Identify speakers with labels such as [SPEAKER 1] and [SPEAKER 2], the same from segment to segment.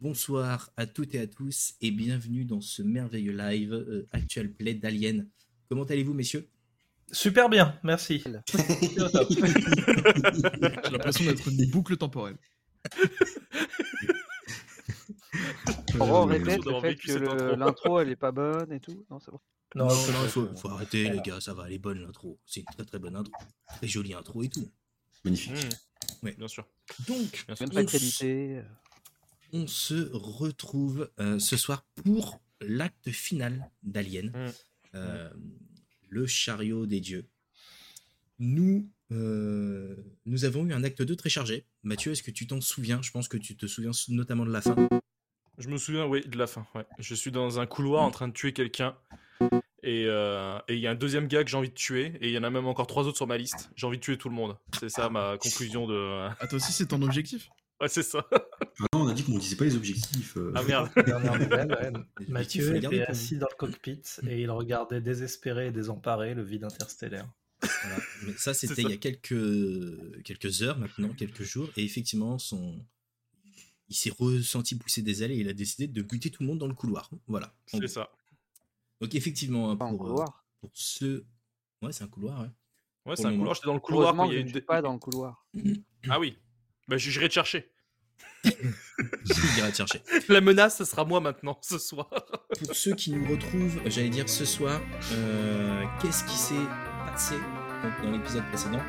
[SPEAKER 1] bonsoir à toutes et à tous et bienvenue dans ce merveilleux live euh, actuel play d'Alien. Comment allez-vous messieurs
[SPEAKER 2] Super bien, merci.
[SPEAKER 3] J'ai l'impression d'être une boucle temporelle.
[SPEAKER 4] On répète le fait que le- l'intro elle est pas bonne et tout. Non, c'est bon.
[SPEAKER 1] Non, non,
[SPEAKER 2] c'est-
[SPEAKER 1] il faut, faut arrêter les gars, ça va, elle est bonne l'intro. C'est une très très bonne intro. Très jolie intro et tout.
[SPEAKER 5] Mmh.
[SPEAKER 6] Magnifique.
[SPEAKER 1] Ouais.
[SPEAKER 6] Bien sûr.
[SPEAKER 1] Donc,
[SPEAKER 6] Bien sûr.
[SPEAKER 1] Même pas
[SPEAKER 4] Même pas euh,
[SPEAKER 1] Ouf. crédité.
[SPEAKER 4] crédité.
[SPEAKER 1] on se retrouve euh, ce soir pour l'acte final d'Alien,
[SPEAKER 2] Mmh.
[SPEAKER 6] Mm.
[SPEAKER 1] Euh, le chariot des dieux. Nous, euh, nous avons eu un acte 2 très chargé. Mathieu, est-ce que tu t'en souviens Je pense que tu te souviens notamment de la fin.
[SPEAKER 6] Je me souviens, oui, de la fin. ouais. Je suis dans un couloir en train de tuer quelqu'un. Et euh, et il y a un deuxième gars que j'ai envie de tuer. Et il y en a même encore trois autres sur ma liste. J'ai envie de tuer tout le monde. C'est ça ma conclusion de.
[SPEAKER 3] Ah, toi aussi, c'est ton objectif
[SPEAKER 6] Ouais, c'est ça.
[SPEAKER 5] Ah non, on a dit qu'on ne disait pas les objectifs. euh.
[SPEAKER 6] Ah merde.
[SPEAKER 2] Dernière nouvelle, ouais.
[SPEAKER 1] faut
[SPEAKER 2] Mathieu
[SPEAKER 1] les
[SPEAKER 2] était
[SPEAKER 1] garder pour
[SPEAKER 2] assis dans le cockpit et il regardait désespéré et désemparé le vide interstellaire.
[SPEAKER 1] Voilà. Mais ça, c'était
[SPEAKER 6] C'est
[SPEAKER 1] il
[SPEAKER 6] ça.
[SPEAKER 1] y a quelques, euh, quelques heures maintenant, quelques jours. Et effectivement, son... il s'est ressenti pousser des ailes et il a décidé de buter tout le monde dans le couloir. Voilà. En
[SPEAKER 6] C'est
[SPEAKER 1] gros.
[SPEAKER 6] ça.
[SPEAKER 1] Donc effectivement, hein,
[SPEAKER 4] Pas en
[SPEAKER 1] pour, euh,
[SPEAKER 4] couloir.
[SPEAKER 1] pour ceux... Ouais, c'est un couloir, ouais.
[SPEAKER 6] Ouais,
[SPEAKER 1] Pour
[SPEAKER 6] c'est
[SPEAKER 1] le
[SPEAKER 6] un
[SPEAKER 1] moment.
[SPEAKER 6] couloir. J'étais dans le couloir
[SPEAKER 4] Heureusement
[SPEAKER 6] quand il y a une.
[SPEAKER 4] que je ne suis
[SPEAKER 6] dé-
[SPEAKER 4] pas dans le couloir.
[SPEAKER 6] Ah oui. Bah, j'irai te chercher.
[SPEAKER 1] Il ira te chercher.
[SPEAKER 6] La menace, ce sera moi maintenant, ce soir.
[SPEAKER 1] Pour ceux qui nous retrouvent, j'allais dire ce soir, euh, qu'est-ce qui s'est passé Donc, dans l'épisode précédent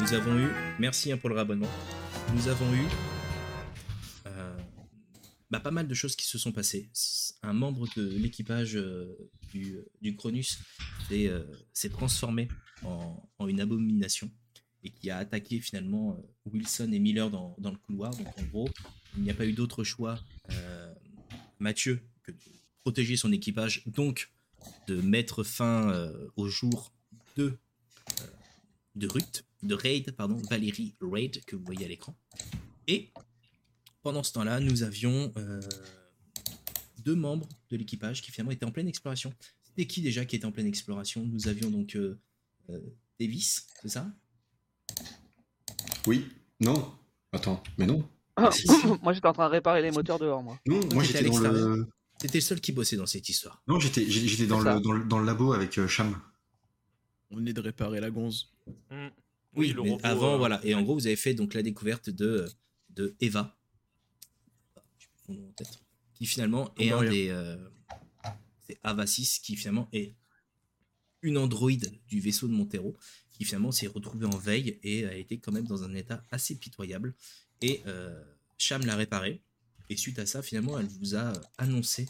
[SPEAKER 1] Nous avons eu, merci hein, pour le rabonnement, nous avons eu euh, bah, pas mal de choses qui se sont passées. Un membre de l'équipage euh, du, du Cronus s'est euh, s'est transformé en, en une abomination et qui a attaqué finalement euh, Wilson et Miller dans, dans le couloir. Donc en gros, il n'y a pas eu d'autre choix, euh, Mathieu, que de protéger son équipage, donc de mettre fin euh, au jour de, euh, de Ruth, de Raid, pardon, Valérie Raid, que vous voyez à l'écran. Et pendant ce temps-là, nous avions euh, deux membres de l'équipage qui finalement étaient en pleine exploration. C'était qui déjà qui était en pleine exploration Nous avions donc euh, euh, Davis, c'est ça
[SPEAKER 5] Oui. Non. Attends, mais non.
[SPEAKER 1] si, si.
[SPEAKER 4] moi j'étais en train de réparer les moteurs dehors, moi.
[SPEAKER 5] Non, moi
[SPEAKER 1] t'étais à
[SPEAKER 5] j'étais dans
[SPEAKER 1] l'extérieur.
[SPEAKER 5] le.
[SPEAKER 1] C'était le seul qui bossait dans cette histoire.
[SPEAKER 5] Non, j'étais j'ai- j'étais dans
[SPEAKER 4] C'est ça.
[SPEAKER 5] le, dans, le, dans le labo avec euh, Cham.
[SPEAKER 3] On est de réparer la gonze.
[SPEAKER 6] Mm. le
[SPEAKER 1] mais
[SPEAKER 6] robot,
[SPEAKER 1] avant,
[SPEAKER 6] euh,
[SPEAKER 1] voilà. Et en gros, vous avez fait donc la découverte de, de Eva, Je sais plus son nom en tête. qui finalement est un
[SPEAKER 3] Andorian.
[SPEAKER 1] des. euh, c'est Ava6 qui finalement est une androïde du vaisseau de Montero, qui finalement s'est retrouvée en veille et a été quand même dans un état assez pitoyable. Et euh, Cham l'a réparée. Et suite à ça, finalement, elle vous a annoncé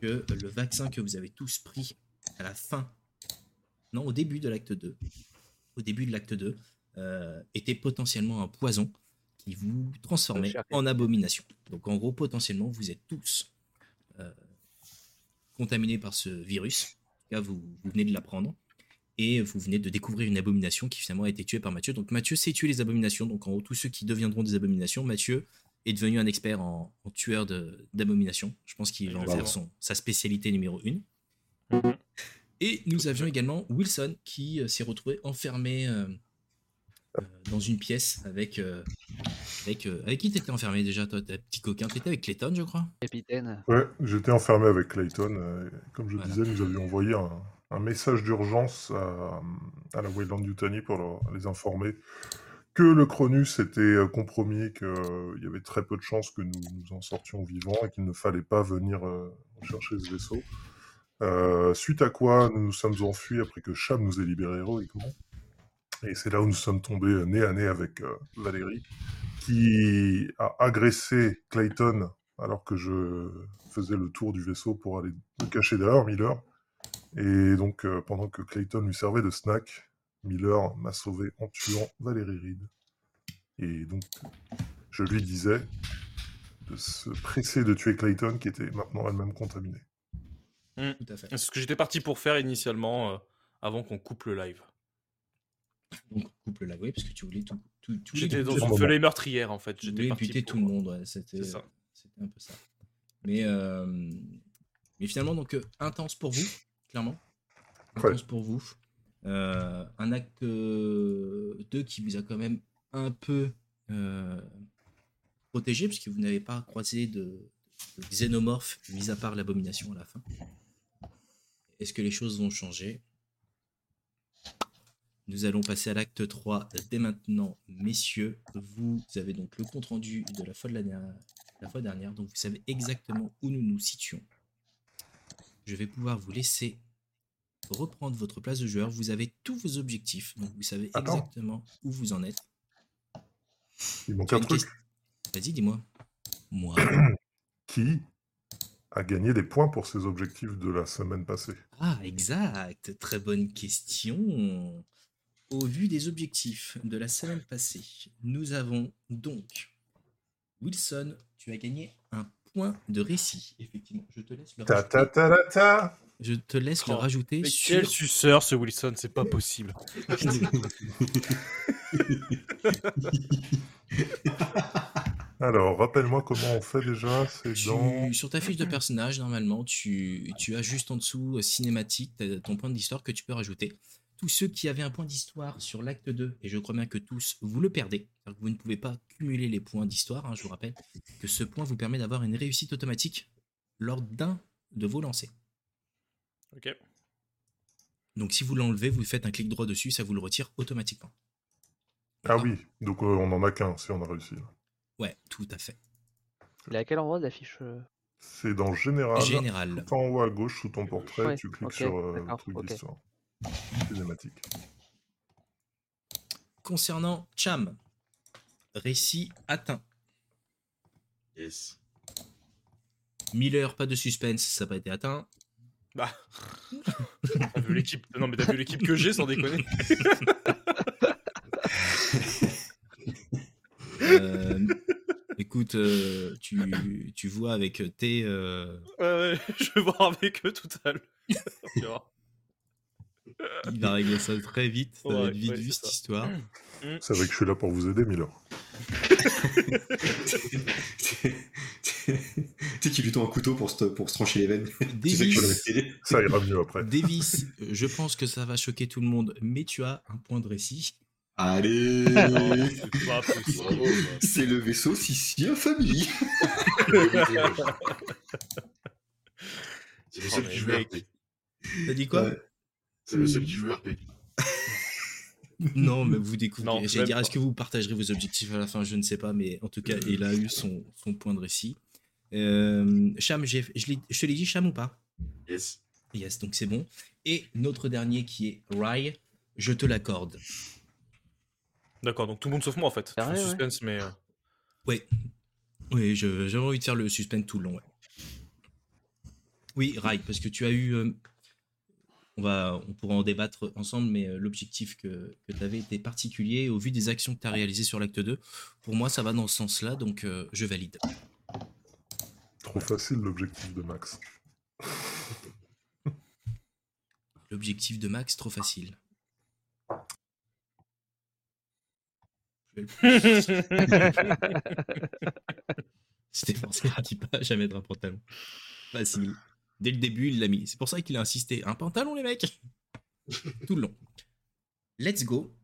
[SPEAKER 1] que le vaccin que vous avez tous pris à la fin, non, au début de l'acte 2, au début de l'acte 2, euh, était potentiellement un poison qui vous transformait
[SPEAKER 4] Cher.
[SPEAKER 1] en abomination. Donc en gros, potentiellement, vous êtes tous euh, contaminés par ce virus. En tout cas, vous, vous venez de l'apprendre. Et vous venez de découvrir une abomination qui finalement a été tuée par Mathieu. Donc Mathieu sait tuer les abominations. Donc en gros, tous ceux qui deviendront des abominations, Mathieu est devenu un expert en, en tueur de- d'abominations. Je pense qu'il va en
[SPEAKER 6] Exactement.
[SPEAKER 1] faire son, sa spécialité numéro une.
[SPEAKER 6] Mhm.
[SPEAKER 1] Et nous avions également Wilson qui euh, s'est retrouvé enfermé euh, euh, dans une pièce avec. euh, avec, euh, avec qui t'étais enfermé déjà, toi, t'as petit coquin T'étais avec Clayton, je crois
[SPEAKER 4] Capitaine.
[SPEAKER 7] Ouais, j'étais enfermé avec Clayton. euh, et comme je
[SPEAKER 1] Voilà.
[SPEAKER 7] disais, nous avions envoyé un, un message d'urgence à, à la Wayland Yutani pour leur- les informer que le Cronus était euh, compromis, et qu'il y avait très peu de chances que nous nous en sortions vivants et qu'il ne fallait pas venir euh, chercher ce vaisseau. Euh, suite à quoi, nous nous sommes enfuis après que Cham nous ait libérés héroïquement. Et c'est là où nous sommes tombés euh, nez à nez avec euh, Valérie, qui a agressé Clayton alors que je faisais le tour du vaisseau pour aller me cacher derrière Miller. Et donc, euh, pendant que Clayton lui servait de snack, Miller m'a sauvé en tuant Valérie Reed. Et donc, je lui disais de se presser de tuer Clayton, qui était maintenant elle-même contaminée.
[SPEAKER 1] Tout à fait.
[SPEAKER 6] C'est ce que j'étais parti pour faire initialement euh, avant qu'on coupe le live.
[SPEAKER 1] Donc, couple la voix, parce que tu voulais tout. tout, tout
[SPEAKER 6] J'étais dans
[SPEAKER 1] tout-
[SPEAKER 6] une feuille meurtrière en fait.
[SPEAKER 1] Tu
[SPEAKER 6] J'étais
[SPEAKER 1] voulais
[SPEAKER 6] parti
[SPEAKER 1] buter
[SPEAKER 6] pour-
[SPEAKER 1] tout le monde, ouais, c'était
[SPEAKER 6] C'est ça.
[SPEAKER 1] c'était un peu ça. Mais, euh, mais finalement, donc, euh, intense pour vous, clairement.
[SPEAKER 7] Ouais.
[SPEAKER 1] Intense pour vous. Euh, un acte 2 qui vous a quand même un peu euh, protégé, puisque vous n'avez pas croisé de, xénomorphe, mis à part l'abomination à la fin. Est-ce que les choses vont changer Nous allons passer à l'acte 3 dès maintenant, messieurs. Vous avez donc le compte-rendu de la fois, de la, dernière- la fois dernière, donc vous savez exactement où nous nous situons. Je vais pouvoir vous laisser reprendre votre place de joueur. Vous avez tous vos objectifs, donc vous savez
[SPEAKER 7] Attends.
[SPEAKER 1] exactement où vous en êtes.
[SPEAKER 7] Il manque
[SPEAKER 1] J'ai
[SPEAKER 7] un
[SPEAKER 1] une
[SPEAKER 7] truc.
[SPEAKER 1] question. Vas-y, dis-moi. Moi.
[SPEAKER 7] Qui a gagné des points pour ses objectifs de la semaine passée
[SPEAKER 1] Ah, exact. Très bonne question. Au vu des objectifs de la semaine passée, nous avons donc Wilson, tu as gagné un point de récit. Effectivement, je te laisse le
[SPEAKER 7] Ta
[SPEAKER 1] rajouter,
[SPEAKER 7] ta ta ta ta
[SPEAKER 1] je te laisse le
[SPEAKER 6] Oh,
[SPEAKER 1] rajouter
[SPEAKER 6] Mais
[SPEAKER 1] sur...
[SPEAKER 6] quel suceur ce Wilson, c'est pas possible.
[SPEAKER 7] Alors, rappelle-moi comment on fait déjà. C'est
[SPEAKER 1] Tu-
[SPEAKER 7] dans.
[SPEAKER 1] sur ta fiche de personnage, normalement, tu, tu as juste en dessous euh, cinématique t'as ton point d'histoire que tu peux rajouter. Tous ceux qui avaient un point d'histoire sur l'acte 2, et je crois bien que tous, vous le perdez. C'est-à-dire que Vous ne pouvez pas cumuler les points d'histoire. hein. je vous rappelle que ce point vous permet d'avoir une réussite automatique lors d'un de vos lancers.
[SPEAKER 6] Ok.
[SPEAKER 1] Donc si vous l'enlevez, vous faites un clic droit dessus, ça vous le retire automatiquement.
[SPEAKER 7] Ah oui, donc euh, on en a qu'un si on a réussi.
[SPEAKER 1] Ouais, tout à fait.
[SPEAKER 4] Il est à quel endroit de la fiche euh,
[SPEAKER 7] C'est dans Général.
[SPEAKER 1] Général.
[SPEAKER 7] Tout en haut à gauche, sous ton portrait,
[SPEAKER 4] Ouais,
[SPEAKER 7] tu cliques
[SPEAKER 4] ok,
[SPEAKER 7] sur euh, le
[SPEAKER 4] d'accord,
[SPEAKER 7] truc
[SPEAKER 4] ok.
[SPEAKER 7] d'histoire. Cinématique.
[SPEAKER 1] Concernant Cham, récit atteint.
[SPEAKER 5] Yes.
[SPEAKER 1] Miller, pas de suspense, ça n'a pas été atteint.
[SPEAKER 6] Bah. T'as vu l'équipe Non, mais t'as vu l'équipe que j'ai sans déconner
[SPEAKER 1] Euh, écoute, euh, tu, tu vois avec tes... euh,
[SPEAKER 6] Ouais, ouais, je vais voir avec eux tout à l'heure. Tu vois.
[SPEAKER 1] il va régler ça très vite, ça va
[SPEAKER 6] Ouais,
[SPEAKER 1] être vite
[SPEAKER 6] ouais,
[SPEAKER 1] vu
[SPEAKER 6] c'est
[SPEAKER 1] cette
[SPEAKER 6] ça.
[SPEAKER 1] histoire.
[SPEAKER 7] Vous savez que je suis là pour vous aider, Milor.
[SPEAKER 5] tu sais qu'il lui tend un couteau pour se, pour se trancher les veines. Tu sais que je l'avais
[SPEAKER 1] Davis,
[SPEAKER 5] fait.
[SPEAKER 7] Ça ira mieux après.
[SPEAKER 1] Davis, euh, je pense que ça va choquer tout le monde, mais tu as un point de récit.
[SPEAKER 5] Allez
[SPEAKER 6] Non, c'est pas possible. Oh,
[SPEAKER 5] C'est le vaisseau Sicilien Family
[SPEAKER 8] C'est le seul
[SPEAKER 6] Oh,
[SPEAKER 8] qui
[SPEAKER 6] mais
[SPEAKER 8] joue à
[SPEAKER 6] mec.
[SPEAKER 8] RP.
[SPEAKER 1] T'as dit quoi
[SPEAKER 5] Ouais.
[SPEAKER 8] C'est le seul qui joue à RP.
[SPEAKER 1] Non, mais vous découvrez.
[SPEAKER 6] Non,
[SPEAKER 1] J'allais
[SPEAKER 6] même
[SPEAKER 1] dire, est-ce
[SPEAKER 6] pas.
[SPEAKER 1] que vous partagerez vos objectifs à la fin Je ne sais pas, mais en tout cas, il a eu son, son point de récit. Euh, Cham, j'ai- je l'ai- je te l'ai dit, Cham ou pas
[SPEAKER 8] Yes.
[SPEAKER 1] Yes, donc c'est bon. Et notre dernier qui est Rye, je te l'accorde.
[SPEAKER 6] D'accord, donc tout le monde sauf moi en fait.
[SPEAKER 4] Ah
[SPEAKER 6] Je fais
[SPEAKER 4] ouais,
[SPEAKER 6] suspense, mais. euh,
[SPEAKER 1] Oui, je- j'avais envie de faire le suspense tout le long. ouais. Oui, Rye, parce que tu as eu. euh, on, va, on pourra en débattre ensemble, mais euh, l'objectif que, tu avais était particulier. Au vu des actions que tu as réalisées sur l'acte 2, pour moi, ça va dans ce sens-là, donc euh, je valide.
[SPEAKER 7] Trop facile l'objectif de Max.
[SPEAKER 1] L'objectif de Max, trop facile. C'était forcément qu'il pas jamais mettre un pantalon. Facile. Dès le début, il l'a mis. C'est pour ça qu'il a insisté. Un pantalon, les mecs Tout le long. Let's go.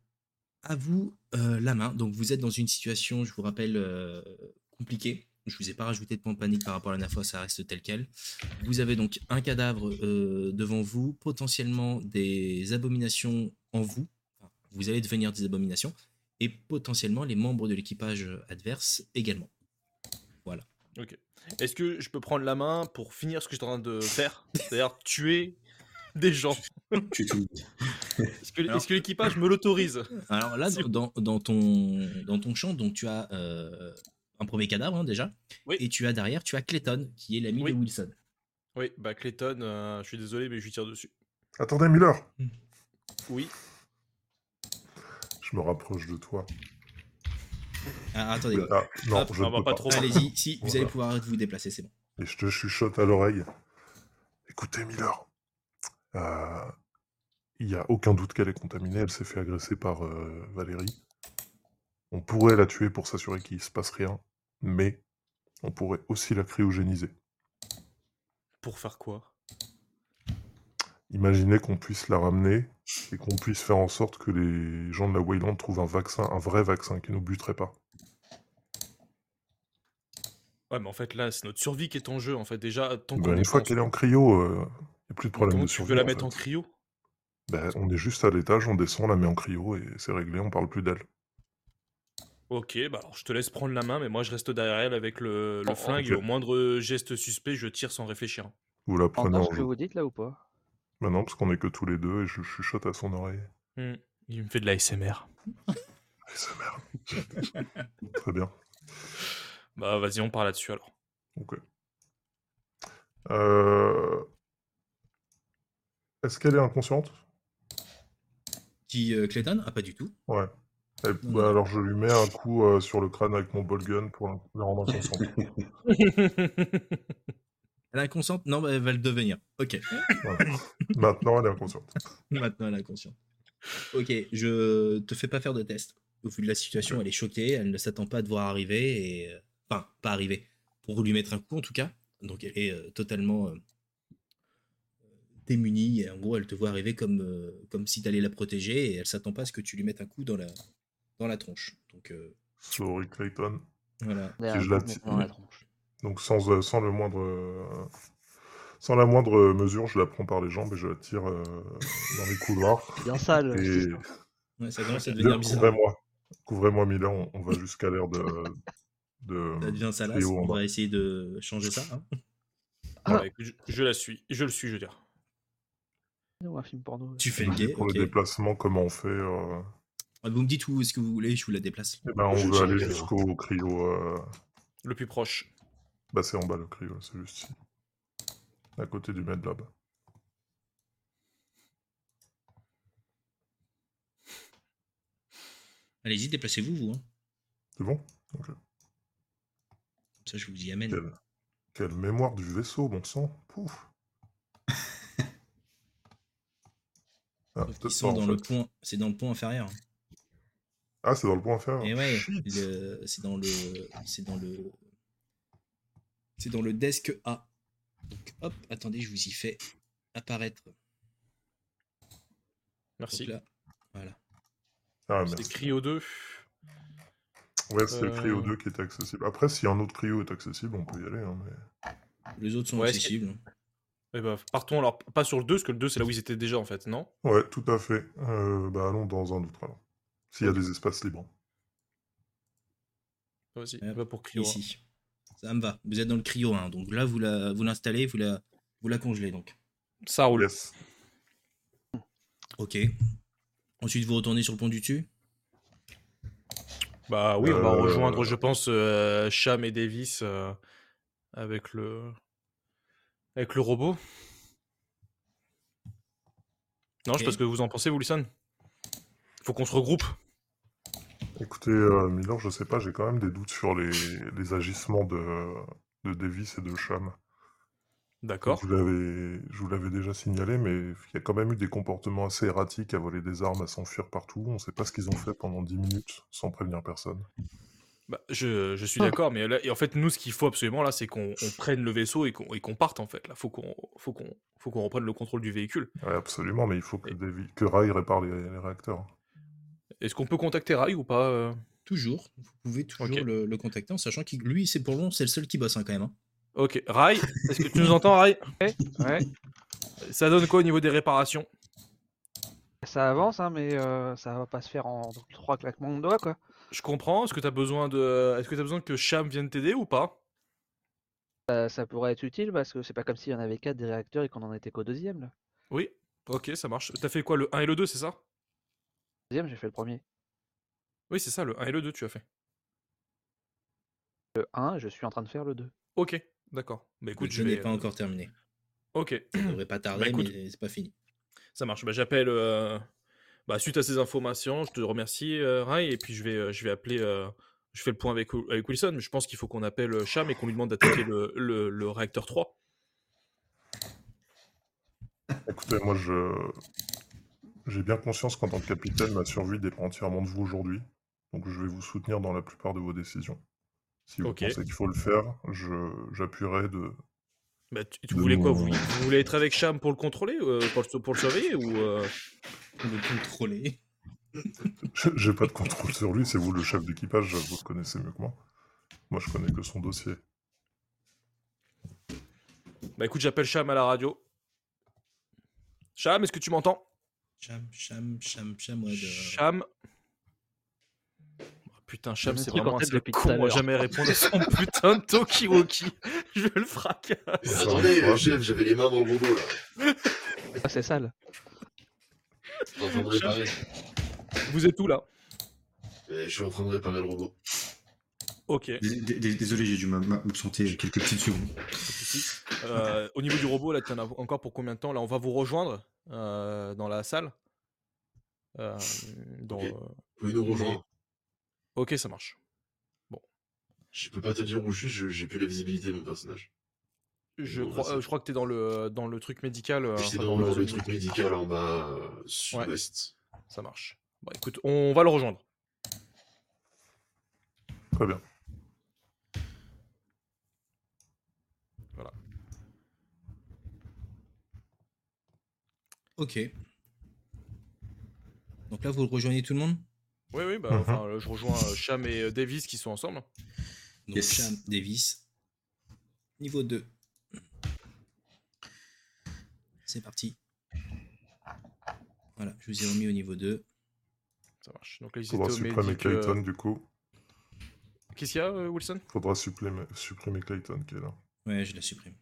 [SPEAKER 1] À vous euh, la main. Donc, vous êtes dans une situation, je vous rappelle, euh, compliquée. Je vous ai pas rajouté de point de panique par rapport à la dernière fois, ça reste tel quel. Vous avez donc un cadavre euh, devant vous, potentiellement des abominations en vous. Enfin, vous allez devenir des abominations. Et potentiellement les membres de l'équipage adverse également.
[SPEAKER 6] Est-ce que je peux prendre la main pour finir ce que je suis en train de faire C'est-à-dire tuer des gens
[SPEAKER 5] Tu es tout.
[SPEAKER 6] Est-ce que,
[SPEAKER 3] Alors-
[SPEAKER 6] est-ce que l'équipage me l'autorise
[SPEAKER 1] Alors là,
[SPEAKER 6] C'est-
[SPEAKER 1] dans, dans ton, dans ton champ, donc tu as euh, un premier cadavre hein, déjà.
[SPEAKER 6] Oui.
[SPEAKER 1] Et tu as derrière, tu as Clayton, qui est l'ami
[SPEAKER 6] Oui.
[SPEAKER 1] de Wilson.
[SPEAKER 6] Oui, bah Clayton, euh, je suis désolé, mais je lui tire dessus.
[SPEAKER 7] Attendez, Milor
[SPEAKER 6] Oui.
[SPEAKER 7] Je me rapproche de toi.
[SPEAKER 1] Ah, attendez.
[SPEAKER 5] Oula.
[SPEAKER 7] Ah, non,
[SPEAKER 6] Hop,
[SPEAKER 7] je
[SPEAKER 6] on
[SPEAKER 7] ne
[SPEAKER 6] va
[SPEAKER 7] peux
[SPEAKER 6] pas
[SPEAKER 7] pas.
[SPEAKER 6] trop.
[SPEAKER 1] Allez-y, si, vous allez
[SPEAKER 7] Voilà.
[SPEAKER 1] pouvoir vous déplacer, c'est bon.
[SPEAKER 7] Et je te chuchote à l'oreille. Écoutez, Miller, euh, il n'y a aucun doute qu'elle est contaminée. Elle s'est fait agresser par euh, Valérie. On pourrait la tuer pour s'assurer qu'il ne se passe rien, mais on pourrait aussi la cryogéniser.
[SPEAKER 6] Pour faire quoi
[SPEAKER 7] Imaginez qu'on puisse la ramener et qu'on puisse faire en sorte que les gens de la Wayland trouvent un vaccin, un vrai vaccin qui ne nous buterait pas.
[SPEAKER 6] Ouais, mais en fait, là, c'est notre survie qui est en jeu. En fait, déjà, tant
[SPEAKER 7] Bah,
[SPEAKER 6] qu'on
[SPEAKER 7] une
[SPEAKER 6] est
[SPEAKER 7] fois
[SPEAKER 6] pas
[SPEAKER 7] qu'elle est en cryo, il n'y a plus de problème
[SPEAKER 6] Comment
[SPEAKER 7] de
[SPEAKER 6] tu
[SPEAKER 7] survie.
[SPEAKER 6] veux la
[SPEAKER 7] en
[SPEAKER 6] mettre
[SPEAKER 7] fait.
[SPEAKER 6] en cryo
[SPEAKER 7] Bah, on est juste à l'étage, on descend, on la met en cryo et c'est réglé, on parle plus d'elle.
[SPEAKER 6] Ok, bah alors je te laisse prendre la main, mais moi je reste derrière elle avec le, le
[SPEAKER 7] Oh,
[SPEAKER 6] flingue
[SPEAKER 7] ok.
[SPEAKER 6] et au moindre geste suspect, je tire sans réfléchir. hein.
[SPEAKER 7] Vous
[SPEAKER 6] Oh
[SPEAKER 7] la prenez
[SPEAKER 4] Entends
[SPEAKER 7] en
[SPEAKER 4] ce que
[SPEAKER 7] jeu.
[SPEAKER 4] vous dites là ou pas
[SPEAKER 7] Maintenant, parce qu'on est que tous les deux et je chuchote à son oreille.
[SPEAKER 6] Hmm, Il me fait de la SMR.
[SPEAKER 7] Et sa mère. Très bien.
[SPEAKER 6] Bah vas-y, on part là-dessus alors.
[SPEAKER 7] Ok. Euh, Est-ce qu'elle est inconsciente
[SPEAKER 1] Qui, euh, Clayton Ah, pas du tout.
[SPEAKER 7] Ouais. Elle-
[SPEAKER 1] Non,
[SPEAKER 7] bah,
[SPEAKER 1] non.
[SPEAKER 7] alors je lui mets un coup euh, sur le crâne avec mon ball gun pour la rendre inconsciente.
[SPEAKER 1] Elle est inconsciente Non, bah, elle va le devenir. Ok.
[SPEAKER 7] Voilà. Maintenant, elle est inconsciente.
[SPEAKER 1] Maintenant, elle est inconsciente. Ok, je te fais pas faire de test. Au vu de la situation, elle est choquée, elle ne s'attend pas à te voir arriver, et... euh, enfin, pas arriver, pour lui mettre un coup en tout cas. Donc elle est euh, totalement euh, démunie, et en gros, elle te voit arriver comme, euh, comme si t'allais la protéger, et elle s'attend pas à ce que tu lui mettes un coup dans la, dans la tronche. Donc euh,
[SPEAKER 7] Sorry Clayton.
[SPEAKER 1] voilà.
[SPEAKER 4] Derrière
[SPEAKER 7] je
[SPEAKER 4] vous,
[SPEAKER 7] la
[SPEAKER 4] vous
[SPEAKER 7] tire-
[SPEAKER 4] mettez dans la tronche.
[SPEAKER 7] Donc sans, euh, sans le moindre... euh, Sans la moindre mesure, je la prends par les jambes et je la tire euh, dans les couloirs.
[SPEAKER 4] Bien sale.
[SPEAKER 7] Et-
[SPEAKER 4] c'est ça.
[SPEAKER 1] Ouais, ça commence à devenir
[SPEAKER 7] Bien,
[SPEAKER 1] bizarre.
[SPEAKER 7] Couvrez-moi. Couvrez-moi, Mila, on, on va jusqu'à l'air de... de...
[SPEAKER 1] Ça devient salace,
[SPEAKER 7] Trio en
[SPEAKER 1] on
[SPEAKER 7] bas.
[SPEAKER 1] va essayer de changer ça. hein.
[SPEAKER 4] Ah.
[SPEAKER 6] Voilà, écoute, je, je la suis, je le suis, je veux dire.
[SPEAKER 4] Ou un film porno.
[SPEAKER 1] Tu fais le
[SPEAKER 7] Donc,
[SPEAKER 1] gay,
[SPEAKER 7] pour
[SPEAKER 1] ok.
[SPEAKER 7] le déplacement, comment on fait euh,
[SPEAKER 1] Ah, Vous me dites où est-ce que vous voulez, je vous la déplace.
[SPEAKER 7] eh ben, On
[SPEAKER 8] Je
[SPEAKER 7] veut
[SPEAKER 8] tire
[SPEAKER 7] aller
[SPEAKER 8] le cadre.
[SPEAKER 7] jusqu'au cryo. euh,
[SPEAKER 6] Le plus proche.
[SPEAKER 7] Bah, c'est en bas le cryo, c'est juste ici. À côté du Med Lab.
[SPEAKER 1] Allez-y, déplacez-vous, vous. hein.
[SPEAKER 7] C'est bon
[SPEAKER 1] Comme ça, je vous y amène.
[SPEAKER 7] Quelle... Quelle mémoire du vaisseau, bon sang Pouf Ah,
[SPEAKER 1] Sauf qu'ils
[SPEAKER 7] peut-être
[SPEAKER 1] sont
[SPEAKER 7] pas, en
[SPEAKER 1] dans le
[SPEAKER 7] fait.
[SPEAKER 1] point, c'est dans le point inférieur.
[SPEAKER 7] Ah, c'est dans le point inférieur.
[SPEAKER 1] Et ouais,
[SPEAKER 7] Shit.
[SPEAKER 1] le- c'est dans le, c'est dans le, c'est dans le desk A. Donc hop, attendez, je vous y fais apparaître. Donc
[SPEAKER 6] Merci.
[SPEAKER 1] là, voilà.
[SPEAKER 7] Ah,
[SPEAKER 6] C'est
[SPEAKER 7] merde.
[SPEAKER 6] Cryo 2.
[SPEAKER 7] Ouais, c'est le cryo
[SPEAKER 6] Euh.
[SPEAKER 7] 2 qui est accessible. Après, si un autre cryo est accessible, on peut y aller. hein, mais...
[SPEAKER 1] Les autres sont
[SPEAKER 6] Ouais,
[SPEAKER 1] accessibles. hein,
[SPEAKER 6] Eh ben, partons alors, pas sur le 2, parce que le 2 c'est là où ils étaient déjà en fait, non
[SPEAKER 7] Ouais, tout à fait. Euh, bah, allons dans un autre alors. S'il y a des espaces libres.
[SPEAKER 6] Vas-y,
[SPEAKER 1] Ouais,
[SPEAKER 6] va pour Cryo 1.
[SPEAKER 1] Ici, ça me va. Vous êtes dans le cryo 1, donc là vous la, vous l'installez, vous la, vous la congelez donc.
[SPEAKER 6] hein. Ça roule.
[SPEAKER 7] Yes.
[SPEAKER 1] Ok. Ensuite, vous retournez sur le pont du dessus.
[SPEAKER 6] Bah oui, on va
[SPEAKER 7] Euh,
[SPEAKER 6] rejoindre, je pense, euh, Cham et Davis euh, avec le avec le robot. Non, je
[SPEAKER 1] Ok.
[SPEAKER 6] sais pas ce que vous en pensez, vous, Lucian. Faut qu'on se regroupe.
[SPEAKER 7] Écoutez, euh, Miller, je sais pas, j'ai quand même des doutes sur les, les agissements de, de Davis et de Cham.
[SPEAKER 6] D'accord.
[SPEAKER 7] Je vous l'avais- je vous l'avais déjà signalé, mais il y a quand même eu des comportements assez erratiques à voler des armes, à s'enfuir partout. On ne sait pas ce qu'ils ont fait pendant 10 minutes sans prévenir personne.
[SPEAKER 6] Bah, je, je suis d'accord, mais là, et en fait, nous, ce qu'il faut absolument là, c'est qu'on on prenne le vaisseau et qu'on et qu'on parte en fait. Là, faut qu'on faut qu'on faut qu'on reprenne le contrôle du véhicule.
[SPEAKER 7] Ouais, absolument, mais il faut que,
[SPEAKER 6] Et-
[SPEAKER 7] Davi- que Rai répare les, les réacteurs.
[SPEAKER 6] Est-ce qu'on peut contacter Rai ou pas euh
[SPEAKER 1] Toujours. Vous pouvez toujours
[SPEAKER 6] Ok.
[SPEAKER 1] le, le contacter en sachant que lui, c'est pour long, c'est le seul qui bosse hein, quand même. hein.
[SPEAKER 6] Ok, Rai, est-ce que tu nous entends, Rai
[SPEAKER 4] Ouais.
[SPEAKER 6] Ça donne quoi au niveau des réparations
[SPEAKER 4] Ça avance, hein, mais euh, ça va pas se faire en trois claquements de doigts, quoi.
[SPEAKER 6] Je comprends. Est-ce que t'as besoin de Est-ce que t'as besoin que Cham vienne t'aider ou pas
[SPEAKER 4] Ça, Euh, ça pourrait être utile parce que c'est pas comme s'il y en avait quatre des réacteurs et qu'on en était qu'au deuxième. Là.
[SPEAKER 6] Oui, ok, ça marche. T'as fait quoi, le 1 et le 2, c'est ça
[SPEAKER 4] Deuxième, j'ai fait le premier.
[SPEAKER 6] Oui, c'est ça, le 1 et le 2, tu as fait.
[SPEAKER 4] Le 1, je suis en train de faire le 2.
[SPEAKER 6] Ok, d'accord. Bah écoute,
[SPEAKER 1] le
[SPEAKER 6] je
[SPEAKER 1] jeu n'est
[SPEAKER 6] vais,
[SPEAKER 1] pas
[SPEAKER 6] euh,
[SPEAKER 1] encore terminé.
[SPEAKER 6] Ok,
[SPEAKER 1] Ça devrait pas tarder,
[SPEAKER 6] Bah, écoute.
[SPEAKER 1] mais c'est pas fini.
[SPEAKER 6] ça marche. Bah j'appelle. euh, Bah suite à ces informations, je te remercie, euh, Rai, et puis je vais, euh, je vais appeler. euh, Je fais le point avec, Wil- avec Wilson. Je pense qu'il faut qu'on appelle euh, Cham et qu'on lui demande d'attaquer le, le, le réacteur 3.
[SPEAKER 7] Écoutez, moi, je j'ai bien conscience qu'en tant que capitaine, ma survie dépend entièrement de vous aujourd'hui. Donc, je vais vous soutenir dans la plupart de vos décisions. Si vous
[SPEAKER 6] Ok.
[SPEAKER 7] pensez qu'il faut le faire, je- j'appuierai de,
[SPEAKER 6] Bah, tu, tu
[SPEAKER 7] De
[SPEAKER 6] voulais quoi
[SPEAKER 7] mon-
[SPEAKER 6] vous, vous voulez être avec Cham pour le contrôler, euh, pour, le, pour le surveiller ou euh,
[SPEAKER 1] On le contrôler.
[SPEAKER 7] Je- J'ai pas de contrôle sur lui, c'est vous le chef d'équipage, vous le connaissez mieux que moi. Moi, je connais que son dossier.
[SPEAKER 6] Bah écoute, j'appelle Cham à la radio. Cham, est-ce que tu m'entends
[SPEAKER 1] Cham, cham, cham, cham. ouais, de-
[SPEAKER 6] Cham. Oh, Putain, Cham,
[SPEAKER 2] Le
[SPEAKER 6] c'est
[SPEAKER 2] truc en
[SPEAKER 6] vraiment un
[SPEAKER 2] tête
[SPEAKER 6] sale
[SPEAKER 2] depuis tout à
[SPEAKER 6] con à
[SPEAKER 2] l'heure.
[SPEAKER 6] jamais répondre à son putain de Tokiwoki. Je le fracasse.
[SPEAKER 8] Attendez, euh, chef, j'avais les mains dans le robot là.
[SPEAKER 4] Ah, c'est sale.
[SPEAKER 8] Je suis en train de réparer.
[SPEAKER 6] Vous êtes où là
[SPEAKER 8] Euh, Je suis en train de réparer le robot.
[SPEAKER 6] Ok.
[SPEAKER 5] Dés- dés- dés- Désolé, j'ai dû m'a- m'a- m'absenter quelques petites secondes.
[SPEAKER 6] Euh, au niveau du robot, là, tu en as encore pour combien de temps Là, on va vous rejoindre euh, dans la salle. Euh, dans,
[SPEAKER 8] Ok.
[SPEAKER 6] euh,
[SPEAKER 8] Vous pouvez nous rejoindre.
[SPEAKER 6] ok, ça marche.
[SPEAKER 8] Je peux pas te dire où je suis, je- j'ai plus la visibilité de mon personnage.
[SPEAKER 6] Je
[SPEAKER 8] Bon, bah,
[SPEAKER 6] crois,
[SPEAKER 8] ça-
[SPEAKER 6] euh, je crois que t'es dans le dans le truc médical. euh,
[SPEAKER 8] J'étais
[SPEAKER 6] enfin,
[SPEAKER 8] dans le, le
[SPEAKER 6] zone
[SPEAKER 8] truc
[SPEAKER 6] médicale.
[SPEAKER 8] médical en bas, euh, sud-ouest.
[SPEAKER 6] Ça marche. Bon, écoute, on va le rejoindre.
[SPEAKER 7] Très bien.
[SPEAKER 1] Ok. Donc là, vous rejoignez tout le monde
[SPEAKER 6] Oui, oui. Bah,
[SPEAKER 7] Mhm.
[SPEAKER 6] enfin, euh, je rejoins euh, Cham et euh, Davis qui sont ensemble.
[SPEAKER 1] Donc
[SPEAKER 5] Yes.
[SPEAKER 1] Cham, Davis. Niveau 2. C'est parti. Voilà, je vous ai remis au niveau 2.
[SPEAKER 6] Ça marche. Donc là, ils
[SPEAKER 7] Faudra
[SPEAKER 6] étaient au
[SPEAKER 7] supprimer
[SPEAKER 6] médic, euh,
[SPEAKER 7] Clayton, du coup.
[SPEAKER 6] Qu'est-ce qu'il y a, euh, Wilson
[SPEAKER 7] Faudra supprimer, supprimer Clayton qui est là.
[SPEAKER 1] Ouais, je la supprime.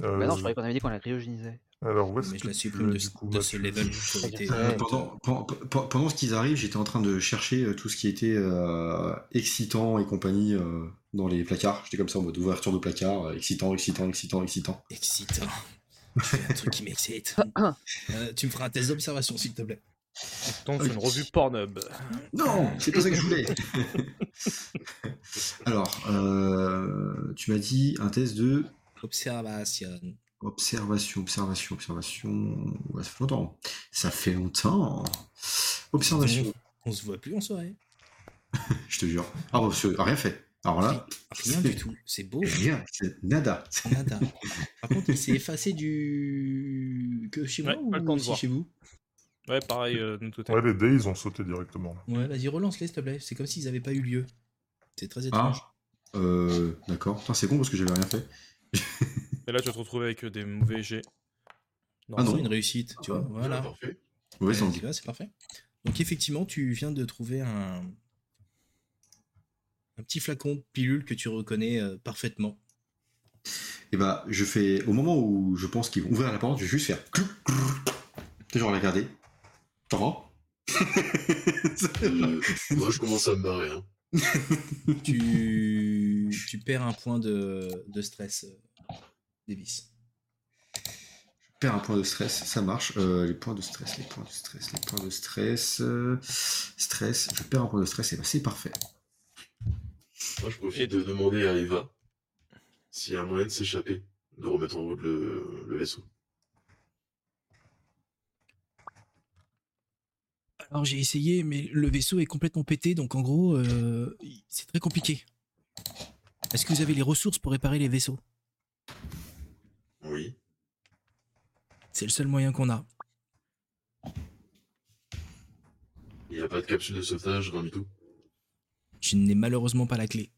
[SPEAKER 7] Euh,
[SPEAKER 4] Bah non, je croyais qu'on avait dit qu'on la cryogénisait.
[SPEAKER 7] Alors, où est-ce
[SPEAKER 1] Mais
[SPEAKER 7] que
[SPEAKER 1] je la
[SPEAKER 7] tu
[SPEAKER 1] supprime
[SPEAKER 7] es,
[SPEAKER 1] de,
[SPEAKER 7] du coup,
[SPEAKER 1] de ce
[SPEAKER 7] Mathieu
[SPEAKER 1] level pour éviter-
[SPEAKER 5] Euh, pendant, pen- pen- pendant ce qu'ils arrivent, j'étais en train de chercher euh, tout ce qui était euh, excitant et compagnie euh, dans les placards. J'étais comme ça en mode ouverture de placard, euh, excitant, excitant, excitant, excitant.
[SPEAKER 1] Excitant. Je fais un truc qui m'excite. Euh, tu me feras un test d'observation, s'il te plaît.
[SPEAKER 6] Donc c'est une revue Pornhub.
[SPEAKER 5] Non, c'est pas ça que je voulais. Alors, euh, tu m'as dit un test de
[SPEAKER 1] Observation.
[SPEAKER 5] observation, observation, observation. Ouais, ça fait longtemps. Ça fait longtemps. Observation,
[SPEAKER 1] On se voit plus en soirée.
[SPEAKER 5] je te jure. Ah, bon, c'est- rien fait. Alors là,
[SPEAKER 1] Rien du tout. C'est beau.
[SPEAKER 5] rien, c'est nada.
[SPEAKER 1] Nada. Par contre, il s'est effacé du. que chez moi
[SPEAKER 6] Ouais,
[SPEAKER 1] ou
[SPEAKER 6] pas le temps de
[SPEAKER 1] aussi
[SPEAKER 6] voir.
[SPEAKER 1] chez vous
[SPEAKER 6] Ouais, pareil. euh, de notre côté.
[SPEAKER 7] Ouais, les dés, ils ont sauté directement. là.
[SPEAKER 1] Ouais, vas-y, relance-les, s'il te plaît. C'est comme s'ils n'avaient pas eu lieu. C'est très
[SPEAKER 5] Ah,
[SPEAKER 1] étrange.
[SPEAKER 5] euh, d'accord. Putain, c'est con parce que j'avais rien fait.
[SPEAKER 6] Et là, tu vas te retrouver avec euh, des mauvais G.
[SPEAKER 5] Ah non. Ah,
[SPEAKER 1] C'est une réussite, tu vois. Voilà.
[SPEAKER 8] Parfait.
[SPEAKER 5] Mauvaise
[SPEAKER 1] Ouais,
[SPEAKER 5] langue.
[SPEAKER 1] tu vois, c'est parfait. Donc, effectivement, tu viens de trouver un. Un petit flacon de pilule que tu reconnais euh, parfaitement.
[SPEAKER 5] Et bah, je fais. Au moment où je pense qu'ils vont ouvrir la porte, je vais juste faire. clou, clou. Tu sais, genre la regarder. T'entends
[SPEAKER 8] Euh, moi, je commence à me marrer. Hein.
[SPEAKER 1] Tu, tu perds un point de, de stress, euh, Davis.
[SPEAKER 5] Perds un point de stress, ça marche. Euh, les points de stress, les points de stress, les points de stress. euh, stress, je perds un point de stress, et bah, c'est parfait.
[SPEAKER 8] Moi, je profite de demander à Eva s'il y a un moyen de s'échapper, de remettre en route le, le vaisseau.
[SPEAKER 1] Alors j'ai essayé, mais le vaisseau est complètement pété, donc en gros, euh, c'est très compliqué. Est-ce que vous avez les ressources pour réparer les vaisseaux
[SPEAKER 8] Oui.
[SPEAKER 1] C'est le seul moyen qu'on a.
[SPEAKER 8] Il n'y a pas de capsule de sauvetage, rien du tout.
[SPEAKER 1] Je n'ai malheureusement pas la clé.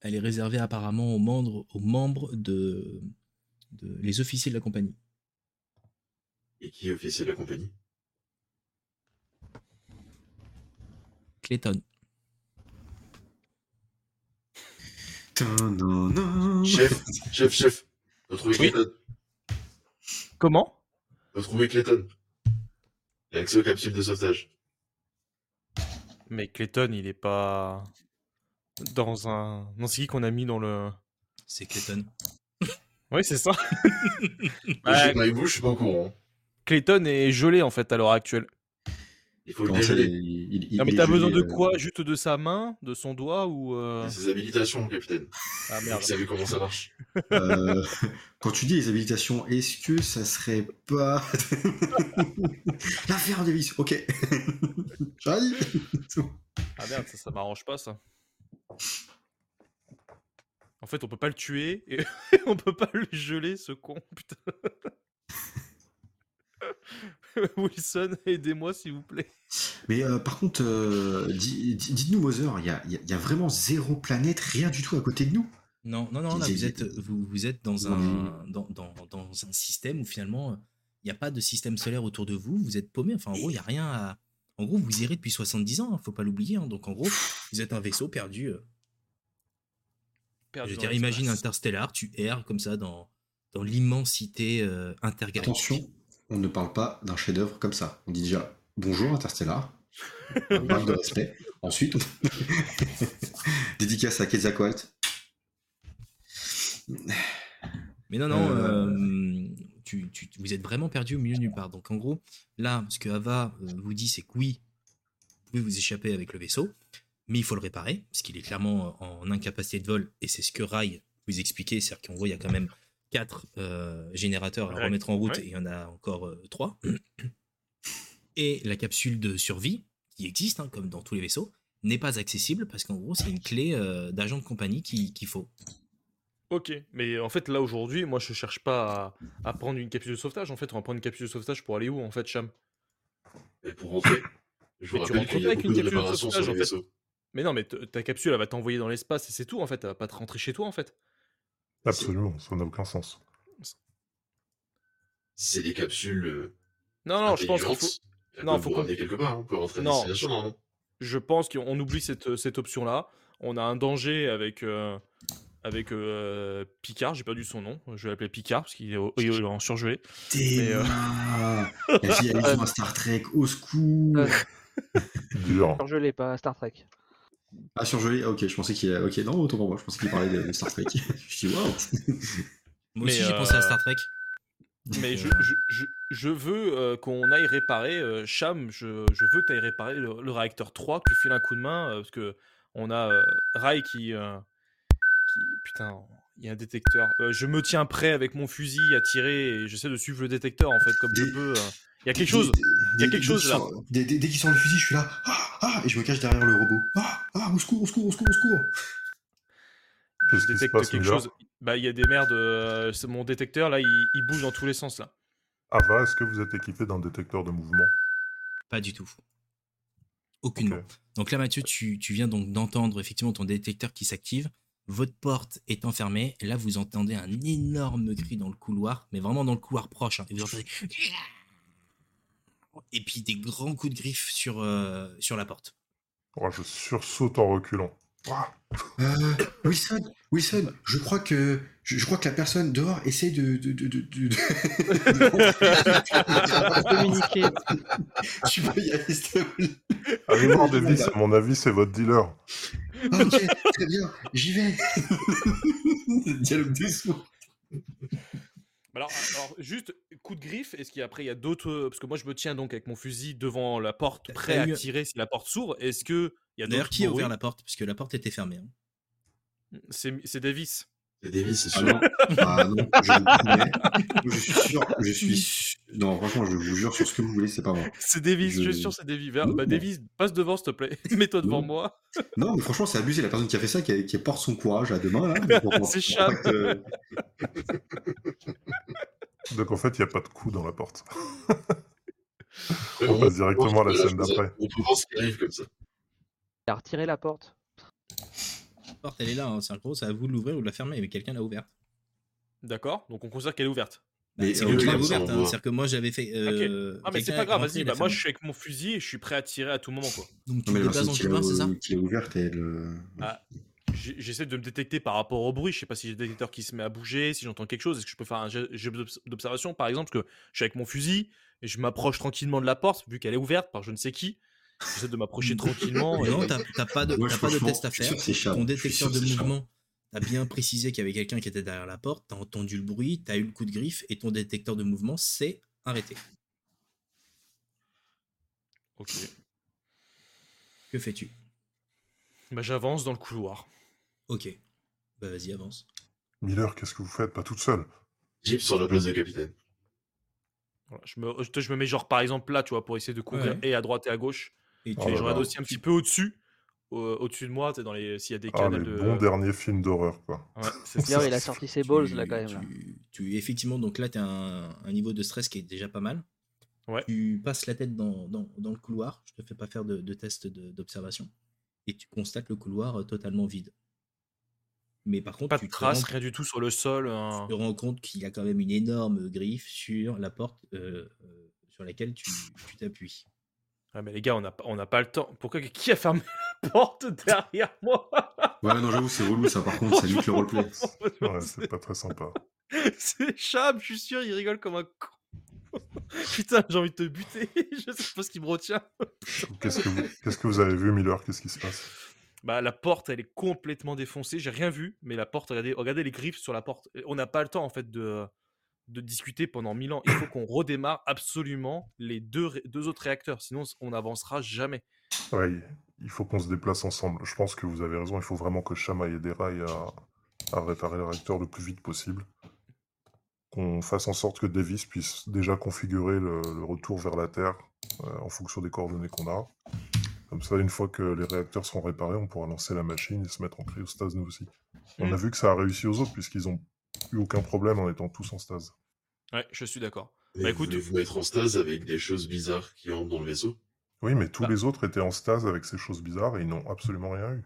[SPEAKER 1] Elle est réservée apparemment aux membres, aux membres de, de- les officiers de la compagnie.
[SPEAKER 8] Et qui est officier de la compagnie
[SPEAKER 1] Clayton.
[SPEAKER 5] Tadadam.
[SPEAKER 8] Chef, chef, chef. Retrouvez
[SPEAKER 6] Oui.
[SPEAKER 8] Clayton.
[SPEAKER 6] Comment
[SPEAKER 8] Retrouvez Clayton. Et accès aux capsules de sauvetage.
[SPEAKER 6] Mais Clayton, il est pas dans un. Non, c'est qui qu'on a mis dans le.
[SPEAKER 1] C'est Clayton.
[SPEAKER 6] Oui, c'est ça.
[SPEAKER 8] Moi, Je sais pas, et vous, je suis pas au courant.
[SPEAKER 6] Clayton est gelé en fait à l'heure actuelle.
[SPEAKER 8] Il faut le
[SPEAKER 5] Comment ça,
[SPEAKER 8] dégeler.
[SPEAKER 5] il- il- il-
[SPEAKER 6] non, mais
[SPEAKER 5] il
[SPEAKER 6] t'as
[SPEAKER 5] est
[SPEAKER 6] besoin
[SPEAKER 5] gelé,
[SPEAKER 6] de
[SPEAKER 5] euh,
[SPEAKER 6] quoi Juste de sa main, de son doigt ou. euh,
[SPEAKER 8] Et Ses habilitations, capitaine.
[SPEAKER 6] Ah
[SPEAKER 8] Vous
[SPEAKER 6] merde.
[SPEAKER 8] savez comment ça marche.
[SPEAKER 5] Euh, quand tu dis les habilitations, est-ce que ça serait pas l'affaire Davis Ok, j'arrive.
[SPEAKER 6] Ah merde, ça, ça m'arrange pas ça. En fait, on peut pas le tuer et on peut pas le geler, ce con, putain. Wilson, aidez-moi s'il vous plaît.
[SPEAKER 5] Mais euh, par contre, euh, di- di- dites-nous Mother, il y a, il y a- il y a vraiment zéro planète, rien du tout à côté de nous.
[SPEAKER 1] Non, non, non, là,
[SPEAKER 5] C'est-
[SPEAKER 1] vous
[SPEAKER 5] c'est-
[SPEAKER 1] êtes, vous, vous êtes dans, un, dans, dans, dans un système où finalement, euh, il n'y a pas de système solaire autour de vous, vous êtes paumé. Enfin, en gros, il n'y a rien à. En gros, vous irez depuis 70 ans, hein, faut pas l'oublier. hein. Donc, en gros, vous êtes un vaisseau perdu. euh.
[SPEAKER 6] Perdu
[SPEAKER 1] Je veux dire,
[SPEAKER 6] dans
[SPEAKER 1] imagine
[SPEAKER 6] l'espace.
[SPEAKER 1] Interstellar, tu erres comme ça dans, dans l'immensité euh, intergalactique.
[SPEAKER 5] Attention, on ne parle pas d'un chef-d'œuvre comme ça. On dit déjà bonjour Interstellar, un manque de respect. Ensuite, on- dédicace à Quetzalcoatl.
[SPEAKER 1] Mais non, non,
[SPEAKER 5] Euh,
[SPEAKER 1] euh, tu, tu- vous êtes vraiment perdu au milieu de nulle part. Donc en gros, là, ce que Ava euh, vous dit, c'est que oui, vous pouvez vous échapper avec le vaisseau, mais il faut le réparer, parce qu'il est clairement en incapacité de vol, et c'est ce que Rai vous expliquait, c'est-à-dire qu'on voit, il y a quand même quatre euh, générateurs à
[SPEAKER 6] Ouais,
[SPEAKER 1] remettre en route,
[SPEAKER 6] ouais.
[SPEAKER 1] et il y en a encore euh, trois. Et la capsule de survie, qui existe, hein, comme dans tous les vaisseaux, n'est pas accessible, parce qu'en gros, c'est une clé euh, d'agent de compagnie qui- qu'il faut.
[SPEAKER 6] Ok, mais en fait là aujourd'hui, moi je cherche pas à, à prendre une capsule de sauvetage. En fait, on va prendre une capsule de sauvetage pour aller où en fait, Cham
[SPEAKER 8] Et pour rentrer, je vous
[SPEAKER 6] Mais tu
[SPEAKER 8] rappelle qu'il y
[SPEAKER 6] rentres pas
[SPEAKER 8] a
[SPEAKER 6] avec
[SPEAKER 8] beaucoup de
[SPEAKER 6] une capsule de
[SPEAKER 8] réparations sur
[SPEAKER 6] sauvetage,
[SPEAKER 8] les
[SPEAKER 6] en fait.
[SPEAKER 8] vaisseaux.
[SPEAKER 6] Mais non, mais t- ta capsule elle va t'envoyer dans l'espace et c'est tout en fait. Elle va pas te rentrer chez toi en fait.
[SPEAKER 7] Absolument, ça n'a aucun sens.
[SPEAKER 8] C'est des capsules euh,
[SPEAKER 6] Non,
[SPEAKER 1] Ah,
[SPEAKER 6] non, je pense qu'il faut.
[SPEAKER 8] intelligentes. Elles
[SPEAKER 6] non,
[SPEAKER 8] peuvent
[SPEAKER 6] faut
[SPEAKER 8] vous
[SPEAKER 6] qu'on-
[SPEAKER 8] ramener quelque part. hein. On peut rentrer à
[SPEAKER 6] Non.
[SPEAKER 8] destination, non
[SPEAKER 6] je pense qu'on oublie cette, cette option-là. On a un danger avec, euh, avec euh, Picard, j'ai perdu son nom, je vais l'appeler Picard parce qu'il est, au- il est en surjoué. Mais, euh,
[SPEAKER 5] Théma La vieille allusion à Star Trek, au secours
[SPEAKER 4] Euh,
[SPEAKER 7] Dur.
[SPEAKER 4] Alors, je l'ai pas, Star Trek.
[SPEAKER 5] Ah, surgelé, ah, ok, je pensais qu'il Ok, non, autant pour moi, je pensais qu'il parlait de, de Star Trek. je dis waouh
[SPEAKER 1] Moi
[SPEAKER 6] Mais,
[SPEAKER 1] aussi, j'ai
[SPEAKER 6] euh,
[SPEAKER 1] pensé à Star Trek.
[SPEAKER 6] Mais
[SPEAKER 1] Donc,
[SPEAKER 6] je,
[SPEAKER 1] euh,
[SPEAKER 6] je, je, je veux euh, qu'on aille réparer, euh, Cham, je, je veux que tu ailles réparer le, le réacteur 3, que tu files un coup de main, euh, parce que on a euh, Rai qui, euh, qui- Putain, il y a un détecteur. Euh, je me tiens prêt avec mon fusil à tirer et j'essaie de suivre le détecteur en fait, comme je
[SPEAKER 5] Des-
[SPEAKER 6] peux. euh. Il y a quelque chose. Il y a quelque chose, là.
[SPEAKER 5] Dès, dès- dès qu'il sort le fusil, je suis là. Ah, ah, et je me cache derrière le robot. Ah, ah, au secours, au secours, au secours, au secours.
[SPEAKER 6] Je
[SPEAKER 7] Qu'est-ce qui se
[SPEAKER 6] détecte
[SPEAKER 7] passe,
[SPEAKER 6] quelque
[SPEAKER 7] Miller
[SPEAKER 6] chose. Bah, il y a des merdes. euh, c'est mon détecteur là, il, il bouge dans tous les sens là.
[SPEAKER 7] Ava, Ah bah, est-ce que vous êtes équipé d'un détecteur de mouvement
[SPEAKER 1] Pas du tout. Aucunement.
[SPEAKER 7] Ok.
[SPEAKER 1] Donc là, Mathieu, tu, tu viens donc d'entendre effectivement ton détecteur qui s'active. Votre porte est enfermée. Là, vous entendez un énorme cri dans le couloir, mais vraiment dans le couloir proche. hein. Et vous entendez. Et puis des grands coups de griffe sur, euh, sur la porte.
[SPEAKER 7] Oh, Je sursaute en reculant. Ah,
[SPEAKER 5] Euh, Wilson, Wilson, je crois que je, je crois que la personne dehors essaie de. de, de, de, de- de-
[SPEAKER 4] Communiquer.
[SPEAKER 5] tu peux y aller, s'il te plaît.
[SPEAKER 7] Allez des vis, à mon avis, c'est votre dealer.
[SPEAKER 5] Ah, Ok, très bien, j'y vais. Dialogue des sourds.
[SPEAKER 6] Bah Alors, alors, juste coup de griffe, est-ce qu'après il y a d'autres. euh, Parce que moi je me tiens donc avec mon fusil devant la porte, prêt
[SPEAKER 1] T'as
[SPEAKER 6] à
[SPEAKER 1] eu-
[SPEAKER 6] tirer si la porte s'ouvre. Est-ce que. Il y a
[SPEAKER 1] D'ailleurs,
[SPEAKER 6] d'autres
[SPEAKER 1] qui a
[SPEAKER 6] bruits
[SPEAKER 1] ouvert la porte Parce que la porte était fermée. hein.
[SPEAKER 6] C'est c'est Davis.
[SPEAKER 8] C'est des vies, c'est
[SPEAKER 5] Ah
[SPEAKER 8] sûr.
[SPEAKER 5] non, ah non, je vous promets, je suis sûr, je suis. sûr- Non, franchement, je vous jure sur ce que vous voulez, c'est pas moi.
[SPEAKER 6] C'est Davis, je,
[SPEAKER 5] Je-
[SPEAKER 6] suis sûr, c'est Davis.
[SPEAKER 5] Non,
[SPEAKER 6] Bah,
[SPEAKER 5] non.
[SPEAKER 6] Davis, passe devant s'il te plaît. Mets-toi devant
[SPEAKER 5] Non.
[SPEAKER 6] moi.
[SPEAKER 5] Non, mais franchement, c'est abusé. La personne qui a fait ça, qui, a- qui porte son courage à deux mains, là. pour- pour-
[SPEAKER 6] C'est
[SPEAKER 5] pour
[SPEAKER 6] Cham.
[SPEAKER 5] pas que-
[SPEAKER 7] Donc en fait, il n'y a pas de coup dans la porte.
[SPEAKER 8] Mais
[SPEAKER 7] On
[SPEAKER 8] bon,
[SPEAKER 7] passe directement à la
[SPEAKER 8] je pense
[SPEAKER 7] scène
[SPEAKER 8] que là,
[SPEAKER 7] d'après.
[SPEAKER 8] On peut voir ce qui arrive comme ça.
[SPEAKER 4] Il a retiré la porte.
[SPEAKER 1] La porte, elle est là. hein. C'est un gros, c'est à vous de l'ouvrir ou de la fermer. Mais quelqu'un l'a ouverte.
[SPEAKER 6] D'accord, donc on considère qu'elle est ouverte.
[SPEAKER 1] Bah,
[SPEAKER 5] Mais,
[SPEAKER 1] c'est
[SPEAKER 5] euh,
[SPEAKER 1] quelqu'un
[SPEAKER 5] oui,
[SPEAKER 1] l'a
[SPEAKER 8] comme ça,
[SPEAKER 1] ouverte.
[SPEAKER 8] on
[SPEAKER 1] hein.
[SPEAKER 8] voit.
[SPEAKER 1] C'est-à-dire que moi, j'avais fait. euh,
[SPEAKER 6] Ah, mais c'est
[SPEAKER 1] quelqu'un
[SPEAKER 6] pas
[SPEAKER 1] est
[SPEAKER 6] grave,
[SPEAKER 1] rentré,
[SPEAKER 6] vas-y.
[SPEAKER 1] il a
[SPEAKER 6] Bah, moi
[SPEAKER 1] fermé.
[SPEAKER 6] je suis avec mon fusil et je suis prêt à tirer à tout moment quoi.
[SPEAKER 1] Donc tu
[SPEAKER 5] Non, mais la
[SPEAKER 1] déplaces
[SPEAKER 5] personne
[SPEAKER 1] dans le
[SPEAKER 5] qui l'a-
[SPEAKER 1] couloir, c'est ça
[SPEAKER 5] qui l'a ouverte, elle. euh,
[SPEAKER 6] J'ai- J'essaie de me détecter par rapport au bruit. Je sais pas si j'ai le détecteur qui se met à bouger, si j'entends quelque chose. Est-ce que je peux faire un jet jet d'obs- d'observation, par exemple, parce que je suis avec mon fusil et je m'approche tranquillement de la porte, vu qu'elle est ouverte par je ne sais qui. J'essaie de m'approcher tranquillement. et-
[SPEAKER 1] Non, t'as t'as pas de,
[SPEAKER 5] Moi,
[SPEAKER 1] t'as pas de
[SPEAKER 5] franchement,
[SPEAKER 1] test à
[SPEAKER 5] je suis
[SPEAKER 1] faire.
[SPEAKER 5] sûr que c'est Charles.
[SPEAKER 1] Ton
[SPEAKER 5] Je suis sûr
[SPEAKER 1] détecteur
[SPEAKER 5] que
[SPEAKER 1] de
[SPEAKER 5] c'est Charles.
[SPEAKER 1] mouvement, t'as bien précisé qu'il y avait quelqu'un qui était derrière la porte, t'as entendu le bruit, t'as eu le coup de griffe, et ton détecteur de mouvement s'est arrêté.
[SPEAKER 6] Ok.
[SPEAKER 1] Que fais-tu
[SPEAKER 6] Bah, J'avance dans le couloir.
[SPEAKER 1] Ok. Bah vas-y, avance.
[SPEAKER 7] Miller, qu'est-ce que vous faites Pas toute seule.
[SPEAKER 8] Jeep sur la place de capitaine.
[SPEAKER 6] Voilà, je, me, je te- je me mets genre par exemple là, tu vois, pour essayer de courir
[SPEAKER 1] Ouais.
[SPEAKER 6] et à droite et à gauche.
[SPEAKER 1] Et tu
[SPEAKER 7] Oh
[SPEAKER 6] et
[SPEAKER 7] là
[SPEAKER 6] je regarde
[SPEAKER 7] là.
[SPEAKER 6] aussi un petit peu au-dessus, au- au-dessus de moi, tu sais, dans les s'il y a des
[SPEAKER 7] Ah,
[SPEAKER 6] canaux
[SPEAKER 7] les
[SPEAKER 6] de.
[SPEAKER 7] bons derniers films d'horreur, quoi.
[SPEAKER 6] Ouais, c'est ça.
[SPEAKER 4] D'ailleurs, il a sorti ses balls là quand même. là.
[SPEAKER 1] Tu, tu- effectivement, donc là, t'as un, un niveau de stress qui est déjà pas mal.
[SPEAKER 6] Ouais.
[SPEAKER 1] Tu passes la tête dans, dans- dans le couloir, je te fais pas faire de, de test de- d'observation, et tu constates le couloir euh, totalement vide. Mais par contre,
[SPEAKER 6] Pas
[SPEAKER 1] tu
[SPEAKER 6] de
[SPEAKER 1] te
[SPEAKER 6] traces,
[SPEAKER 1] rends-
[SPEAKER 6] rien du tout sur le sol. hein.
[SPEAKER 1] tu te rends compte qu'il y a quand même une énorme griffe sur la porte euh, euh, sur laquelle tu tu t'appuies.
[SPEAKER 6] Ah, mais les gars, on n'a pas- on n'a pas le temps. Pourquoi Qui a fermé la porte derrière moi
[SPEAKER 5] Ouais, non, j'avoue, c'est relou ça, par contre, ça nique le roleplay.
[SPEAKER 7] Ouais, c'est pas très sympa.
[SPEAKER 6] C'est Chab, je suis sûr, il rigole comme un con. Putain, j'ai envie de te buter. je sais pas ce qui me retient.
[SPEAKER 7] Qu'est-ce que, vous... qu'est-ce que vous avez vu, Miller Qu'est-ce qui se passe
[SPEAKER 6] Bah, la porte, elle est complètement défoncée. J'ai rien vu, mais la porte, regardez, regardez les griffes sur la porte. Et On n'a pas le temps, en fait, de, de discuter pendant mille ans. Il faut qu'on redémarre absolument les deux, ré- deux autres réacteurs. Sinon, on n'avancera jamais.
[SPEAKER 7] Ouais, il faut qu'on se déplace ensemble. Je pense que vous avez raison, il faut vraiment que Shama aille des rails à, à réparer le réacteur le plus vite possible. Qu'on fasse en sorte que Davis puisse déjà configurer le, le retour vers la Terre euh, en fonction des coordonnées qu'on a. Comme ça, une fois que les réacteurs seront réparés, on pourra lancer la machine et se mettre en cryostase nous aussi. On a vu que ça a réussi aux autres puisqu'ils ont eu aucun problème en étant tous en stase.
[SPEAKER 6] Ouais, je suis d'accord.
[SPEAKER 8] Mais
[SPEAKER 6] Bah, écoute-
[SPEAKER 8] voulez vous mettre en stase avec des choses bizarres qui entrent dans le vaisseau
[SPEAKER 7] Oui, mais tous
[SPEAKER 6] Bah.
[SPEAKER 7] les autres étaient en stase avec ces choses bizarres et ils n'ont absolument rien eu.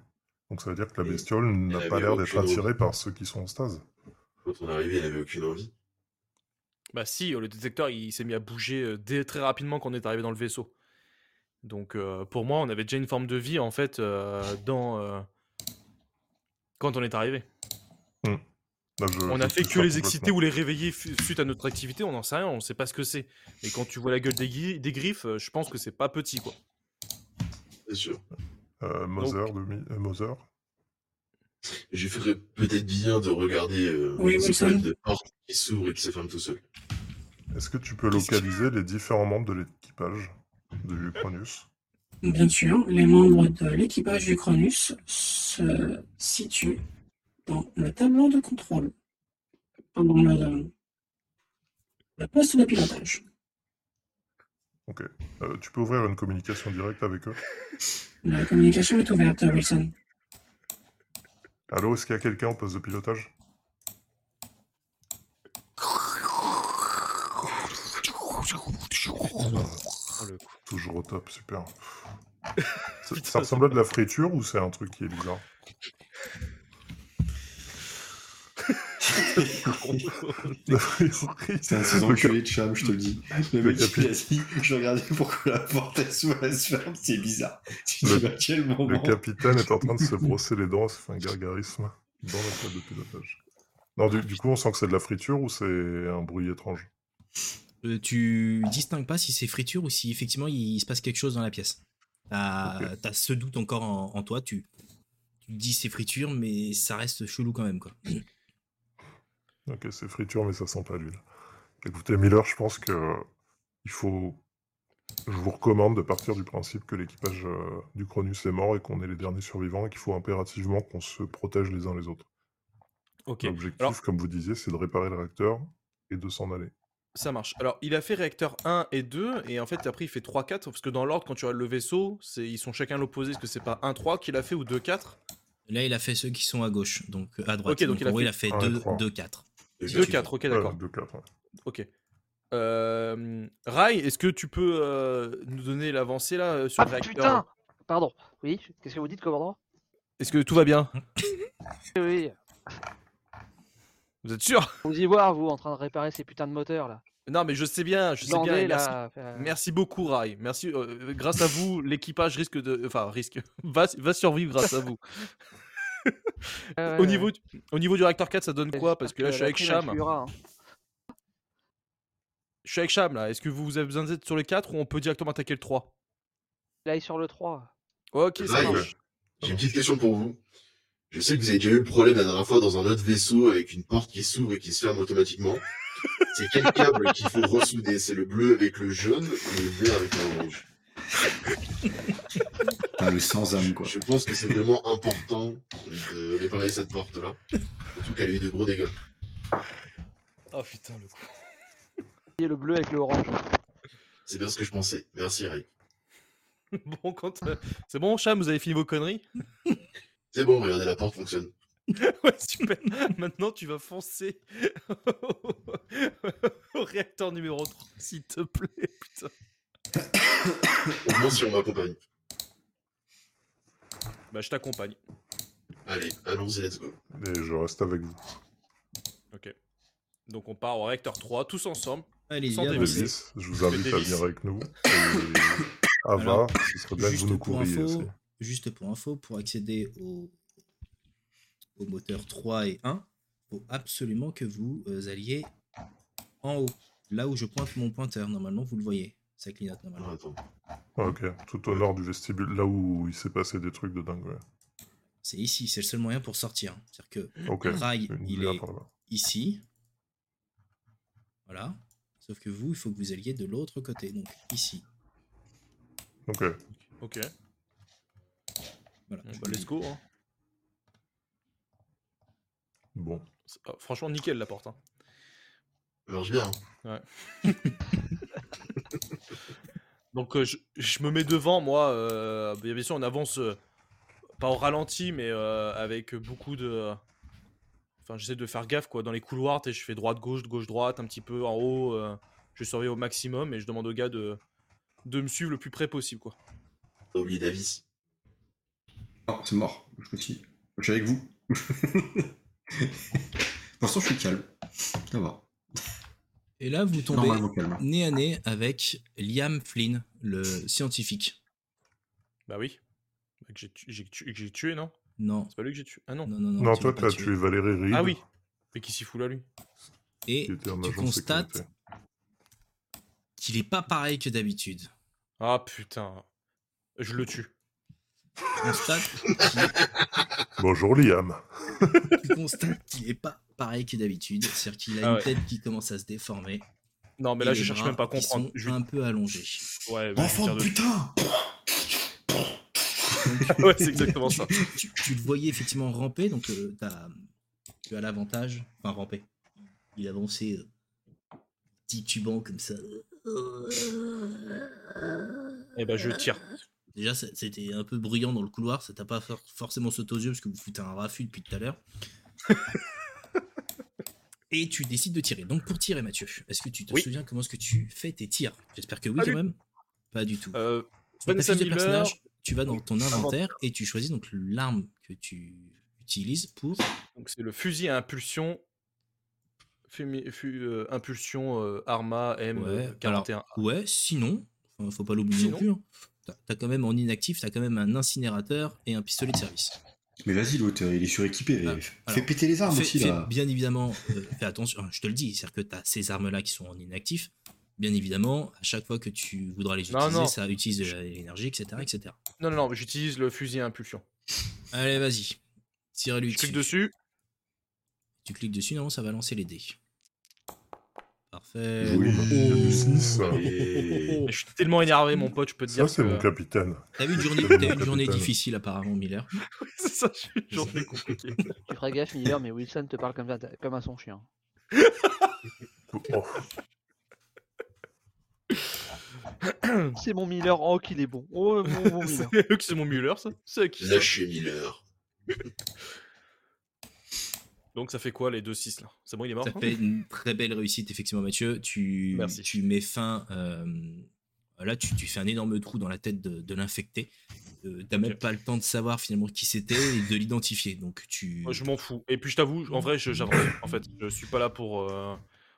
[SPEAKER 7] Donc ça veut dire que la
[SPEAKER 8] Et-
[SPEAKER 7] bestiole n'a
[SPEAKER 8] elle
[SPEAKER 7] pas
[SPEAKER 8] avait
[SPEAKER 7] l'air d'être
[SPEAKER 8] aucune
[SPEAKER 7] attirée par ceux qui sont en stase.
[SPEAKER 8] Quand on est arrivé, il n'avait aucune envie.
[SPEAKER 6] Bah si, euh, le détecteur il s'est mis à bouger euh, dès très rapidement quand on est arrivé dans le vaisseau. Donc euh, pour moi, on avait déjà une forme de vie en fait euh, dans euh, quand on est arrivé.
[SPEAKER 7] Là, je-
[SPEAKER 6] On
[SPEAKER 7] je
[SPEAKER 6] a fait
[SPEAKER 7] trouve
[SPEAKER 6] que
[SPEAKER 7] ça
[SPEAKER 6] les exciter
[SPEAKER 7] complètement-
[SPEAKER 6] ou les réveiller fu- suite à notre activité, on n'en sait rien, on sait pas ce que c'est. Et quand tu vois la gueule des, gui- des griffes, euh, je pense que c'est pas petit quoi.
[SPEAKER 8] C'est sûr.
[SPEAKER 7] Euh, Mother, demi... euh, Mother.
[SPEAKER 8] Je ferais peut-être bien de regarder euh,
[SPEAKER 9] Oui,
[SPEAKER 8] les
[SPEAKER 9] Wilson.
[SPEAKER 8] espèces de portes qui s'ouvrent et qui se ferment tout seul.
[SPEAKER 7] Est-ce que tu peux
[SPEAKER 9] Qu'est-ce que-
[SPEAKER 7] localiser les différents membres de l'équipage du Cronus
[SPEAKER 9] Bien sûr, les membres de l'équipage du Cronus se situent dans le tableau de contrôle, pendant le, le poste de pilotage.
[SPEAKER 7] Euh, Tu peux ouvrir une communication directe avec eux
[SPEAKER 9] La communication est ouverte, Wilson.
[SPEAKER 7] Allô, est-ce qu'il y a quelqu'un en poste de pilotage
[SPEAKER 6] Oh, le coup.
[SPEAKER 7] Toujours au top, super. ça, ça ressemble à de la friture ou c'est un truc qui est bizarre La friture.
[SPEAKER 5] C'est un de ces enculés de cham, je te le dis. Le mec,
[SPEAKER 7] Le
[SPEAKER 5] il a dit, je regardais pourquoi la porte elle s'ouvre, elle se ferme, c'est bizarre. Tu te dis, à quel
[SPEAKER 7] Le
[SPEAKER 5] moment
[SPEAKER 7] capitaine est en train de se brosser les dents, se fait un gargarisme dans la salle de pilotage. Non, du, du coup, on sent que c'est de la friture ou c'est un bruit étrange
[SPEAKER 1] Euh, tu distingues pas si c'est friture ou si effectivement il, il se passe quelque chose dans la pièce. T'as t'as ce doute encore en, en toi, tu, tu te dis c'est friture, mais ça reste chelou quand même. Quoi.
[SPEAKER 7] Ok, c'est friture, mais ça sent pas l'huile. Écoutez, Miller, je pense que il faut. Je vous recommande de partir du principe que l'équipage euh, du Cronus est mort et qu'on est les derniers survivants et qu'il faut impérativement qu'on se protège les uns les autres.
[SPEAKER 6] Ok,
[SPEAKER 7] L'objectif,
[SPEAKER 6] alors
[SPEAKER 7] comme vous disiez, c'est de réparer le réacteur et de s'en aller.
[SPEAKER 6] ça marche. Alors il a fait réacteur 1 et 2, et en fait après il fait 3-4, parce que dans l'ordre, quand tu regardes le vaisseau, c'est- ils sont chacun à l'opposé, est-ce que c'est pas 1-3 qu'il a fait ou 2-4
[SPEAKER 1] Là, il a fait ceux qui sont à gauche, donc à droite.
[SPEAKER 6] Ok, donc il a
[SPEAKER 1] en gros,
[SPEAKER 6] fait-
[SPEAKER 1] il a fait
[SPEAKER 7] Ouais, trois.
[SPEAKER 1] 2-4.
[SPEAKER 8] Et
[SPEAKER 1] Deux,
[SPEAKER 8] bien,
[SPEAKER 6] 2-4, ok
[SPEAKER 7] Ouais,
[SPEAKER 6] d'accord.
[SPEAKER 7] deux, Euh, quatre, ouais.
[SPEAKER 6] Ok. Euh, Rai, est-ce que tu peux euh, nous donner l'avancée là euh, sur
[SPEAKER 4] Ah
[SPEAKER 6] le réacteur
[SPEAKER 4] putain Pardon. Oui, qu'est-ce que vous dites, commandant
[SPEAKER 6] Est-ce que tout va bien
[SPEAKER 4] Oui, Oui,
[SPEAKER 6] Vous êtes sûr
[SPEAKER 4] vous y voir, vous, en train de réparer ces putains de moteurs là.
[SPEAKER 6] Non, mais je sais bien, je sais bien.
[SPEAKER 4] Landais,
[SPEAKER 6] et merci,
[SPEAKER 4] là. euh,
[SPEAKER 6] merci beaucoup Rai. Merci. euh, grâce à vous, l'équipage risque de, enfin risque va, va survivre grâce à vous.
[SPEAKER 4] ouais,
[SPEAKER 6] au
[SPEAKER 4] ouais,
[SPEAKER 6] niveau,
[SPEAKER 4] ouais.
[SPEAKER 6] du- au niveau du réacteur 4, ça donne quoi Parce que là, je suis
[SPEAKER 4] la
[SPEAKER 6] avec
[SPEAKER 4] prime, elle
[SPEAKER 6] Cham.
[SPEAKER 4] tuera, hein.
[SPEAKER 6] Je suis avec Cham là. Est-ce que vous avez besoin d'être sur le 4 ou on peut directement attaquer le 3
[SPEAKER 4] Il aille sur le 3.
[SPEAKER 6] Ok, ça
[SPEAKER 8] Rai,
[SPEAKER 6] marche.
[SPEAKER 8] J'ai une petite question pour vous. Je sais que vous avez déjà eu le problème la dernière fois dans un autre vaisseau avec une porte qui s'ouvre et qui se ferme automatiquement. C'est quel câble qu'il faut ressouder C'est le bleu avec le jaune ou le vert avec le orange
[SPEAKER 5] Ah, le sans âme, quoi.
[SPEAKER 8] Je pense que c'est vraiment important de réparer cette porte-là. Surtout qu'elle a eu de gros dégâts.
[SPEAKER 6] Oh putain le coup.
[SPEAKER 4] Et le bleu avec le orange.
[SPEAKER 8] C'est bien ce que je pensais. Merci, Ray.
[SPEAKER 6] Bon, quand, euh, c'est bon, Cham, vous avez fini vos conneries
[SPEAKER 8] C'est bon, regardez, la porte fonctionne.
[SPEAKER 6] Ouais, super. Maintenant, tu vas foncer au réacteur numéro 3, s'il te plaît. Putain.
[SPEAKER 8] Au moins si on m'accompagne.
[SPEAKER 6] Bah, je t'accompagne.
[SPEAKER 8] Allez, allons-y, let's go.
[SPEAKER 7] Et je reste avec vous.
[SPEAKER 6] Ok. Donc on part au réacteur 3, tous ensemble.
[SPEAKER 1] Allez,
[SPEAKER 6] sans
[SPEAKER 1] viens,
[SPEAKER 6] développer.
[SPEAKER 1] vas-y.
[SPEAKER 7] Davis, je vous invite
[SPEAKER 6] fais
[SPEAKER 7] à
[SPEAKER 6] Davis.
[SPEAKER 7] venir avec nous.
[SPEAKER 8] Euh,
[SPEAKER 7] Et Ava,
[SPEAKER 1] Alors,
[SPEAKER 7] ce serait bien que vous
[SPEAKER 1] Juste
[SPEAKER 7] nous
[SPEAKER 1] pour,
[SPEAKER 7] couvriez.
[SPEAKER 1] info,
[SPEAKER 7] aussi.
[SPEAKER 1] juste pour info, pour accéder au, au moteur 3 et 1, il faut absolument que vous euh, alliez en haut, là où je pointe mon pointeur. Normalement, vous le voyez, ça clignote
[SPEAKER 8] Ah,
[SPEAKER 1] normalement.
[SPEAKER 8] attends.
[SPEAKER 7] Ah, ok, tout au nord du vestibule, là où il s'est passé des trucs de dingue. ouais.
[SPEAKER 1] C'est ici, c'est le seul moyen pour sortir. hein. C'est-à-dire que
[SPEAKER 7] Ok.
[SPEAKER 1] le rail,
[SPEAKER 6] Mmh,
[SPEAKER 7] Une
[SPEAKER 1] il
[SPEAKER 7] lumière
[SPEAKER 1] est
[SPEAKER 7] par là-bas.
[SPEAKER 1] ici. Voilà. Sauf que vous, il faut que vous alliez de l'autre côté, donc ici.
[SPEAKER 7] Ok.
[SPEAKER 6] Ok.
[SPEAKER 1] Voilà.
[SPEAKER 6] Bon, bah, let's go. hein.
[SPEAKER 7] Bon.
[SPEAKER 6] C'est- ah, franchement, nickel la porte. hein.
[SPEAKER 8] Ça marche bien. hein.
[SPEAKER 6] Donc euh, je, je me mets devant, moi. euh, bien bien sûr, on avance euh, pas au ralenti, mais euh, avec beaucoup de. Enfin, j'essaie de faire gaffe quoi. Dans les couloirs, t'sais, je fais droite, gauche, gauche, droite, un petit peu en haut. euh, je surveille au maximum et je demande aux gars de, de me suivre le plus près possible quoi.
[SPEAKER 8] T'as oublié Davis.
[SPEAKER 5] Non, c'est mort. Je me suis. Je suis avec vous. Pour l'instant, je suis calme. Ça va.
[SPEAKER 1] Et là, vous tombez
[SPEAKER 5] Normalement calme. hein.
[SPEAKER 1] nez à nez avec Liam Flynn, le scientifique.
[SPEAKER 6] Bah oui. Bah, Que j'ai tu- j'ai tu- que j'ai tué, non
[SPEAKER 1] Non,
[SPEAKER 6] C'est pas lui que j'ai tué. Ah non.
[SPEAKER 1] non, non, non.
[SPEAKER 7] Non,
[SPEAKER 1] tu
[SPEAKER 7] toi,
[SPEAKER 1] l'as
[SPEAKER 7] t'as
[SPEAKER 1] pas
[SPEAKER 7] tué Valérie Reed.
[SPEAKER 6] Ah oui. Mais qui s'y fout là lui
[SPEAKER 1] Et
[SPEAKER 7] Qui était
[SPEAKER 1] tu
[SPEAKER 7] un agent de
[SPEAKER 1] constates
[SPEAKER 7] sécurité.
[SPEAKER 1] qu'il est pas pareil que d'habitude.
[SPEAKER 6] Ah putain. Je le tue.
[SPEAKER 1] Tu constates qu'il-
[SPEAKER 7] Bonjour Liam.
[SPEAKER 1] tu constates qu'il est pas pareil que d'habitude. C'est-à-dire qu'il a
[SPEAKER 6] Ah
[SPEAKER 1] une
[SPEAKER 6] ouais.
[SPEAKER 1] tête qui commence à se déformer.
[SPEAKER 6] Non mais
[SPEAKER 1] et
[SPEAKER 6] là
[SPEAKER 1] les
[SPEAKER 6] je cherche
[SPEAKER 1] bras
[SPEAKER 6] même pas à
[SPEAKER 1] qui
[SPEAKER 6] comprendre.
[SPEAKER 1] sont
[SPEAKER 6] Je...
[SPEAKER 1] un peu allongés.
[SPEAKER 6] Ouais, bah, je lui
[SPEAKER 5] Enfant
[SPEAKER 6] tire
[SPEAKER 5] de
[SPEAKER 6] dessus.
[SPEAKER 5] putain
[SPEAKER 6] ouais c'est exactement ça.
[SPEAKER 1] Tu, tu le voyais effectivement ramper, donc euh, t'as- tu as l'avantage. Enfin, ramper. Il avançait euh, titubant comme ça.
[SPEAKER 6] Et bah
[SPEAKER 1] Ah.
[SPEAKER 6] je tire.
[SPEAKER 1] Déjà, ça- c'était un peu bruyant dans le couloir, ça t'a pas for- forcément sauté aux yeux parce que vous foutez un raffut depuis tout à l'heure. Et tu décides de tirer. Donc pour tirer, Mathieu, est-ce que tu te
[SPEAKER 6] Oui.
[SPEAKER 1] souviens comment est-ce que tu fais tes tirs J'espère que oui
[SPEAKER 6] Pas
[SPEAKER 1] quand
[SPEAKER 6] du
[SPEAKER 1] même. Pas du tout.
[SPEAKER 6] Euh,
[SPEAKER 1] Sur ta
[SPEAKER 6] 25
[SPEAKER 1] fiche de
[SPEAKER 6] 000 heures.
[SPEAKER 1] personnage, tu vas dans ton
[SPEAKER 6] Inventaire.
[SPEAKER 1] inventaire et tu choisis donc l'arme que tu utilises pour.
[SPEAKER 6] Donc c'est le fusil à impulsion. fumi- fu- euh, impulsion euh, Arma
[SPEAKER 1] Ouais,
[SPEAKER 6] M41.
[SPEAKER 1] Ouais, sinon, enfin, faut pas l'oublier non
[SPEAKER 6] Sinon.
[SPEAKER 1] plus. hein, T'as t'as quand même en inactif, t'as quand même un incinérateur et un pistolet de service.
[SPEAKER 5] Mais vas-y, l'autre, il est suréquipé.
[SPEAKER 1] Ah,
[SPEAKER 5] Fais
[SPEAKER 1] alors,
[SPEAKER 5] péter les armes
[SPEAKER 1] Fais-
[SPEAKER 5] aussi,
[SPEAKER 1] fais
[SPEAKER 5] là.
[SPEAKER 1] bien évidemment, euh, fais attention, je te le dis, c'est-à-dire que tu as ces armes-là qui sont en inactif. Bien évidemment, à chaque fois que tu voudras les
[SPEAKER 6] Non,
[SPEAKER 1] utiliser,
[SPEAKER 6] non.
[SPEAKER 1] ça utilise de l'énergie, etc., etc.
[SPEAKER 6] Non, non, non, j'utilise le fusil à impulsion.
[SPEAKER 1] Allez, vas-y. Tire-lui
[SPEAKER 6] Je clique
[SPEAKER 1] dessus.
[SPEAKER 6] dessus.
[SPEAKER 1] Tu cliques dessus, non, ça va lancer les dés. Parfait. Oh,
[SPEAKER 5] Oui,
[SPEAKER 7] il y a du six.
[SPEAKER 8] Et...
[SPEAKER 6] Je suis tellement énervé, mon pote, je peux te
[SPEAKER 7] Ça,
[SPEAKER 6] dire.
[SPEAKER 7] c'est
[SPEAKER 6] que-
[SPEAKER 7] mon capitaine.
[SPEAKER 1] T'as eu une journée,
[SPEAKER 7] C'est bon,
[SPEAKER 1] t'as eu une journée
[SPEAKER 7] capitaine.
[SPEAKER 1] difficile apparemment, Miller.
[SPEAKER 6] c'est ça, je suis j'en fais compliqué.
[SPEAKER 4] Tu feras gaffe, Miller, mais Wilson te parle comme, ça, comme à son chien.
[SPEAKER 7] Oh,
[SPEAKER 4] C'est mon Miller, oh qu'il est bon. Oh mon, mon Miller.
[SPEAKER 6] Hmm. c'est eux que c'est mon Muller, ça. C'est à qui ça
[SPEAKER 8] Lâchez Miller.
[SPEAKER 6] Donc ça fait quoi les 2-6 là C'est bon, il est mort
[SPEAKER 1] Ça
[SPEAKER 6] hein
[SPEAKER 1] fait une très belle réussite, effectivement, Mathieu. Tu,
[SPEAKER 6] Merci.
[SPEAKER 1] tu mets fin. euh, là, tu, tu fais un énorme trou dans la tête de, de l'infecté. Euh, T'as même
[SPEAKER 6] Ok.
[SPEAKER 1] pas le temps de savoir finalement qui c'était et de l'identifier. Donc, tu.
[SPEAKER 6] Moi, Je m'en fous. Et puis je t'avoue, en vrai, je- j'avance. En fait, je suis pas là pour. euh,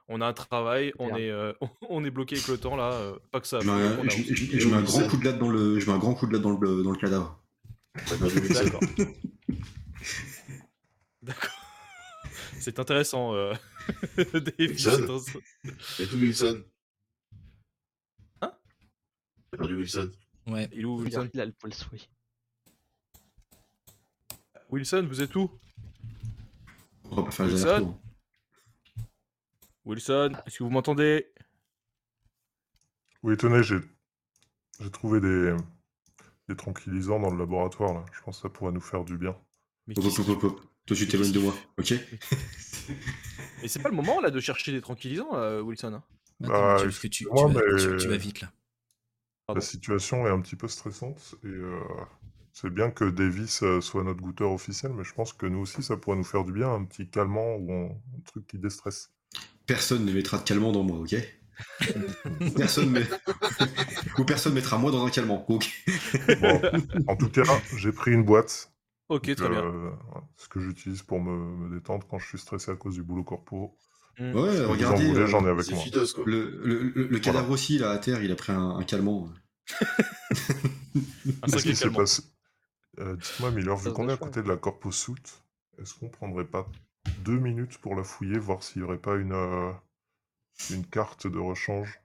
[SPEAKER 6] On a un travail, on
[SPEAKER 4] Bien.
[SPEAKER 6] est, euh, on est bloqué avec le temps là. euh, Pas que ça.
[SPEAKER 5] Je mets
[SPEAKER 6] on
[SPEAKER 5] un-
[SPEAKER 6] avance.
[SPEAKER 5] je- je- je mets un grand coup de latte dans le, je mets un grand coup de latte dans le, dans le cadavre.
[SPEAKER 8] T'as perdu Wilson.
[SPEAKER 6] D'accord. D'accord. C'est intéressant, euh... Dave,
[SPEAKER 8] John.
[SPEAKER 6] c'est intéressant.
[SPEAKER 8] T'as tout Wilson.
[SPEAKER 6] Hein
[SPEAKER 8] T'as perdu Wilson.
[SPEAKER 1] Ouais.
[SPEAKER 6] Il est où, Wilson
[SPEAKER 4] Il a le poil souris.
[SPEAKER 6] Wilson, vous êtes où
[SPEAKER 5] On va pas faire les
[SPEAKER 6] Wilson
[SPEAKER 5] allers-retours.
[SPEAKER 6] Wilson, est-ce que vous m'entendez
[SPEAKER 7] Oui, tenez, j'ai j'ai trouvé des... des tranquillisants dans le laboratoire. Là. Je pense que ça pourrait nous faire du bien.
[SPEAKER 6] Mais
[SPEAKER 5] Hop,
[SPEAKER 6] qui
[SPEAKER 5] hop,
[SPEAKER 6] c'est
[SPEAKER 5] hop, hop, hop. Toi, tu t'éloignes de moi, ok
[SPEAKER 6] Mais c'est pas le moment là de chercher des tranquillisants, là, Wilson. hein
[SPEAKER 1] Attends,
[SPEAKER 7] Bah,
[SPEAKER 1] Mathieu, parce que tu, tu
[SPEAKER 7] excuse-moi,
[SPEAKER 1] vas, tu-
[SPEAKER 7] mais-
[SPEAKER 1] tu vas vite là.
[SPEAKER 6] Pardon.
[SPEAKER 7] La situation est un petit peu stressante et euh, c'est bien que Davis euh, soit notre goûteur officiel, mais je pense que nous aussi, ça pourrait nous faire du bien, un petit calmant ou un, un truc qui déstresse.
[SPEAKER 5] Personne ne mettra de calmant dans moi, ok Personne met... Ou personne mettra moi dans un calmant, ok
[SPEAKER 7] Bon, en tout cas, j'ai pris une boîte
[SPEAKER 6] Ok, très bien.
[SPEAKER 7] Euh, voilà, ce que j'utilise pour me, me détendre quand je suis stressé à cause du boulot corpo.
[SPEAKER 6] Mm.
[SPEAKER 5] Ouais,
[SPEAKER 7] Si vous en
[SPEAKER 5] regardez,
[SPEAKER 7] voulez,
[SPEAKER 5] euh,
[SPEAKER 7] j'en ai avec
[SPEAKER 8] C'est
[SPEAKER 7] moi.
[SPEAKER 8] Fidos, quoi.
[SPEAKER 5] Le, le- le- le cadavre aussi, là, à terre, il a pris un, un calmant. euh,
[SPEAKER 1] Ah,
[SPEAKER 6] Un
[SPEAKER 7] Qu'est-ce
[SPEAKER 6] sac
[SPEAKER 7] qui
[SPEAKER 6] et
[SPEAKER 7] s'est
[SPEAKER 6] calmant.
[SPEAKER 7] passé Euh, Dites-moi, Miller,
[SPEAKER 4] Ça
[SPEAKER 7] vu
[SPEAKER 4] se
[SPEAKER 7] qu'on est à
[SPEAKER 4] déchire.
[SPEAKER 7] côté de la corpo soute, est-ce qu'on prendrait pas deux minutes pour la fouiller, voir s'il n'y aurait pas une, euh, une carte de rechange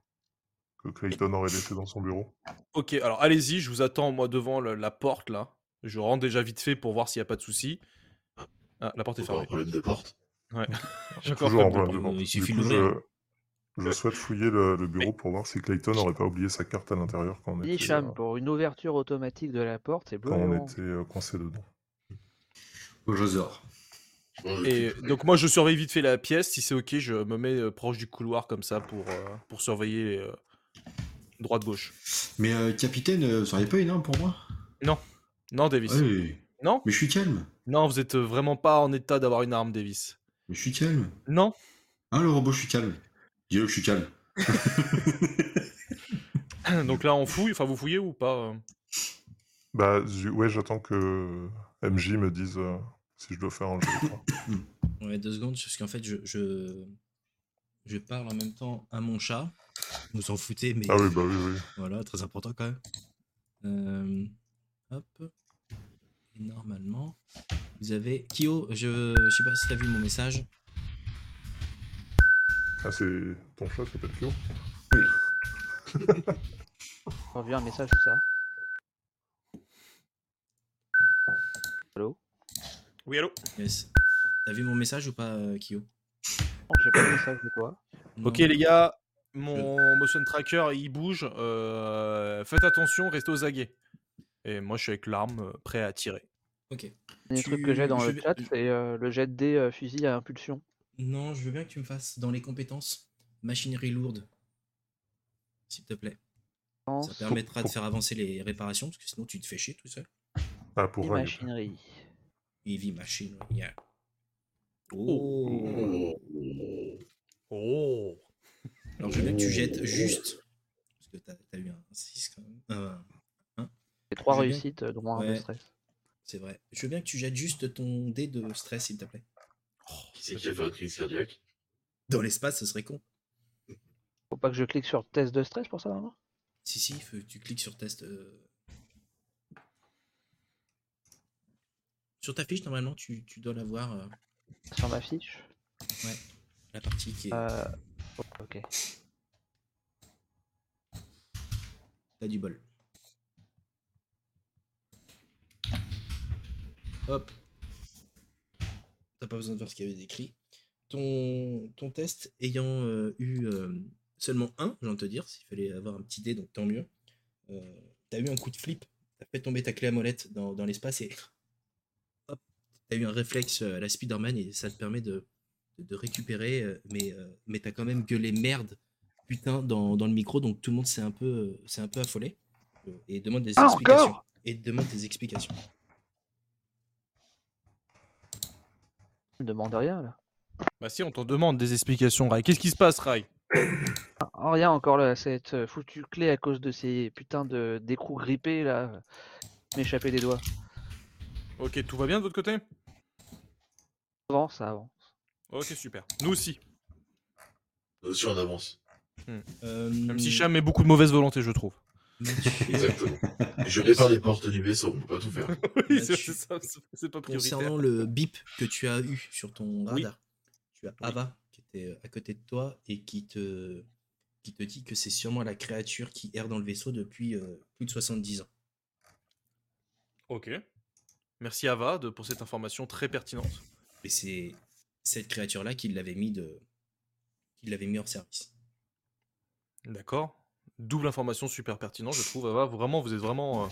[SPEAKER 7] que Clayton aurait laissée dans son bureau
[SPEAKER 6] Ok, alors allez-y, je vous attends moi devant le- la porte là. Je rentre déjà vite fait pour voir s'il n'y a pas de souci. Ah, la porte est
[SPEAKER 8] Encore un
[SPEAKER 6] fermée.
[SPEAKER 8] problème de porte.
[SPEAKER 6] J'ai encore
[SPEAKER 7] Toujours en
[SPEAKER 6] fermé la
[SPEAKER 7] plein
[SPEAKER 6] porte.
[SPEAKER 7] devant.
[SPEAKER 1] Il
[SPEAKER 7] Du
[SPEAKER 1] suffit
[SPEAKER 7] coup,
[SPEAKER 1] de
[SPEAKER 7] je,
[SPEAKER 1] l'ouvrir.
[SPEAKER 7] je souhaite fouiller le, le bureau pour voir si Clayton n'aurait pas oublié sa carte à l'intérieur quand on était,
[SPEAKER 4] Hicham,
[SPEAKER 7] euh,
[SPEAKER 4] pour une ouverture automatique de la porte, c'est bleu.
[SPEAKER 7] quand
[SPEAKER 4] et
[SPEAKER 7] on
[SPEAKER 4] orange.
[SPEAKER 7] était euh, coincé dedans.
[SPEAKER 5] Josor.
[SPEAKER 8] Ouais,
[SPEAKER 6] Et
[SPEAKER 8] ok.
[SPEAKER 6] donc moi je surveille vite fait la pièce, si c'est ok je me mets euh, proche du couloir comme ça pour, euh, pour surveiller euh, droite-gauche.
[SPEAKER 5] Mais euh, capitaine, euh, vous seriez pas une arme pour moi
[SPEAKER 6] Non Davis.
[SPEAKER 5] Ah Oui.
[SPEAKER 6] Non
[SPEAKER 5] Mais je suis calme.
[SPEAKER 6] Non vous êtes euh, vraiment pas en état d'avoir une arme Davis.
[SPEAKER 5] Mais je suis calme.
[SPEAKER 6] Non
[SPEAKER 5] Hein, le robot, je suis calme. Dis-le que je suis calme.
[SPEAKER 6] Donc là on fouille, enfin vous fouillez ou pas euh
[SPEAKER 7] Bah, je- ouais, j'attends que MJ me dise euh, si je dois faire un jeu. ou pas.
[SPEAKER 1] Ouais, deux secondes, parce qu'en fait, je, je, je parle en même temps à mon chat. Vous vous en foutez, mais
[SPEAKER 7] ah oui, bah oui, oui.
[SPEAKER 1] voilà, très important quand même. Euh, hop. Et Normalement, vous avez. Kyo, je, je sais pas si t'as vu mon message.
[SPEAKER 7] Ah, c'est ton chat, c'est pas le
[SPEAKER 4] J'ai envie un message tout ça. Allô
[SPEAKER 6] Oui allô
[SPEAKER 1] Yes. T'as vu mon message ou pas, euh, Kyo
[SPEAKER 4] Non, Oh, J'ai pas de message de toi.
[SPEAKER 1] Non
[SPEAKER 6] Ok les gars, mon motion tracker il bouge, euh, faites attention, restez aux aguets. Et moi je suis avec l'arme euh, prêt à tirer.
[SPEAKER 1] Ok.
[SPEAKER 4] Le
[SPEAKER 1] Tu-
[SPEAKER 4] truc que j'ai dans
[SPEAKER 1] je
[SPEAKER 4] le
[SPEAKER 1] vais-
[SPEAKER 4] chat, c'est euh, le jet de dés, euh, fusil à impulsion.
[SPEAKER 1] Non, je veux bien que tu me fasses dans les compétences machinerie lourde. S'il te plaît. Ça
[SPEAKER 4] Pense,
[SPEAKER 1] permettra de faire avancer les réparations, parce que sinon tu te fais chier tout seul.
[SPEAKER 7] Ah, pour
[SPEAKER 4] et
[SPEAKER 7] Rag.
[SPEAKER 4] machinerie.
[SPEAKER 1] Heavy machine, yeah. Oh.
[SPEAKER 8] Oh.
[SPEAKER 6] Oh
[SPEAKER 1] Alors je veux bien que tu jettes juste. Parce que t'as as eu un 6 quand même. Euh,
[SPEAKER 4] J'ai trois
[SPEAKER 1] J'ai bien-
[SPEAKER 4] réussites, euh, dont un de
[SPEAKER 1] Ouais.
[SPEAKER 4] stress.
[SPEAKER 1] c'est vrai. Je veux bien que tu jettes juste ton dé de stress, s'il te plaît.
[SPEAKER 8] Qui c'est qui a fait un crise cardiaque
[SPEAKER 1] Dans l'espace, ce serait con.
[SPEAKER 4] Faut pas que je clique sur test de stress pour ça, hein, normalement
[SPEAKER 1] Si, si, faut- tu cliques sur test. euh. Sur ta fiche, normalement, tu, tu dois l'avoir. euh,
[SPEAKER 4] Sur ma fiche
[SPEAKER 1] la partie qui est.
[SPEAKER 4] Euh, oh, Ok.
[SPEAKER 1] T'as du bol. Hop. T'as pas besoin de voir ce qu'il y avait d'écrit. Ton, ton test ayant euh, eu euh, seulement un, j'ai envie de te dire, s'il fallait avoir un petit dé, donc tant mieux. euh, t'as eu un coup de flip, t'as fait tomber ta clé à molette dans, dans l'espace et hop, t'as eu un réflexe euh, à la Spider-Man et ça te permet de, de récupérer, euh, mais, euh, mais t'as quand même gueulé merde putain dans, dans le micro, donc tout le monde s'est un peu, euh, s'est un peu affolé euh, et demande des
[SPEAKER 4] Ah,
[SPEAKER 1] explications.
[SPEAKER 4] encore
[SPEAKER 1] et demande des explications.
[SPEAKER 4] Tu me demandes rien, là.
[SPEAKER 6] Bah si on t'en demande des explications Rai. Qu'est-ce qui se passe Rai
[SPEAKER 4] Ah, rien encore, là, cette euh, foutue clé à cause de ces putains de- d'écrous grippés, là. euh, M'échapper des doigts.
[SPEAKER 6] Ok tout va bien de votre côté
[SPEAKER 4] Avant, ça, avant.
[SPEAKER 6] Ok super. Nous aussi.
[SPEAKER 8] Nous aussi, on avance.
[SPEAKER 1] Euh,
[SPEAKER 6] Même si Cham met beaucoup de mauvaise volonté je trouve.
[SPEAKER 1] Mathieu-
[SPEAKER 8] Exactement. je répare les portes du vaisseau, on peut pas tout faire.
[SPEAKER 1] Oui, c'est- c'est
[SPEAKER 6] ça, c'est pas
[SPEAKER 1] Concernant le bip que tu as eu sur ton
[SPEAKER 6] Oui.
[SPEAKER 1] radar, tu as Ava qui était euh, à côté de toi et qui te, qui te dit que c'est sûrement la créature qui erre dans le vaisseau depuis euh, plus de 70 ans.
[SPEAKER 6] Ok. Merci Ava de- pour cette information très pertinente.
[SPEAKER 1] Et c'est cette créature-là qui l'avait mis de qui l'avait mis hors service.
[SPEAKER 6] D'accord. Double information super pertinente je trouve Ava. Vraiment vous êtes vraiment euh,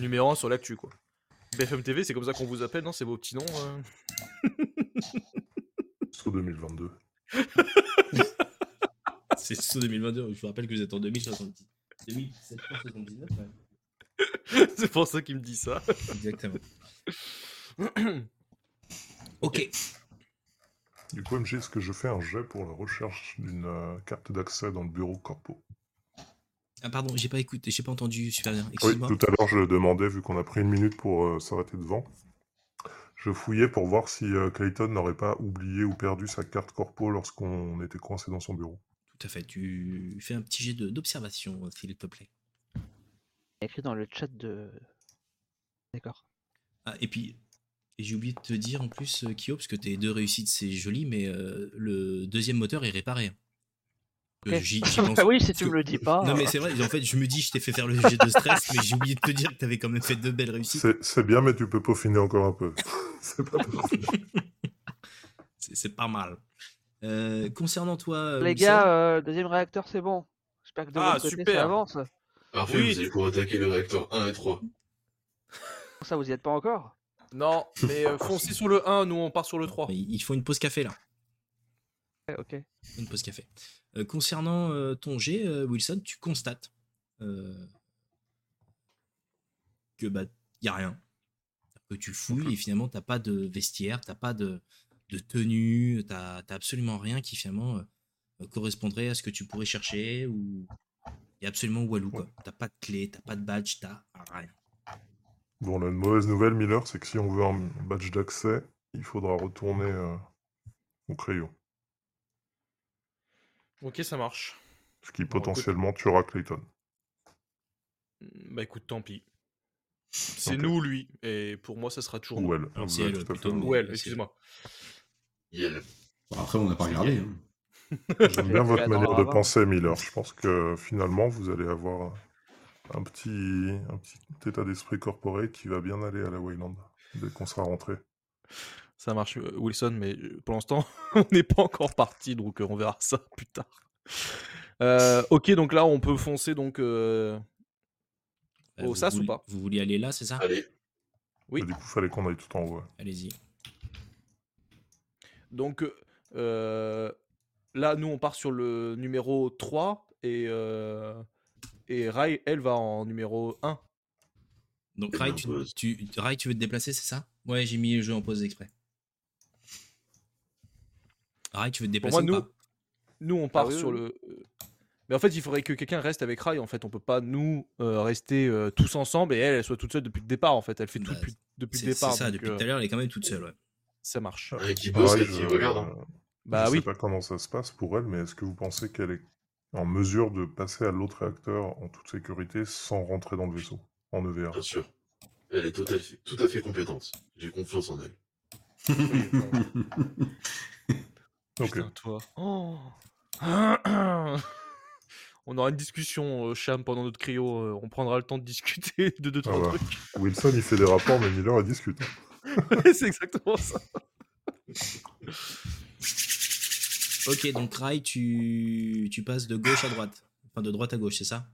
[SPEAKER 6] numéro un sur l'actu quoi. BFM TV c'est comme ça qu'on vous appelle non c'est vos petits noms. euh
[SPEAKER 7] Sous 2022.
[SPEAKER 1] Ah, C'est sous 2022, je vous rappelle que vous êtes en 2070. 2779, ouais.
[SPEAKER 6] euh c'est pour ça qu'il me dit ça.
[SPEAKER 1] Exactement. ok,
[SPEAKER 7] Du coup, MJ, est-ce que je fais un jet pour la recherche d'une euh, carte d'accès dans le bureau corpo
[SPEAKER 1] ah, pardon, j'ai pas écouté, j'ai pas entendu super bien.
[SPEAKER 7] Oui,
[SPEAKER 1] Excuse-moi.
[SPEAKER 7] tout à l'heure, je le demandais, vu qu'on a pris une minute pour euh, s'arrêter devant. Je fouillais pour voir si euh, Clayton n'aurait pas oublié ou perdu sa carte corpo lorsqu'on était coincé dans son bureau.
[SPEAKER 1] Tout à fait. Tu fais un petit jet de- d'observation, s'il te plaît.
[SPEAKER 4] Il y a écrit dans le chat de. D'accord.
[SPEAKER 1] Ah, et puis, et j'ai oublié de te dire en plus, euh, Kyo, parce que tes deux réussites, c'est joli, mais euh, le deuxième moteur est réparé. Euh,
[SPEAKER 4] Ok. Bah
[SPEAKER 1] j'y- j'y pense.
[SPEAKER 4] oui, si
[SPEAKER 1] Parce
[SPEAKER 4] tu
[SPEAKER 1] que-
[SPEAKER 4] me le dis pas. hein.
[SPEAKER 1] Non, mais c'est vrai, en fait, je me dis, je t'ai fait faire le jet de stress, mais j'ai oublié de te dire que t'avais quand même fait deux belles réussites.
[SPEAKER 7] C'est c'est bien, mais tu peux peaufiner encore un peu. C'est pas parfait.
[SPEAKER 1] C'est c'est pas mal. Euh, concernant toi, euh,
[SPEAKER 4] Les
[SPEAKER 1] Wilson,
[SPEAKER 4] gars, euh, deuxième réacteur, c'est bon. J'espère que de
[SPEAKER 6] Ah,
[SPEAKER 4] votre côté,
[SPEAKER 6] super.
[SPEAKER 4] ça avance.
[SPEAKER 8] Parfait,
[SPEAKER 6] Oui.
[SPEAKER 8] vous allez pouvoir attaquer le réacteur 1 et 3.
[SPEAKER 4] Ça, vous y êtes pas encore
[SPEAKER 6] Non, mais euh, foncez sur le 1, nous on part sur le 3.
[SPEAKER 1] mais il faut une pause café là.
[SPEAKER 4] Ouais, Ok.
[SPEAKER 1] Une pause café. Euh, concernant euh, ton jet, euh, Wilson, tu constates euh, que bah y a rien. Que tu fouilles et finalement t'as pas de vestiaire, t'as pas de, de tenue, t'as t'as absolument rien qui finalement euh, correspondrait à ce que tu pourrais chercher ou y a absolument Walou quoi. T'as pas de clé, t'as pas de badge, t'as rien.
[SPEAKER 7] Bon, la mauvaise nouvelle, Miller, c'est que si on veut un badge d'accès, il faudra retourner euh, au crayon.
[SPEAKER 6] Ok, ça marche.
[SPEAKER 7] Ce qui
[SPEAKER 6] Bon, écoute.
[SPEAKER 7] potentiellement tuera Clayton.
[SPEAKER 6] Bah écoute, tant pis. C'est
[SPEAKER 7] pis.
[SPEAKER 6] nous, lui, et pour moi, ça sera toujours
[SPEAKER 7] Ou
[SPEAKER 6] nous.
[SPEAKER 7] elle.
[SPEAKER 1] Alors,
[SPEAKER 7] Vous
[SPEAKER 1] c'est
[SPEAKER 7] avez
[SPEAKER 1] elle,
[SPEAKER 7] tout à fait
[SPEAKER 1] plutôt.
[SPEAKER 7] raison.
[SPEAKER 6] Ou elle,
[SPEAKER 1] C'est-
[SPEAKER 6] excuse-moi.
[SPEAKER 8] Yeah.
[SPEAKER 5] Bah, après, on n'a pas regardé. hein.
[SPEAKER 7] J'aime bien votre
[SPEAKER 4] Attends,
[SPEAKER 7] manière
[SPEAKER 4] on
[SPEAKER 7] de
[SPEAKER 4] va voir.
[SPEAKER 7] penser, Miller. Je pense que finalement, vous allez avoir un petit, un petit état d'esprit corporel qui va bien aller à la Wayland dès qu'on sera rentré.
[SPEAKER 6] Ça marche, euh, Wilson, mais euh, pour l'instant, on n'est pas encore parti, donc euh, on verra ça plus tard. Euh, ok, donc là, on peut foncer, donc. euh,
[SPEAKER 1] Bah,
[SPEAKER 6] Au
[SPEAKER 1] vous
[SPEAKER 6] sas ou
[SPEAKER 1] voulez-
[SPEAKER 6] pas
[SPEAKER 1] Vous vouliez aller là, c'est ça
[SPEAKER 8] Allez,
[SPEAKER 6] Oui.
[SPEAKER 7] Et du coup, fallait qu'on aille tout en haut. ouais.
[SPEAKER 1] Allez-y.
[SPEAKER 6] Donc euh, là, nous, on part sur le numéro 3 et, euh, et Rai, elle, va en numéro 1.
[SPEAKER 1] Donc
[SPEAKER 8] Eh
[SPEAKER 1] Rai
[SPEAKER 8] bien,
[SPEAKER 1] tu,
[SPEAKER 8] pause.
[SPEAKER 1] tu, Rai, tu veux te déplacer, c'est ça Ouais, j'ai mis le jeu en pause exprès. Rai, tu veux te
[SPEAKER 6] Pour
[SPEAKER 1] déplacer
[SPEAKER 6] moi,
[SPEAKER 1] ou
[SPEAKER 6] nous,
[SPEAKER 1] pas
[SPEAKER 6] nous, on part
[SPEAKER 4] Ah oui,
[SPEAKER 6] sur
[SPEAKER 4] oui.
[SPEAKER 6] le. euh, Mais en fait, il faudrait que quelqu'un reste avec Rai. En fait, on peut pas nous euh, rester euh, tous ensemble et elle, elle soit toute seule depuis le départ. En fait, elle fait tout
[SPEAKER 1] Bah,
[SPEAKER 6] depuis, depuis
[SPEAKER 1] C'est
[SPEAKER 6] le départ.
[SPEAKER 1] c'est ça,
[SPEAKER 6] donc,
[SPEAKER 1] depuis
[SPEAKER 6] euh,
[SPEAKER 1] tout à l'heure, elle est quand même toute seule. Ouais.
[SPEAKER 6] ça marche.
[SPEAKER 8] un qui bosse,
[SPEAKER 7] Pareil,
[SPEAKER 8] l'autre qui
[SPEAKER 7] je-
[SPEAKER 8] regarde. hein.
[SPEAKER 6] Bah
[SPEAKER 7] je
[SPEAKER 6] oui.
[SPEAKER 7] sais pas comment ça se passe pour elle, mais est-ce que vous pensez qu'elle est en mesure de passer à l'autre réacteur en toute sécurité sans rentrer dans le vaisseau en E EVA
[SPEAKER 8] Bien sûr. Elle est tout à fait, tout à fait compétente. J'ai confiance en elle.
[SPEAKER 7] Ok.
[SPEAKER 6] Putain, toi. Oh. on aura une discussion, euh, Cham, pendant notre cryo. euh, on prendra le temps de discuter de deux, trois
[SPEAKER 7] Ah ouais.
[SPEAKER 6] trucs.
[SPEAKER 7] Wilson, il fait des rapports, mais Miller, il discute.
[SPEAKER 6] Ouais, c'est exactement ça.
[SPEAKER 1] Ok, donc Rai, tu, tu passes de gauche à droite. Enfin, de droite à gauche, c'est ça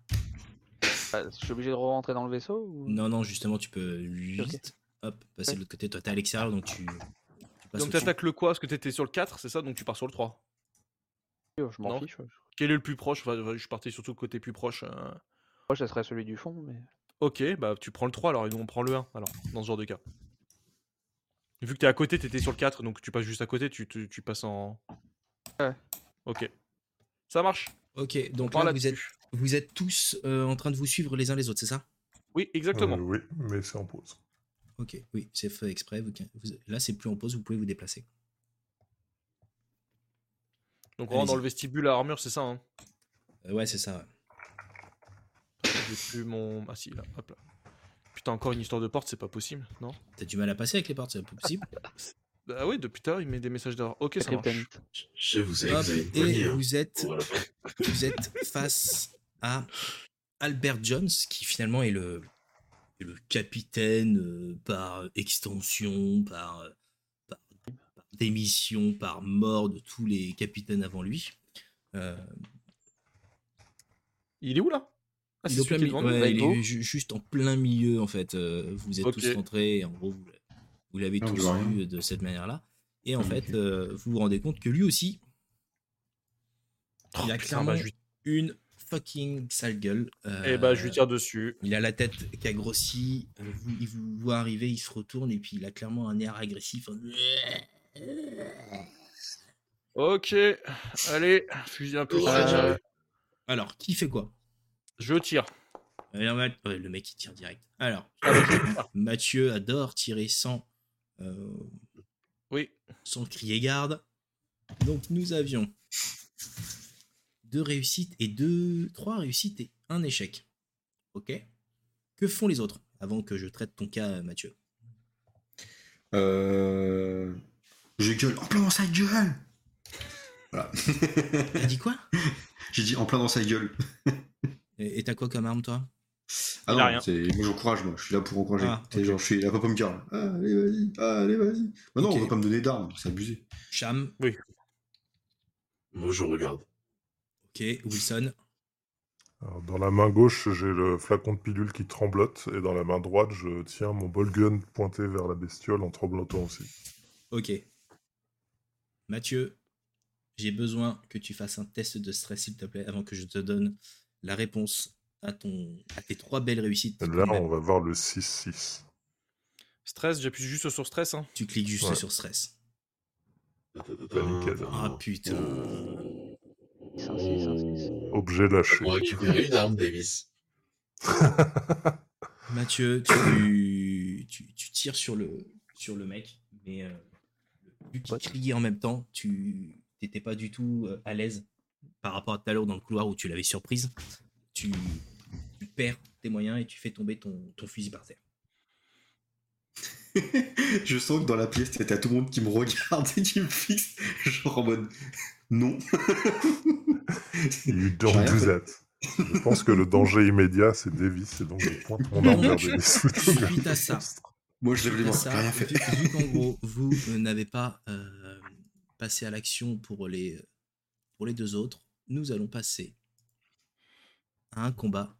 [SPEAKER 4] Bah, je suis obligé de rentrer dans le vaisseau ou...
[SPEAKER 6] Mm.
[SPEAKER 1] Non, non, justement, tu peux vite hop, passer
[SPEAKER 4] Ouais.
[SPEAKER 1] de l'autre côté. Toi, t'es à l'extérieur, donc tu, tu passes
[SPEAKER 6] Donc
[SPEAKER 1] au-dessus.
[SPEAKER 6] t'attaques le quoi Parce que t'étais sur le 4, c'est ça Donc tu pars sur le 3.
[SPEAKER 4] Je m'en
[SPEAKER 6] Non.
[SPEAKER 4] fiche. ouais.
[SPEAKER 6] Quel est le plus proche Enfin, Je suis parti surtout le côté plus proche. euh.
[SPEAKER 4] Moi, ça serait celui du fond, mais.
[SPEAKER 6] Ok, bah tu prends le 3 alors et nous on prend le 1 alors, dans ce genre de cas. Vu que t'es à côté, t'étais sur le 4, donc tu passes juste à côté, tu, tu, tu passes en.
[SPEAKER 4] Ouais.
[SPEAKER 6] Ok. Ça marche
[SPEAKER 1] Ok,
[SPEAKER 6] On
[SPEAKER 1] donc
[SPEAKER 6] part
[SPEAKER 1] là, vous êtes,
[SPEAKER 6] là-dessus.
[SPEAKER 1] vous êtes tous euh, en train de vous suivre les uns les autres, c'est ça
[SPEAKER 6] Oui, exactement.
[SPEAKER 7] Euh, oui, mais c'est en pause.
[SPEAKER 1] Ok, oui, c'est fait exprès. vous- vous- là, c'est plus en pause, vous pouvez vous déplacer.
[SPEAKER 6] Donc on rentre dans
[SPEAKER 1] Allez-y.
[SPEAKER 6] le vestibule à armure, c'est ça hein
[SPEAKER 1] Euh, ouais, c'est ça. ouais.
[SPEAKER 6] J'ai plus mon. Ah si, là, hop là. Putain, encore une histoire de porte, c'est pas possible, non
[SPEAKER 1] T'as du mal à passer avec les portes, c'est pas possible.
[SPEAKER 6] Ah oui, depuis tard, il met des messages d'erreur. Ok, ça marche.
[SPEAKER 4] Kryptonite.
[SPEAKER 8] Je je sais, vous savez que
[SPEAKER 1] Hop,
[SPEAKER 8] vous avez une
[SPEAKER 1] et
[SPEAKER 8] poignée. hein,
[SPEAKER 1] vous êtes,
[SPEAKER 8] pour la fin.
[SPEAKER 1] vous êtes face à Albert Jones, qui finalement est le, est le capitaine euh, par extension, par, euh, par- par démission, par mort de tous les capitaines avant lui. Euh,
[SPEAKER 6] Il est où là Ah,
[SPEAKER 1] il
[SPEAKER 6] c'est
[SPEAKER 1] est au plein
[SPEAKER 6] celui qui est
[SPEAKER 1] milieu-
[SPEAKER 6] devant nous,
[SPEAKER 1] ouais, il
[SPEAKER 6] Baito.
[SPEAKER 1] est ju- juste en plein milieu, en fait. Euh, vous êtes
[SPEAKER 6] Ok.
[SPEAKER 1] tous rentrés, et en gros, vous, vous l'avez
[SPEAKER 5] Ah, je
[SPEAKER 1] tous
[SPEAKER 5] vois rien.
[SPEAKER 1] vu de cette manière-là. Et en
[SPEAKER 5] Ah,
[SPEAKER 1] fait,
[SPEAKER 5] ok.
[SPEAKER 1] euh, vous vous rendez compte que lui aussi,
[SPEAKER 6] Oh,
[SPEAKER 1] il a
[SPEAKER 6] putain,
[SPEAKER 1] clairement
[SPEAKER 6] bah, je lui-
[SPEAKER 1] une fucking sale gueule. euh,
[SPEAKER 6] Eh bah, je lui tire dessus.
[SPEAKER 1] Il a la tête qui a grossi, euh, vous- il vous voit arriver, il se retourne et puis il a clairement un air agressif. en-
[SPEAKER 6] Ok, allez, fusil un peu.
[SPEAKER 8] Au revoir,
[SPEAKER 6] Euh,
[SPEAKER 8] Jerry.
[SPEAKER 1] Alors, qui fait quoi
[SPEAKER 6] Je tire.
[SPEAKER 1] Euh, on va- ouais, Le mec il tire direct. Alors, Mathieu adore tirer sans euh,
[SPEAKER 6] Oui.
[SPEAKER 1] sans crier garde. Donc nous avions deux réussites et deux, trois réussites et un échec. Ok. Que font les autres avant que je traite ton cas, Mathieu
[SPEAKER 5] Euh... Je gueule en plein dans sa gueule Voilà.
[SPEAKER 1] T'as dit quoi
[SPEAKER 5] J'ai dit en plein dans sa gueule.
[SPEAKER 1] Et et t'as quoi comme arme toi
[SPEAKER 5] Ah
[SPEAKER 6] Il a rien.
[SPEAKER 5] non, c'est- moi j'encourage, moi. Je suis là pour encourager.
[SPEAKER 1] Ah,
[SPEAKER 5] C'est genre, je suis là pas pour me dire, ah, allez, vas-y, ah, allez, vas-y. Bah non,
[SPEAKER 1] Ok.
[SPEAKER 5] on va pas me donner d'armes, c'est abusé.
[SPEAKER 1] Cham,
[SPEAKER 8] Moi, je regarde.
[SPEAKER 1] ok. Wilson,
[SPEAKER 7] Alors, dans la main gauche, j'ai le flacon de pilule qui tremblote, et dans la main droite, je tiens mon ball gun pointé vers la bestiole en tremblotant aussi.
[SPEAKER 1] ok. Mathieu, j'ai besoin que tu fasses un test de stress s'il te plaît avant que je te donne la réponse à ton à tes trois belles réussites.
[SPEAKER 7] Et là, on va voir le 6-6.
[SPEAKER 6] Stress, j'appuie juste sur stress. Hein.
[SPEAKER 1] Tu cliques juste
[SPEAKER 7] Ouais.
[SPEAKER 1] sur stress.
[SPEAKER 8] Panique
[SPEAKER 1] Ah putain.
[SPEAKER 8] Oh.
[SPEAKER 4] 6, 1, 6, 1,
[SPEAKER 1] Oh,
[SPEAKER 4] 6.
[SPEAKER 7] Objet lâché.
[SPEAKER 8] On récupérer une arme, Davis.
[SPEAKER 1] Mathieu, tu, tu, tu tires sur le, sur le mec, mais euh, vu qu'il criait en même temps, tu n'étais pas du tout euh, à l'aise par rapport à tout à l'heure dans le couloir où tu l'avais surprise. Tu, tu perds tes moyens et tu fais tomber ton, ton fusil par terre.
[SPEAKER 5] je sens que dans la pièce, t'as tout le monde qui me regarde et qui me fixe, genre en mode, non.
[SPEAKER 7] You
[SPEAKER 5] J'ai
[SPEAKER 7] don't
[SPEAKER 5] rien
[SPEAKER 7] do
[SPEAKER 5] fait.
[SPEAKER 7] that. Je pense que le danger immédiat, c'est Davis, et donc je pointe mon arme vers Davis.
[SPEAKER 1] Suite à ça,
[SPEAKER 5] Moi je lève les
[SPEAKER 1] Après
[SPEAKER 5] mains, j'ai
[SPEAKER 1] ça,
[SPEAKER 5] rien fait.
[SPEAKER 1] vu, vu qu'en gros, vous euh, n'avez pas euh, passé à l'action pour les, euh, pour les deux autres, nous allons passer à un combat.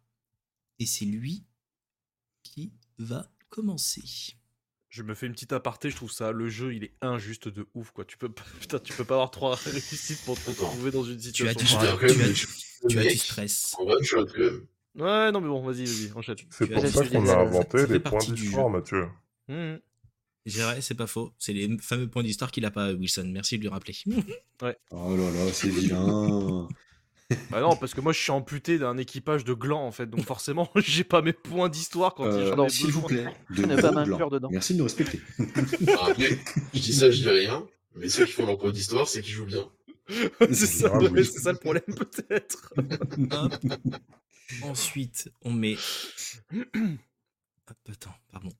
[SPEAKER 1] Et c'est lui qui va commencer.
[SPEAKER 6] Je me fais une petite aparté, je trouve ça. Le jeu, il est injuste de ouf, quoi. Tu peux pas, putain, tu peux pas avoir trois réussites pour te
[SPEAKER 8] Attends.
[SPEAKER 6] retrouver dans une
[SPEAKER 1] Tu as
[SPEAKER 6] situation.
[SPEAKER 1] du
[SPEAKER 8] Je
[SPEAKER 1] stress.
[SPEAKER 8] tiens
[SPEAKER 6] pareille.
[SPEAKER 8] quand même
[SPEAKER 1] Tu as,
[SPEAKER 8] le
[SPEAKER 1] tu as du
[SPEAKER 8] mec
[SPEAKER 1] stress.
[SPEAKER 8] En one shot, quand même.
[SPEAKER 6] Ouais, non, mais bon, vas-y, vas-y, enchaîne.
[SPEAKER 7] C'est
[SPEAKER 1] Tu
[SPEAKER 7] pour
[SPEAKER 1] as
[SPEAKER 7] ça
[SPEAKER 1] des-
[SPEAKER 7] qu'on
[SPEAKER 1] ça-
[SPEAKER 7] a
[SPEAKER 1] ça
[SPEAKER 7] inventé
[SPEAKER 1] fait
[SPEAKER 7] les
[SPEAKER 1] partie
[SPEAKER 7] points
[SPEAKER 1] du
[SPEAKER 7] d'histoire,
[SPEAKER 1] jeu.
[SPEAKER 7] Mathieu.
[SPEAKER 6] Mhm.
[SPEAKER 1] J'ai- ouais, C'est pas faux. C'est les fameux points d'histoire qu'il a pas, Wilson. Merci de lui rappeler.
[SPEAKER 5] Oh là là, c'est vilain.
[SPEAKER 6] Bah non, parce que moi, je suis amputé d'un équipage de glands, en fait. Donc forcément, j'ai pas mes points d'histoire quand
[SPEAKER 5] Euh,
[SPEAKER 6] j'en ai
[SPEAKER 5] non, S'il vous
[SPEAKER 6] besoin.
[SPEAKER 5] plaît, de
[SPEAKER 4] Ne pas hein.
[SPEAKER 5] gros
[SPEAKER 4] m'inclure
[SPEAKER 5] blancs.
[SPEAKER 4] dedans.
[SPEAKER 5] Merci de nous respecter.
[SPEAKER 8] Enfin, après, je dis ça, je dis rien. Mais ceux qui font leur point d'histoire, c'est qu'ils jouent bien.
[SPEAKER 6] c'est ça,
[SPEAKER 7] grave,
[SPEAKER 6] ouais,
[SPEAKER 7] oui.
[SPEAKER 6] c'est ça le problème, peut-être.
[SPEAKER 1] Hop. Ensuite, on met. Hop, attends, pardon.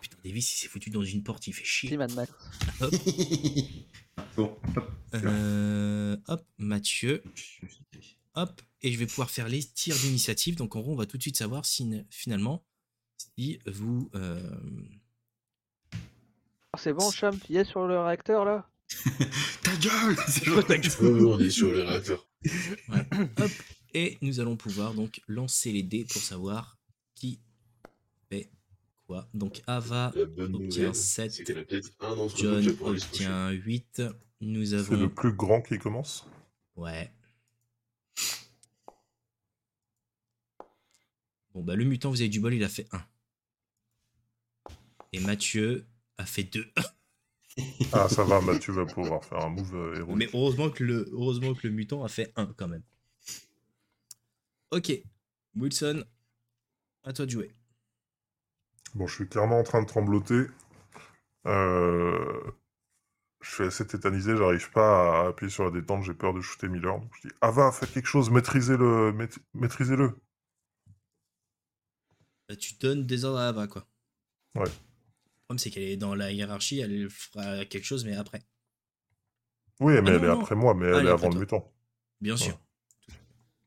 [SPEAKER 1] Putain, Davis, il s'est foutu dans une porte, il fait
[SPEAKER 4] Si,
[SPEAKER 1] chier.
[SPEAKER 4] Mad Max.
[SPEAKER 5] bon.
[SPEAKER 1] Euh, hop, Mathieu. Hop, et je vais pouvoir faire les tirs d'initiative. Donc en gros, on va tout de suite savoir si finalement, si vous... euh,
[SPEAKER 4] Ah, C'est bon, Cham, tu y es sur le réacteur là
[SPEAKER 5] Ta gueule C'est genre-
[SPEAKER 8] Euh, on est sur le réacteur.
[SPEAKER 1] Et nous allons pouvoir donc lancer les dés pour savoir qui fait quoi. Donc Ava
[SPEAKER 8] La bonne
[SPEAKER 1] obtient
[SPEAKER 8] nouvelle, c'est
[SPEAKER 1] 7,
[SPEAKER 8] qu'il y en a peut-être un d'entre nous qui
[SPEAKER 1] John
[SPEAKER 8] a pour aller se coucher.
[SPEAKER 1] obtient 8. Nous
[SPEAKER 7] C'est le
[SPEAKER 1] avons...
[SPEAKER 7] plus grand qui commence.
[SPEAKER 1] Ouais. Bon, bah le mutant, vous avez du bol, il a fait 1. Et Mathieu a fait 2.
[SPEAKER 7] Ah, ça va, Mathieu va pouvoir faire un move euh, héroïque.
[SPEAKER 1] Mais heureusement que le, heureusement que le mutant a fait 1 quand même. Ok. Wilson, à toi de jouer.
[SPEAKER 7] Bon, je suis clairement en train de trembloter. Euh, Je suis assez tétanisé, j'arrive pas à appuyer sur la détente, j'ai peur de shooter Miller. Donc je dis Ava, fais quelque chose, maîtrisez-le, maît- maîtrisez-le.
[SPEAKER 1] Bah, tu donnes des ordres à Ava, quoi.
[SPEAKER 7] Ouais.
[SPEAKER 1] Le problème, c'est qu'elle est dans la hiérarchie, elle fera quelque chose, mais après.
[SPEAKER 7] Oui, mais
[SPEAKER 1] Ah
[SPEAKER 7] elle
[SPEAKER 1] non,
[SPEAKER 7] est
[SPEAKER 1] non.
[SPEAKER 7] après moi, mais
[SPEAKER 1] Ah, elle est
[SPEAKER 7] elle est avant
[SPEAKER 1] après
[SPEAKER 7] le mutant.
[SPEAKER 1] Bien sûr.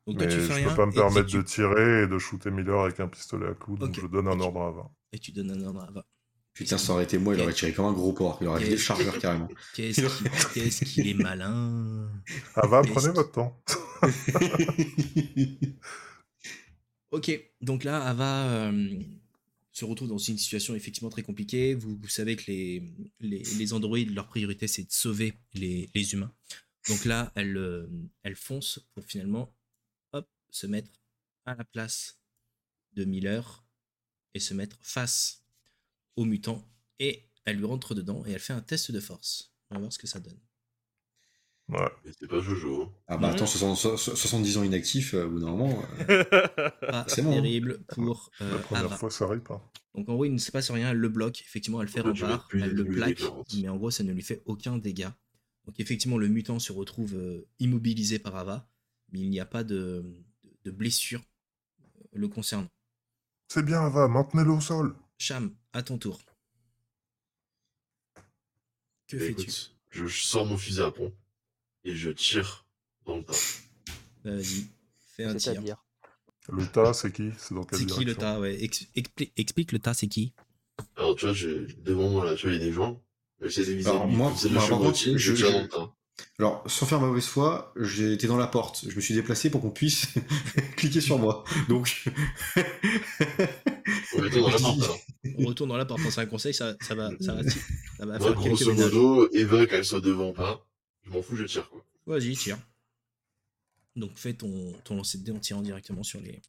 [SPEAKER 1] Donc toi,
[SPEAKER 7] Mais
[SPEAKER 1] tu
[SPEAKER 7] je
[SPEAKER 1] fais rien.
[SPEAKER 7] peux pas me
[SPEAKER 1] et- et
[SPEAKER 7] permettre
[SPEAKER 1] tu-
[SPEAKER 7] de tirer et de shooter Miller avec un pistolet à clous, donc
[SPEAKER 1] Ok.
[SPEAKER 7] je donne un
[SPEAKER 1] Ok.
[SPEAKER 7] ordre à Ava.
[SPEAKER 1] Et tu donnes un ordre à Ava.
[SPEAKER 5] Putain, ça aurait été moi, il aurait tiré comme un gros porc. Il aurait
[SPEAKER 1] Et-
[SPEAKER 5] vidé le chargeur carrément.
[SPEAKER 1] Qu'est-ce qu'il qu'est-ce qu'il est malin.
[SPEAKER 7] Ava,
[SPEAKER 1] Et-
[SPEAKER 7] Ah, prenez votre temps.
[SPEAKER 1] Ok, donc là, Ava euh, se retrouve dans une situation effectivement très compliquée. Vous, vous savez que les, les, les androïdes, leur priorité, c'est de sauver les, les humains. Donc là, elle, euh, elle fonce pour finalement hop, se mettre à la place de Miller et se mettre face au mutant. Et elle lui rentre dedans et elle fait un test de force. On va voir ce que ça donne.
[SPEAKER 7] Ouais.
[SPEAKER 8] Mais c'est pas Jojo. hein.
[SPEAKER 5] Ah bah
[SPEAKER 1] Mhm.
[SPEAKER 5] attends, 60 so- so- 70 ans inactif, euh, au bout d'un moment. euh,
[SPEAKER 1] Pas
[SPEAKER 5] C'est bon, hein.
[SPEAKER 1] terrible pour euh,
[SPEAKER 7] La première
[SPEAKER 1] Ava.
[SPEAKER 7] fois, ça hein. arrive pas.
[SPEAKER 1] Donc en gros, il ne se passe rien, elle le bloque, effectivement, elle fait
[SPEAKER 8] Pourquoi tu
[SPEAKER 1] rempart,
[SPEAKER 8] m'as tué
[SPEAKER 1] elle le
[SPEAKER 8] depuis
[SPEAKER 1] plaque,
[SPEAKER 8] 40?
[SPEAKER 1] mais en gros, ça ne lui fait aucun dégât. Donc effectivement, le mutant se retrouve euh, immobilisé par Ava, mais il n'y a pas de, de blessure euh, le concernant.
[SPEAKER 7] C'est bien, Ava, maintenez-le au sol.
[SPEAKER 1] Cham, à ton tour. Que
[SPEAKER 8] Bah,
[SPEAKER 1] fais-tu
[SPEAKER 8] écoute, je je sors mon fusil à pompe et je tire dans le tas.
[SPEAKER 1] Bah, Vas-y, fais un tir.
[SPEAKER 4] C'est-à-dire.
[SPEAKER 7] Le tas, c'est qui C'est dans quelle
[SPEAKER 1] C'est qui le
[SPEAKER 7] direction
[SPEAKER 1] tas ouais. Ex- expli- Explique le tas, c'est qui
[SPEAKER 8] Alors, tu vois, j'ai- devant moi, là, tu vois, il y a des gens. J'essaie de viser
[SPEAKER 5] Alors,
[SPEAKER 8] le but,
[SPEAKER 5] moi-
[SPEAKER 8] comme c'est de la
[SPEAKER 5] moi, par contre,
[SPEAKER 8] chevrotine, je
[SPEAKER 5] je-
[SPEAKER 8] tire dans le tas.
[SPEAKER 5] Alors, sans faire mauvaise foi, j'étais dans la porte. Je me suis déplacé pour qu'on puisse cliquer sur moi. Donc,
[SPEAKER 8] On était dans la hein. porte, alors.
[SPEAKER 1] On retourne dans la porte, c'est un conseil, ça, ça va, ça va, ça va
[SPEAKER 8] Moi,
[SPEAKER 1] faire quelques
[SPEAKER 8] grosso
[SPEAKER 1] ménages.
[SPEAKER 8] modo, Eva, qu'elle soit devant ou pas, je m'en fous, je tire, quoi.
[SPEAKER 1] Vas-y, tire. Donc fais ton, ton lancer de dés en tirant directement sur les.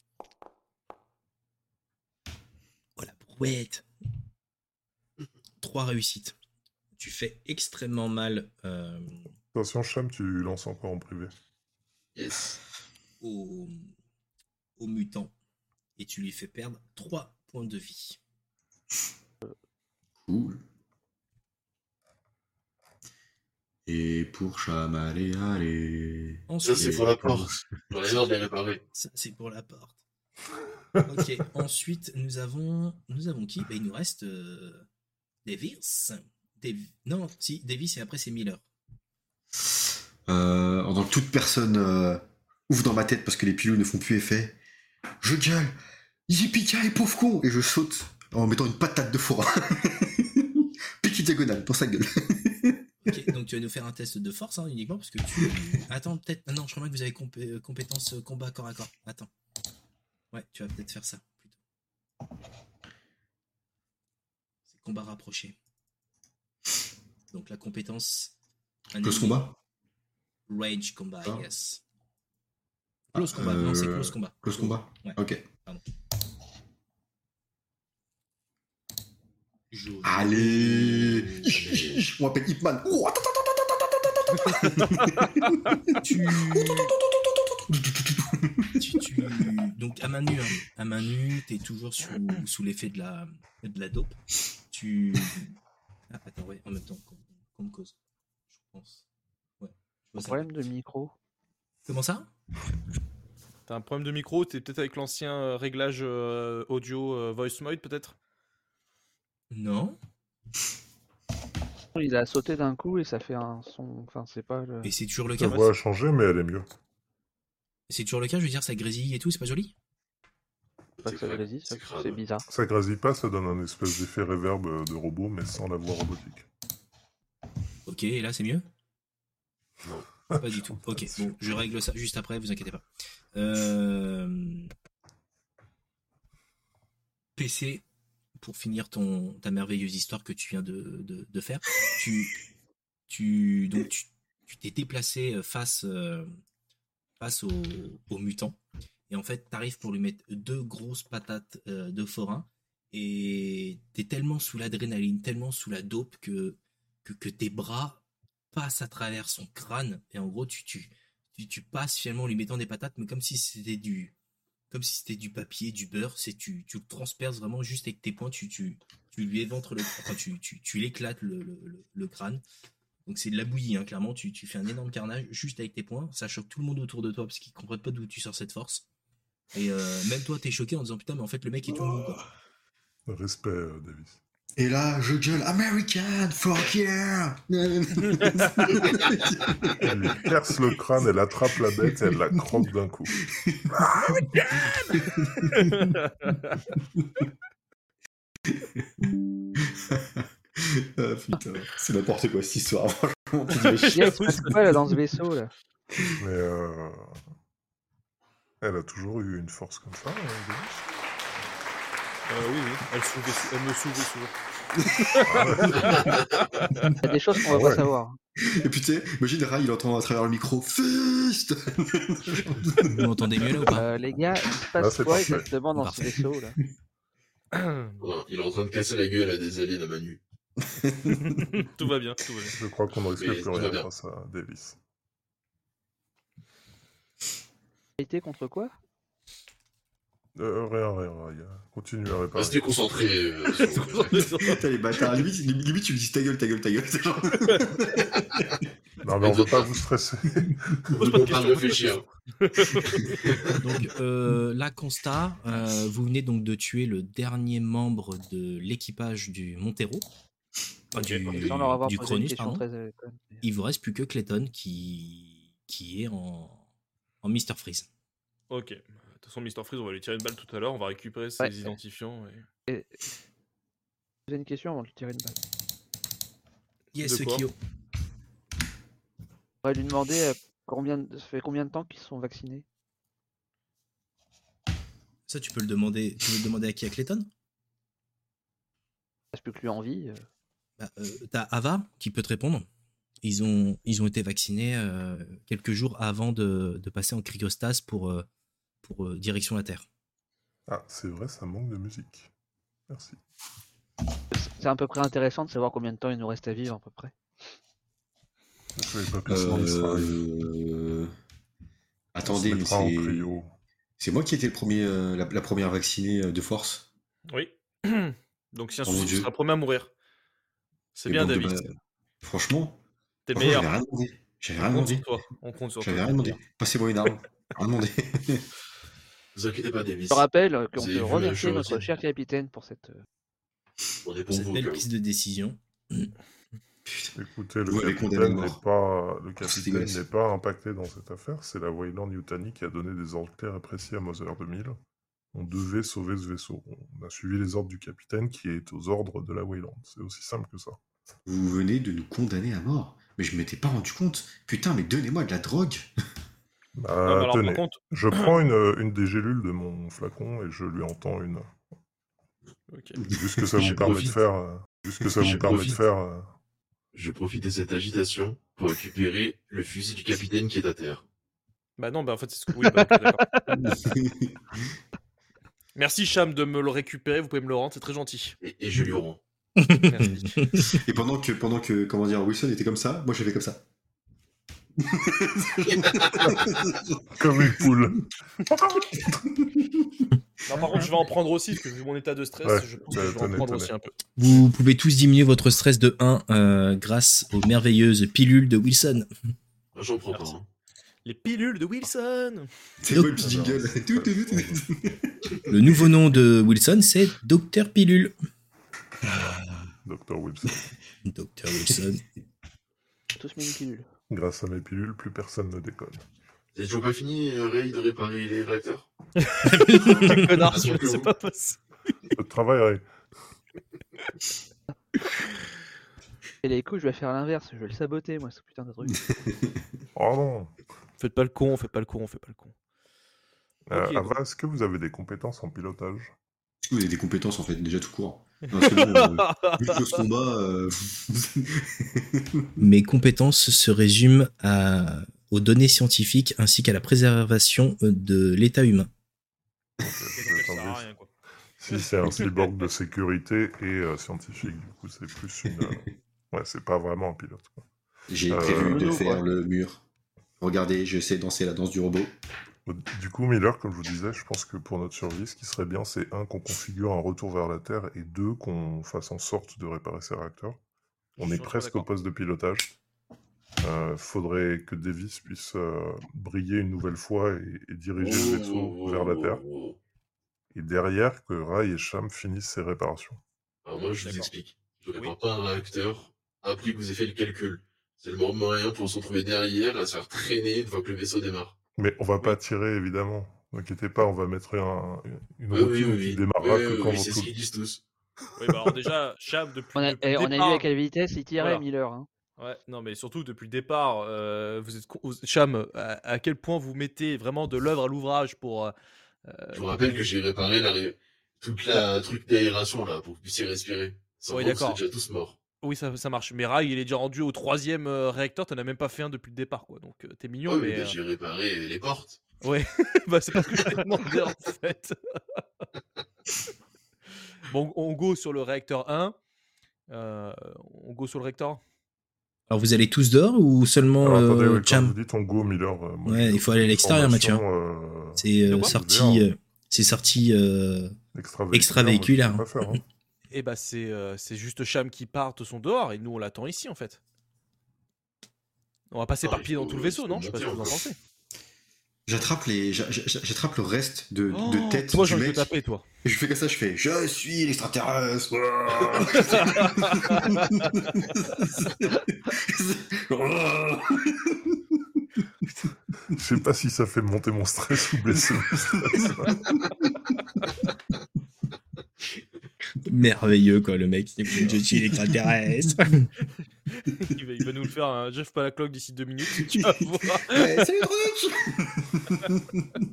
[SPEAKER 1] Oh la brouette Trois réussites. Tu fais extrêmement mal euh,
[SPEAKER 7] Attention, Cham, tu lances encore en privé.
[SPEAKER 8] Yes.
[SPEAKER 1] au, au mutant et tu lui fais perdre trois points de vie.
[SPEAKER 5] cool. Et pour Cham, allez, allez.
[SPEAKER 8] Ça,
[SPEAKER 1] Ensuite,
[SPEAKER 8] c'est pour la porte. J'en ai marre de les réparer.
[SPEAKER 1] ça, c'est pour la porte. ok, ensuite nous avons. Nous avons qui Ben, Il nous reste euh, Davis. Dav- Non, si, Davis et après c'est Miller.
[SPEAKER 5] Euh, en tant que toute personne euh, ouvre dans ma tête parce que les pilules ne font plus effet, je gueule Yippika et pauvre con Et je saute en mettant une patate de forain. Pique diagonale pour sa gueule.
[SPEAKER 1] Ok, donc tu vas nous faire un test de force hein, uniquement parce que tu. Attends, peut-être. Ah Non, je crois bien que vous avez compé- euh, compétence euh, combat corps à corps. Attends. Ouais, tu vas peut-être faire ça plutôt. C'est combat rapproché. Donc la compétence.
[SPEAKER 5] Close combat
[SPEAKER 1] Rage combat,
[SPEAKER 5] Ah.
[SPEAKER 1] yes. Close
[SPEAKER 5] Ah,
[SPEAKER 1] combat, non, c'est
[SPEAKER 5] euh,
[SPEAKER 1] close combat.
[SPEAKER 5] Close combat
[SPEAKER 1] Ouais.
[SPEAKER 5] Ok.
[SPEAKER 1] Jaune.
[SPEAKER 5] Allez On m'appelle Hitman. Oh, attends, attends,
[SPEAKER 1] Tu. tu, tu- Donc à main nue, hein. à main nue, t'es toujours sous, sous l'effet de la, de la dope. Tu. Ah, attends, ouais, en même temps, qu'on qu'on me cause. Je pense. Ouais. je vois
[SPEAKER 4] Le
[SPEAKER 1] Bah, ça.
[SPEAKER 4] problème de micro.
[SPEAKER 1] Comment ça
[SPEAKER 6] T'as un problème de micro, t'es peut-être avec l'ancien euh, réglage euh, audio euh, voice mode peut-être
[SPEAKER 1] Non.
[SPEAKER 4] Il a sauté d'un coup et ça fait un son. Enfin, c'est pas le.
[SPEAKER 1] Et c'est toujours le
[SPEAKER 7] Ta
[SPEAKER 1] cas.
[SPEAKER 7] voix a changé, mais elle est mieux.
[SPEAKER 1] C'est toujours le cas, je veux dire, ça grésille et tout, c'est pas joli
[SPEAKER 4] Pas que ça
[SPEAKER 8] crade,
[SPEAKER 4] grésille, ça,
[SPEAKER 8] c'est crade.
[SPEAKER 4] hein. c'est bizarre.
[SPEAKER 7] Ça grésille pas, ça donne un espèce d'effet reverb euh, de robot, mais sans la voix robotique.
[SPEAKER 1] Ok, et là c'est mieux
[SPEAKER 8] Non.
[SPEAKER 1] Pas du tout. Ok, bon, je règle ça juste après, vous inquiétez pas. Euh, PC, pour finir ton, ta merveilleuse histoire que tu viens de, de- de faire, tu, tu, donc tu, tu t'es déplacé face, euh, face au, au mutant. Et en fait, t'arrives pour lui mettre deux grosses patates euh, de forain. Et t'es tellement sous l'adrénaline, tellement sous la dope que, que, que tes bras passent à travers son crâne. Et en gros, tu, tu, tu, tu passes finalement en lui mettant des patates, mais comme si c'était du, comme si c'était du papier, du beurre. C'est tu, tu le transperces vraiment juste avec tes poings. Tu, tu, tu lui éventres le, enfin, tu, tu, tu l'éclates le, le, le- le crâne. Donc c'est de la bouillie, hein, clairement. Tu, tu fais un énorme carnage juste avec tes poings. Ça choque tout le monde autour de toi parce qu'ils comprennent pas d'où tu sors cette force. Et euh, même toi, t'es choqué en disant putain, mais en fait le mec est tout mou. Quoi.
[SPEAKER 7] Respect, euh, Davis.
[SPEAKER 5] Et là, je gueule American, fuck yeah
[SPEAKER 7] Elle lui perce le crâne, elle attrape la bête et elle la croque d'un coup.
[SPEAKER 5] Ah, putain, c'est n'importe quoi cette histoire. Franchement, tu te fais
[SPEAKER 4] Il y a- il se passe quoi là dans ce vaisseau là
[SPEAKER 7] Mais euh, elle a toujours eu une force comme ça, euh, Davis
[SPEAKER 6] Euh, Oui, oui, elle, soulevait sou- elle me soulevait souvent.
[SPEAKER 4] Il y a des choses qu'on va
[SPEAKER 7] Ah ouais.
[SPEAKER 4] pas savoir.
[SPEAKER 5] Et puis tu sais, imagine Ray, il entend à travers le micro Fist
[SPEAKER 1] Vous m'entendez mieux là ou pas
[SPEAKER 4] Euh, les gars, il se
[SPEAKER 7] Là,
[SPEAKER 4] passe
[SPEAKER 7] c'est
[SPEAKER 4] quoi
[SPEAKER 7] parfait.
[SPEAKER 4] exactement dans
[SPEAKER 1] Ah, Parfait.
[SPEAKER 4] ce vaisseau là
[SPEAKER 8] Voilà, Il est en train de casser la gueule à des aliens à Manu.
[SPEAKER 6] Tout va bien, tout va bien.
[SPEAKER 7] Je crois qu'on ne risque
[SPEAKER 8] Mais
[SPEAKER 7] plus
[SPEAKER 8] tout va
[SPEAKER 7] rien
[SPEAKER 8] bien.
[SPEAKER 7] grâce à Davis.
[SPEAKER 4] Été contre quoi
[SPEAKER 7] Euh, rien, rien, rien. Continue à réparer.
[SPEAKER 8] Restez concentrés. euh, sur-
[SPEAKER 5] T'as les bâtards. Limite, limite, tu lui dis ta gueule, ta gueule, ta gueule. c'est genre-
[SPEAKER 7] Euh, Non, mais on veut pas vous stresser.
[SPEAKER 8] On ne peut pas réfléchir.
[SPEAKER 1] Donc euh, là, constat, euh, vous venez donc de tuer le dernier membre de l'équipage du Montero, Enfin, du,
[SPEAKER 4] Sans leur avoir
[SPEAKER 1] du
[SPEAKER 4] posé une
[SPEAKER 1] Cronus,
[SPEAKER 4] question
[SPEAKER 1] pardon.
[SPEAKER 4] très euh, conne.
[SPEAKER 1] Il vous reste plus que Clayton qui, qui est en, en Mr. Freeze.
[SPEAKER 6] Ok. De toute façon, Mr. Freeze, on va lui tirer une balle tout à l'heure. On va récupérer ses
[SPEAKER 4] Ouais.
[SPEAKER 6] identifiants. Et...
[SPEAKER 4] Et- Posez une question avant de lui tirer une balle.
[SPEAKER 1] Yes,
[SPEAKER 6] quoi
[SPEAKER 1] Kyo.
[SPEAKER 4] On va lui demander euh, combien, de- ça fait combien de temps qu'ils sont vaccinés.
[SPEAKER 1] Ça, tu peux le demander. Tu veux le demander à qui À Clayton
[SPEAKER 4] Il reste plus que lui en vie. euh.
[SPEAKER 1] Bah, euh, T'as Ava qui peut te répondre. Ils ont, ils ont été vaccinés euh, quelques jours avant de, de passer en cryostase pour, euh, pour euh, direction la Terre.
[SPEAKER 7] Ah, c'est vrai, ça manque de musique. Merci.
[SPEAKER 4] C'est à peu près intéressant de savoir combien de temps il nous reste à vivre à peu près.
[SPEAKER 7] Je vais pas placer dans l'Israël.
[SPEAKER 5] Euh,
[SPEAKER 7] On se
[SPEAKER 5] Attendez, mais
[SPEAKER 7] mettra en
[SPEAKER 5] c'est.
[SPEAKER 7] cryo.
[SPEAKER 5] C'est moi qui étais le premier, euh, la, la première vaccinée euh, de force.
[SPEAKER 6] Oui. Donc, si un
[SPEAKER 5] Oh mon
[SPEAKER 6] souci, tu
[SPEAKER 5] Dieu.
[SPEAKER 6] seras premier à mourir. C'est
[SPEAKER 5] Et
[SPEAKER 6] bien,
[SPEAKER 5] donc, de
[SPEAKER 6] David.
[SPEAKER 5] base, Franchement,
[SPEAKER 6] T'es le
[SPEAKER 5] franchement,
[SPEAKER 6] meilleur.
[SPEAKER 5] j'avais rien demandé. J'avais rien
[SPEAKER 6] On compte
[SPEAKER 5] demandé.
[SPEAKER 6] sur toi. On compte sur toi.
[SPEAKER 5] J'avais rien demandé. Passez-moi une arme. Rien demandé.
[SPEAKER 8] Ne vous inquiétez pas, Davis.
[SPEAKER 4] Je rappelle euh, qu'on
[SPEAKER 8] Vous
[SPEAKER 4] peut
[SPEAKER 8] avez vu la
[SPEAKER 4] remercier
[SPEAKER 8] chose,
[SPEAKER 4] notre
[SPEAKER 8] hein.
[SPEAKER 4] cher capitaine pour cette. euh,
[SPEAKER 8] On est pour
[SPEAKER 1] Cette
[SPEAKER 8] vous.
[SPEAKER 1] belle
[SPEAKER 8] quand
[SPEAKER 1] prise de décision.
[SPEAKER 7] Écoutez, le
[SPEAKER 5] Vous l'avez condamné
[SPEAKER 7] capitaine n'est
[SPEAKER 5] mort.
[SPEAKER 7] pas, le
[SPEAKER 5] C'était
[SPEAKER 7] capitaine
[SPEAKER 5] dégueulasse.
[SPEAKER 7] n'est pas impacté dans cette affaire. C'est la Wayland Yutani qui a donné des ordres clairs et précis à Mother 2000. On devait sauver ce vaisseau. On a suivi les ordres du capitaine qui est aux ordres de la Wayland. C'est aussi simple que ça.
[SPEAKER 5] Vous venez de nous condamner à mort. Mais je m'étais pas rendu compte. Putain, mais donnez-moi de la drogue.
[SPEAKER 7] Bah,
[SPEAKER 6] Ah, bah alors,
[SPEAKER 7] tenez,
[SPEAKER 6] par contre,
[SPEAKER 7] je prends une, une des gélules de mon flacon et je lui entends une.
[SPEAKER 6] ok.
[SPEAKER 7] Vu ce que ça
[SPEAKER 8] Je
[SPEAKER 7] vous permet de
[SPEAKER 8] profite.
[SPEAKER 7] faire. euh, Vu ce que ça
[SPEAKER 8] Je
[SPEAKER 7] vous permet de
[SPEAKER 8] profite.
[SPEAKER 7] faire. euh,
[SPEAKER 8] Je profite de cette agitation pour récupérer le fusil du capitaine qui est à terre.
[SPEAKER 6] Bah non, bah en fait, c'est ce que... Oui, bah, ok, d'accord. Merci, Cham, de me le récupérer. Vous pouvez me le rendre. C'est très gentil.
[SPEAKER 8] Et, et je lui rends.
[SPEAKER 6] Merci.
[SPEAKER 5] Et pendant que, pendant que, comment dire, Wilson était comme ça, moi j'avais comme ça.
[SPEAKER 7] Comme une poule.
[SPEAKER 6] Non, par contre, je vais en prendre aussi, parce que vu mon état de stress,
[SPEAKER 7] Ouais,
[SPEAKER 6] je pense
[SPEAKER 7] bah,
[SPEAKER 6] que je vais en
[SPEAKER 7] tenez,
[SPEAKER 6] prendre
[SPEAKER 7] tenez.
[SPEAKER 6] aussi un peu.
[SPEAKER 1] Vous pouvez tous diminuer votre stress de 1 euh, grâce aux merveilleuses pilules de Wilson.
[SPEAKER 8] Moi, J'en prends
[SPEAKER 6] Merci.
[SPEAKER 8] pas. hein.
[SPEAKER 6] Les pilules de Wilson
[SPEAKER 5] C'est moi le petit jingle. Tout, tout, tout, tout.
[SPEAKER 1] Le nouveau nom de Wilson, c'est Docteur Pilule.
[SPEAKER 7] Docteur Wilson.
[SPEAKER 1] Docteur Wilson.
[SPEAKER 4] Tous mis une pilule.
[SPEAKER 7] Grâce à mes pilules, plus personne ne déconne.
[SPEAKER 8] Vous n'avez toujours pas fini, euh, Ray, de réparer les réacteurs
[SPEAKER 6] Connard,
[SPEAKER 8] Ah,
[SPEAKER 6] je-
[SPEAKER 8] surtout.
[SPEAKER 6] c'est pas possible.
[SPEAKER 7] Je travaillerai.
[SPEAKER 4] Et les coups, je vais faire l'inverse. Je vais le saboter, moi, ce putain de truc.
[SPEAKER 7] Oh non.
[SPEAKER 6] Faites pas le con, faites pas le con, faites pas le con.
[SPEAKER 7] Euh,
[SPEAKER 6] Ok,
[SPEAKER 7] Ava, est-ce que vous avez des compétences en pilotage
[SPEAKER 5] Est-ce que Vous avez des compétences en fait, déjà tout court. Non, c'est bon, euh, vu que ce combat, euh,
[SPEAKER 1] Mes compétences se résument à, aux données scientifiques ainsi qu'à la préservation euh, de l'état humain.
[SPEAKER 6] Donc, elle sert à rien, quoi.
[SPEAKER 7] Si c'est un cyborg de sécurité et euh, scientifique, du coup, c'est plus une. euh, Ouais, c'est pas vraiment un pilote. quoi.
[SPEAKER 5] j'ai
[SPEAKER 7] Euh,
[SPEAKER 5] prévu de
[SPEAKER 4] non,
[SPEAKER 5] faire
[SPEAKER 4] ouais.
[SPEAKER 5] le mur. Regardez, je sais danser la danse du robot.
[SPEAKER 7] Euh, Du coup, Miller, comme je vous disais, je pense que pour notre survie, ce qui serait bien, c'est un, qu'on configure un retour vers la Terre, et deux, qu'on fasse en sorte de réparer ces réacteurs. On
[SPEAKER 6] Je
[SPEAKER 7] est
[SPEAKER 6] suis
[SPEAKER 7] presque
[SPEAKER 6] d'accord.
[SPEAKER 7] au poste de pilotage. Euh, faudrait que Davis puisse euh, briller une nouvelle fois et, et diriger le vaisseau
[SPEAKER 8] Oh,
[SPEAKER 7] vers la
[SPEAKER 8] oh,
[SPEAKER 7] Terre.
[SPEAKER 8] oh, oh.
[SPEAKER 7] Et derrière, que Rai et Cham finissent ces réparations.
[SPEAKER 8] Alors, moi, je vous
[SPEAKER 6] D'accord.
[SPEAKER 8] explique. Je ne
[SPEAKER 6] Oui.
[SPEAKER 8] répare pas un réacteur après que vous ayez fait le calcul. C'est le moment moyen pour se retrouver derrière à se faire traîner une fois que le vaisseau démarre.
[SPEAKER 7] Mais on va pas tirer, évidemment. Ne vous inquiétez pas, on va mettre un- une routine qui
[SPEAKER 8] Ah
[SPEAKER 7] démarrera
[SPEAKER 8] Oui,
[SPEAKER 7] que
[SPEAKER 8] oui,
[SPEAKER 7] quand
[SPEAKER 8] oui,
[SPEAKER 7] vous
[SPEAKER 8] c'est ce qu'ils disent tous.
[SPEAKER 6] Oui, bah alors déjà, Cham, depuis,
[SPEAKER 4] On a,
[SPEAKER 6] depuis
[SPEAKER 4] eh,
[SPEAKER 6] le
[SPEAKER 4] on a vu
[SPEAKER 6] départ...
[SPEAKER 4] à quelle vitesse il tirait
[SPEAKER 6] Voilà.
[SPEAKER 4] Miller. hein.
[SPEAKER 6] Ouais, non, mais surtout depuis le départ, euh, vous êtes con- vous- Cham, à, à quel point vous mettez vraiment de l'œuvre à l'ouvrage pour. euh,
[SPEAKER 8] Je vous rappelle que j'ai réparé la ré- toute la truc d'aération là pour que vous puissiez respirer. Sans
[SPEAKER 6] Oui,
[SPEAKER 8] vous, vous
[SPEAKER 6] d'accord.
[SPEAKER 8] êtes déjà tous morts.
[SPEAKER 6] Oui, ça, ça marche. Mais Rai, il est déjà rendu au troisième euh, réacteur. T'en as même pas fait un depuis le départ, quoi. Donc euh, t'es mignon,
[SPEAKER 8] Oh,
[SPEAKER 6] mais.
[SPEAKER 8] mais j'ai réparé euh, les portes.
[SPEAKER 6] euh, bah, c'est pas ce que je te demandais, en fait. bon, on go sur le réacteur 1. Euh, on go sur le réacteur
[SPEAKER 1] Alors vous allez tous dehors ou seulement
[SPEAKER 7] Alors, attendez,
[SPEAKER 1] euh,
[SPEAKER 7] ouais, quand
[SPEAKER 1] Cham
[SPEAKER 7] vous dites on go, Miller. euh, moi,
[SPEAKER 1] Ouais,
[SPEAKER 7] j'ai
[SPEAKER 1] il faut aller à l'extérieur, Mathieu.
[SPEAKER 7] formation, euh,
[SPEAKER 1] C'est euh,
[SPEAKER 7] De quoi
[SPEAKER 1] sorti, euh, c'est sorti euh,
[SPEAKER 7] extravéhiculaire,
[SPEAKER 1] extravéhiculaire.
[SPEAKER 7] moi, je sais pas faire, hein.
[SPEAKER 6] Et bah c'est euh, c'est juste Cham qui part de son dehors et nous on l'attend ici en fait. On va passer
[SPEAKER 8] Ah,
[SPEAKER 6] par
[SPEAKER 8] il
[SPEAKER 6] pied dans
[SPEAKER 8] faut-
[SPEAKER 6] tout le
[SPEAKER 8] il
[SPEAKER 6] vaisseau,
[SPEAKER 8] faut
[SPEAKER 6] non Je sais pas ce que vous en
[SPEAKER 8] monter
[SPEAKER 6] pensez.
[SPEAKER 5] J'attrape les, j'a- j'a- j'a- j'attrape le reste de, de
[SPEAKER 6] Oh,
[SPEAKER 5] tête
[SPEAKER 6] toi,
[SPEAKER 5] du
[SPEAKER 6] j'ai envie de
[SPEAKER 5] mec.
[SPEAKER 6] te taper, toi.
[SPEAKER 5] Et je fais comme ça, je fais je suis l'extraterrestre. Ouah. Ouah.
[SPEAKER 7] Je sais pas si ça fait monter mon stress ou blesser mon stress.
[SPEAKER 1] Merveilleux quoi, le mec. C'est je suis l'extraterrestre.
[SPEAKER 6] il, va, il va nous le faire un Jeff Palaclock d'ici deux minutes. Tu vas voir.
[SPEAKER 5] Ouais, Salut Dronic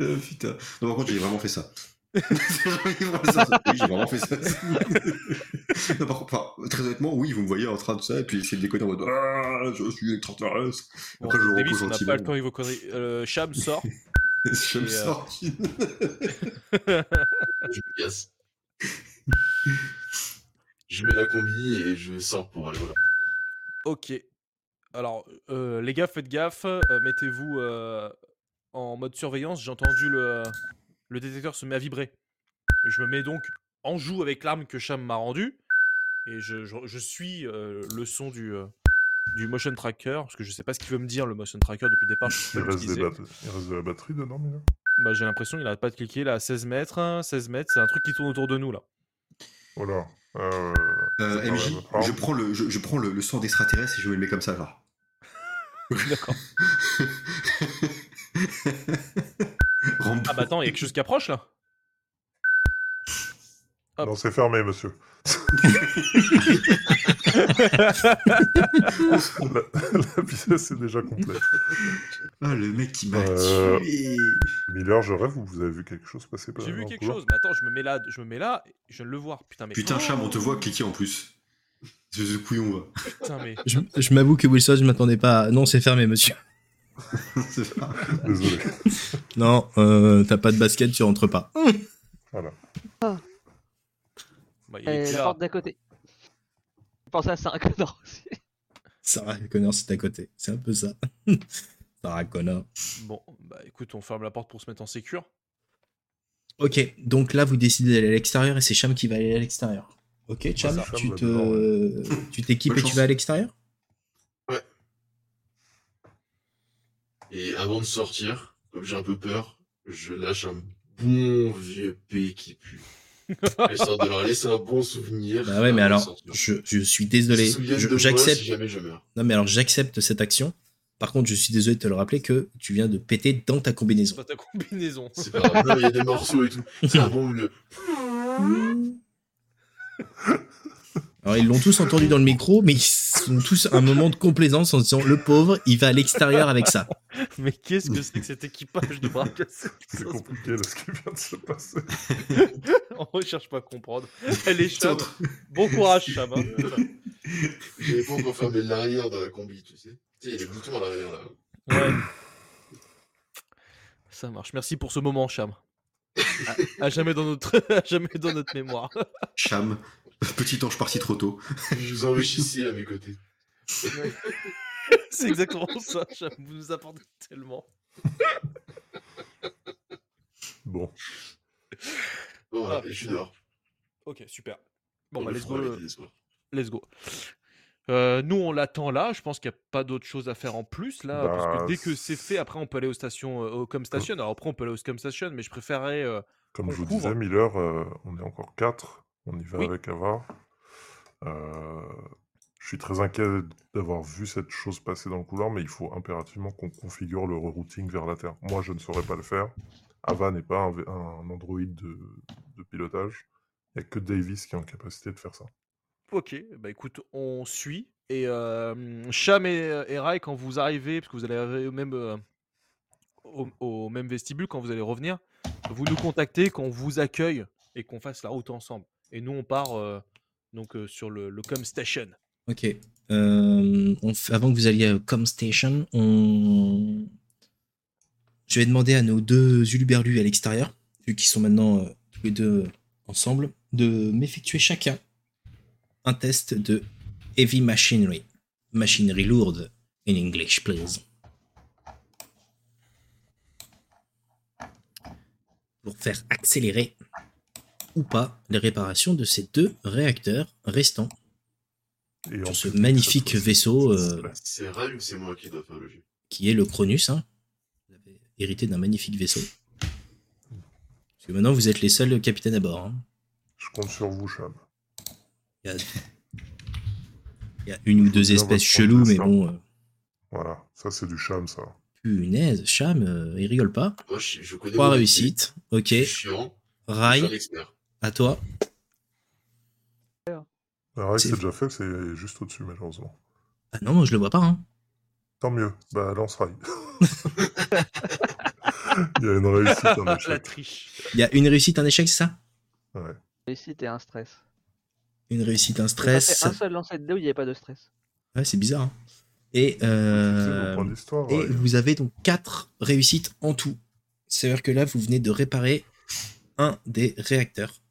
[SPEAKER 5] Euh, Putain. Non, par contre, j'ai vraiment fait ça. j'ai vraiment fait ça. Oui, j'ai vraiment fait ça. Non, par contre, enfin, très honnêtement, oui, vous me voyez en train de ça, et puis essayer de déconner en mode Ah, je suis extraterrestre.
[SPEAKER 6] Bon,
[SPEAKER 5] Après, je le
[SPEAKER 6] Davis,
[SPEAKER 5] repousse
[SPEAKER 6] on n'a
[SPEAKER 5] gentiment.
[SPEAKER 6] pas le temps avec vos conneries. Euh, Cham sort.
[SPEAKER 5] Je me
[SPEAKER 6] Et, euh,
[SPEAKER 5] sors.
[SPEAKER 8] Je me casse. Je mets la combi et je sors pour aller. Voilà.
[SPEAKER 6] Ok. Alors, euh, les gars, faites gaffe. euh, Mettez-vous euh, en mode surveillance. J'ai entendu le, le détecteur se met à vibrer. Et je me mets donc en joue avec l'arme que Cham m'a rendue. Et je, je- je suis euh, le son du, euh, du motion tracker. Parce que je sais pas ce qu'il veut me dire, le motion tracker, depuis le départ. je sais
[SPEAKER 7] Il
[SPEAKER 6] pas ce
[SPEAKER 7] reste,
[SPEAKER 6] qu'il
[SPEAKER 7] des
[SPEAKER 6] sait.
[SPEAKER 7] bat- il reste de la batterie dedans, Miller.
[SPEAKER 6] Bah, J'ai l'impression qu'il arrête pas de cliquer là à 16 mètres. hein, 16 mètres, c'est un truc qui tourne autour de nous là.
[SPEAKER 7] Oh là. Euh,
[SPEAKER 5] Euh,
[SPEAKER 7] c'est pas
[SPEAKER 5] MJ,
[SPEAKER 7] la bonne forme.
[SPEAKER 5] je prends le, je, je prends le, le sang d'extraterrestre et je me le mets comme ça, genre.
[SPEAKER 6] D'accord.
[SPEAKER 5] Rambo.
[SPEAKER 6] Ah bah attends, il y a quelque chose qui approche là. Hop.
[SPEAKER 7] Non, c'est fermé, monsieur. la, la pièce est déjà complète.
[SPEAKER 5] Ah, le mec qui m'a
[SPEAKER 7] Euh,
[SPEAKER 5] tué.
[SPEAKER 7] Miller, je rêve ou vous avez vu quelque chose passer par
[SPEAKER 6] J'ai
[SPEAKER 7] là
[SPEAKER 6] vu
[SPEAKER 7] dans le
[SPEAKER 6] quelque
[SPEAKER 7] couloir
[SPEAKER 6] chose, mais attends, je me mets là, je me mets là, et je viens de le voir. Putain, mais.
[SPEAKER 5] Putain, Cham, on te voit cliquer en plus. Espèce de couillon, va.
[SPEAKER 6] Putain, mais.
[SPEAKER 1] Je, je m'avoue que Wilson, je m'attendais pas. à- Non, c'est fermé, monsieur.
[SPEAKER 5] C'est pas-
[SPEAKER 7] Désolé.
[SPEAKER 1] Non, euh, t'as pas de basket, tu rentres pas.
[SPEAKER 6] Bah, il
[SPEAKER 4] Et
[SPEAKER 6] était
[SPEAKER 4] Eh, la
[SPEAKER 6] là.
[SPEAKER 4] porte d'à côté. Je pense à 5 non, c'est-
[SPEAKER 1] Sarah Connor, c'est à côté. C'est un peu ça. Sarah Connor.
[SPEAKER 6] Bon, bah écoute, on ferme la porte pour se mettre en sécure.
[SPEAKER 1] Ok, donc là, vous décidez d'aller à l'extérieur et c'est Cham qui va aller à l'extérieur. Ok, Cham,
[SPEAKER 7] Cham
[SPEAKER 1] tu
[SPEAKER 7] va
[SPEAKER 1] te-
[SPEAKER 7] dehors,
[SPEAKER 1] tu t'équipes
[SPEAKER 5] Bonne
[SPEAKER 1] et tu
[SPEAKER 5] chance.
[SPEAKER 1] vas à l'extérieur
[SPEAKER 8] Et avant de sortir, comme j'ai un peu peur, je lâche un bon vieux P qui pue. Histoire de leur laisser un bon souvenir.
[SPEAKER 1] Bah ouais, mais
[SPEAKER 8] avant de
[SPEAKER 1] alors,
[SPEAKER 8] sortir.
[SPEAKER 1] je, je suis
[SPEAKER 8] Ils se
[SPEAKER 1] désolé.
[SPEAKER 8] souviennent
[SPEAKER 1] Je-
[SPEAKER 8] de moi
[SPEAKER 1] J'accepte.
[SPEAKER 8] Si jamais je meurs.
[SPEAKER 1] Non, mais alors, j'accepte cette action. Par contre, je suis désolé de te le rappeler que tu viens de péter dans ta combinaison.
[SPEAKER 6] Dans ta combinaison.
[SPEAKER 8] C'est pas grave. Non, il y a des morceaux et tout. C'est un bon bleu.
[SPEAKER 1] Alors, ils l'ont tous entendu dans le micro, mais ils sont tous à un moment de complaisance en se disant le pauvre, il va à l'extérieur avec ça.
[SPEAKER 6] mais qu'est-ce que c'est que cet équipage de bras cassés
[SPEAKER 7] C'est compliqué là, ce qui vient de se passer.
[SPEAKER 6] On recherche pas à comprendre. Elle est
[SPEAKER 5] C'est
[SPEAKER 6] chum.
[SPEAKER 5] entre-
[SPEAKER 6] Bon courage, chum. hein.
[SPEAKER 8] J'avais pas encore fermé l'arrière de la combi, tu sais. Tu sais, il y a des boutons à l'arrière là.
[SPEAKER 6] Ouais. Ça marche. Merci pour ce moment, cham. À, à jamais dans notre, à jamais dans notre mémoire.
[SPEAKER 5] Cham, petit ange parti trop tôt.
[SPEAKER 8] Je vous enrichissais à mes côtés.
[SPEAKER 6] C'est exactement ça, cham. Vous nous apportez tellement.
[SPEAKER 7] Bon,
[SPEAKER 8] Bon, voilà, et je suis dehors.
[SPEAKER 6] Ok, super. Bon,
[SPEAKER 8] On
[SPEAKER 6] bah
[SPEAKER 8] le
[SPEAKER 6] let's
[SPEAKER 8] fera
[SPEAKER 6] go.
[SPEAKER 8] avec
[SPEAKER 6] euh,
[SPEAKER 8] des espoirs.
[SPEAKER 6] Let's go. Euh, nous, on l'attend là. Je pense qu'il n'y a pas d'autre chose à faire en plus là, parce
[SPEAKER 7] Bah,
[SPEAKER 6] que dès que c'est fait, après, on peut aller aux stations, euh, au com station. Alors après, on peut aller au com station, mais je préférerais. euh,
[SPEAKER 7] comme
[SPEAKER 6] On
[SPEAKER 7] je vous
[SPEAKER 6] couvre.
[SPEAKER 7] disais, Miller, euh, on est encore quatre. On y va
[SPEAKER 6] Oui.
[SPEAKER 7] avec Avar. Euh, je suis très inquiet d'avoir vu cette chose passer dans le couloir, mais il faut impérativement qu'on configure le rerouting vers la Terre. Moi, je ne saurais pas le faire. Ava n'est pas un, v- un androïde de, de pilotage. Il n'y a que Davis qui est en capacité de faire ça.
[SPEAKER 6] Ok, bah écoute, on suit. Et euh, Cham et, et Rai, quand vous arrivez, parce que vous allez arriver au même, euh, au, au même vestibule, quand vous allez revenir, vous nous contactez, qu'on vous accueille et qu'on fasse la route ensemble. Et nous, on part euh, donc euh, sur le, le com station.
[SPEAKER 1] Ok. Euh, on f- Avant que vous alliez à Comstation, on... je vais demander à nos deux uluberlus à l'extérieur, vu qu'ils sont maintenant euh, tous les deux ensemble, de m'effectuer chacun un test de Heavy machinery. Machinery lourde. In English, please. Pour faire accélérer ou pas les réparations de ces deux réacteurs restants
[SPEAKER 7] Et en
[SPEAKER 1] sur ce
[SPEAKER 7] plus,
[SPEAKER 1] magnifique
[SPEAKER 7] cette fois-ci,
[SPEAKER 1] vaisseau
[SPEAKER 7] ça se
[SPEAKER 1] euh,
[SPEAKER 7] passe.
[SPEAKER 8] C'est Ral ou c'est moi qui dois faire le jeu
[SPEAKER 1] qui est le Cronus. hein. Vous avez hérité d'un magnifique vaisseau. Parce que maintenant, vous êtes les seuls capitaines à bord. hein.
[SPEAKER 7] Je compte sur vous, Chab.
[SPEAKER 1] Il y a une ou deux
[SPEAKER 7] Dans votre
[SPEAKER 1] espèces cheloues, mais
[SPEAKER 7] contexte,
[SPEAKER 1] bon, euh,
[SPEAKER 7] Voilà, ça c'est du Cham, ça.
[SPEAKER 1] punaise, Cham, euh, il rigole pas.
[SPEAKER 8] Moi, je, je connais.
[SPEAKER 1] Trois
[SPEAKER 8] mon
[SPEAKER 1] réussites, ok.
[SPEAKER 8] métier. Je suis chiant. Je suis un
[SPEAKER 1] Rail,
[SPEAKER 8] expert.
[SPEAKER 1] à toi.
[SPEAKER 7] Le reste,
[SPEAKER 1] C'est-
[SPEAKER 7] c'est déjà fait, c'est juste au-dessus, malheureusement.
[SPEAKER 1] Ah non, moi, je le vois pas. hein.
[SPEAKER 7] Tant mieux, bah lance Rai. Il y a une réussite, un
[SPEAKER 6] Ah, La
[SPEAKER 7] échec.
[SPEAKER 6] triche.
[SPEAKER 1] Il y a une réussite, un échec, c'est ça
[SPEAKER 7] Ouais.
[SPEAKER 4] Réussite et un stress.
[SPEAKER 1] Une réussite, un
[SPEAKER 4] J'ai pas
[SPEAKER 1] stress.
[SPEAKER 4] fait un seul lancer de dés où il n'y avait pas de stress.
[SPEAKER 1] Ouais, c'est bizarre. hein. Et,
[SPEAKER 7] C'est
[SPEAKER 1] euh,
[SPEAKER 7] le point d'histoire.
[SPEAKER 1] et
[SPEAKER 7] Rai.
[SPEAKER 1] vous avez donc quatre réussites en tout. C'est-à-dire que là, vous venez de réparer un des réacteurs.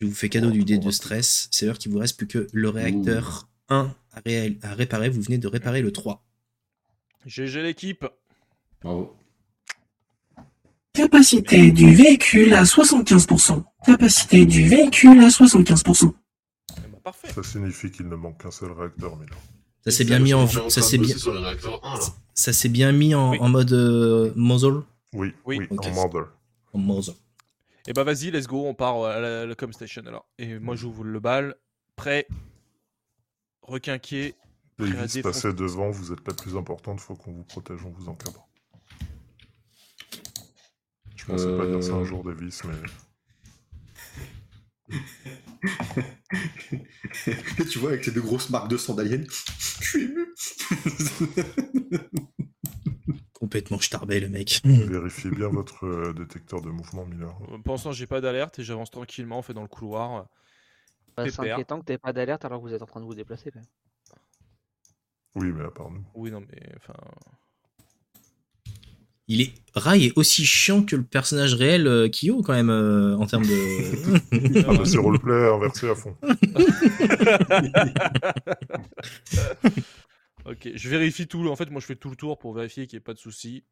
[SPEAKER 1] Je vous fais cadeau du dé de stress. C'est-à-dire qu'il vous reste plus que le réacteur 1 à, réel- à réparer. Vous venez de réparer le 3.
[SPEAKER 6] GG l'équipe.
[SPEAKER 10] Bravo.
[SPEAKER 9] Capacité du véhicule à 75%. Capacité du véhicule à
[SPEAKER 6] Eh
[SPEAKER 9] 75%.
[SPEAKER 6] ben, parfait.
[SPEAKER 7] Ça signifie qu'il ne manque qu'un seul réacteur, mais là.
[SPEAKER 1] Ça s'est bien mis en,
[SPEAKER 8] Je suis
[SPEAKER 1] ça
[SPEAKER 8] train
[SPEAKER 1] s'est
[SPEAKER 8] de bosser
[SPEAKER 1] bien,
[SPEAKER 8] sur le réacteur 1, là.
[SPEAKER 1] ça s'est bien mis en,
[SPEAKER 6] Oui.
[SPEAKER 1] en mode euh, muzzle.
[SPEAKER 7] Oui,
[SPEAKER 6] Oui.
[SPEAKER 7] oui,
[SPEAKER 1] Ok.
[SPEAKER 7] en murder.
[SPEAKER 1] En muzzle.
[SPEAKER 6] Et bah vas-y, let's go, on part à la, la com station alors. Et moi j'ouvre le bal. Prêt. Requinqué. Prêt à
[SPEAKER 7] Davis,
[SPEAKER 6] défoncer.
[SPEAKER 7] passez devant, vous êtes la plus importante, faut qu'on vous protège, on vous encadre. Je pensais pas dire ça un
[SPEAKER 10] Euh.
[SPEAKER 7] jour, Davis, mais.
[SPEAKER 5] tu vois, avec les deux grosses marques de sang d'alien, je suis ému.
[SPEAKER 1] Complètement starbé, le mec.
[SPEAKER 8] Hmm.
[SPEAKER 7] Vérifiez bien votre euh, détecteur de mouvement, Miller.
[SPEAKER 6] En pensant Euh, j'ai pas d'alerte et j'avance tranquillement, on fait dans le couloir.
[SPEAKER 4] Bah, c'est
[SPEAKER 6] Pépère.
[SPEAKER 4] inquiétant que t'aies pas d'alerte alors que vous êtes en train de vous déplacer. Quand même.
[SPEAKER 7] Oui, mais à part nous.
[SPEAKER 6] Oui non mais enfin.
[SPEAKER 1] Ah, Il est, Rai est aussi chiant que le personnage réel euh, Kyo, quand même, euh, en termes de.
[SPEAKER 7] Ah bah c'est roleplay inversé à fond.
[SPEAKER 6] ok, je vérifie tout. le- En fait, moi je fais tout le tour pour vérifier qu'il n'y ait pas de soucis.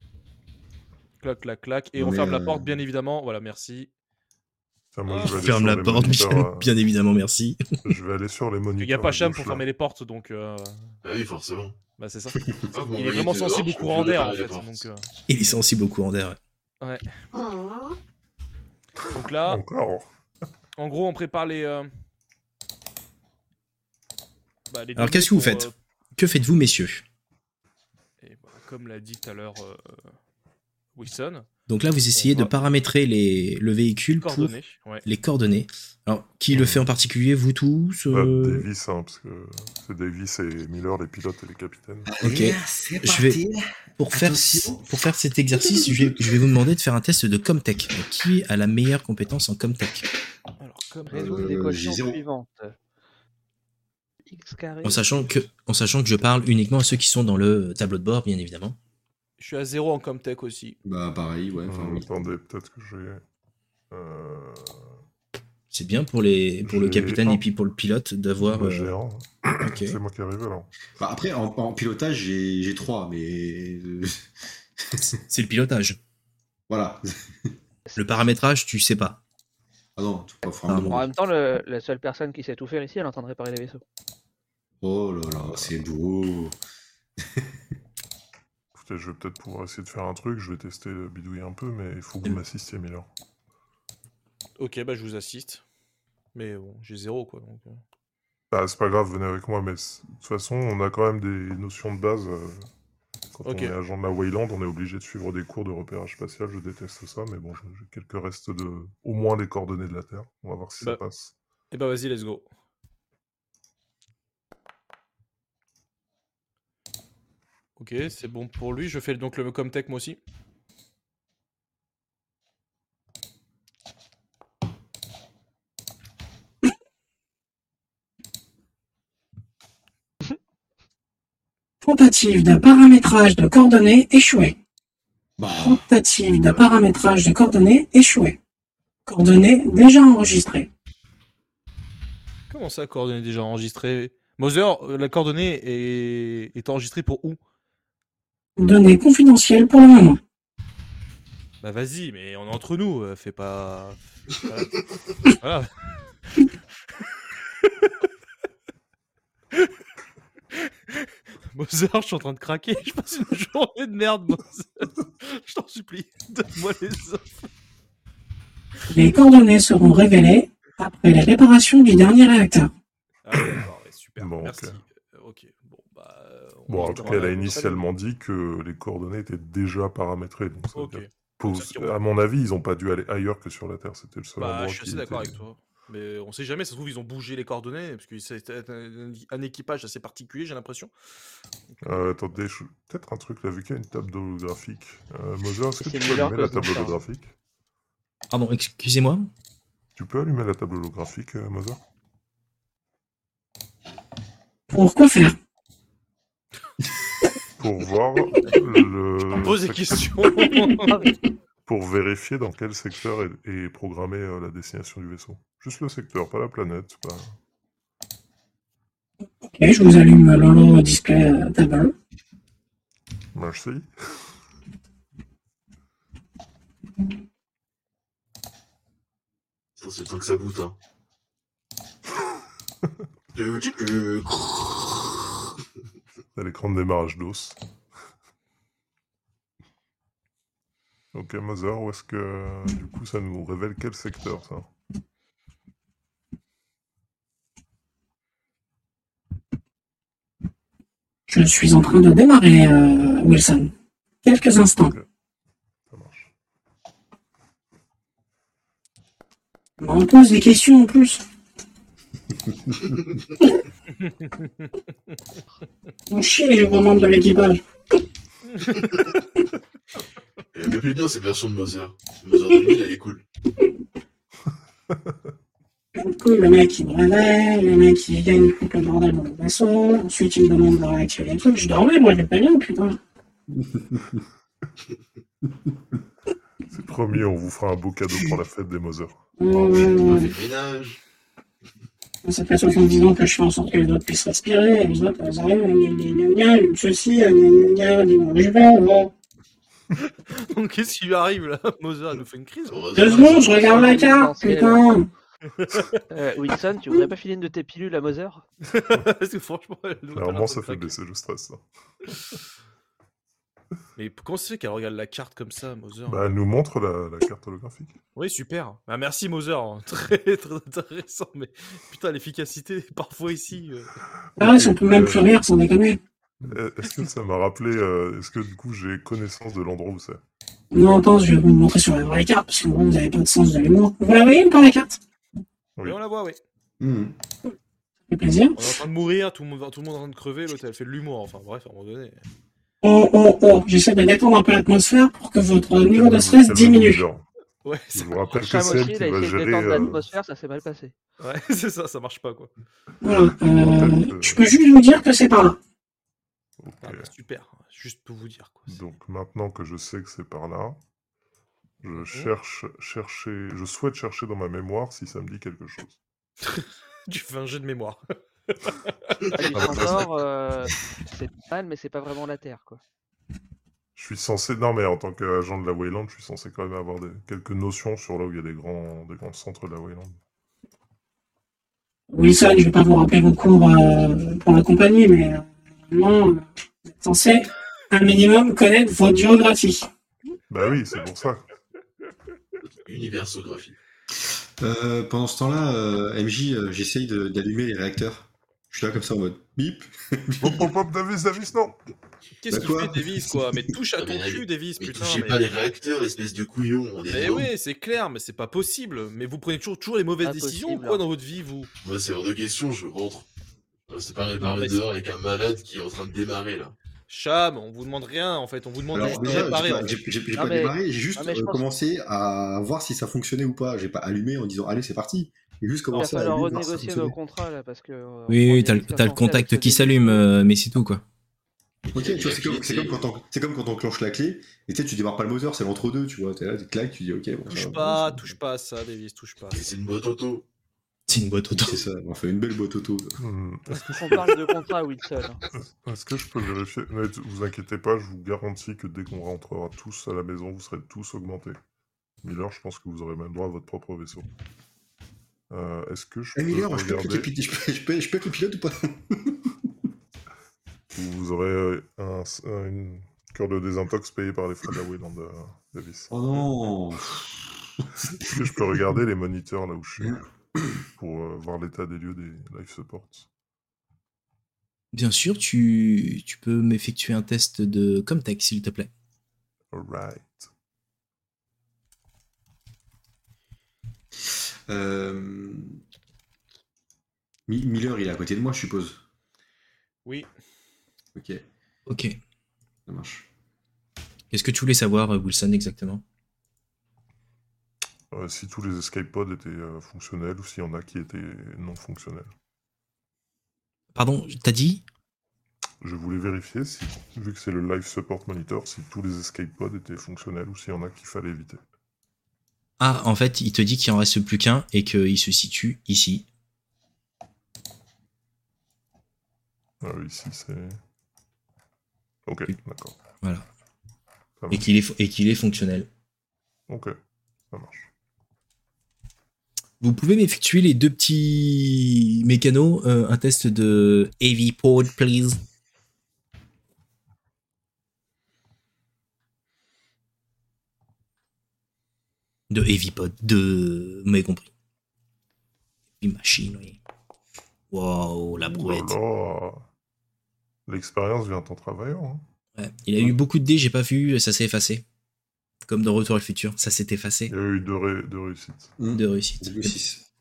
[SPEAKER 6] Clac, clac, clac. Et on
[SPEAKER 5] Mais,
[SPEAKER 6] ferme la
[SPEAKER 5] euh,
[SPEAKER 6] porte, bien évidemment. Voilà, merci.
[SPEAKER 7] Tiens, moi, je vais aller
[SPEAKER 1] Ferme
[SPEAKER 7] sur
[SPEAKER 1] la
[SPEAKER 7] les
[SPEAKER 1] porte, bien,
[SPEAKER 7] moniteurs, euh,
[SPEAKER 1] bien évidemment, merci.
[SPEAKER 7] Je vais aller sur les
[SPEAKER 6] Il
[SPEAKER 7] moniteurs.
[SPEAKER 6] n'y a pas
[SPEAKER 7] à
[SPEAKER 6] Cham
[SPEAKER 7] gauche,
[SPEAKER 6] pour
[SPEAKER 7] là.
[SPEAKER 6] fermer les portes, donc euh,
[SPEAKER 8] Ah oui, forcément.
[SPEAKER 6] bah c'est ça.
[SPEAKER 8] Ah, vous
[SPEAKER 6] Il
[SPEAKER 8] m'envoyez
[SPEAKER 6] est vraiment
[SPEAKER 8] dehors,
[SPEAKER 6] sensible
[SPEAKER 8] je
[SPEAKER 6] au
[SPEAKER 8] peux
[SPEAKER 6] courant
[SPEAKER 8] plus
[SPEAKER 6] d'air en
[SPEAKER 8] réparer
[SPEAKER 6] fait.
[SPEAKER 8] les portes.
[SPEAKER 6] Donc, euh,
[SPEAKER 1] Il est sensible beaucoup en d'air.
[SPEAKER 6] donc là,
[SPEAKER 7] Encore.
[SPEAKER 6] En gros, on prépare les. euh, bah, les
[SPEAKER 1] Alors,
[SPEAKER 6] données
[SPEAKER 1] qu'est-ce que vous
[SPEAKER 6] pour,
[SPEAKER 1] faites
[SPEAKER 6] euh,
[SPEAKER 1] Que faites-vous, messieurs
[SPEAKER 6] et bah, Comme l'a dit tout à l'heure euh, Wilson,
[SPEAKER 1] Donc là, vous essayez
[SPEAKER 6] On
[SPEAKER 1] de
[SPEAKER 6] va-
[SPEAKER 1] paramétrer les, le véhicule pour
[SPEAKER 6] coordonnées. Ouais.
[SPEAKER 1] les coordonnées. Alors, qui le fait en particulier Vous tous
[SPEAKER 7] Bah,
[SPEAKER 1] euh,
[SPEAKER 7] Davis, hein, parce que c'est Davis et Miller, les pilotes et les capitaines.
[SPEAKER 1] Ok. Je vais, pour, faire, pour faire cet exercice, je vais, je vais vous demander de faire un test de Comtech. Donc, qui a la meilleure compétence en Comtech
[SPEAKER 6] Alors, comme.
[SPEAKER 4] Résoudre l'équation
[SPEAKER 5] j'ai zéro.
[SPEAKER 4] suivante. X carré.
[SPEAKER 1] en sachant, que, en sachant que je parle uniquement à ceux qui sont dans le tableau de bord, bien évidemment.
[SPEAKER 6] Je suis à zéro en Comtech aussi.
[SPEAKER 10] Bah pareil, ouais. enfin,
[SPEAKER 7] Hum,
[SPEAKER 10] oui.
[SPEAKER 7] Attendez, peut-être que j'ai. Euh...
[SPEAKER 1] C'est bien pour, les, pour le
[SPEAKER 7] J'ai
[SPEAKER 1] capitaine
[SPEAKER 7] un.
[SPEAKER 1] et puis pour le pilote d'avoir.
[SPEAKER 7] bah,
[SPEAKER 1] euh,
[SPEAKER 7] j'ai un.
[SPEAKER 1] ok.
[SPEAKER 7] C'est moi qui arrive alors.
[SPEAKER 5] Bah, après, en, en pilotage, j'ai j'ai trois, mais euh,
[SPEAKER 1] C'est le pilotage.
[SPEAKER 5] voilà.
[SPEAKER 1] Le paramétrage, tu sais pas.
[SPEAKER 5] Ah non, tu peux pas
[SPEAKER 1] Ah,
[SPEAKER 5] faire
[SPEAKER 4] En même temps, le- la seule personne qui sait tout faire ici, elle est en train de réparer les vaisseaux.
[SPEAKER 5] Oh là là, c'est beau.
[SPEAKER 7] Écoutez, je vais peut-être pouvoir essayer de faire un truc. Je vais tester, euh, bidouiller un peu, mais il faut que vous m'assistiez, Miller.
[SPEAKER 6] Ok, bah je vous assiste. Mais bon, j'ai zéro quoi. donc, euh.
[SPEAKER 7] Bah, c'est pas grave, venez avec moi, mais c'est- de toute façon, on a quand même des notions de base. euh, Quand
[SPEAKER 6] Ok.
[SPEAKER 7] on est agent de la Wayland, on est obligé de suivre des cours de repérage spatial. Je déteste ça, mais bon, j'ai quelques restes de. au moins les coordonnées de la Terre. On va voir si
[SPEAKER 6] Bah.
[SPEAKER 7] ça passe.
[SPEAKER 6] Et bah vas-y, let's go. Ok, c'est bon pour lui. Je fais donc le Comtech moi aussi.
[SPEAKER 9] Tentative de paramétrage de coordonnées échouée.
[SPEAKER 5] Bah,
[SPEAKER 9] Tentative de paramétrage de coordonnées échouée. Coordonnées déjà enregistrées.
[SPEAKER 6] Comment ça, coordonnées déjà enregistrées Moser, euh, la coordonnée est, est enregistrée pour où
[SPEAKER 9] Données confidentielles pour le moment.
[SPEAKER 6] Bah vas-y, mais on est entre nous, euh, fais pas. Voilà. Voilà. Moser, je suis en train de craquer, je passe une journée de merde, Moser. Je t'en supplie, donne-moi les offres.
[SPEAKER 9] Les coordonnées seront révélées après la réparation du dernier réacteur.
[SPEAKER 6] Ah, ouais, d'accord, ouais, super,
[SPEAKER 7] Bon, ok.
[SPEAKER 6] merci. Euh, Ok, bon, bah. euh, on
[SPEAKER 7] Bon, en
[SPEAKER 6] se
[SPEAKER 7] tout
[SPEAKER 6] verra
[SPEAKER 7] cas, elle a
[SPEAKER 6] la-
[SPEAKER 7] initialement dit que les coordonnées étaient déjà paramétrées. Donc ça veut
[SPEAKER 6] Ok.
[SPEAKER 7] dire pose-
[SPEAKER 6] Ça tire.
[SPEAKER 7] À mon avis, ils n'ont pas dû aller ailleurs que sur la Terre. C'était le seul
[SPEAKER 6] Bah,
[SPEAKER 7] endroit
[SPEAKER 6] je suis
[SPEAKER 7] qui
[SPEAKER 6] assez d'accord
[SPEAKER 7] était-
[SPEAKER 6] avec toi. Mais on sait jamais, ça se trouve, ils ont bougé les coordonnées, parce que c'est un, un équipage assez particulier, j'ai l'impression.
[SPEAKER 7] Euh, attendez, je- peut-être un truc là, vu qu'il y a une table holographique. Euh, Mother, est-ce que
[SPEAKER 4] C'est
[SPEAKER 7] tu peux
[SPEAKER 4] Miller
[SPEAKER 7] allumer la
[SPEAKER 4] Cosmic
[SPEAKER 7] table
[SPEAKER 4] Star.
[SPEAKER 7] holographique
[SPEAKER 1] Pardon, Ah excusez-moi.
[SPEAKER 7] Tu peux allumer la table holographique, euh, Mother
[SPEAKER 9] Pourquoi faire
[SPEAKER 7] Pour voir le.
[SPEAKER 6] Pose des
[SPEAKER 7] sec-
[SPEAKER 6] questions
[SPEAKER 7] Pour vérifier dans quel secteur est, est programmée euh, la destination du vaisseau. Juste le secteur, pas la planète. Pas...
[SPEAKER 9] Ok, je vous allume l'holo display euh, table.
[SPEAKER 7] Merci.
[SPEAKER 8] Ça, c'est le temps que ça boot, hein. Euh, tu- euh,
[SPEAKER 7] À l'écran de démarrage d'os. Ok, Mother, où est-ce que. Du coup, ça nous révèle quel secteur, ça
[SPEAKER 9] Je suis en train de démarrer, euh, Wilson. Quelques instants.
[SPEAKER 7] Ça marche.
[SPEAKER 9] On pose des questions en plus. On chie les nouveaux membres de l'équipage.
[SPEAKER 8] Elle me plaît bien cette version de Mother. Mother 2000, elle est cool.
[SPEAKER 9] Du coup, le mec il me réveille, le mec il gagne tout le bordel dans le vaisseau, ensuite il me demande de réactiver les trucs. Je dormais, moi j'ai pas bien, putain.
[SPEAKER 7] C'est promis, on vous fera un beau cadeau pour la fête des Mother.
[SPEAKER 8] On
[SPEAKER 9] Euh,
[SPEAKER 8] fait le ménage.
[SPEAKER 9] ça fait 70 ans que je fais en sorte que les autres puissent respirer, et les autres elles arrivent, gna gna gna gna, ceci, gna gna gna, dis moi je euh, vais, bon.
[SPEAKER 6] Donc, qu'est-ce qui lui arrive là Moser, elle nous fait une crise.
[SPEAKER 8] Mother,
[SPEAKER 9] Deux secondes, je regarde la carte,
[SPEAKER 4] Essentiel.
[SPEAKER 9] putain.
[SPEAKER 4] Euh, Wilson, tu voudrais pas filer une de tes pilules à Mother
[SPEAKER 6] Parce que franchement, elle nous a
[SPEAKER 7] Clairement,
[SPEAKER 6] l'air de
[SPEAKER 7] ça fait
[SPEAKER 6] craquer.
[SPEAKER 7] baisser le stress. ça.
[SPEAKER 6] Mais comment c'est qu'elle regarde la carte comme ça, Moser
[SPEAKER 7] Bah, elle nous montre la, la carte holographique.
[SPEAKER 6] Oui, super. Bah, merci, Moser. Très, très intéressant. Mais putain, l'efficacité, parfois ici. euh.
[SPEAKER 9] Ah, on peut même plus rire sans déconner.
[SPEAKER 4] Mm.
[SPEAKER 7] Euh, Est-ce que ça m'a rappelé euh, Est-ce que du coup j'ai connaissance de l'endroit où c'est
[SPEAKER 9] Non, attends, je vais vous le montrer sur la vraie carte, parce que bon, vous n'avez pas de sens de l'humour. Vous la voyez par la carte Ça
[SPEAKER 7] Oui.
[SPEAKER 6] Mais on la voit, oui.
[SPEAKER 10] Hmm.
[SPEAKER 9] fait plaisir.
[SPEAKER 6] On est en train de mourir, tout le monde, tout le monde est en train de crever, l'autre, elle fait de l'humour. Enfin, bref, à un moment donné.
[SPEAKER 9] Oh, oh, oh, j'essaie de détendre un peu l'atmosphère pour que votre niveau de
[SPEAKER 7] Calmez-vous,
[SPEAKER 9] stress
[SPEAKER 7] calmez-vous,
[SPEAKER 9] diminue.
[SPEAKER 7] genre.
[SPEAKER 6] Ouais,
[SPEAKER 7] Je
[SPEAKER 6] c'est
[SPEAKER 7] vous rappelle que c'est
[SPEAKER 4] Chamochi, il
[SPEAKER 7] elle
[SPEAKER 4] a
[SPEAKER 7] qui va
[SPEAKER 4] essayé de
[SPEAKER 7] gérer.
[SPEAKER 4] détendre
[SPEAKER 7] euh,
[SPEAKER 4] l'atmosphère, ça s'est mal passé.
[SPEAKER 6] ouais, c'est ça, ça marche pas, quoi.
[SPEAKER 9] Voilà, euh, je peux juste vous dire que c'est par là.
[SPEAKER 7] ok.
[SPEAKER 6] Ah, bah, super. Juste pour vous dire, quoi.
[SPEAKER 7] Donc maintenant que je sais que c'est par là, je cherche, chercher, je souhaite chercher dans ma mémoire si ça me dit quelque chose.
[SPEAKER 6] Tu fais un jeu de mémoire.
[SPEAKER 7] Bah,
[SPEAKER 4] Ah, les
[SPEAKER 7] Ah, bah, ça,
[SPEAKER 4] centaures, euh, c'est pas mal, mais c'est pas vraiment la Terre, quoi.
[SPEAKER 7] Je suis censé, non mais en tant qu'agent de la Wayland, je suis censé quand même avoir des- quelques notions sur là où il y a des grands, des grands centres de la Wayland.
[SPEAKER 9] Wilson, je vais pas vous rappeler vos cours euh, pour la compagnie, mais euh, non, euh, vous êtes censé un minimum connaître votre géographie.
[SPEAKER 7] Bah oui, c'est pour ça.
[SPEAKER 8] Universographie.
[SPEAKER 10] Euh, pendant ce temps-là, euh, MJ, euh, j'essaye de- d'allumer les réacteurs. Je suis là comme ça en mode bip.
[SPEAKER 7] Hop, hop, hop, Davis, Davis, non
[SPEAKER 6] Qu'est-ce
[SPEAKER 10] Bah
[SPEAKER 6] qu'il
[SPEAKER 10] quoi
[SPEAKER 6] fait, Davis, quoi Mais touche à
[SPEAKER 8] Ah,
[SPEAKER 6] ton
[SPEAKER 8] mais-
[SPEAKER 6] cul, Davis,
[SPEAKER 8] Mais
[SPEAKER 6] putain.
[SPEAKER 8] touchez
[SPEAKER 6] mais-
[SPEAKER 8] pas les réacteurs, espèce de couillon. On est
[SPEAKER 6] Mais
[SPEAKER 8] vraiment-
[SPEAKER 6] Eh oui, c'est clair, mais c'est pas possible. Mais vous prenez toujours, toujours les mauvaises
[SPEAKER 4] Impossible,
[SPEAKER 6] décisions, quoi,
[SPEAKER 4] hein.
[SPEAKER 6] dans votre vie, vous.
[SPEAKER 8] Moi, c'est hors de question, je rentre. Euh, C'est pas
[SPEAKER 6] mais
[SPEAKER 8] réparé
[SPEAKER 6] c'est-
[SPEAKER 8] dehors avec un malade qui est en train de démarrer là.
[SPEAKER 6] Cham, on vous demande rien, en fait. On vous demande
[SPEAKER 10] Alors
[SPEAKER 6] juste de
[SPEAKER 10] déjà,
[SPEAKER 6] réparer.
[SPEAKER 10] j'ai
[SPEAKER 6] en
[SPEAKER 10] pas,
[SPEAKER 6] fait.
[SPEAKER 10] j'ai- j'ai- j'ai
[SPEAKER 4] Ah,
[SPEAKER 10] pas
[SPEAKER 4] mais-
[SPEAKER 10] démarré, j'ai juste
[SPEAKER 4] ah, mais je
[SPEAKER 10] euh,
[SPEAKER 4] pense-
[SPEAKER 10] commencé à voir si ça fonctionnait ou pas. J'ai pas allumé en disant allez c'est parti. J'ai juste
[SPEAKER 4] Il va
[SPEAKER 10] commencé à
[SPEAKER 4] falloir
[SPEAKER 10] allumer, voir si ça
[SPEAKER 4] renégocier nos
[SPEAKER 10] fonctionnait.
[SPEAKER 4] contrats, là, parce que... euh,
[SPEAKER 1] Oui,
[SPEAKER 4] on est
[SPEAKER 1] oui, t'as le-
[SPEAKER 4] expert
[SPEAKER 1] t'as le
[SPEAKER 4] censé avec ce
[SPEAKER 1] contact qui
[SPEAKER 4] début.
[SPEAKER 1] s'allume, euh, mais c'est tout, quoi.
[SPEAKER 10] Ok, tu vois, c'est comme, c'est comme quand on, c'est comme quand on clenche la clé et tu sais, tu démarres pas le moteur, c'est l'entre-deux, tu vois. T'es là, tu claques, tu dis ok, bon. ça va,
[SPEAKER 6] Touche pas,
[SPEAKER 10] ça va.
[SPEAKER 8] Ah,
[SPEAKER 6] touche pas à ça, Davis, touche pas. à
[SPEAKER 8] Et
[SPEAKER 6] ça.
[SPEAKER 8] c'est une boîte auto.
[SPEAKER 1] C'est une boîte auto.
[SPEAKER 10] C'est ça, on fait une belle boîte auto.
[SPEAKER 7] Hmm.
[SPEAKER 4] On parle de contrat, Wilson.
[SPEAKER 7] Est-ce que je peux vérifier Ne vous inquiétez pas, je vous garantis que dès qu'on rentrera tous à la maison, vous serez tous augmentés. Miller, je pense que vous aurez même droit à votre propre vaisseau. Euh, Est-ce que je
[SPEAKER 5] Eh,
[SPEAKER 7] peux
[SPEAKER 5] Miller, je peux, être le
[SPEAKER 7] regarder
[SPEAKER 5] capi- je, peux, je, peux- je peux être le pilote ou pas
[SPEAKER 7] où vous aurez euh, un, un- une cure de désintox payée par les frais de la Wayland euh, Davis
[SPEAKER 10] Oh non
[SPEAKER 7] Est-ce que je peux regarder les moniteurs là où je suis pour euh, voir l'état des lieux des life supports
[SPEAKER 1] Bien sûr, tu, tu peux m'effectuer un test de Comtech, s'il te plaît.
[SPEAKER 7] Alright.
[SPEAKER 10] Euh, Mi- Miller, il est à côté de moi, je suppose.
[SPEAKER 6] Oui.
[SPEAKER 10] Ok,
[SPEAKER 1] Ok.
[SPEAKER 10] ça marche.
[SPEAKER 1] Qu'est-ce que tu voulais savoir, euh, Wilson, exactement
[SPEAKER 7] Euh, si tous les escape pods étaient euh, fonctionnels ou s'il y en a qui étaient non fonctionnels.
[SPEAKER 1] Pardon, t'as dit
[SPEAKER 7] Je voulais vérifier si, vu que c'est le live support monitor, si tous les escape pods étaient fonctionnels ou s'il y en a qu'il fallait éviter.
[SPEAKER 1] Ah, en fait, il te dit qu'il en reste plus qu'un et qu'il se situe ici.
[SPEAKER 7] Ah oui, ici c'est. Ok, d'accord.
[SPEAKER 1] Voilà.
[SPEAKER 7] Ça marche.
[SPEAKER 1] Et qu'il est, fo- et qu'il est fonctionnel.
[SPEAKER 7] Ok, ça marche.
[SPEAKER 1] Vous pouvez m'effectuer les deux petits mécanos, euh, un test de Heavy Pod, please. De Heavy Pod, de. Vous m'avez compris. Heavy Machine, oui. Wow, la
[SPEAKER 7] Oh là
[SPEAKER 1] brouette.
[SPEAKER 7] là L'expérience vient en travaillant. hein.
[SPEAKER 1] Ouais, Il a eu beaucoup de dés, j'ai pas vu, ça s'est effacé. Comme dans Retour à le futur, ça s'est effacé
[SPEAKER 7] Il y a eu deux, ré- deux réussites.
[SPEAKER 1] de réussite.
[SPEAKER 10] Double 6.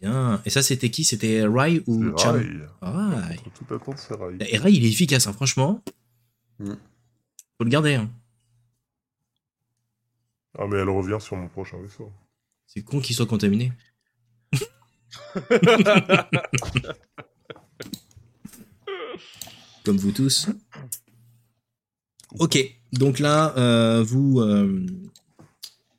[SPEAKER 1] Bien. Et ça, c'était qui C'était Rai ou
[SPEAKER 7] C'est
[SPEAKER 1] Chan
[SPEAKER 7] rail.
[SPEAKER 1] Rai.
[SPEAKER 7] Contre toute attente, c'est rail.
[SPEAKER 1] Et Ray, il est efficace, hein, franchement.
[SPEAKER 10] Mm.
[SPEAKER 1] Faut le garder. hein.
[SPEAKER 7] Ah, mais elle revient sur mon prochain vaisseau.
[SPEAKER 1] C'est con qu'il soit contaminé. Comme vous tous. Ok, donc là, euh, vous. euh,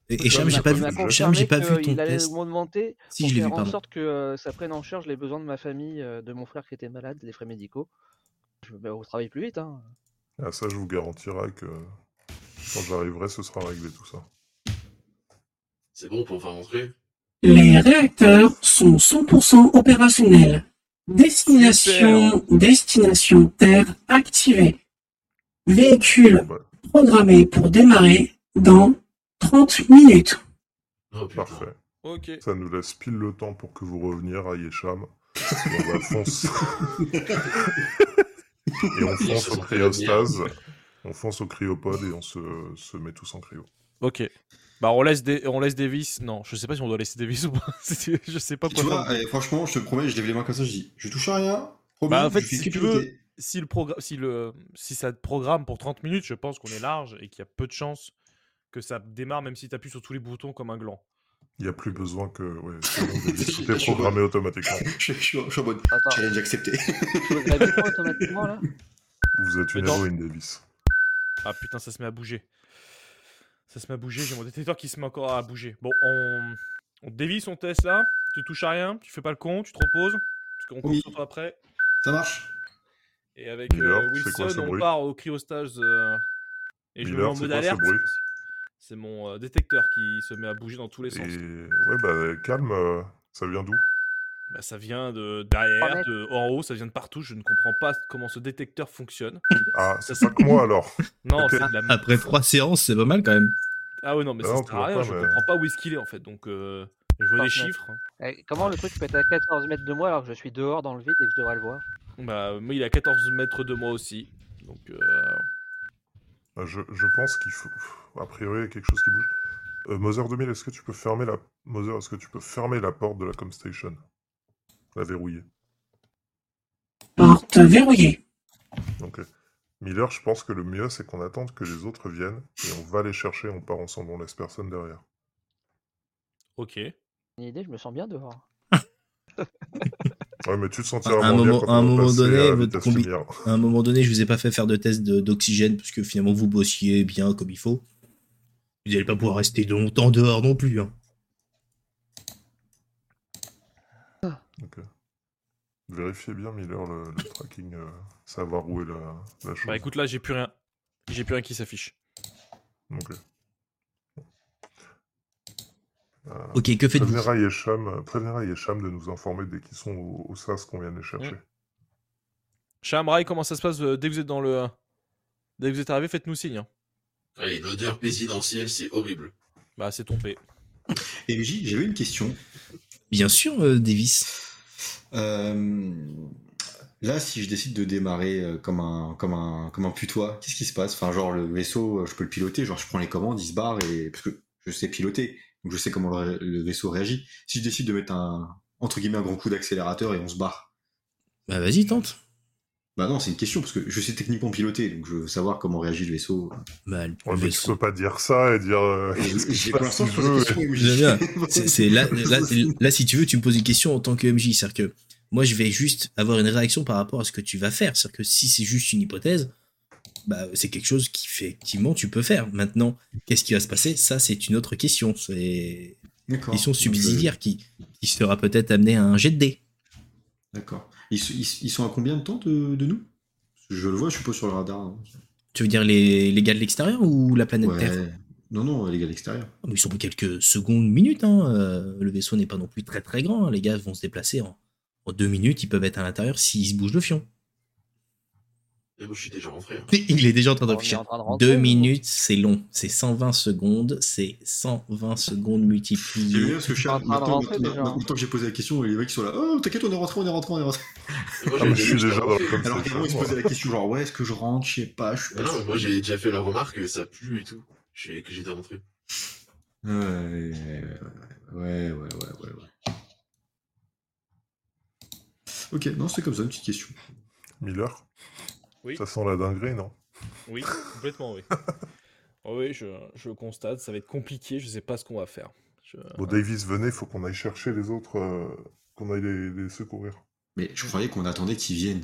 [SPEAKER 1] Et, et Cham, j'ai pas
[SPEAKER 4] Il
[SPEAKER 1] vu,
[SPEAKER 4] m'a
[SPEAKER 1] Cham, j'ai
[SPEAKER 4] confirmé
[SPEAKER 1] pas vu ton
[SPEAKER 4] qu'il allait
[SPEAKER 1] test.
[SPEAKER 4] m'augmenter
[SPEAKER 1] Si,
[SPEAKER 4] pour
[SPEAKER 1] je l'ai vu,
[SPEAKER 4] faire en
[SPEAKER 1] pardon.
[SPEAKER 4] sorte que euh, ça prenne en charge les besoins de ma famille, euh, de mon frère qui était malade, les frais médicaux. Je vais au travail plus vite. Hein.
[SPEAKER 7] Ah, ça, je vous garantirai que quand j'arriverai, ce sera réglé tout ça.
[SPEAKER 8] C'est bon pour faire rentrer
[SPEAKER 9] Les réacteurs sont 100% opérationnels. Destination, destination Terre activée. Véhicule
[SPEAKER 7] Bon, bah,
[SPEAKER 9] programmé pour démarrer dans 30 minutes.
[SPEAKER 8] Oh putain.
[SPEAKER 7] parfait.
[SPEAKER 6] Ok.
[SPEAKER 7] Ça nous laisse pile le temps pour que vous reveniez à Yesham. Et on va fonce. et on fonce au cryostase. On fonce au cryopode et on se, se met tous en cryo.
[SPEAKER 6] Ok. Bah on laisse des on laisse Davis. Non, je sais pas si on doit laisser Davis ou pas. C'est- je sais pas
[SPEAKER 10] Tu
[SPEAKER 6] quoi
[SPEAKER 10] vois, euh,
[SPEAKER 6] faire.
[SPEAKER 10] allez, franchement, je te promets, je lève les mains comme ça, je dis, je touche à rien. promis,
[SPEAKER 6] Bah, en fait,
[SPEAKER 10] je fais
[SPEAKER 6] si
[SPEAKER 10] que
[SPEAKER 6] tu
[SPEAKER 10] piloter.
[SPEAKER 6] veux- Si le programme si le si ça te programme pour 30 minutes, je pense qu'on est large et qu'il y a peu de chances que ça démarre même si tu appuies sur tous les boutons comme un gland.
[SPEAKER 7] Il n'y a plus besoin que. Ouais, c'est bon, Davis, tout est programmé automatiquement.
[SPEAKER 10] Je, je suis en- je suis en mode
[SPEAKER 4] Attends,
[SPEAKER 10] challenge accepté.
[SPEAKER 4] je me grave pas automatiquement là
[SPEAKER 7] Vous êtes une
[SPEAKER 6] Mais dans-
[SPEAKER 7] héroïne, Davis.
[SPEAKER 6] Ah putain, ça se met à bouger. Ça se met à bouger, j'ai mon détecteur qui se met encore à bouger. Bon, on on dévisse, on teste là. Tu touches à rien, tu fais pas le con, tu te reposes parce qu'on compte
[SPEAKER 10] Oui.
[SPEAKER 6] sur toi après.
[SPEAKER 10] Ça marche
[SPEAKER 6] Et avec
[SPEAKER 7] Miller,
[SPEAKER 6] euh,
[SPEAKER 7] c'est quoi
[SPEAKER 6] Wilson,
[SPEAKER 7] ce
[SPEAKER 6] on
[SPEAKER 7] bruit
[SPEAKER 6] part au cryostage. euh, et je le mets
[SPEAKER 7] Miller,
[SPEAKER 6] en
[SPEAKER 7] c'est
[SPEAKER 6] mode
[SPEAKER 7] quoi ce
[SPEAKER 6] alerte.
[SPEAKER 7] bruit
[SPEAKER 6] C'est mon euh, détecteur qui se met à bouger dans tous les
[SPEAKER 7] Et.
[SPEAKER 6] sens.
[SPEAKER 7] Ouais, bah, calme, euh, ça vient d'où
[SPEAKER 6] Bah, ça vient de derrière,
[SPEAKER 4] Honnête.
[SPEAKER 6] de en haut, ça vient de partout. Je ne comprends pas comment ce détecteur fonctionne.
[SPEAKER 7] Ah, c'est pas que moi alors
[SPEAKER 6] Non, c'est de la merde.
[SPEAKER 1] Après trois séances, c'est pas mal quand même.
[SPEAKER 6] Ah ouais, non, mais
[SPEAKER 7] Bah
[SPEAKER 6] ça
[SPEAKER 7] non,
[SPEAKER 6] sert
[SPEAKER 7] tu
[SPEAKER 6] à
[SPEAKER 7] vois
[SPEAKER 6] rien.
[SPEAKER 7] pas,
[SPEAKER 6] je
[SPEAKER 7] mais-
[SPEAKER 6] comprends pas où est-ce qu'il est en fait. Donc, euh, je vois
[SPEAKER 4] Par
[SPEAKER 6] des
[SPEAKER 4] contre.
[SPEAKER 6] chiffres.
[SPEAKER 4] Eh, Comment le truc peut être à 14 mètres de moi alors que je suis dehors dans le vide et que je devrais le voir
[SPEAKER 6] Bah, moi, il est à 14 mètres de moi aussi. Donc, euh,
[SPEAKER 7] Euh, Je, je pense qu'il faut. A priori, il y a quelque chose qui bouge. Euh, Mother 2000, est-ce que tu peux fermer la. Mother, est-ce que tu peux fermer la porte de la Comstation La verrouiller.
[SPEAKER 9] Porte verrouillée.
[SPEAKER 7] Donc, euh, Miller, je pense que le mieux, c'est qu'on attende que les autres viennent et on va les chercher, on part ensemble, on laisse personne derrière.
[SPEAKER 6] ok.
[SPEAKER 4] Une idée, je me sens bien dehors.
[SPEAKER 7] Ouais, mais tu te sentiras
[SPEAKER 1] À un
[SPEAKER 7] moins bien
[SPEAKER 1] moment-
[SPEAKER 7] quand
[SPEAKER 1] à un
[SPEAKER 7] on va
[SPEAKER 1] moment
[SPEAKER 7] passer euh,
[SPEAKER 1] donné,
[SPEAKER 7] à la
[SPEAKER 1] votre
[SPEAKER 7] vitesse
[SPEAKER 1] combi-
[SPEAKER 7] lumière.
[SPEAKER 1] À un moment donné, je vous ai pas fait faire de test de- d'oxygène parce que finalement vous bossiez bien comme il faut. Vous n'allez pas pouvoir rester longtemps dehors non plus. hein.
[SPEAKER 7] Donc, euh, vérifiez bien, Miller, le, le tracking, euh, savoir où est la, la chose.
[SPEAKER 6] Bah écoute, là, j'ai plus rien. J'ai plus rien qui s'affiche.
[SPEAKER 7] Ok. Euh,
[SPEAKER 1] Ok, que faites-vous
[SPEAKER 7] prévenez Ray et Cham- euh, prévenez Ray et Cham de nous informer dès qu'ils sont au, au SAS qu'on vient les chercher.
[SPEAKER 6] Shamrai, comment ça se passe euh, dès que vous êtes dans le. Dès que vous êtes arrivé, faites-nous signe. hein.
[SPEAKER 8] Ouais, une odeur présidentielle, c'est horrible.
[SPEAKER 6] Bah, c'est tombé.
[SPEAKER 5] Et MJ, j'avais une question.
[SPEAKER 1] Bien sûr, euh, Davis.
[SPEAKER 5] Euh, là, si je décide de démarrer euh, comme un, comme un, comme un putois, qu'est-ce qui se passe Enfin, genre, le vaisseau, euh, je peux le piloter, genre, je prends les commandes, il se barre, et, parce que je sais piloter, donc je sais comment le, le vaisseau réagit. Si je décide de mettre un, entre guillemets, un grand coup d'accélérateur et on se barre,
[SPEAKER 1] Bah vas-y, tente.
[SPEAKER 5] bah non, c'est une question, parce que je sais techniquement piloter, donc je veux savoir comment réagit le vaisseau.
[SPEAKER 1] Bah, le
[SPEAKER 7] Ouais, mais tu
[SPEAKER 1] vaisseau-
[SPEAKER 7] peux pas dire ça et dire. euh,
[SPEAKER 5] Et
[SPEAKER 7] qu'est-ce qui se
[SPEAKER 5] J'ai pour
[SPEAKER 7] passe
[SPEAKER 5] l'instant
[SPEAKER 7] si
[SPEAKER 5] je pose
[SPEAKER 7] je
[SPEAKER 5] la
[SPEAKER 7] veux,
[SPEAKER 5] question, mais
[SPEAKER 1] Je viens.
[SPEAKER 5] je-
[SPEAKER 1] C'est c'est là, là, là, si tu veux, tu me poses une question en tant que MJ. C'est-à-dire que moi, je vais juste avoir une réaction par rapport à ce que tu vas faire. C'est-à-dire que si c'est juste une hypothèse, bah, c'est quelque chose qui, effectivement, tu peux faire. Maintenant, qu'est-ce qui va se passer Ça, c'est une autre question. C'est une
[SPEAKER 5] D'accord.
[SPEAKER 1] question
[SPEAKER 5] Donc, euh,
[SPEAKER 1] subsidiaire qui, qui sera peut-être amenée à un jet de dés.
[SPEAKER 5] D'accord. Ils, sont- ils- ils sont à combien de temps de, de nous Je le vois, je suis pas sur le radar. hein.
[SPEAKER 1] Tu veux dire les, les gars de l'extérieur ou la planète Terre
[SPEAKER 5] Ouais. Non, non, les gars à l'extérieur.
[SPEAKER 1] Ah, mais Ils sont pour quelques secondes, minutes. hein. Euh, le vaisseau n'est pas non plus très très grand. hein. Les gars vont se déplacer en, en deux minutes. Ils peuvent être à l'intérieur s'ils se bougent le fion.
[SPEAKER 8] Et moi, je suis déjà rentré. hein.
[SPEAKER 1] Il est déjà en train de
[SPEAKER 4] On est
[SPEAKER 1] réfléchir.
[SPEAKER 4] en train de rentrer,
[SPEAKER 1] Deux
[SPEAKER 4] ou-
[SPEAKER 1] minutes, c'est long. C'est 120 secondes. C'est 120 secondes
[SPEAKER 5] J'aime bien
[SPEAKER 1] multipliées.
[SPEAKER 5] parce que je suis
[SPEAKER 4] en
[SPEAKER 5] en
[SPEAKER 4] train de rentrer, déjà.
[SPEAKER 5] Maintenant que j'ai posé la question, les mecs sont là. Oh, t'inquiète, on est rentré, on est rentré, on est rentré.
[SPEAKER 8] Et moi,
[SPEAKER 7] Ah,
[SPEAKER 8] j'avais
[SPEAKER 7] mais je suis
[SPEAKER 8] déjà
[SPEAKER 7] déjà dans
[SPEAKER 8] rentré.
[SPEAKER 7] le comme
[SPEAKER 5] Alors qu'avant, ils se posaient la question genre, ouais, est-ce que je rentre, je sais pas, je suis
[SPEAKER 8] Mais
[SPEAKER 5] pas
[SPEAKER 8] non, mais
[SPEAKER 5] sûr.
[SPEAKER 8] moi, j'ai déjà fait la remarque que ça pue et tout. Je sais que j'étais rentré.
[SPEAKER 5] Ouais, ouais, ouais, ouais, ouais, ouais. Ok, non, c'est comme ça, une petite question.
[SPEAKER 7] Miller
[SPEAKER 6] Oui.
[SPEAKER 7] Ça sent la dinguerie, non
[SPEAKER 6] Oui, complètement, oui. Oh oui, je, je le constate, ça va être compliqué, je sais pas ce qu'on va faire. Je-
[SPEAKER 7] Bon, Davis, venez, faut qu'on aille chercher les autres, euh, qu'on aille les, les secourir.
[SPEAKER 5] Mais je croyais qu'on attendait qu'ils viennent.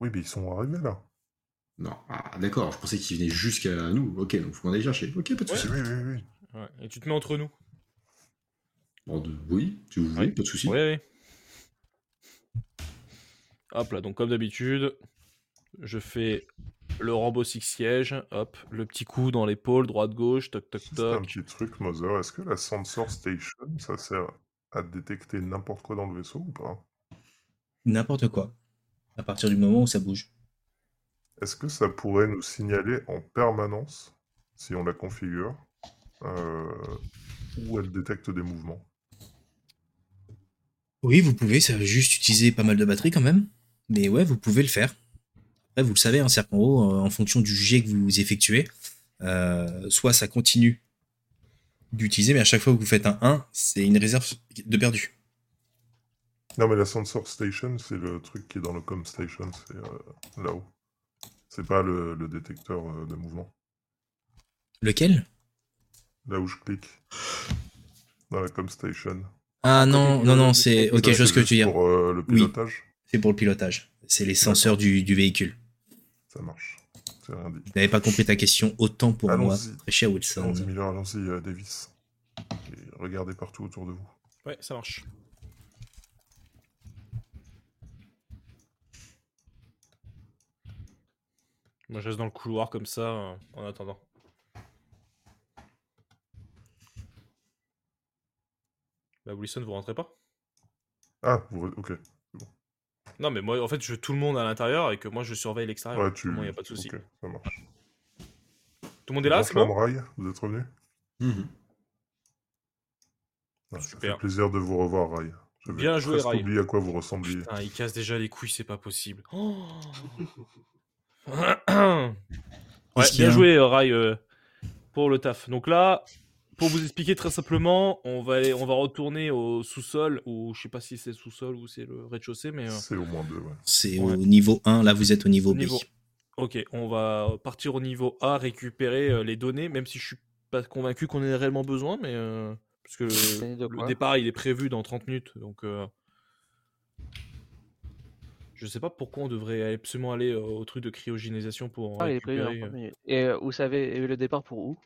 [SPEAKER 7] Oui, mais ils sont arrivés là.
[SPEAKER 5] Non, ah, d'accord, je pensais qu'ils venaient jusqu'à nous. Ok, donc faut qu'on aille chercher. Ok, pas de
[SPEAKER 6] Ouais.
[SPEAKER 5] soucis.
[SPEAKER 7] Oui, oui, oui.
[SPEAKER 6] Ouais, Et tu te mets entre nous.
[SPEAKER 5] Bon, de- Oui, si vous voulez, pas de soucis.
[SPEAKER 6] Oui, oui. Hop là, donc comme d'habitude, je fais le Rambo Six Siège, hop, le petit coup dans l'épaule, droite-gauche, toc toc
[SPEAKER 7] Juste un
[SPEAKER 6] toc.
[SPEAKER 7] petit truc, Mother. Est-ce que la Sensor Station, ça sert à détecter n'importe quoi dans le vaisseau ou pas
[SPEAKER 1] N'importe quoi. À partir du moment où ça bouge.
[SPEAKER 7] Est-ce que ça pourrait nous signaler en permanence, si on la configure, euh, où elle détecte des mouvements
[SPEAKER 1] Oui, vous pouvez. Ça va juste utiliser pas mal de batterie quand même. Mais ouais, vous pouvez le faire. Après, vous le savez, un serpent haut, euh, en fonction du jet que vous effectuez, euh, soit ça continue d'utiliser, mais à chaque fois que vous faites un 1, c'est une réserve de perdu.
[SPEAKER 7] Non, mais la Sensor Station, c'est le truc qui est dans le Com Station, c'est euh, là-haut. C'est pas le, le détecteur euh, de mouvement.
[SPEAKER 1] Lequel
[SPEAKER 7] Là où je clique. Dans la Com Station.
[SPEAKER 1] Ah non, non, non, c'est. Ok,
[SPEAKER 7] Ça,
[SPEAKER 1] je vois ce que
[SPEAKER 7] juste
[SPEAKER 1] tu veux dire.
[SPEAKER 7] Pour euh, le
[SPEAKER 1] Oui.
[SPEAKER 7] pilotage,
[SPEAKER 1] C'est pour le pilotage. C'est les senseurs du, du véhicule.
[SPEAKER 7] ça marche. C'est rien dit.
[SPEAKER 1] Vous n'avez pas compris ta question autant pour moi,
[SPEAKER 7] Allons-y.
[SPEAKER 1] très cher Wilson.
[SPEAKER 7] Allons-y, Miller, allons-y, euh, Davis. Et regardez partout autour de vous.
[SPEAKER 6] Ouais, ça marche. Moi, je reste dans le couloir comme ça, euh, en attendant. Bah, Wilson, vous rentrez pas
[SPEAKER 7] Ah, vous... ok.
[SPEAKER 6] Non, mais moi, en fait, je veux tout le monde à l'intérieur et que moi, je surveille l'extérieur.
[SPEAKER 7] Ouais, tu.
[SPEAKER 6] Ah, Moi, y a pas de souci.
[SPEAKER 7] Ok, ça marche.
[SPEAKER 6] Tout le monde est là,
[SPEAKER 7] Bon,
[SPEAKER 6] c'est bon
[SPEAKER 7] Flammerail, vous êtes revenu
[SPEAKER 5] Mhm.
[SPEAKER 7] Ah, Ça
[SPEAKER 6] Super.
[SPEAKER 7] fait plaisir de vous revoir, Rai. J'avais
[SPEAKER 6] Bien joué,
[SPEAKER 7] presque
[SPEAKER 6] Rai.
[SPEAKER 7] oublié à quoi vous ressembliez.
[SPEAKER 6] Putain, il casse déjà les couilles, c'est pas possible. Oh ouais,
[SPEAKER 1] Qu'est-ce qu'il y
[SPEAKER 6] bien
[SPEAKER 1] a
[SPEAKER 6] joué, euh, Rai, euh, pour le taf. Donc là, pour vous expliquer très simplement, on va, aller, on va retourner au sous-sol, ou je sais pas si c'est le sous-sol ou c'est le rez-de-chaussée, mais. euh,
[SPEAKER 7] C'est au moins deux, ouais.
[SPEAKER 1] C'est
[SPEAKER 6] Ouais.
[SPEAKER 1] au niveau 1, là vous êtes au niveau,
[SPEAKER 6] Niveau.
[SPEAKER 1] B.
[SPEAKER 6] Ok, on va partir au niveau A, récupérer euh, les données, même si je suis pas convaincu qu'on en ait réellement besoin, mais. euh, parce que le,
[SPEAKER 4] Données de
[SPEAKER 6] le
[SPEAKER 4] quoi
[SPEAKER 6] départ, il est prévu dans 30 minutes, donc. euh, je sais pas pourquoi on devrait absolument aller euh, au truc de cryogénisation pour.
[SPEAKER 4] Ah, il est prévu dans
[SPEAKER 6] récupérer, euh,
[SPEAKER 4] 30 minutes. Et euh, vous savez et le départ pour où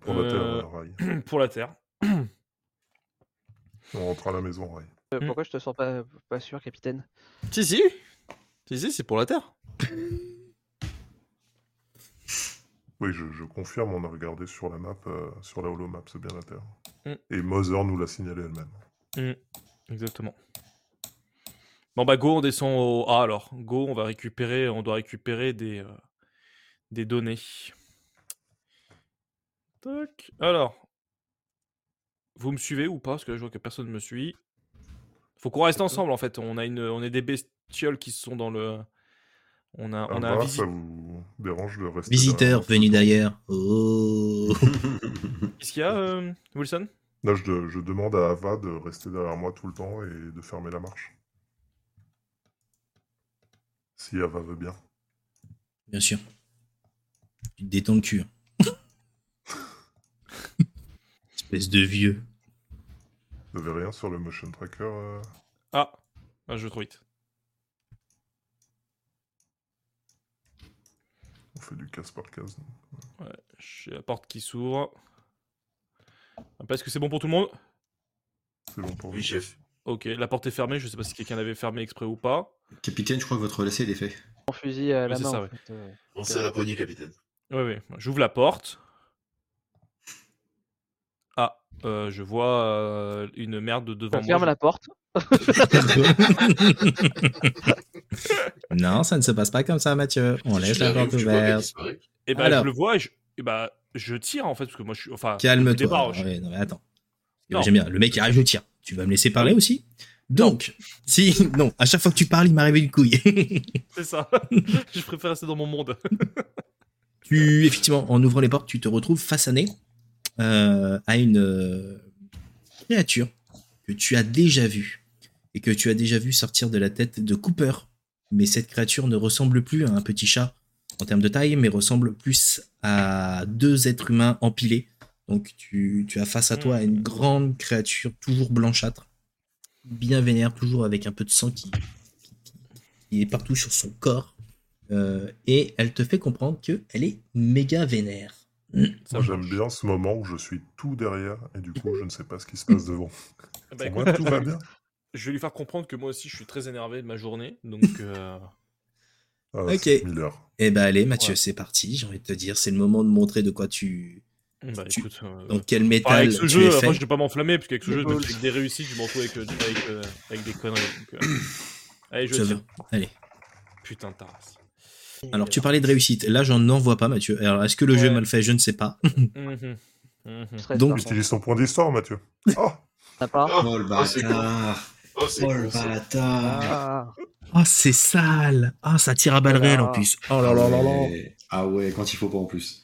[SPEAKER 7] Pour la
[SPEAKER 6] Euh,
[SPEAKER 7] Terre, Rai.
[SPEAKER 6] pour la Terre.
[SPEAKER 7] On rentre à la maison, ouais.
[SPEAKER 4] Euh, Pourquoi je te sens pas, pas sûr, capitaine
[SPEAKER 11] Si, si. Si, si, c'est pour la Terre.
[SPEAKER 7] Oui, je, je confirme, on a regardé sur la map, euh, sur la holomap, c'est bien la Terre.
[SPEAKER 6] Mm.
[SPEAKER 7] Et Mother nous l'a signalé elle-même.
[SPEAKER 6] Hmm, Exactement. Bon bah go, on descend au A alors. Go, on va récupérer, on doit récupérer des, euh, des données. Tac. Alors, vous me suivez ou pas Parce que là, je vois que personne me suit. Faut qu'on reste ensemble en fait. On a une, on est des bestioles qui sont dans le. On a, Ah, on a un
[SPEAKER 7] voilà,
[SPEAKER 6] visi-
[SPEAKER 7] ça vous dérange de rester
[SPEAKER 1] Visiteur venu d'ailleurs. Oh.
[SPEAKER 6] Qu'est-ce qu'il y a, euh, Wilson
[SPEAKER 7] Là, je, de- je demande à Ava de rester derrière moi tout le temps et de fermer la marche. Si Ava veut bien.
[SPEAKER 1] Bien sûr. Tu te détends le cul. hein. Espèce de vieux.
[SPEAKER 7] Vous n'avez rien sur le motion tracker euh
[SPEAKER 6] Ah, ah, je vais trop vite.
[SPEAKER 7] On fait du casse par case. nous.
[SPEAKER 6] Ouais, j'ai la porte qui s'ouvre. Après, Est-ce que c'est bon pour tout le monde
[SPEAKER 7] C'est bon pour
[SPEAKER 8] Oui, chef.
[SPEAKER 6] Ok, la porte est fermée. Je sais pas si quelqu'un l'avait fermée exprès ou pas.
[SPEAKER 10] Capitaine, je crois que votre lacet il est fait.
[SPEAKER 4] Mon fusil à
[SPEAKER 6] Ouais,
[SPEAKER 4] la
[SPEAKER 6] c'est
[SPEAKER 4] main.
[SPEAKER 6] ça,
[SPEAKER 4] en
[SPEAKER 6] ouais.
[SPEAKER 4] fait, euh,
[SPEAKER 8] Pensez à la poignée, capitaine.
[SPEAKER 6] Oui, oui. J'ouvre la porte. Ah, euh, je vois euh, une merde devant moi.
[SPEAKER 4] Ferme la porte.
[SPEAKER 1] non, ça ne se passe pas comme ça, Mathieu. On laisse la porte ouverte.
[SPEAKER 6] Et bah,
[SPEAKER 1] Alors.
[SPEAKER 6] je le vois et je, eh ben, je tire en fait. Parce que moi, je suis. Enfin, je
[SPEAKER 1] Calme-toi.
[SPEAKER 6] débarre, je-
[SPEAKER 1] Ouais, non, mais attends.
[SPEAKER 6] Non.
[SPEAKER 1] J'aime bien. Le mec, il arrive, je tire. Tu vas me laisser parler aussi Donc, si, non, à chaque fois que tu parles, il m'arrive une couille.
[SPEAKER 6] C'est ça. je préfère rester dans mon monde.
[SPEAKER 1] tu, effectivement, en ouvrant les portes, tu te retrouves face à nez euh, à une euh, créature que tu as déjà vue et que tu as déjà vue sortir de la tête de Cooper. Mais cette créature ne ressemble plus à un petit chat en termes de taille, mais ressemble plus à deux êtres humains empilés. Donc tu, tu as face à toi une grande créature toujours blanchâtre, bien vénère, toujours avec un peu de sang qui, qui est partout sur son corps. Euh, et elle te fait comprendre que elle est méga vénère.
[SPEAKER 7] Moi, j'aime bien ce moment où je suis tout derrière et du coup, je ne sais pas ce qui se passe devant.
[SPEAKER 6] Eh ben,
[SPEAKER 7] pour moi,
[SPEAKER 6] écoute,
[SPEAKER 7] tout
[SPEAKER 6] je
[SPEAKER 7] va
[SPEAKER 6] vais-
[SPEAKER 7] bien.
[SPEAKER 6] Je vais lui faire comprendre que moi aussi, je suis très énervé de ma journée. Donc, euh,
[SPEAKER 7] Ah,
[SPEAKER 1] Ok.
[SPEAKER 7] c'est Miller.
[SPEAKER 1] Eh ben allez Mathieu,
[SPEAKER 6] Ouais.
[SPEAKER 1] c'est parti. J'ai envie de te dire, c'est le moment de montrer de quoi tu,
[SPEAKER 6] bah,
[SPEAKER 1] Tu-
[SPEAKER 6] écoute. euh,
[SPEAKER 1] dans quel
[SPEAKER 6] Enfin,
[SPEAKER 1] métal
[SPEAKER 6] avec ce
[SPEAKER 1] tu
[SPEAKER 6] jeu,
[SPEAKER 1] es fait.
[SPEAKER 6] après, je ne vais pas m'enflammer, parce qu'avec ce
[SPEAKER 4] Le
[SPEAKER 6] jeu,
[SPEAKER 4] balls.
[SPEAKER 6] avec des réussites, je m'en fous avec, euh, avec, euh, avec des conneries. donc, euh, Allez, je
[SPEAKER 1] Ça va.
[SPEAKER 6] tire.
[SPEAKER 1] Allez.
[SPEAKER 6] Putain de tarasse.
[SPEAKER 1] Alors tu parlais de réussite. Là, j'en n'en vois pas Mathieu. Alors est-ce que le jeu est
[SPEAKER 6] Ouais.
[SPEAKER 1] mal fait Je ne sais pas.
[SPEAKER 6] Mhm. Mhm.
[SPEAKER 4] je serais
[SPEAKER 1] Donc-
[SPEAKER 4] certain.
[SPEAKER 7] Utilise ton point d'histoire, Mathieu. Oh
[SPEAKER 4] T'as pas
[SPEAKER 10] Oh le
[SPEAKER 8] Ah, c'est con.
[SPEAKER 10] bâtard
[SPEAKER 8] Oh, c'est
[SPEAKER 10] Oh le
[SPEAKER 8] con, ça.
[SPEAKER 10] bâtard
[SPEAKER 4] Ah,
[SPEAKER 1] Oh c'est sale. Ah ça tire à balles
[SPEAKER 4] Voilà.
[SPEAKER 1] réelles en plus. Oh là là là là.
[SPEAKER 10] Ouais. Ah ouais, quand il faut pas en plus.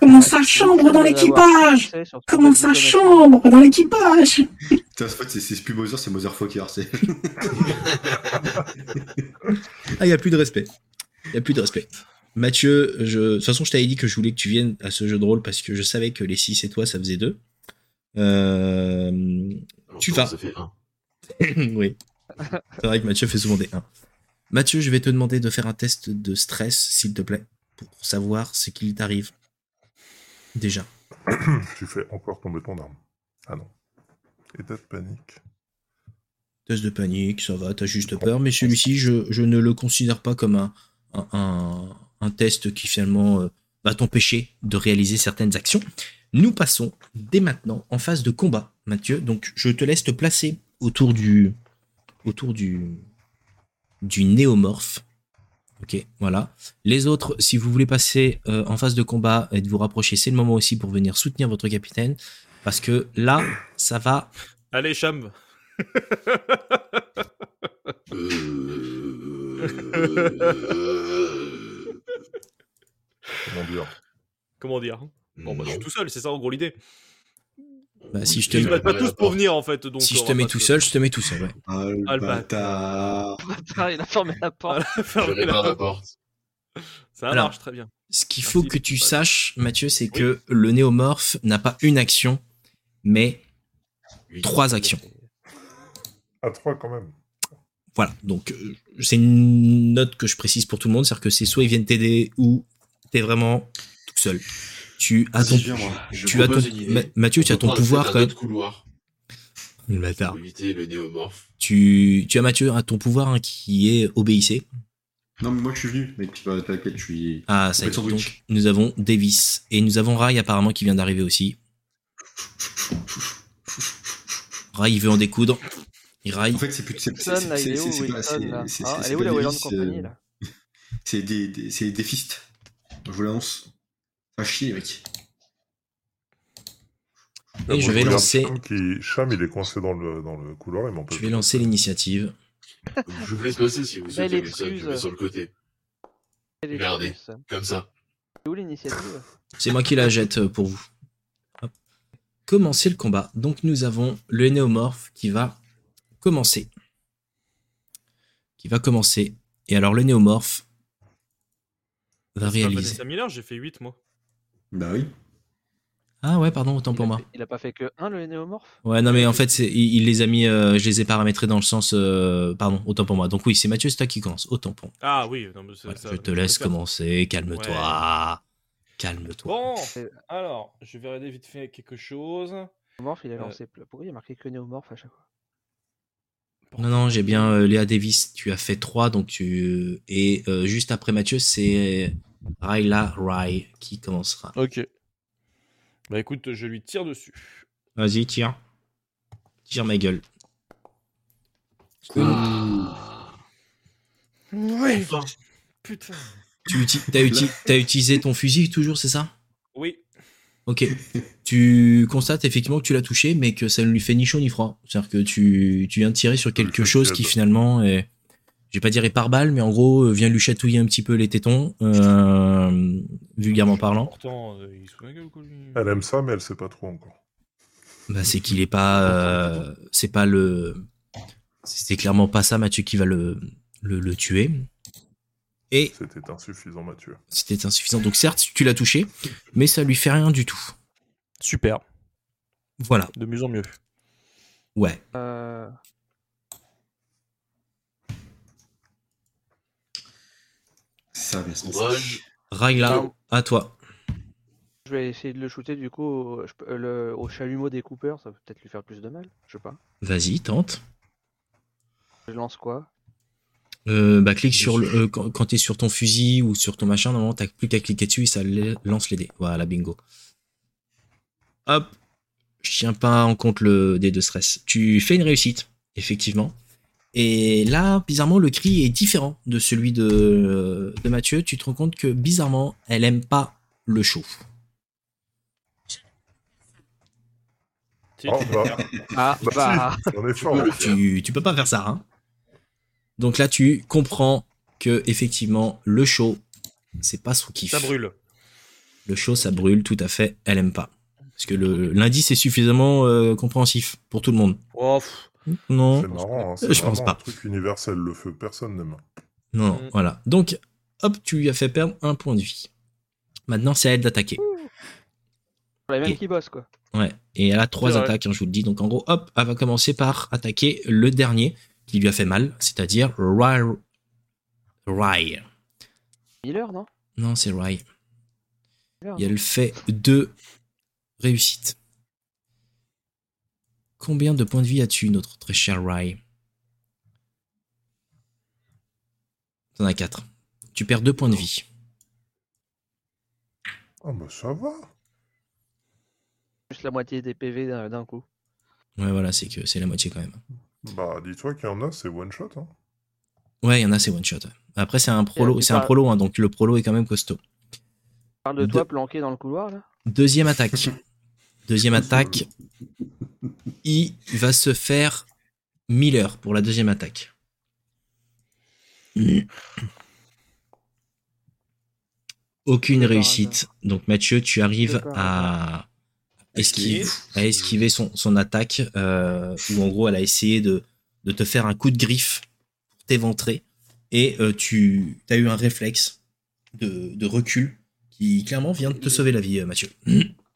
[SPEAKER 9] Comment ça chambre dans l'équipage
[SPEAKER 4] c'est surtout
[SPEAKER 9] Comment
[SPEAKER 4] que
[SPEAKER 9] ça
[SPEAKER 4] vous connaissez-
[SPEAKER 9] chambre dans l'équipage
[SPEAKER 10] Putain, en fait, c'est- c'est plus Mother, c'est Motherfucker. c'est-
[SPEAKER 1] Ah il y a plus de respect. Il y a plus de respect. Mathieu, je... de toute façon, je t'avais dit que je voulais que tu viennes à ce jeu de rôle parce que je savais que les 6 et toi, ça faisait 2. Euh...
[SPEAKER 8] Alors,
[SPEAKER 1] Tu
[SPEAKER 8] comment
[SPEAKER 1] vas.
[SPEAKER 8] Ça fait un.
[SPEAKER 1] oui. C'est vrai que Mathieu fait souvent des 1. Mathieu, je vais te demander de faire un test de stress, s'il te plaît, pour savoir ce qu'il t'arrive. Déjà.
[SPEAKER 7] Tu fais encore tomber ton arme. Ah non. État de panique.
[SPEAKER 1] Test de panique, ça va, t'as juste peur, mais celui-ci, je, je ne le considère pas comme un, un, un- un test qui finalement euh, va t'empêcher de réaliser certaines actions. Nous passons dès maintenant en phase de combat, Mathieu. Donc je te laisse te placer autour du autour du du néomorphe. Ok, voilà. Les autres, si vous voulez passer euh, en phase de combat et de vous rapprocher, c'est le moment aussi pour venir soutenir votre capitaine, parce que là, ça va.
[SPEAKER 6] Allez, Cham.
[SPEAKER 8] Euh...
[SPEAKER 7] Comment dire
[SPEAKER 6] Comment dire Bon, bah, je suis tout seul, c'est ça en gros l'idée.
[SPEAKER 1] Bah, si je te
[SPEAKER 6] Ils se battent pas
[SPEAKER 8] Ouais,
[SPEAKER 6] tous
[SPEAKER 8] la
[SPEAKER 6] pour
[SPEAKER 8] porte.
[SPEAKER 6] venir en fait. euh, Donc,
[SPEAKER 1] Si
[SPEAKER 6] on
[SPEAKER 1] je te
[SPEAKER 6] va
[SPEAKER 1] mets
[SPEAKER 6] pas
[SPEAKER 1] tout
[SPEAKER 6] se-
[SPEAKER 1] seul, je te mets tout seul. ouais.
[SPEAKER 10] Ah
[SPEAKER 6] Ah,
[SPEAKER 10] le
[SPEAKER 6] le
[SPEAKER 10] bâtard
[SPEAKER 4] Putain, il a fermé la porte.
[SPEAKER 6] Fermez
[SPEAKER 8] J'aurais
[SPEAKER 6] la
[SPEAKER 8] pas la
[SPEAKER 6] porte.
[SPEAKER 8] porte.
[SPEAKER 6] Ça
[SPEAKER 1] Alors.
[SPEAKER 6] marche très bien.
[SPEAKER 1] Ce qu'il
[SPEAKER 6] Merci,
[SPEAKER 1] faut que tu
[SPEAKER 6] Paul.
[SPEAKER 1] saches, Mathieu, c'est que le néomorphe n'a pas une action, mais
[SPEAKER 8] Oui.
[SPEAKER 1] trois actions.
[SPEAKER 7] À 3 quand même.
[SPEAKER 1] Voilà. Donc, euh, c'est une note que je précise pour tout le monde. C'est-à-dire que c'est soit ils viennent t'aider ou t'es vraiment tout seul. Tu as
[SPEAKER 8] Si,
[SPEAKER 1] ton,
[SPEAKER 8] je viens, moi. Je
[SPEAKER 1] tu as ton-
[SPEAKER 8] propose une idée.
[SPEAKER 1] Ma- Mathieu,
[SPEAKER 8] On
[SPEAKER 1] tu as
[SPEAKER 8] peut
[SPEAKER 1] ton
[SPEAKER 8] prendre
[SPEAKER 1] pouvoir
[SPEAKER 8] un
[SPEAKER 1] quand même.
[SPEAKER 8] autre couloir.
[SPEAKER 1] Le bâtard.
[SPEAKER 8] Pour éviter le néomorphe.
[SPEAKER 1] Tu, tu as Mathieu à ton pouvoir hein, qui est obéissez.
[SPEAKER 10] Non, mais moi je suis venu, mais tu vas t'inquiète, je suis.
[SPEAKER 1] Ah, ça y est.
[SPEAKER 10] Faites sandwich.
[SPEAKER 1] Donc, nous avons Davis. Et nous avons Rai apparemment qui vient d'arriver aussi. Rai, il veut en découdre. Il raille.
[SPEAKER 10] En fait, c'est plus. C'est c'est-
[SPEAKER 4] Wilson, là, il
[SPEAKER 10] c'est-
[SPEAKER 4] est où,
[SPEAKER 10] c'est- c'est pas-
[SPEAKER 4] Wilson,
[SPEAKER 10] c'est-
[SPEAKER 4] là
[SPEAKER 10] c'est-
[SPEAKER 4] Ah,
[SPEAKER 10] c'est-
[SPEAKER 4] Elle
[SPEAKER 10] c'est
[SPEAKER 4] est où
[SPEAKER 10] pas
[SPEAKER 4] la Wayland
[SPEAKER 10] Davis, euh,
[SPEAKER 4] Company, là
[SPEAKER 10] C'est des, des, c'est des fistes. Je vous lance. Ah, chier, mec.
[SPEAKER 1] Et je vais lancer,
[SPEAKER 7] Qui... Cham, il est coincé dans le, dans le couloir, il m'empêche.
[SPEAKER 1] je vais lancer l'initiative.
[SPEAKER 8] Je vous laisse passer si vous
[SPEAKER 4] Belle
[SPEAKER 8] souhaitez, mais ça, je
[SPEAKER 4] excuse.
[SPEAKER 8] mets sur le côté.
[SPEAKER 4] Elle est
[SPEAKER 8] Regardez,
[SPEAKER 4] C'est
[SPEAKER 8] comme ça.
[SPEAKER 4] où l'initiative
[SPEAKER 1] C'est moi qui la jette euh, pour vous. Hop. Commencez le combat. Donc nous avons le néomorphe qui va commencer. Qui va commencer. Et alors le néomorphe va
[SPEAKER 6] Ah,
[SPEAKER 1] réaliser.
[SPEAKER 6] Vanessa Miller, j'ai fait 8 mois.
[SPEAKER 10] Bah oui.
[SPEAKER 1] Ah ouais, pardon, autant pour moi.
[SPEAKER 4] Il a pas fait que un, le néomorphe
[SPEAKER 1] Ouais, non mais en fait, c'est- il, il les a mis, euh, je les ai paramétrés dans le sens... euh, pardon, autant pour moi. Donc oui, c'est Mathieu, c'est toi qui commence. Autant pour moi.
[SPEAKER 6] Ah oui, non, mais c'est-
[SPEAKER 1] Voilà,
[SPEAKER 6] ça-
[SPEAKER 1] je te laisse
[SPEAKER 6] ça-
[SPEAKER 1] commencer, calme-toi. Calme-toi.
[SPEAKER 6] Bon,
[SPEAKER 4] C'est-
[SPEAKER 6] alors, je vais regarder vite fait quelque chose.
[SPEAKER 4] Néomorphe, il a
[SPEAKER 6] Euh.
[SPEAKER 4] lancé. Pourquoi il a marqué que néomorphe à chaque fois
[SPEAKER 1] Non, non, j'ai bien euh, Léa Davis, tu as fait 3, donc tu. Et euh, juste après Mathieu, c'est Ryla Rai qui commencera.
[SPEAKER 6] Ok. Bah écoute, je lui tire dessus.
[SPEAKER 1] Vas-y, tire. Tire ma gueule. Ah.
[SPEAKER 6] Oui. Putain.
[SPEAKER 1] Tu uti- t'as uti- t'as utilisé ton fusil toujours, c'est ça
[SPEAKER 6] Oui.
[SPEAKER 1] Ok. tu constates effectivement que tu l'as touché, mais que ça ne lui fait ni chaud ni froid. C'est-à-dire que tu, tu viens de tirer sur quelque chose qui finalement est. Je vais pas dire est par balle, mais en gros, euh, vient lui chatouiller un petit peu les tétons, euh, vulgairement parlant.
[SPEAKER 6] Pourtant, euh, il se fout de la gueule, quoi, lui.
[SPEAKER 7] Elle aime ça, mais elle sait pas trop encore.
[SPEAKER 1] Bah, c'est qu'il est pas, euh, c'est pas le, c'était clairement pas ça Mathieu qui va le, le, le tuer. Et
[SPEAKER 7] C'était insuffisant, Mathieu.
[SPEAKER 1] c'était insuffisant. Donc certes, tu l'as touché, mais ça lui fait rien du tout.
[SPEAKER 6] Super.
[SPEAKER 1] Voilà.
[SPEAKER 6] De mieux en mieux.
[SPEAKER 1] Ouais.
[SPEAKER 4] Euh,
[SPEAKER 10] Ça va bien se passer.
[SPEAKER 8] Courage.
[SPEAKER 1] Raila, à toi.
[SPEAKER 4] Je vais essayer de le shooter du coup au, je peux- euh, le- au chalumeau des coupeurs, ça peut peut-être lui faire plus de mal, je sais pas.
[SPEAKER 1] Vas-y, tente.
[SPEAKER 4] Je lance quoi
[SPEAKER 1] Euh, bah, clique sur le, euh, quand, quand t'es sur ton fusil ou sur ton machin, normalement, t'as plus qu'à cliquer dessus et ça la- lance les dés. Voilà, bingo. Hop. Je tiens pas en compte le dé de stress. Tu fais une réussite, effectivement. Et là, bizarrement, le cri est différent de celui de, de Mathieu. Tu te rends compte que, bizarrement, elle aime pas le chaud.
[SPEAKER 6] Si,
[SPEAKER 7] Oh,
[SPEAKER 6] tu
[SPEAKER 7] bah.
[SPEAKER 6] perds.
[SPEAKER 4] Ah
[SPEAKER 7] Bah,
[SPEAKER 4] bah
[SPEAKER 7] si, on est fort.
[SPEAKER 8] peux le
[SPEAKER 1] Oh,
[SPEAKER 8] Ah,
[SPEAKER 1] Tu, tu peux pas faire ça, hein. Donc là, tu comprends que, effectivement, le chaud, c'est pas son kiff.
[SPEAKER 6] Ça brûle.
[SPEAKER 1] Le chaud, ça brûle, tout à fait. Elle aime pas. Parce que le- l'indice est suffisamment euh, compréhensif pour tout le monde.
[SPEAKER 6] Oh, pff.
[SPEAKER 1] Non,
[SPEAKER 7] C'est marrant, hein, c'est
[SPEAKER 1] Je pense
[SPEAKER 7] vraiment
[SPEAKER 1] pas.
[SPEAKER 7] un truc universel, le feu, personne n'aime.
[SPEAKER 1] non,
[SPEAKER 6] Mm.
[SPEAKER 1] voilà. Donc, hop, tu lui as fait perdre un point de vie. Maintenant, c'est à elle d'attaquer.
[SPEAKER 4] les mêmes
[SPEAKER 1] Et-
[SPEAKER 4] qui bossent quoi.
[SPEAKER 1] Ouais. Et elle a trois
[SPEAKER 6] C'est vrai.
[SPEAKER 1] attaques, hein, je vous le dis. Donc, en gros, hop, elle va commencer par attaquer le dernier qui lui a fait mal, c'est-à-dire Rai. Rai.
[SPEAKER 4] Miller non
[SPEAKER 1] Non, c'est Rai.
[SPEAKER 4] Miller,
[SPEAKER 1] Et elle fait deux réussites. Combien de points de vie as-tu, notre très cher Rai T'en as quatre. Tu perds deux points de vie.
[SPEAKER 7] Ah, bah ça va.
[SPEAKER 4] Juste la moitié des PV d'un d'un coup.
[SPEAKER 1] Ouais, voilà, c'est que c'est la moitié quand même.
[SPEAKER 7] Bah, dis-toi qu'il y en a, c'est one shot. Hein.
[SPEAKER 1] Ouais, il y en a, c'est one shot. ouais. Après, c'est un prolo,
[SPEAKER 4] tu
[SPEAKER 1] c'est un
[SPEAKER 4] parles-
[SPEAKER 1] prolo, hein, donc le prolo est quand même costaud.
[SPEAKER 4] Je parle de
[SPEAKER 1] De-
[SPEAKER 4] toi planqué dans le couloir là
[SPEAKER 1] Deuxième attaque. Deuxième attaque. Il va se faire Miller pour la deuxième attaque. Aucune
[SPEAKER 4] Deux par
[SPEAKER 1] réussite. Donc Mathieu, tu
[SPEAKER 4] Deux
[SPEAKER 1] arrives
[SPEAKER 4] par
[SPEAKER 1] à esquiver,
[SPEAKER 6] Esquive.
[SPEAKER 1] à esquiver son, son attaque, euh, où en gros elle a essayé de, de te faire un coup de griffe pour t'éventrer, et euh, tu as eu un réflexe de, de recul qui clairement vient de te sauver la vie, euh, Mathieu.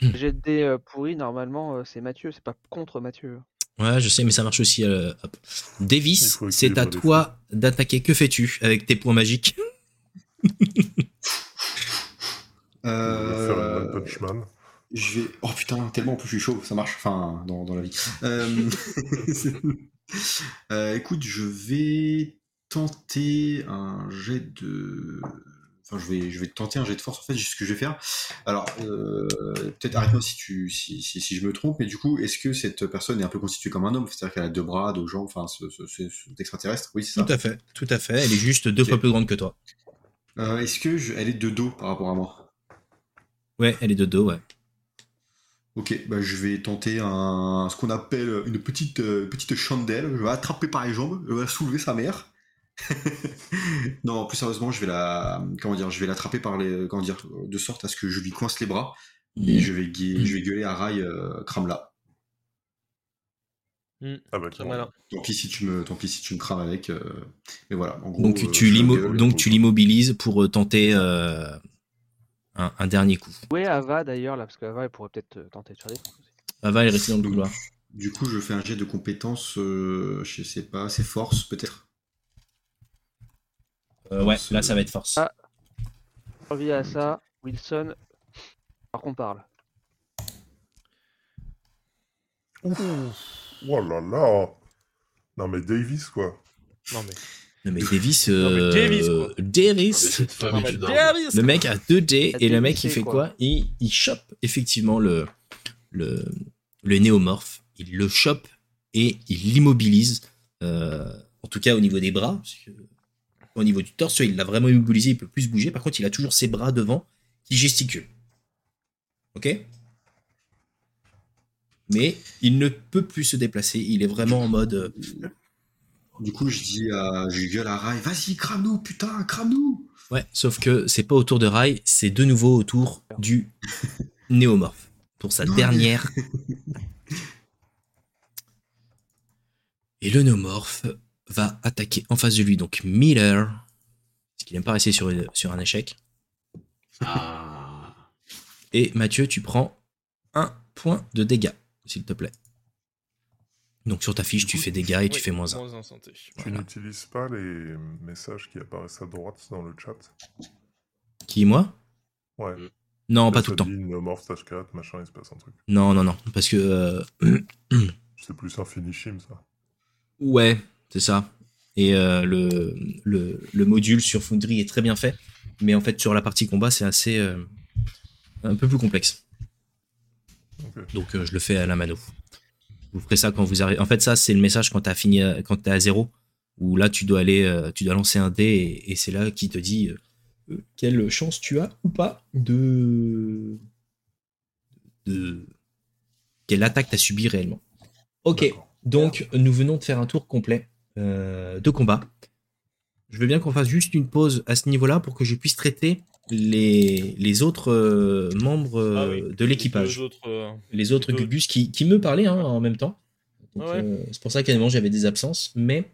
[SPEAKER 4] J'ai des euh, pourris normalement euh, c'est Mathieu, c'est pas contre Mathieu. hein.
[SPEAKER 1] Ouais, je sais, mais ça marche aussi. euh, hop.
[SPEAKER 7] Il
[SPEAKER 1] Davis,
[SPEAKER 7] faut
[SPEAKER 1] c'est
[SPEAKER 7] équilibrer
[SPEAKER 1] à
[SPEAKER 7] les
[SPEAKER 1] toi d'attaquer. Que fais-tu avec tes points magiques
[SPEAKER 7] On va faire une
[SPEAKER 10] Euh,
[SPEAKER 7] one punch man.
[SPEAKER 5] Je vais. Oh putain, tellement en plus je suis chaud, ça marche. Enfin, dans, dans la vie. Euh, euh, écoute, je vais tenter un jet de. Enfin, je vais, je vais tenter un jet de force en fait, c'est ce que je vais faire. Alors, euh, peut-être arrête-moi si, tu, si, si, si je me trompe, mais du coup, est-ce que cette personne est un peu constituée comme un homme C'est-à-dire qu'elle a deux bras, deux jambes, enfin, ce, ce, ce- cet extraterrestre Oui, c'est ça.
[SPEAKER 1] Tout à fait, tout à fait. Elle est juste deux fois plus grande que toi.
[SPEAKER 5] Euh, est-ce que je- elle est de dos par rapport à moi
[SPEAKER 1] Ouais, elle est de dos, ouais.
[SPEAKER 5] Ok, bah, je vais tenter un, ce qu'on appelle une petite, euh, petite chandelle. Je vais attraper par les jambes, je vais la soulever sa mère. non, plus sérieusement, je vais la, comment dire, je vais l'attraper par les, comment dire, de sorte à ce que je lui coince les bras
[SPEAKER 1] Mm.
[SPEAKER 5] et je vais, gue- je vais gueuler à rail, crame là.
[SPEAKER 7] Ah bah,
[SPEAKER 5] Tant pis si tu me, tant pis si tu me crames avec. euh, Mais voilà. En gros,
[SPEAKER 1] Donc
[SPEAKER 5] euh,
[SPEAKER 1] tu
[SPEAKER 5] je la
[SPEAKER 1] l'immo-
[SPEAKER 5] gueule.
[SPEAKER 1] donc tu l'immobilises pour euh, tenter euh, un, un dernier coup.
[SPEAKER 4] Où est Ava d'ailleurs là Parce qu'Ava elle pourrait peut-être euh, tenter de faire des trucs.
[SPEAKER 1] Ava elle est restée dans le couloir.
[SPEAKER 5] Du coup, je fais un jet de compétences, euh, je sais pas, c'est force peut-être.
[SPEAKER 1] Euh, ouais, là ça va être force.
[SPEAKER 4] Ah, survie à ça, Wilson. Alors qu'on parle.
[SPEAKER 7] Oh là là Non mais Davis, quoi.
[SPEAKER 6] Non mais...
[SPEAKER 1] Non mais Davis,
[SPEAKER 6] mais Davis,
[SPEAKER 1] euh,
[SPEAKER 6] quoi.
[SPEAKER 1] Davis.
[SPEAKER 6] Non, mais cette femme Non, mais est dingue. Davis,
[SPEAKER 1] Le
[SPEAKER 6] quoi.
[SPEAKER 1] mec a deux dés
[SPEAKER 6] La
[SPEAKER 1] et le mec il
[SPEAKER 6] Davisée,
[SPEAKER 1] fait
[SPEAKER 6] quoi.
[SPEAKER 1] quoi il, il chope effectivement le, le le néomorphe, il le chope et il l'immobilise. euh, en tout cas au niveau des bras, parce que au niveau du torse, il l'a vraiment immobilisé, il peut plus bouger. Par contre, il a toujours ses bras devant qui gesticulent. Ok Mais il ne peut plus se déplacer. Il est vraiment en mode. euh,
[SPEAKER 5] Du coup, je dis à, je gueule à Rai, vas-y, crame-nous, putain, crame-nous.
[SPEAKER 1] Ouais, sauf que c'est pas autour de Rai, c'est de nouveau autour du néomorphe. Pour sa
[SPEAKER 5] Non, mais-
[SPEAKER 1] dernière. Et le néomorphe va attaquer en face de lui, donc Miller. Parce qu'il aime pas rester sur, une- sur un échec. Ah. Et Mathieu, tu prends un point de dégâts, s'il te plaît. Donc sur ta fiche, tu fais dégâts et tu
[SPEAKER 6] Oui,
[SPEAKER 1] fais moins 1.
[SPEAKER 6] Moins un santé.
[SPEAKER 7] Tu n'utilises pas les messages qui apparaissent à droite dans le chat
[SPEAKER 1] Qui, moi
[SPEAKER 7] Ouais.
[SPEAKER 1] Non,
[SPEAKER 7] Là,
[SPEAKER 1] pas
[SPEAKER 7] ça
[SPEAKER 1] tout le temps.
[SPEAKER 7] dit Neomorph, tâche 4, machin, il se passe un truc.
[SPEAKER 1] Non, non, non. Parce que. euh,
[SPEAKER 7] C'est plus un finishim, ça.
[SPEAKER 1] Ouais, c'est ça. Et euh, le, le, le module sur Foundry est très bien fait, mais en fait sur la partie combat c'est assez euh, un peu plus complexe. Donc euh, je le fais à la mano. Vous ferez ça quand vous arrivez. En fait ça c'est le message quand t'as fini à- quand t'es à zéro, où là tu dois aller euh, tu dois lancer un dé et, et c'est là qui te dit euh, euh, quelle chance tu as ou pas de de quelle attaque t'as subi réellement. Ok, donc nous venons de faire un tour complet euh, de combat. Je veux bien qu'on fasse juste une pause à ce niveau-là pour que je puisse traiter les, les autres euh, membres
[SPEAKER 6] Ah
[SPEAKER 1] euh,
[SPEAKER 6] oui,
[SPEAKER 1] de l'équipage.
[SPEAKER 6] Les autres, euh,
[SPEAKER 1] Les autres Gugus qui, qui me parlaient hein, en même temps. Donc,
[SPEAKER 6] Ah Ouais, ouais.
[SPEAKER 1] euh, c'est pour ça qu'à un moment j'avais des absences. Mais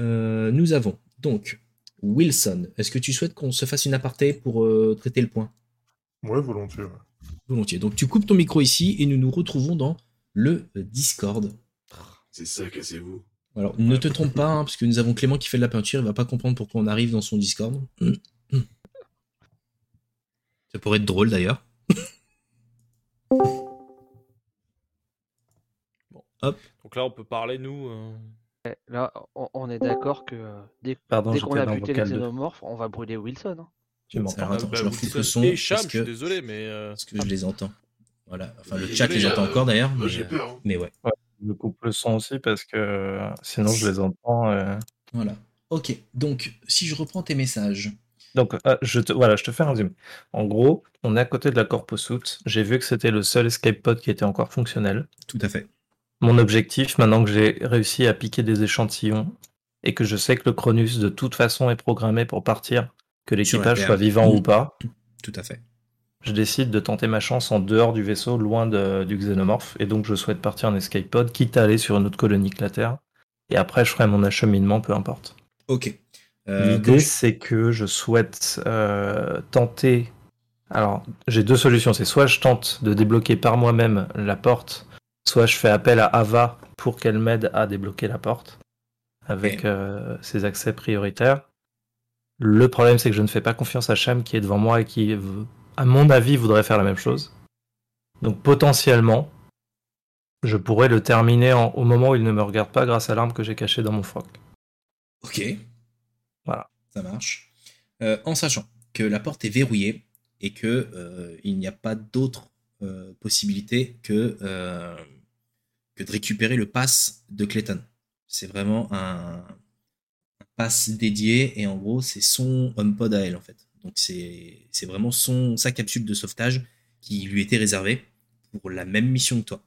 [SPEAKER 1] euh, nous avons donc Wilson. Est-ce que tu souhaites qu'on se fasse une aparté pour euh, traiter le point
[SPEAKER 7] Ouais, volontiers. ouais.
[SPEAKER 1] Volontiers. Donc tu coupes ton micro ici et nous nous retrouvons dans le Discord.
[SPEAKER 8] C'est ça, cassez-vous.
[SPEAKER 1] Alors, ne te trompe pas, hein, parce que nous avons Clément qui fait de la peinture, il va pas comprendre pourquoi on arrive dans son Discord. Ça pourrait être drôle d'ailleurs.
[SPEAKER 6] Donc là, on peut parler, nous. euh,
[SPEAKER 4] Ouais, Eh, Là, on, on est d'accord que euh, dès,
[SPEAKER 2] Pardon,
[SPEAKER 4] dès qu'on
[SPEAKER 2] j'étais
[SPEAKER 4] a
[SPEAKER 2] dans le
[SPEAKER 4] buté les
[SPEAKER 2] vocal de-
[SPEAKER 4] xénomorphes, on va brûler Wilson. hein.
[SPEAKER 1] Je m'entends. Alors, attends,
[SPEAKER 6] bah,
[SPEAKER 1] je leur
[SPEAKER 6] vous
[SPEAKER 1] fous
[SPEAKER 6] dites-
[SPEAKER 1] le son.
[SPEAKER 6] Et Cham,
[SPEAKER 1] parce que,
[SPEAKER 6] je suis désolé, mais. euh,
[SPEAKER 1] parce que je les entends. Voilà. Enfin, le
[SPEAKER 6] Désolé,
[SPEAKER 1] chat les
[SPEAKER 6] euh,
[SPEAKER 1] entend encore d'ailleurs.
[SPEAKER 8] moi,
[SPEAKER 1] mais,
[SPEAKER 8] j'ai
[SPEAKER 1] euh,
[SPEAKER 8] peur, hein.
[SPEAKER 1] mais ouais.
[SPEAKER 2] Ouais, je coupe le son aussi parce que euh, sinon je les entends. euh.
[SPEAKER 1] Voilà. Ok, donc si je reprends tes messages.
[SPEAKER 2] Donc ah, je te, voilà, je te fais un résumé. En gros, on est à côté de la corposoute. J'ai vu que c'était le seul escape pod qui était encore fonctionnel.
[SPEAKER 1] Tout à fait.
[SPEAKER 2] Mon objectif, maintenant que j'ai réussi à piquer des échantillons et que je sais que le Cronus de toute façon est programmé pour partir, que
[SPEAKER 1] Sur la
[SPEAKER 2] l'équipage
[SPEAKER 1] Terre.
[SPEAKER 2] soit vivant
[SPEAKER 1] Mmh.
[SPEAKER 2] ou pas,
[SPEAKER 1] Tout à fait.
[SPEAKER 2] je décide de tenter ma chance en dehors du vaisseau, loin de- du xénomorphe, et donc je souhaite partir en escape pod, quitte à aller sur une autre colonie que la Terre. Et après, je ferai mon acheminement, peu importe.
[SPEAKER 1] Ok. Euh,
[SPEAKER 2] L'idée,
[SPEAKER 1] donc-
[SPEAKER 2] c'est que je souhaite euh, tenter. Alors, j'ai deux solutions. C'est soit je tente de débloquer par moi-même la porte, soit je fais appel à Ava pour qu'elle m'aide à débloquer la porte avec euh, ses accès prioritaires. Le problème, c'est que je ne fais pas confiance à Cham qui est devant moi et qui, à mon avis, voudrait faire la même chose. Donc potentiellement, je pourrais le terminer en- au moment où il ne me regarde pas grâce à l'arme que j'ai cachée dans mon froc.
[SPEAKER 1] Ok.
[SPEAKER 2] Voilà.
[SPEAKER 1] Ça marche. Euh, en sachant que la porte est verrouillée et que euh, il n'y a pas d'autre euh, possibilité que, euh, que de récupérer le pass de Clayton. C'est vraiment un, un pass dédié et en gros c'est son HomePod à elle en fait. Donc c'est c'est vraiment son, sa capsule de sauvetage qui lui était réservée pour la même mission que toi.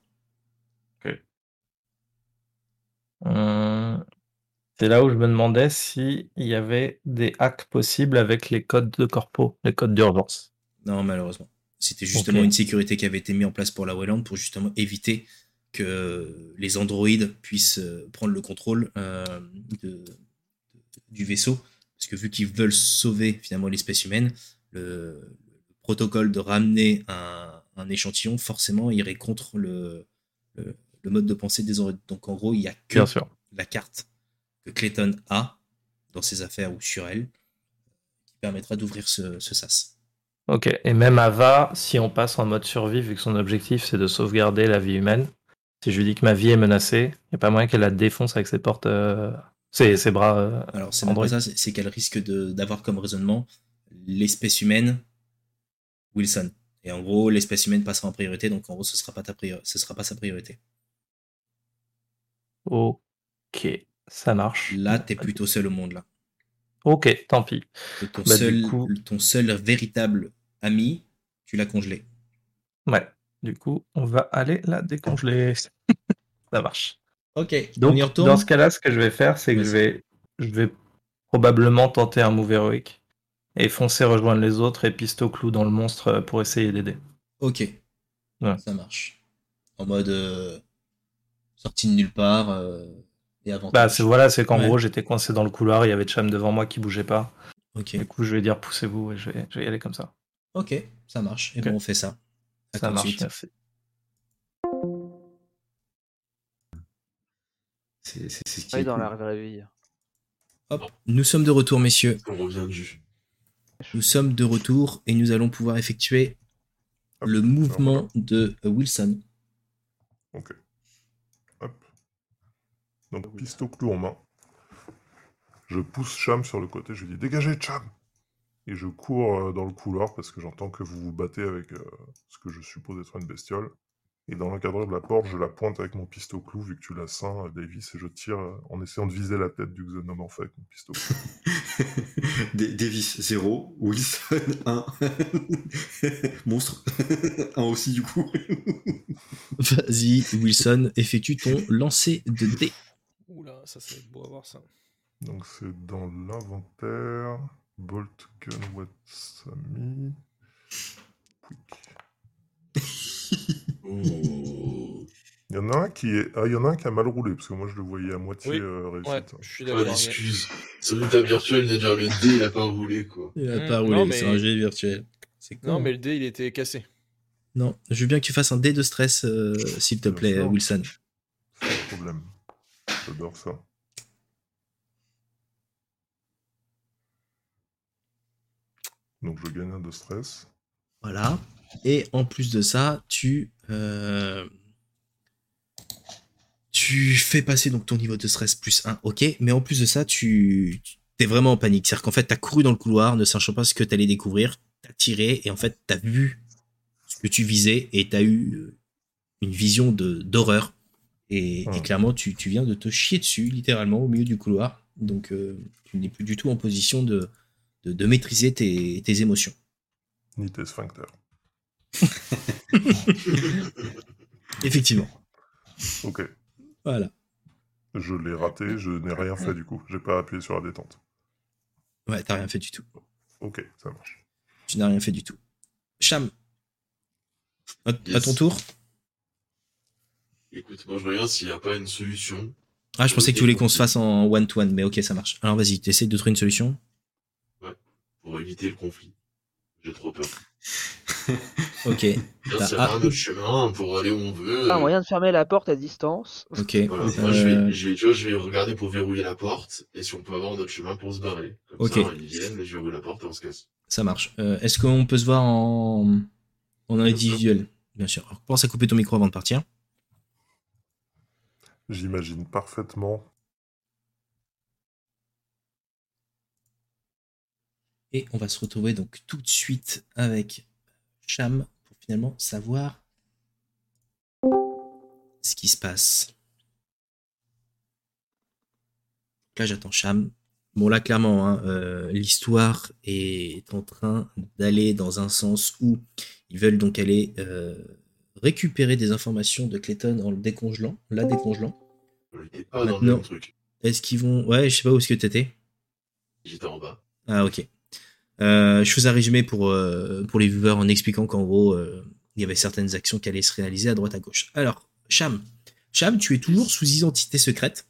[SPEAKER 2] Hum, C'est là où je me demandais s'il y avait des hacks possibles avec les codes de corpo, les codes d'urgence.
[SPEAKER 1] Non, malheureusement. C'était justement
[SPEAKER 2] Ok.
[SPEAKER 1] une sécurité qui avait été mise en place pour la Wayland pour justement éviter que les androïdes puissent euh, prendre le contrôle euh, de- du vaisseau. Parce que vu qu'ils veulent sauver finalement l'espèce humaine, le, le protocole de ramener un, un échantillon, forcément, irait contre le, le, le mode de pensée des androïdes. Donc en gros, il n'y a que
[SPEAKER 2] Bien sûr.
[SPEAKER 1] la carte que Clayton a dans ses affaires ou sur elle qui permettra d'ouvrir ce, ce sas.
[SPEAKER 2] Ok, et même Ava, si on passe en mode survie, vu que son objectif c'est de sauvegarder la vie humaine, si je lui dis que ma vie est menacée, il n'y a pas moyen qu'elle la défonce avec ses portes, euh, ses, ses bras. euh,
[SPEAKER 1] Alors, c'est même pas
[SPEAKER 2] Android.
[SPEAKER 1] ça, c'est c'est qu'elle risque de- d'avoir comme raisonnement l'espèce humaine, Wilson. Et en gros, l'espèce humaine passera en priorité, donc en gros, ce sera pas ta priori- ce sera pas sa priorité.
[SPEAKER 2] Ok, ça marche.
[SPEAKER 1] Là, t'es plutôt seul au monde, là.
[SPEAKER 2] Ok, tant pis.
[SPEAKER 1] Et ton,
[SPEAKER 2] Bah, du
[SPEAKER 1] seul,
[SPEAKER 2] coup-
[SPEAKER 1] ton seul véritable ami, tu l'as congelé.
[SPEAKER 2] Ouais, du coup, on va aller la décongeler. ça marche.
[SPEAKER 1] Ok,
[SPEAKER 2] Donc,
[SPEAKER 1] on y retourne.
[SPEAKER 2] dans ce cas-là, ce que je vais faire, c'est que je vais, je vais probablement tenter un move héroïque et foncer rejoindre les autres et pisto clou dans le monstre euh, pour essayer d'aider.
[SPEAKER 1] Ok,
[SPEAKER 2] Voilà.
[SPEAKER 1] ça marche. En mode euh, sortie de nulle part euh, et avantage.
[SPEAKER 2] Bah, c'est voilà, c'est qu'en
[SPEAKER 1] Ouais.
[SPEAKER 2] gros, j'étais coincé dans le couloir, il y avait Cham devant moi qui bougeait pas.
[SPEAKER 1] Ok,
[SPEAKER 2] Du coup, je vais dire poussez-vous et je vais, je vais y aller comme ça.
[SPEAKER 1] ok, ça marche. Et
[SPEAKER 2] Ok.
[SPEAKER 1] bon, on fait ça. À
[SPEAKER 2] ça
[SPEAKER 1] tout de
[SPEAKER 2] marche,
[SPEAKER 1] suite.
[SPEAKER 2] merci.
[SPEAKER 10] C'est c'est- c'est ce qui
[SPEAKER 4] Oui,
[SPEAKER 10] est
[SPEAKER 4] dans
[SPEAKER 10] cool.
[SPEAKER 4] la vraie vie.
[SPEAKER 1] Hop, nous sommes de retour, messieurs.
[SPEAKER 8] On revient du.
[SPEAKER 1] Nous sommes de retour et nous allons pouvoir effectuer le mouvement de euh, Wilson.
[SPEAKER 7] Ok. Hop. Donc, pistolet clou en main. Je pousse Cham sur le côté, je lui dis Dégagez, Cham Et je cours euh, dans le couloir parce que j'entends que vous vous battez avec euh, ce que je suppose être une bestiole. Et dans l'encadreur de la porte, je la pointe avec mon pistolet clou, vu que tu la ceins, euh, Davis, et je tire euh, en essayant de viser la tête du xénomorphe avec mon pistolet clou.
[SPEAKER 10] D- Davis 0, Wilson 1. Monstre 1 aussi du coup.
[SPEAKER 1] Vas-y, Wilson, effectue ton lancer de dés.
[SPEAKER 6] Oula, ça, ça va être beau à voir ça.
[SPEAKER 7] Donc c'est dans l'inventaire. Bolt Gun Watsami. Quick.
[SPEAKER 8] Oh.
[SPEAKER 7] Il y en a un qui est... ah, il y en a un qui a mal roulé, parce que moi je le voyais à moitié
[SPEAKER 6] Oui.
[SPEAKER 7] euh,
[SPEAKER 6] Ouais,
[SPEAKER 7] réussite.
[SPEAKER 6] je suis
[SPEAKER 8] Pas
[SPEAKER 6] d'accord. mais-
[SPEAKER 8] d'excuses. Sur une table virtuelle, il a déjà le dé, il a pas roulé quoi.
[SPEAKER 1] Il
[SPEAKER 6] a pas roulé, Non, mais- c'est un
[SPEAKER 1] jet virtuel.
[SPEAKER 6] Non, mais le dé, il était cassé.
[SPEAKER 1] Non, je veux bien que tu fasses un dé de stress, euh, s'il te
[SPEAKER 7] Bien
[SPEAKER 1] plaît,
[SPEAKER 7] sûr.
[SPEAKER 1] Wilson.
[SPEAKER 7] C'est le problème. J'adore ça. Donc je gagne un de stress.
[SPEAKER 1] Voilà. Et en plus de ça, tu. euh, tu fais passer donc ton niveau de stress plus 1, ok. Mais en plus de ça, tu. T'es vraiment en panique. C'est-à-dire qu'en fait, t'as couru dans le couloir, ne sachant pas ce que t'allais découvrir. T'as tiré et en fait, t'as vu ce que tu visais et t'as eu euh, une vision de d'horreur. Et, et
[SPEAKER 7] Ouais.
[SPEAKER 1] clairement, tu, tu viens de te chier dessus, littéralement, au milieu du couloir. Donc, euh, tu n'es plus du tout en position de, de, de maîtriser tes- tes émotions.
[SPEAKER 7] Ni tes sphincters.
[SPEAKER 1] Effectivement.
[SPEAKER 7] Ok.
[SPEAKER 1] Voilà.
[SPEAKER 7] Je l'ai raté, je n'ai rien fait du coup. J'ai pas appuyé sur la détente.
[SPEAKER 1] Ouais, t'as rien fait du tout.
[SPEAKER 7] Ok, ça marche.
[SPEAKER 1] Tu n'as rien fait du tout. Cham, à, à
[SPEAKER 8] Yes.
[SPEAKER 1] ton tour.
[SPEAKER 8] Écoute, moi je regarde s'il n'y a pas une solution.
[SPEAKER 1] Ah, je pensais que tu voulais qu'on se fasse en one-to-one, mais ok, ça marche. Alors vas-y, t'essayes de trouver une solution.
[SPEAKER 8] pour éviter le conflit. J'ai trop peur.
[SPEAKER 1] Ok,
[SPEAKER 8] Là,
[SPEAKER 1] Bah,
[SPEAKER 8] c'est
[SPEAKER 1] ah.
[SPEAKER 8] un autre chemin hein, pour aller où on veut.
[SPEAKER 4] Pas
[SPEAKER 8] euh,
[SPEAKER 4] moyen de fermer la porte à distance.
[SPEAKER 1] ok.
[SPEAKER 8] voilà.
[SPEAKER 1] Euh,
[SPEAKER 8] Moi, je vais, je, vais, tu vois, je vais regarder pour verrouiller la porte et si on peut avoir notre chemin pour se barrer. Comme
[SPEAKER 1] Ok.
[SPEAKER 8] ça, hein, ils viennent, je verrouille la porte et on se casse.
[SPEAKER 1] Ça marche. Euh, Est-ce qu'on peut se voir en, en individuel Bien sûr. Alors, pense à couper ton micro avant de partir.
[SPEAKER 7] J'imagine parfaitement.
[SPEAKER 1] Et on va se retrouver donc tout de suite avec Cham pour finalement savoir ce qui se passe. Donc Là, j'attends Cham. Bon, là, clairement, hein, euh, l'histoire est en train d'aller dans un sens où ils veulent donc aller euh, récupérer des informations de Clayton en le décongelant, la décongelant.
[SPEAKER 8] J'étais pas dans le
[SPEAKER 1] Maintenant.
[SPEAKER 8] même truc.
[SPEAKER 1] Est-ce qu'ils vont. Ouais, je sais pas où est-ce que t'étais.
[SPEAKER 8] J'étais en bas.
[SPEAKER 1] Ah ok. Euh, je faisais un résumé pour, euh, pour les viewers en expliquant qu'en gros, euh, il y avait certaines actions qui allaient se réaliser à droite à gauche. Alors, Cham, Cham, tu es toujours sous identité secrète,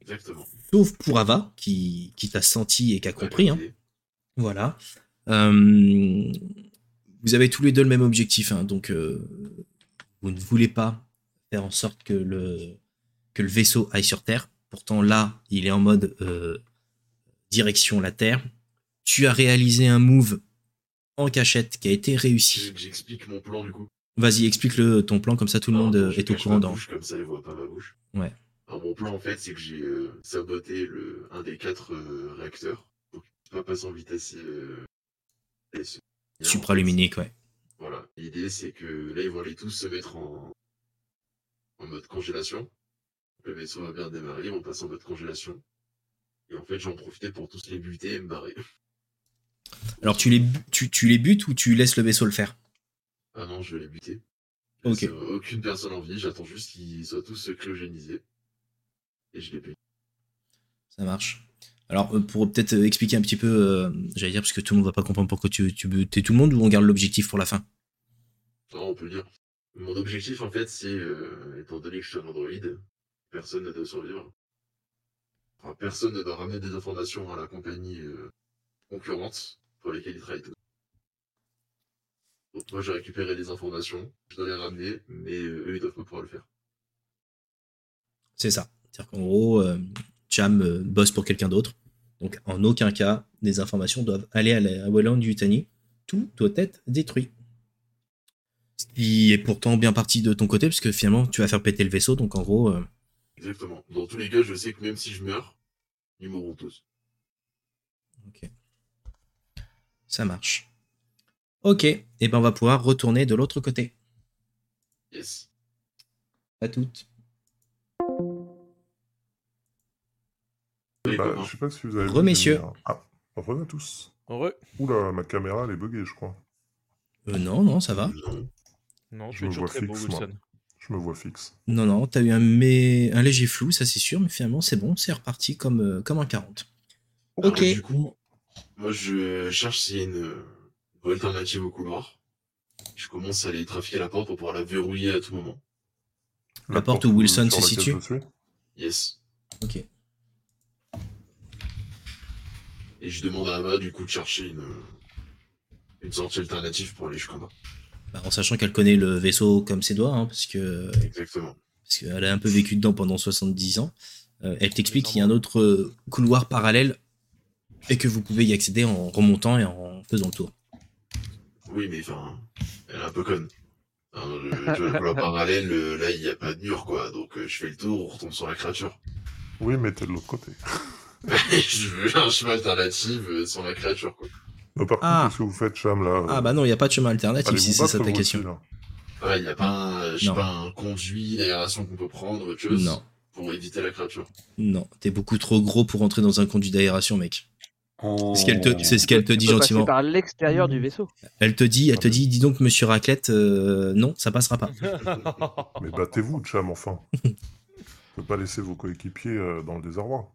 [SPEAKER 8] Exactement.
[SPEAKER 1] sauf pour Ava, qui, qui t'a senti et qui a compris. hein. Voilà. Euh, vous avez tous les deux le même objectif, hein, donc euh, vous ne voulez pas faire en sorte que le, que le vaisseau aille sur Terre. Pourtant là, il est en mode euh, direction la Terre. Tu as réalisé un move en cachette qui a été réussi.
[SPEAKER 8] J- J'explique mon plan du coup.
[SPEAKER 1] Vas-y, explique-le ton plan comme ça tout le monde euh,
[SPEAKER 8] Ah, Je
[SPEAKER 1] est au
[SPEAKER 8] cache
[SPEAKER 1] courant.
[SPEAKER 8] ma
[SPEAKER 1] Dans...
[SPEAKER 8] bouche, Comme ça, ils voient pas ma bouche.
[SPEAKER 1] Ouais.
[SPEAKER 8] Alors, mon plan en fait, c'est que j'ai euh, saboté le, un des quatre euh, réacteurs pour qu'il ne soit pas passer en vitesse. Euh, et se-
[SPEAKER 1] Supraluminique, ouais.
[SPEAKER 8] Voilà. L'idée, c'est que là, ils vont aller tous se mettre en, en mode congélation. Le vaisseau va bien démarrer, ils vont passer en mode congélation. Et en fait, j'en profitais pour tous les buter et me barrer.
[SPEAKER 1] Alors tu les, bu- tu, tu les butes ou tu laisses le vaisseau le faire
[SPEAKER 8] Ah non, je vais les buter. Je
[SPEAKER 1] Ok.
[SPEAKER 8] laisse, euh, Aucune personne en vie, j'attends juste qu'ils soient tous cryogénisés. Et je les paye.
[SPEAKER 1] Ça marche. Alors, euh, pour peut-être euh, expliquer un petit peu, euh, j'allais dire, parce que tout le monde va pas comprendre pourquoi tu, tu butais tout le monde, ou on garde l'objectif pour la fin
[SPEAKER 8] Non, on peut le dire. Mon objectif, en fait, c'est, euh, étant donné que je suis un androïde, personne ne doit survivre. Enfin, personne ne doit ramener des informations à la compagnie euh, concurrente pour laquelle il travaille tous. Donc moi, j'ai récupéré des informations, je dois les ramener, mais euh, eux, ils doivent pas pouvoir le faire.
[SPEAKER 1] C'est ça. C'est-à-dire qu'en gros, euh, Cham euh, bosse pour quelqu'un d'autre. Donc, en aucun cas, les informations doivent aller à la à Wayland Yutani. Tout doit être détruit. Ce qui est pourtant bien parti de ton côté, parce que finalement, tu vas faire péter le vaisseau. Donc, en gros, euh,
[SPEAKER 8] Exactement. Dans tous les cas, je sais que même si je meurs, ils mourront tous.
[SPEAKER 1] ça marche. Ok. Et ben, on va pouvoir retourner de l'autre côté.
[SPEAKER 8] Yes.
[SPEAKER 1] À toutes.
[SPEAKER 8] Les
[SPEAKER 7] Bah,
[SPEAKER 8] copains.
[SPEAKER 7] je sais pas si vous avez.
[SPEAKER 1] Re, messieurs.
[SPEAKER 7] mais, euh, Ah, re à tous.
[SPEAKER 11] Heureux.
[SPEAKER 7] Oula, ma caméra elle est buggée, je crois.
[SPEAKER 1] Euh, non, non, ça va.
[SPEAKER 8] Non.
[SPEAKER 6] Non,
[SPEAKER 7] Je
[SPEAKER 6] tu es
[SPEAKER 7] me
[SPEAKER 6] toujours
[SPEAKER 7] vois
[SPEAKER 6] très beau,
[SPEAKER 7] fixe, moi.
[SPEAKER 6] Wilson.
[SPEAKER 7] Je me vois fixe.
[SPEAKER 1] Non, non, t'as eu un, mais, un léger flou, ça c'est sûr, mais finalement, c'est bon, c'est reparti comme, euh, comme un Euh, 40. Ok.
[SPEAKER 8] Alors, Ah, du coup, moi je cherche s'il y a une euh, voie alternative au couloir. Je commence à aller trafiquer la porte pour pouvoir la verrouiller à tout moment.
[SPEAKER 1] La porte où Wilson
[SPEAKER 7] euh, sur
[SPEAKER 1] se situe.
[SPEAKER 7] laquelle je suis.
[SPEAKER 8] Yes.
[SPEAKER 1] Ok.
[SPEAKER 8] Et je demande à Ava du coup de chercher une, euh, une sortie alternative pour aller jusqu'en bas.
[SPEAKER 1] Bah, en sachant qu'elle connaît le vaisseau comme ses doigts, hein, parce que
[SPEAKER 8] Exactement.
[SPEAKER 1] parce qu'elle a un peu vécu dedans pendant 70 ans. Euh, elle t'explique qu'il y a un autre euh, couloir parallèle et que vous pouvez y accéder en remontant et en faisant le tour.
[SPEAKER 8] Oui, mais enfin, elle est un peu conne. Hein, le, tu vois, le couloir parallèle, euh, là il n'y a pas de mur quoi, donc euh, je fais le tour, on retombe sur la créature.
[SPEAKER 7] Oui, mais t'es de l'autre côté.
[SPEAKER 8] je veux un chemin alternatif euh, sans la créature quoi.
[SPEAKER 7] Mais par
[SPEAKER 1] Ah.
[SPEAKER 7] contre, qu'est-ce que vous faites, Cham, là
[SPEAKER 1] Ah bah non, il n'y a pas de chemin alternatif
[SPEAKER 7] Allez-vous
[SPEAKER 1] si c'est
[SPEAKER 7] battre,
[SPEAKER 1] ça ta
[SPEAKER 7] vous
[SPEAKER 1] question.
[SPEAKER 7] aussi, là
[SPEAKER 8] Ouais, il n'y a pas un, euh, je sais
[SPEAKER 1] Non.
[SPEAKER 8] pas, un conduit d'aération qu'on peut prendre, autre chose,
[SPEAKER 1] Non,
[SPEAKER 8] pour éviter la créature.
[SPEAKER 1] non, t'es beaucoup trop gros pour entrer dans un conduit d'aération, mec. C'est ce qu'elle te, c'est ce qu'elle te
[SPEAKER 4] Tu
[SPEAKER 1] dit
[SPEAKER 4] peux passer
[SPEAKER 1] gentiment.
[SPEAKER 4] par l'extérieur
[SPEAKER 2] Mmh.
[SPEAKER 4] du vaisseau.
[SPEAKER 1] Elle te dit, elle te dit, dis donc, monsieur Raclette, euh, non, ça passera pas.
[SPEAKER 7] Mais battez-vous, Cham, enfin. Je peux pas laisser vos coéquipiers euh, dans le désarroi.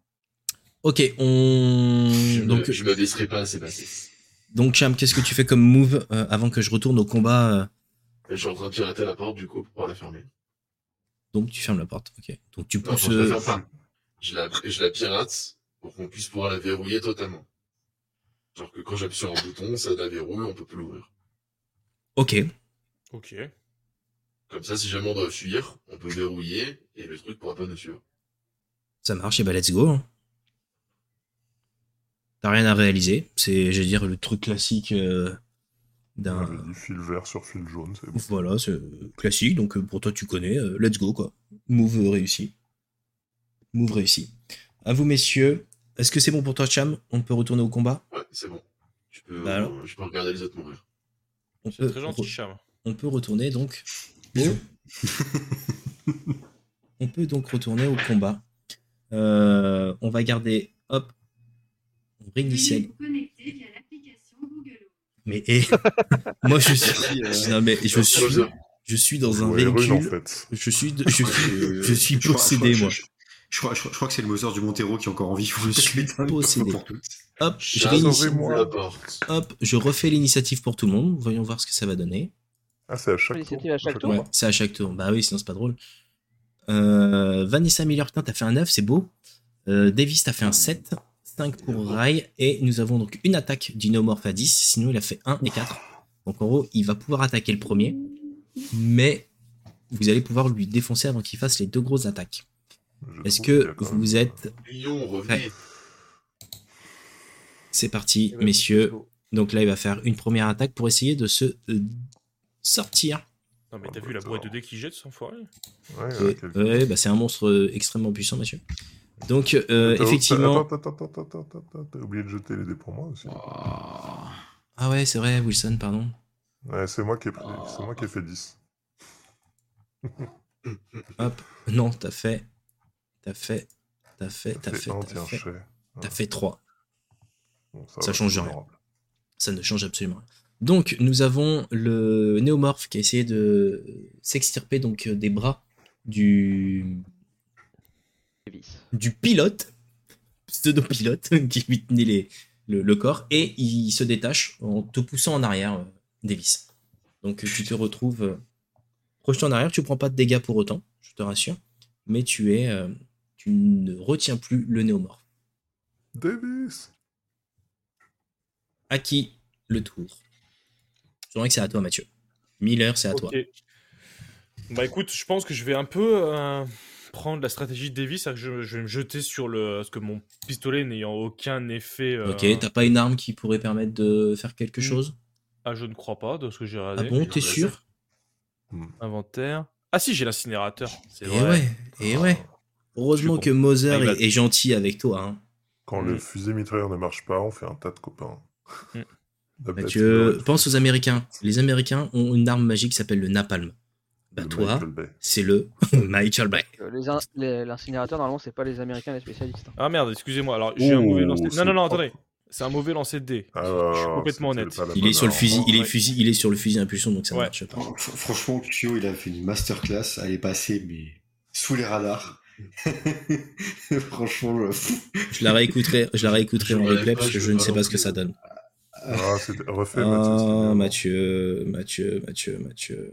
[SPEAKER 1] Ok, on.
[SPEAKER 8] Je me-
[SPEAKER 1] Mm, Donc,
[SPEAKER 8] je m'abaisserai pas, c'est passé.
[SPEAKER 1] donc Cham, qu'est-ce que tu fais comme move euh, avant que je retourne au combat euh,
[SPEAKER 8] Je suis en train de pirater la porte, du coup, pour pouvoir la fermer.
[SPEAKER 1] Donc, tu fermes la porte. Ok. Donc, tu
[SPEAKER 8] Non,
[SPEAKER 1] pousses.
[SPEAKER 8] je la
[SPEAKER 1] euh,
[SPEAKER 8] ferme pas. Je la, je la pirate pour qu'on puisse pouvoir la verrouiller totalement. Genre que quand j'appuie sur un bouton, ça la verrouille, on peut plus l'ouvrir.
[SPEAKER 1] Ok.
[SPEAKER 6] Ok.
[SPEAKER 8] Comme ça, si jamais on doit fuir, on peut verrouiller et le truc pourra pas nous suivre.
[SPEAKER 1] Ça marche, et bah let's go. hein. T'as rien à réaliser. C'est, je veux dire, le truc classique euh, d'un-
[SPEAKER 7] J'avais dit fil vert sur fil jaune, c'est bon.
[SPEAKER 1] Voilà, c'est euh, classique, donc euh, pour toi tu connais, euh, let's go quoi. Move euh, réussi. Move réussi. À vous messieurs, est-ce que c'est bon pour toi Cham On peut retourner au combat
[SPEAKER 8] Ouais, c'est bon. Je peux, euh,
[SPEAKER 1] Bah alors.
[SPEAKER 8] je peux regarder les autres mourir.
[SPEAKER 1] on
[SPEAKER 6] C'est
[SPEAKER 1] peut,
[SPEAKER 6] très gentil,
[SPEAKER 1] Euh, re-
[SPEAKER 6] Cham.
[SPEAKER 1] on peut retourner donc.
[SPEAKER 5] Bisous.
[SPEAKER 1] on peut donc retourner au combat. Euh, on va garder, hop, on réinitialise. Mais hé Moi je suis. Non, mais je suis, je suis dans un
[SPEAKER 7] Ouais, rune,
[SPEAKER 1] véhicule.
[SPEAKER 7] en fait.
[SPEAKER 1] Je suis, de- je suis, je suis
[SPEAKER 5] Je crois-
[SPEAKER 1] possédé,
[SPEAKER 5] je crois-
[SPEAKER 1] moi.
[SPEAKER 5] je- Je crois, je, crois, je crois que c'est le Mother du Montero qui est encore en vie.
[SPEAKER 1] Je suis possédé.
[SPEAKER 5] Pour toutes.
[SPEAKER 1] Hop, je, réinitie-
[SPEAKER 8] J'ouvre la porte.
[SPEAKER 1] hop, je refais l'initiative pour tout le monde. Voyons voir ce que ça va donner.
[SPEAKER 7] Ah, c'est à chaque tour.
[SPEAKER 4] Initiative à chaque tour.
[SPEAKER 1] Ouais, c'est à chaque tour. Bah oui, sinon c'est pas drôle. Euh, Vanessa Miller, putain, t'as fait un 9, c'est beau. Euh, Davis, t'as fait un 7. 5 pour Rai. Et nous avons donc une attaque d'Inomorph à 10. Sinon, il a fait 1 et 4. Donc en gros, il va pouvoir attaquer le premier. Mais vous allez pouvoir lui défoncer avant qu'il fasse les deux grosses attaques.
[SPEAKER 7] Je
[SPEAKER 1] Est-ce
[SPEAKER 7] trouve
[SPEAKER 1] que
[SPEAKER 7] qu'il y a quand même-
[SPEAKER 1] vous êtes.
[SPEAKER 8] Lyon, revenez.
[SPEAKER 1] C'est parti, messieurs. Donc là, il va faire une première attaque pour essayer de se euh, sortir.
[SPEAKER 6] Non, mais t'as vu la boîte de dés qui jette, sans foirer
[SPEAKER 7] Ouais,
[SPEAKER 1] Euh,
[SPEAKER 7] ouais, quel-
[SPEAKER 1] ouais, bah, c'est un monstre euh, extrêmement puissant, monsieur. Donc, euh,
[SPEAKER 7] Attends,
[SPEAKER 1] effectivement.
[SPEAKER 7] Attends, attends, attends, attends, attends, attends, t'as oublié de jeter les dés pour moi aussi.
[SPEAKER 1] Ah ouais, c'est vrai, Wilson, pardon.
[SPEAKER 7] Ouais, c'est moi qui ai pris- c'est moi qui ai fait 10.
[SPEAKER 1] Hop. Non, t'as fait. T'as fait. T'as fait. T'as fait.
[SPEAKER 7] un,
[SPEAKER 1] T'as
[SPEAKER 7] tiens,
[SPEAKER 1] fait,
[SPEAKER 7] je sais.
[SPEAKER 1] t'as fait 3.
[SPEAKER 7] Bon,
[SPEAKER 1] Ça
[SPEAKER 7] va,
[SPEAKER 1] change
[SPEAKER 7] c'est
[SPEAKER 1] rien.
[SPEAKER 7] honorable.
[SPEAKER 1] Ça ne change absolument rien. Donc, nous avons le néomorphe qui a essayé de s'extirper donc euh, des bras du,
[SPEAKER 4] Davis.
[SPEAKER 1] du pilote, pseudo-pilote, qui lui tenait les- le, le corps, et il se détache en te poussant en arrière, euh, Davis. Donc tu te retrouves euh, projeté en arrière, tu prends pas de dégâts pour autant, je te rassure, mais tu es, euh, tu ne retiens plus le néomorphe.
[SPEAKER 7] Davis
[SPEAKER 1] À qui le tour Je dirais que c'est à toi, Mathieu. Miller, c'est à toi.
[SPEAKER 6] Ok. Bah écoute, je pense que je vais un peu euh, prendre la stratégie de Davis, c'est-à-dire que je, je vais me jeter sur le. Parce que mon pistolet n'ayant aucun effet. euh,
[SPEAKER 1] Ok, t'as pas une arme qui pourrait permettre de faire quelque chose
[SPEAKER 6] Ah, je ne crois pas, de ce que j'ai
[SPEAKER 1] Ah
[SPEAKER 6] regardé.
[SPEAKER 1] bon, t'es
[SPEAKER 8] il y a
[SPEAKER 1] sûr
[SPEAKER 6] Inventaire. Ah si, j'ai l'incinérateur. C'est
[SPEAKER 1] Eh
[SPEAKER 6] vrai.
[SPEAKER 1] ouais, eh ouais. Heureusement que Moser
[SPEAKER 6] Ah, il va-
[SPEAKER 1] est, est gentil avec toi. hein.
[SPEAKER 7] Quand
[SPEAKER 6] Mm.
[SPEAKER 7] le fusil mitrailleur ne marche pas, on fait un tas de copains.
[SPEAKER 6] Mm.
[SPEAKER 7] La bête
[SPEAKER 1] Mathieu,
[SPEAKER 7] de-
[SPEAKER 1] euh, pense aux Américains. Les Américains ont une arme magique qui s'appelle le napalm. Bah
[SPEAKER 7] de
[SPEAKER 1] toi,
[SPEAKER 7] Michael Bay.
[SPEAKER 1] c'est le Michael Bay.
[SPEAKER 4] Euh, les in- les- L'incinérateur, normalement, c'est pas les Américains les spécialistes. hein.
[SPEAKER 6] Ah merde, excusez-moi. Alors, j'ai un
[SPEAKER 7] Oh,
[SPEAKER 6] mauvais lancer.
[SPEAKER 7] c'est
[SPEAKER 6] Non, non, non,
[SPEAKER 7] propre.
[SPEAKER 6] attendez. C'est un mauvais lancer de dés.
[SPEAKER 7] Ah,
[SPEAKER 6] je suis complètement
[SPEAKER 7] c'était
[SPEAKER 6] honnête.
[SPEAKER 7] pas la
[SPEAKER 1] Il
[SPEAKER 7] bonne
[SPEAKER 1] est sur le
[SPEAKER 7] arme.
[SPEAKER 1] fusil, il est
[SPEAKER 6] ouais.
[SPEAKER 1] fusil, il est sur le fusil à impulsion donc ça ne
[SPEAKER 6] Ouais.
[SPEAKER 1] marche pas.
[SPEAKER 5] Fr- Franchement, Kyo, il a fait une masterclass. Elle est passée, mais sous les radars. Franchement, je-
[SPEAKER 1] Je la réécouterai, je la réécouterai
[SPEAKER 8] Je
[SPEAKER 1] en
[SPEAKER 8] l'aurais
[SPEAKER 1] replay
[SPEAKER 8] pas,
[SPEAKER 1] parce que
[SPEAKER 8] je
[SPEAKER 1] je ne
[SPEAKER 8] l'aurais
[SPEAKER 1] sais pas
[SPEAKER 8] pas bah,
[SPEAKER 1] ce que
[SPEAKER 8] non
[SPEAKER 1] ça donne.
[SPEAKER 7] Ah, c'était refait, Mathieu. c'était
[SPEAKER 1] Ah
[SPEAKER 7] bien.
[SPEAKER 1] Mathieu, Mathieu, Mathieu, Mathieu,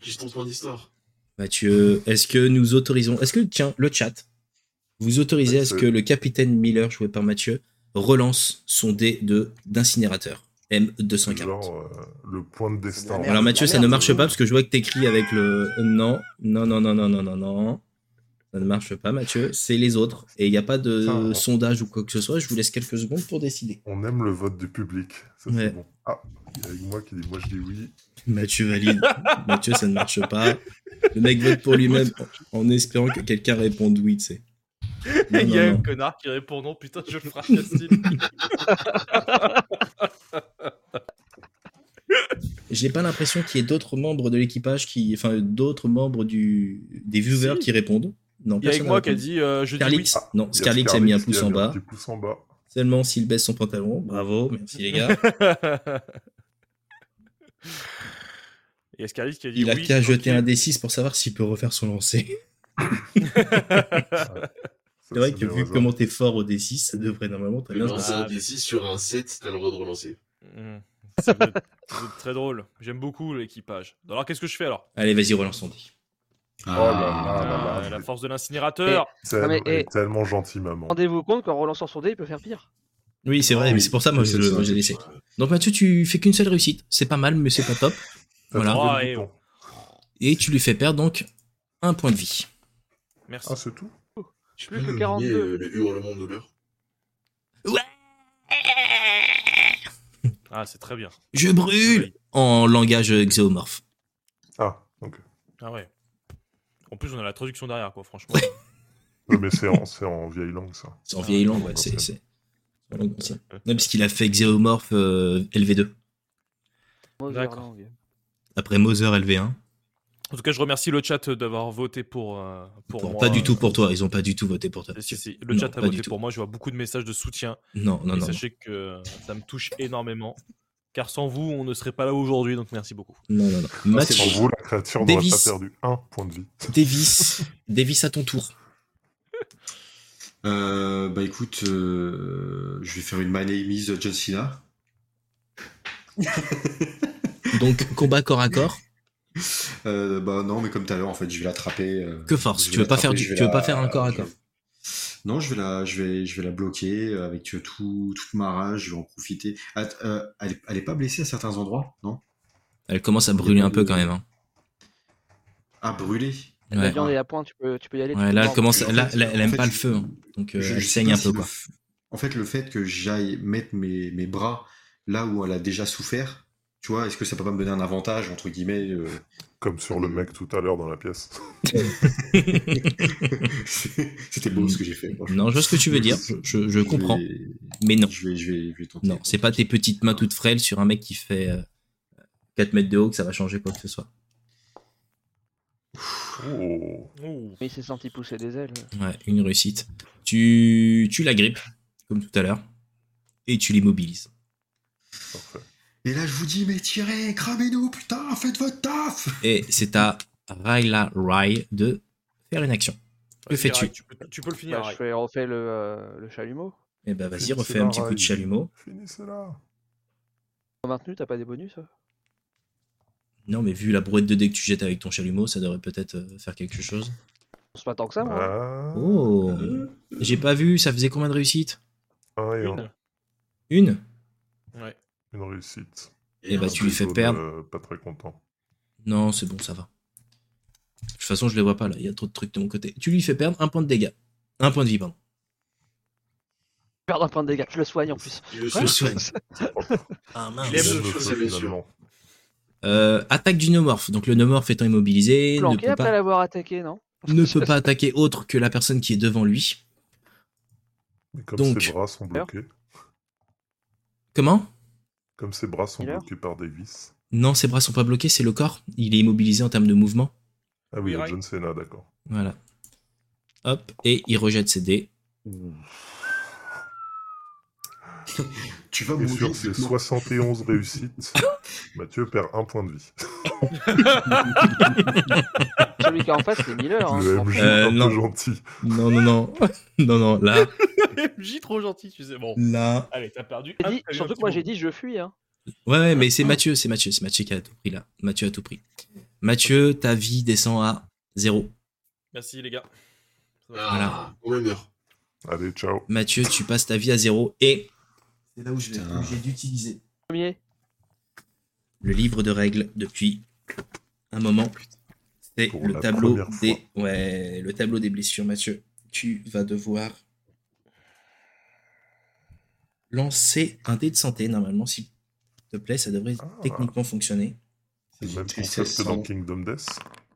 [SPEAKER 8] Qui se trompe en histoire
[SPEAKER 1] Mathieu. Est-ce que nous autorisons, est-ce que tiens le chat, vous autorisez à ce
[SPEAKER 7] Mathieu.
[SPEAKER 1] que le capitaine Miller joué par Mathieu relance son dé de d'incinérateur M 240.
[SPEAKER 7] Genre, euh, le point de destin.
[SPEAKER 11] merde.
[SPEAKER 6] Ah,
[SPEAKER 1] Alors Mathieu,
[SPEAKER 11] la
[SPEAKER 1] ça ne
[SPEAKER 11] merde,
[SPEAKER 1] marche
[SPEAKER 11] c'est
[SPEAKER 1] pas parce que je vois que t'écris avec le non, non, non, non, non, non, non, non. Ça ne marche pas, Mathieu. C'est les autres. Et il n'y a pas de
[SPEAKER 6] Ah.
[SPEAKER 7] Putain.
[SPEAKER 1] sondage ou quoi que ce soit. Je vous laisse quelques secondes pour décider.
[SPEAKER 7] On aime le vote du public. Ça,
[SPEAKER 1] Ouais.
[SPEAKER 7] c'est bon. Ah, il y a moi qui dit moi je dis oui.
[SPEAKER 1] Mathieu valide. Mathieu, ça ne marche pas. Le mec vote pour lui-même en en espérant que quelqu'un réponde oui, tu sais. Non,
[SPEAKER 6] Il y a
[SPEAKER 1] non,
[SPEAKER 6] un
[SPEAKER 1] non.
[SPEAKER 6] connard qui répond non, putain, je le frappe Castille.
[SPEAKER 1] J'ai pas l'impression qu'il y ait d'autres membres de l'équipage qui, enfin, d'autres membres du des viewers
[SPEAKER 6] Si.
[SPEAKER 1] qui répondent. Non,
[SPEAKER 6] Il y a avec
[SPEAKER 1] personne
[SPEAKER 6] moi
[SPEAKER 1] n'a
[SPEAKER 6] qui a
[SPEAKER 1] répondu.
[SPEAKER 6] dit euh, je dis oui.
[SPEAKER 1] Scarlix,
[SPEAKER 7] Ah,
[SPEAKER 1] non,
[SPEAKER 7] Il y a
[SPEAKER 1] Scarlix a mis un
[SPEAKER 7] Scarlix qui
[SPEAKER 1] pouce en
[SPEAKER 7] un
[SPEAKER 1] bas.
[SPEAKER 7] petit pouce en bas.
[SPEAKER 1] Seulement s'il baisse son pantalon. Bravo, merci les gars.
[SPEAKER 6] Il y a Scarlix qui a dit
[SPEAKER 1] Il a
[SPEAKER 6] oui.
[SPEAKER 1] qu'à jeter
[SPEAKER 6] ok.
[SPEAKER 1] un D6 pour savoir s'il peut refaire son lancer.
[SPEAKER 7] Ça,
[SPEAKER 1] C'est vrai
[SPEAKER 7] c'est
[SPEAKER 1] que
[SPEAKER 7] bien
[SPEAKER 1] vu
[SPEAKER 7] raison.
[SPEAKER 1] comment t'es fort au D6, ça devrait normalement très
[SPEAKER 8] Le
[SPEAKER 1] bien se passer.
[SPEAKER 8] lancer un D6 sur un 7, t'as le droit de relancer.
[SPEAKER 6] Hmm. Ça doit être- ça doit être très drôle. J'aime beaucoup l'équipage. Alors qu'est-ce que je fais alors
[SPEAKER 1] Allez, vas-y, relance ton dé.
[SPEAKER 5] Ah.
[SPEAKER 7] Oh là
[SPEAKER 1] bah,
[SPEAKER 7] là là
[SPEAKER 6] Ah,
[SPEAKER 7] là,
[SPEAKER 6] La
[SPEAKER 7] elle est
[SPEAKER 6] force de l'incinérateur.
[SPEAKER 7] tellement-
[SPEAKER 4] Non, mais,
[SPEAKER 7] elle est
[SPEAKER 4] eh,
[SPEAKER 7] tellement gentille, maman.
[SPEAKER 4] Rendez-vous compte qu'en relançant son dé, il peut faire pire.
[SPEAKER 1] Oui, c'est
[SPEAKER 5] Ah
[SPEAKER 1] vrai, mais c'est pour ça moi je- moi, j'ai laissé. Donc Mathieu, tu fais qu'une seule réussite. C'est pas mal, mais c'est pas top.
[SPEAKER 7] T'as
[SPEAKER 1] voilà.
[SPEAKER 7] trouvé le
[SPEAKER 6] Ah, et-
[SPEAKER 7] bouton.
[SPEAKER 1] Et tu lui fais perdre donc un point de vie.
[SPEAKER 6] Merci.
[SPEAKER 7] Ah, c'est tout
[SPEAKER 8] Tu
[SPEAKER 4] Plus que
[SPEAKER 8] oublier,
[SPEAKER 4] 42.
[SPEAKER 8] euh, le hurlement de douleur
[SPEAKER 6] Ah, c'est très bien.
[SPEAKER 1] Je brûle en langage exéomorphe.
[SPEAKER 7] Ah, ok.
[SPEAKER 6] Ah ouais. En plus, on a la traduction derrière, quoi, franchement.
[SPEAKER 7] Ouais, mais c'est en, c'est en vieille langue, ça.
[SPEAKER 1] C'est en vieille langue, ouais, c'est. c'est- en langue ancienne. Non, parce qu'il a fait exéomorphe euh, LV2.
[SPEAKER 6] D'accord.
[SPEAKER 1] Après Mother LV1.
[SPEAKER 6] En tout cas, je remercie le chat d'avoir voté pour, euh, pour
[SPEAKER 1] Bon,
[SPEAKER 6] moi.
[SPEAKER 1] pas du tout pour toi, ils ont pas du tout voté pour toi.
[SPEAKER 6] Si, si, Le
[SPEAKER 1] Non,
[SPEAKER 6] chat a
[SPEAKER 1] pas du
[SPEAKER 6] voté
[SPEAKER 1] tout.
[SPEAKER 6] pour moi, je vois beaucoup de messages de soutien.
[SPEAKER 1] Non, non,
[SPEAKER 6] Et
[SPEAKER 1] non,
[SPEAKER 6] Sachez que ça me touche énormément. Car sans vous, on ne serait pas là aujourd'hui, donc merci beaucoup.
[SPEAKER 1] Non, non, non. Match.
[SPEAKER 7] Pour vous, la créature n'aurait pas
[SPEAKER 1] Davis.
[SPEAKER 7] perdu un point de vie.
[SPEAKER 1] Davis, Davis à ton tour.
[SPEAKER 5] Euh, bah écoute, euh, je vais faire une My Name is John Cena.
[SPEAKER 1] Donc combat corps à corps.
[SPEAKER 5] Euh, bah non, mais comme tout à l'heure, en fait, je vais l'attraper. euh,
[SPEAKER 1] Que force,
[SPEAKER 5] je
[SPEAKER 1] tu
[SPEAKER 5] vais
[SPEAKER 1] veux pas faire
[SPEAKER 5] l'attraper,
[SPEAKER 1] du-
[SPEAKER 5] je vais
[SPEAKER 1] tu veux
[SPEAKER 5] la-
[SPEAKER 1] pas faire un corps à
[SPEAKER 5] je-
[SPEAKER 1] corps.
[SPEAKER 5] Non, je vais la, je vais, je vais la bloquer euh, avec euh, tout, toute ma rage. Je vais en profiter. Att- euh, elle, est- elle est pas blessée à certains endroits, non
[SPEAKER 1] Elle commence à brûler un peu quand même. hein.
[SPEAKER 5] Ah, brûlée.
[SPEAKER 4] La
[SPEAKER 1] Ouais.
[SPEAKER 4] viande est à point, tu peux, tu peux y aller. tu
[SPEAKER 1] Ouais,
[SPEAKER 4] peux
[SPEAKER 1] là, elle
[SPEAKER 4] prendre.
[SPEAKER 1] commence,
[SPEAKER 5] En
[SPEAKER 1] là,
[SPEAKER 5] fait,
[SPEAKER 1] là, elle
[SPEAKER 5] en
[SPEAKER 1] aime
[SPEAKER 5] fait,
[SPEAKER 1] pas le
[SPEAKER 5] je-
[SPEAKER 1] feu, hein. donc euh,
[SPEAKER 5] Je-
[SPEAKER 1] elle
[SPEAKER 5] je sais
[SPEAKER 1] saigne
[SPEAKER 5] pas
[SPEAKER 1] un
[SPEAKER 5] si
[SPEAKER 1] peu
[SPEAKER 5] le
[SPEAKER 1] quoi.
[SPEAKER 5] f- En fait, le fait que j'aille mettre mes, mes bras là où elle a déjà souffert, tu vois, est-ce que ça peut pas me donner un avantage, entre guillemets euh,
[SPEAKER 7] Comme sur
[SPEAKER 1] Mm.
[SPEAKER 7] le mec tout à l'heure dans la pièce.
[SPEAKER 5] C'était beau ce que j'ai fait. franchement.
[SPEAKER 1] Non, je vois ce que tu veux dire, je, je- je
[SPEAKER 5] vais-
[SPEAKER 1] comprends, mais non,
[SPEAKER 5] Je vais, je vais, je vais tenter.
[SPEAKER 1] non, c'est pas tes petites mains toutes frêles sur un mec qui fait euh, 4 mètres de haut que ça va changer quoi que ce soit.
[SPEAKER 7] Oh.
[SPEAKER 6] Ouh.
[SPEAKER 4] Mais il s'est senti pousser des ailes.
[SPEAKER 1] Ouais, une réussite. Tu, tu la grippes comme tout à l'heure et tu l'immobilises.
[SPEAKER 5] Et là, je vous dis, mais tirez, cramez-nous, putain, faites votre taf
[SPEAKER 1] Et c'est à Raila Rai de faire une action. Que
[SPEAKER 6] Vas-y,
[SPEAKER 1] fais-tu
[SPEAKER 6] Rai, tu, peux, tu peux le finir,
[SPEAKER 4] Bah, je
[SPEAKER 6] Rai.
[SPEAKER 4] fais, on refait le, euh, le chalumeau.
[SPEAKER 1] Eh ben vas-y,
[SPEAKER 7] Finissez
[SPEAKER 1] refais
[SPEAKER 7] là,
[SPEAKER 1] un petit coup
[SPEAKER 7] Rai.
[SPEAKER 1] de chalumeau.
[SPEAKER 7] Finissez là.
[SPEAKER 4] En 20 minutes, t'as pas des bonus hein
[SPEAKER 1] Non, mais vu la brouette de dés que tu jettes avec ton chalumeau, ça devrait peut-être euh, faire quelque chose.
[SPEAKER 4] C'est pas tant que ça, moi.
[SPEAKER 7] Ah,
[SPEAKER 1] Oh J'ai pas vu, ça faisait combien de réussites
[SPEAKER 7] un Ah, et un.
[SPEAKER 6] Une.
[SPEAKER 1] Une
[SPEAKER 6] Ouais.
[SPEAKER 7] Une réussite.
[SPEAKER 1] Eh bah,
[SPEAKER 7] Un
[SPEAKER 1] tu lui fais
[SPEAKER 7] jaune,
[SPEAKER 1] perdre.
[SPEAKER 7] euh, pas très content.
[SPEAKER 1] Non, c'est bon, ça va. De toute façon, je les vois pas là, il y a trop de trucs de mon côté. Tu lui fais perdre un point de dégâts. Un point de vie, pardon.
[SPEAKER 4] Je perds un point de dégâts, je le soigne en plus.
[SPEAKER 8] Il le
[SPEAKER 1] Je le soigne. Ah
[SPEAKER 8] Il aime le
[SPEAKER 7] J'aime
[SPEAKER 8] feu,
[SPEAKER 7] feu,
[SPEAKER 8] sa blessure.
[SPEAKER 7] finalement.
[SPEAKER 1] Euh, attaque du nomorphe. Donc le nomorphe étant immobilisé, ne
[SPEAKER 4] Planqué
[SPEAKER 1] peut,
[SPEAKER 4] après
[SPEAKER 1] pas,
[SPEAKER 4] l'avoir attaqué, non
[SPEAKER 1] ne peut pas attaquer autre que la personne qui est devant lui.
[SPEAKER 7] Mais comme
[SPEAKER 1] Donc.
[SPEAKER 7] ses bras sont bloqués,
[SPEAKER 1] Comment
[SPEAKER 7] comme ses bras sont
[SPEAKER 4] Miller
[SPEAKER 7] bloqués par des vis.
[SPEAKER 1] Non, ses bras sont pas bloqués, c'est le corps. Il est immobilisé en termes de mouvement.
[SPEAKER 7] Ah oui,
[SPEAKER 6] Oui,
[SPEAKER 7] il y a
[SPEAKER 6] right.
[SPEAKER 7] John Cena, d'accord.
[SPEAKER 1] Voilà. Hop, et il rejette ses dés.
[SPEAKER 5] Tu vas
[SPEAKER 7] Et
[SPEAKER 5] mourir.
[SPEAKER 7] sur ses
[SPEAKER 5] maintenant.
[SPEAKER 7] 71 réussites, Mathieu perd un point de vie.
[SPEAKER 4] Celui qui est en face, c'est Miller. Hein.
[SPEAKER 7] le
[SPEAKER 4] Bon,
[SPEAKER 7] MJ
[SPEAKER 1] Euh,
[SPEAKER 7] un
[SPEAKER 1] non.
[SPEAKER 7] peu gentil.
[SPEAKER 1] Non, non, non. non, non, là,
[SPEAKER 6] MJ, trop gentil, tu sais. Bon,
[SPEAKER 1] là.
[SPEAKER 6] allez, t'as perdu.
[SPEAKER 4] j'ai
[SPEAKER 6] Hop,
[SPEAKER 4] dit-
[SPEAKER 6] t'as eu un
[SPEAKER 4] surtout que
[SPEAKER 6] petit
[SPEAKER 4] moi,
[SPEAKER 6] coup.
[SPEAKER 4] j'ai dit je fuis. Hein.
[SPEAKER 1] Ouais, ouais, mais c'est Mathieu, c'est Mathieu, c'est Mathieu qui a tout pris là. Mathieu a tout pris. Mathieu, ta vie descend à zéro.
[SPEAKER 6] Merci, les gars. Ça va.
[SPEAKER 8] Ah, honneur.
[SPEAKER 7] Allez, ciao.
[SPEAKER 1] Mathieu, tu passes ta vie à zéro et. C'est là où je vais
[SPEAKER 5] Putain. obligé
[SPEAKER 1] d'utiliser.
[SPEAKER 4] Premier.
[SPEAKER 1] Le livre de règles depuis un moment. C'est
[SPEAKER 7] Pour
[SPEAKER 1] le
[SPEAKER 7] la
[SPEAKER 1] tableau
[SPEAKER 7] première fois.
[SPEAKER 1] des. Ouais, le tableau des blessures, Mathieu. Tu vas devoir. Lancer un dé de santé, normalement, s'il te plaît, ça devrait
[SPEAKER 7] Ah.
[SPEAKER 1] techniquement fonctionner.
[SPEAKER 7] C'est le même
[SPEAKER 5] Tristesse
[SPEAKER 7] concept que dans
[SPEAKER 5] sans-
[SPEAKER 7] Kingdom Death.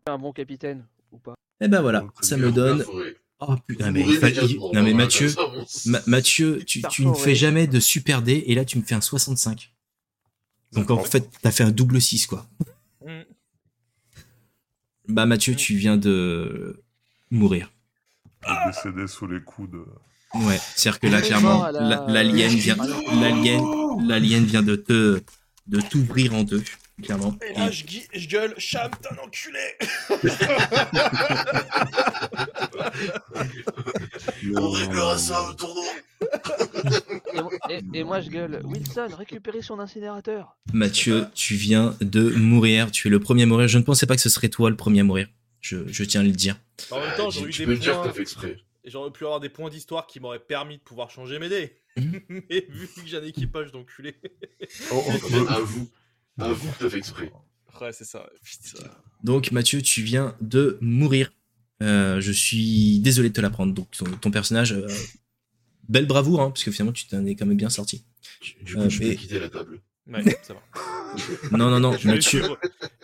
[SPEAKER 4] Un bon capitaine, ou pas
[SPEAKER 1] Et ben voilà,
[SPEAKER 7] Donc,
[SPEAKER 1] ça
[SPEAKER 7] c'est
[SPEAKER 1] me
[SPEAKER 7] bien.
[SPEAKER 1] donne.
[SPEAKER 8] Perforé.
[SPEAKER 1] Oh putain, mais,
[SPEAKER 8] Vous
[SPEAKER 1] il fallait-
[SPEAKER 8] mourrez immédiatement,
[SPEAKER 1] non, mais
[SPEAKER 8] voilà,
[SPEAKER 1] Mathieu,
[SPEAKER 8] comme ça, on-
[SPEAKER 1] Ma- Mathieu, tu,
[SPEAKER 4] Super
[SPEAKER 1] tu ne
[SPEAKER 4] fort,
[SPEAKER 1] fais
[SPEAKER 4] ouais.
[SPEAKER 1] jamais de super dé et là tu me fais un 65. Donc en fait, t'as fait un double 6 quoi.
[SPEAKER 6] Mm.
[SPEAKER 1] Bah Mathieu, tu viens de mourir.
[SPEAKER 7] Il est décédé sous les coups de.
[SPEAKER 1] Ouais, c'est-à-dire que là clairement,
[SPEAKER 4] mort à la-
[SPEAKER 1] la- l'alien vient,
[SPEAKER 4] à la-
[SPEAKER 1] l'alien, l'alien vient de te, de t'ouvrir en deux, clairement.
[SPEAKER 6] Et là, je, gui- je gueule, Cham, t'es un enculé
[SPEAKER 8] On réglera ça au tournoi.
[SPEAKER 4] et, mo- et- et moi, je gueule. Wilson, récupérez son incinérateur.
[SPEAKER 1] Mathieu, tu viens de mourir. Tu es le premier à mourir. Je ne pensais pas que ce serait toi le premier à mourir. Je, je tiens à le dire.
[SPEAKER 6] En même temps,
[SPEAKER 8] Ah,
[SPEAKER 6] j'aurais
[SPEAKER 8] dis- tu
[SPEAKER 6] eu
[SPEAKER 8] peux
[SPEAKER 6] des
[SPEAKER 8] me dire que
[SPEAKER 6] points.
[SPEAKER 8] t'as fait exprès.
[SPEAKER 6] J'aurais pu avoir des points d'histoire qui m'auraient permis de pouvoir changer mes dés. Mais vu que j'ai un équipage d'enculés.
[SPEAKER 7] Oh, oh,
[SPEAKER 8] Attendez, avoue. Avoue que t'as fait exprès.
[SPEAKER 6] Ouais, c'est ça. Putain.
[SPEAKER 1] Donc Mathieu, tu viens de mourir. Euh, je suis désolé de te l'apprendre. Donc ton, ton personnage, euh, belle bravoure, hein, parce que finalement tu t'en es quand même bien sorti.
[SPEAKER 8] Du
[SPEAKER 1] Euh,
[SPEAKER 8] coup, je
[SPEAKER 1] mais-
[SPEAKER 8] peux quitter la table.
[SPEAKER 6] Ouais, ça va.
[SPEAKER 1] Non, non, non,
[SPEAKER 6] je vais
[SPEAKER 1] Mathieu.
[SPEAKER 6] suivre,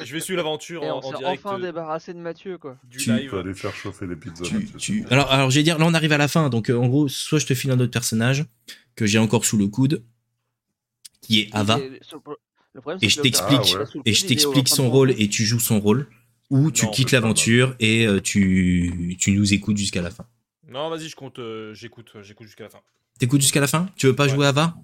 [SPEAKER 6] je vais suivre l'aventure
[SPEAKER 4] Et
[SPEAKER 6] en,
[SPEAKER 4] on
[SPEAKER 6] en
[SPEAKER 4] s'est
[SPEAKER 6] direct
[SPEAKER 4] enfin
[SPEAKER 6] euh,
[SPEAKER 4] débarrassé de Mathieu, quoi.
[SPEAKER 6] du
[SPEAKER 1] Tu-
[SPEAKER 6] live.
[SPEAKER 7] peux aller faire chauffer les pizzas.
[SPEAKER 1] Tu-
[SPEAKER 7] Mathieu,
[SPEAKER 1] tu- Alors, alors j'allais dire, là on arrive à la fin, donc euh, en gros, soit je te file un autre personnage que j'ai encore sous le coude, qui est Ava,
[SPEAKER 4] Et, sur le pro- le problème, c'est
[SPEAKER 1] Ah, et je
[SPEAKER 4] que
[SPEAKER 1] t'explique,
[SPEAKER 7] Ah ouais.
[SPEAKER 1] et je t'explique son rôle et tu joues son rôle, ou tu
[SPEAKER 6] Non,
[SPEAKER 1] quittes
[SPEAKER 6] c'est
[SPEAKER 7] pas mal.
[SPEAKER 1] l'aventure et euh, tu, tu nous écoutes jusqu'à la fin.
[SPEAKER 6] Non, vas-y, je compte, euh, j'écoute, euh, j'écoute jusqu'à la fin.
[SPEAKER 1] T'écoutes jusqu'à la fin Tu veux pas
[SPEAKER 6] Ouais.
[SPEAKER 1] jouer Ava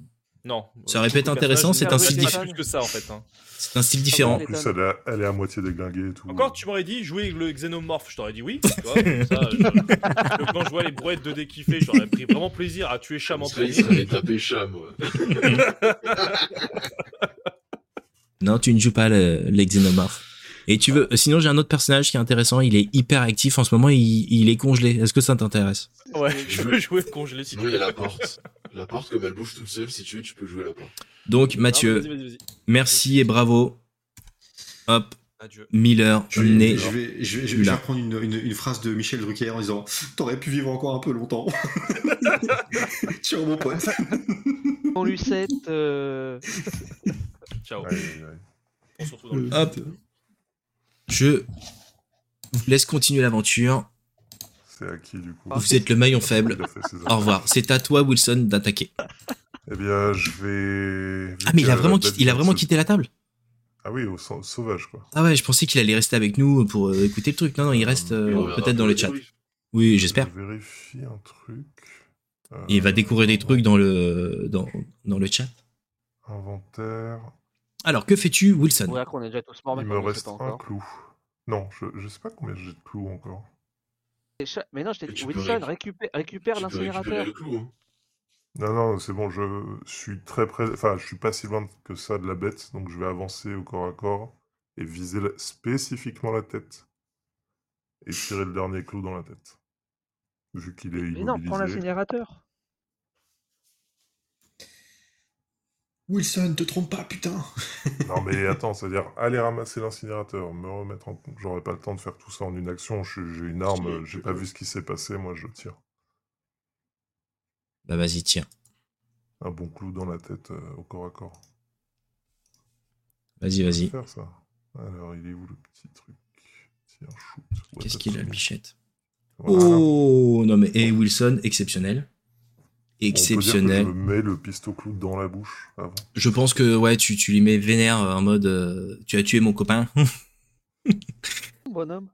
[SPEAKER 6] Non.
[SPEAKER 1] Ça
[SPEAKER 6] euh,
[SPEAKER 1] aurait pu être
[SPEAKER 6] j'écoute le
[SPEAKER 1] intéressant,
[SPEAKER 6] personnage,
[SPEAKER 1] c'est
[SPEAKER 6] mais
[SPEAKER 4] un
[SPEAKER 6] ça
[SPEAKER 4] style
[SPEAKER 6] me
[SPEAKER 4] diff-
[SPEAKER 6] Plus que ça, en fait. hein.
[SPEAKER 1] C'est un style différent.
[SPEAKER 7] En plus, elle est, à- elle est à moitié déglinguée et tout.
[SPEAKER 6] Encore, tu m'aurais dit jouer le xénomorphe, je t'aurais dit oui. tu vois, comme ça, je- que Quand je vois les brouettes de déquiffé, j'aurais pris vraiment plaisir à tuer Cham en
[SPEAKER 8] Parce que là,
[SPEAKER 6] premier.
[SPEAKER 8] il serait tapé chat, moi.
[SPEAKER 1] Non, tu ne joues pas le, le xénomorphe. Et tu veux. Sinon, j'ai un autre personnage qui est intéressant. Il est hyper actif en ce moment. Il, il est congelé. Est-ce que ça t'intéresse
[SPEAKER 6] Ouais, je veux jouer le congelé si tu
[SPEAKER 8] Sinon, il y
[SPEAKER 6] veux.
[SPEAKER 8] a la porte. La porte, comme elle bouge toute seule, si tu veux, tu peux jouer la porte.
[SPEAKER 1] Donc,
[SPEAKER 6] Ah, vas-y,
[SPEAKER 1] Mathieu,
[SPEAKER 6] vas-y, vas-y.
[SPEAKER 1] merci et bravo. Hop,
[SPEAKER 6] Adieu.
[SPEAKER 1] Miller,
[SPEAKER 5] Je
[SPEAKER 1] né.
[SPEAKER 5] vais, je vais, je vais, je vais- je vais
[SPEAKER 1] Celui-là.
[SPEAKER 5] reprendre une, une- une phrase de Michel Drucker en disant T'aurais pu vivre encore un peu longtemps. Sur mon pote.
[SPEAKER 4] On Lucette, euh,
[SPEAKER 6] Ciao.
[SPEAKER 7] Ouais, ouais, ouais.
[SPEAKER 6] On se retrouve dans le.
[SPEAKER 1] Hop. Je vous laisse continuer l'aventure.
[SPEAKER 7] C'est à qui, du coup
[SPEAKER 1] Vous êtes le maillon faible.
[SPEAKER 7] Il a fait ses
[SPEAKER 1] Au
[SPEAKER 7] affaires.
[SPEAKER 1] revoir. C'est à toi, Wilson, d'attaquer.
[SPEAKER 5] Bah,
[SPEAKER 7] Eh bien, je vais. vu
[SPEAKER 1] Ah, mais il
[SPEAKER 7] que
[SPEAKER 1] a vraiment,
[SPEAKER 7] la
[SPEAKER 1] quitté,
[SPEAKER 7] date
[SPEAKER 1] il a
[SPEAKER 7] vient de
[SPEAKER 1] vraiment
[SPEAKER 7] se-
[SPEAKER 1] quitté la table
[SPEAKER 7] Ah oui, au sau- sauvage, quoi.
[SPEAKER 1] Ah ouais, je pensais qu'il allait rester avec nous pour euh, écouter le truc. Non, non, il reste euh,
[SPEAKER 8] Et on verra
[SPEAKER 1] peut-être dans
[SPEAKER 8] après
[SPEAKER 1] le
[SPEAKER 8] les
[SPEAKER 1] chat.
[SPEAKER 8] débriefs.
[SPEAKER 1] Oui, j'espère.
[SPEAKER 7] Je vérifie un truc. Euh,
[SPEAKER 1] Il va découvrir des trucs dans le, dans, dans le chat.
[SPEAKER 7] Inventaire.
[SPEAKER 1] Alors, que fais-tu, Wilson
[SPEAKER 4] voilà qu'on est déjà tous morts, mais
[SPEAKER 7] Il me
[SPEAKER 4] qu'on ne sait
[SPEAKER 7] reste
[SPEAKER 4] pas
[SPEAKER 7] un
[SPEAKER 4] encore.
[SPEAKER 7] clou. Non, je, je sais pas combien j'ai de clous encore.
[SPEAKER 4] Et cha- Mais non, je t'ai
[SPEAKER 8] Et
[SPEAKER 4] dit,
[SPEAKER 8] tu peux
[SPEAKER 4] Wilson,
[SPEAKER 8] récu-
[SPEAKER 4] récupère, récupère
[SPEAKER 8] Tu peux récupérer
[SPEAKER 4] l'incinérateur.
[SPEAKER 8] le clou, hein.
[SPEAKER 7] Non, non, c'est bon, je suis très près. Enfin, je suis pas si loin que ça de la bête, donc je vais avancer au corps à corps et viser la- spécifiquement la tête. Et tirer le dernier clou dans la tête. Vu qu'il est
[SPEAKER 4] Mais non, prends
[SPEAKER 7] immobilisé.
[SPEAKER 4] l'incinérateur.
[SPEAKER 5] Wilson, te trompe pas, putain.
[SPEAKER 7] Non, mais attends, c'est-à-dire aller ramasser l'incinérateur, me remettre en. cou- J'aurais pas le temps de faire tout ça en une action. je- J'ai une arme, j'ai pas vu ce qui s'est passé, moi je tire.
[SPEAKER 1] Bah vas-y, tiens.
[SPEAKER 7] Un bon clou dans la tête euh, au corps à corps.
[SPEAKER 1] Vas-y, vas-y.
[SPEAKER 7] faire ça. Alors, il est où le petit truc Tiens, shoot. Ouais,
[SPEAKER 1] Qu'est-ce
[SPEAKER 7] pas de
[SPEAKER 1] qu'il a,
[SPEAKER 7] soucis.
[SPEAKER 1] Bichette
[SPEAKER 7] Voilà.
[SPEAKER 1] Oh Non mais, et Wilson, exceptionnel.
[SPEAKER 7] On peut dire
[SPEAKER 1] Exceptionnel.
[SPEAKER 7] que je mets le pistolet clou dans la bouche avant.
[SPEAKER 1] Je pense que, ouais, tu, tu lui mets vénère euh, en mode euh, Tu as tué mon copain.
[SPEAKER 4] Bonhomme.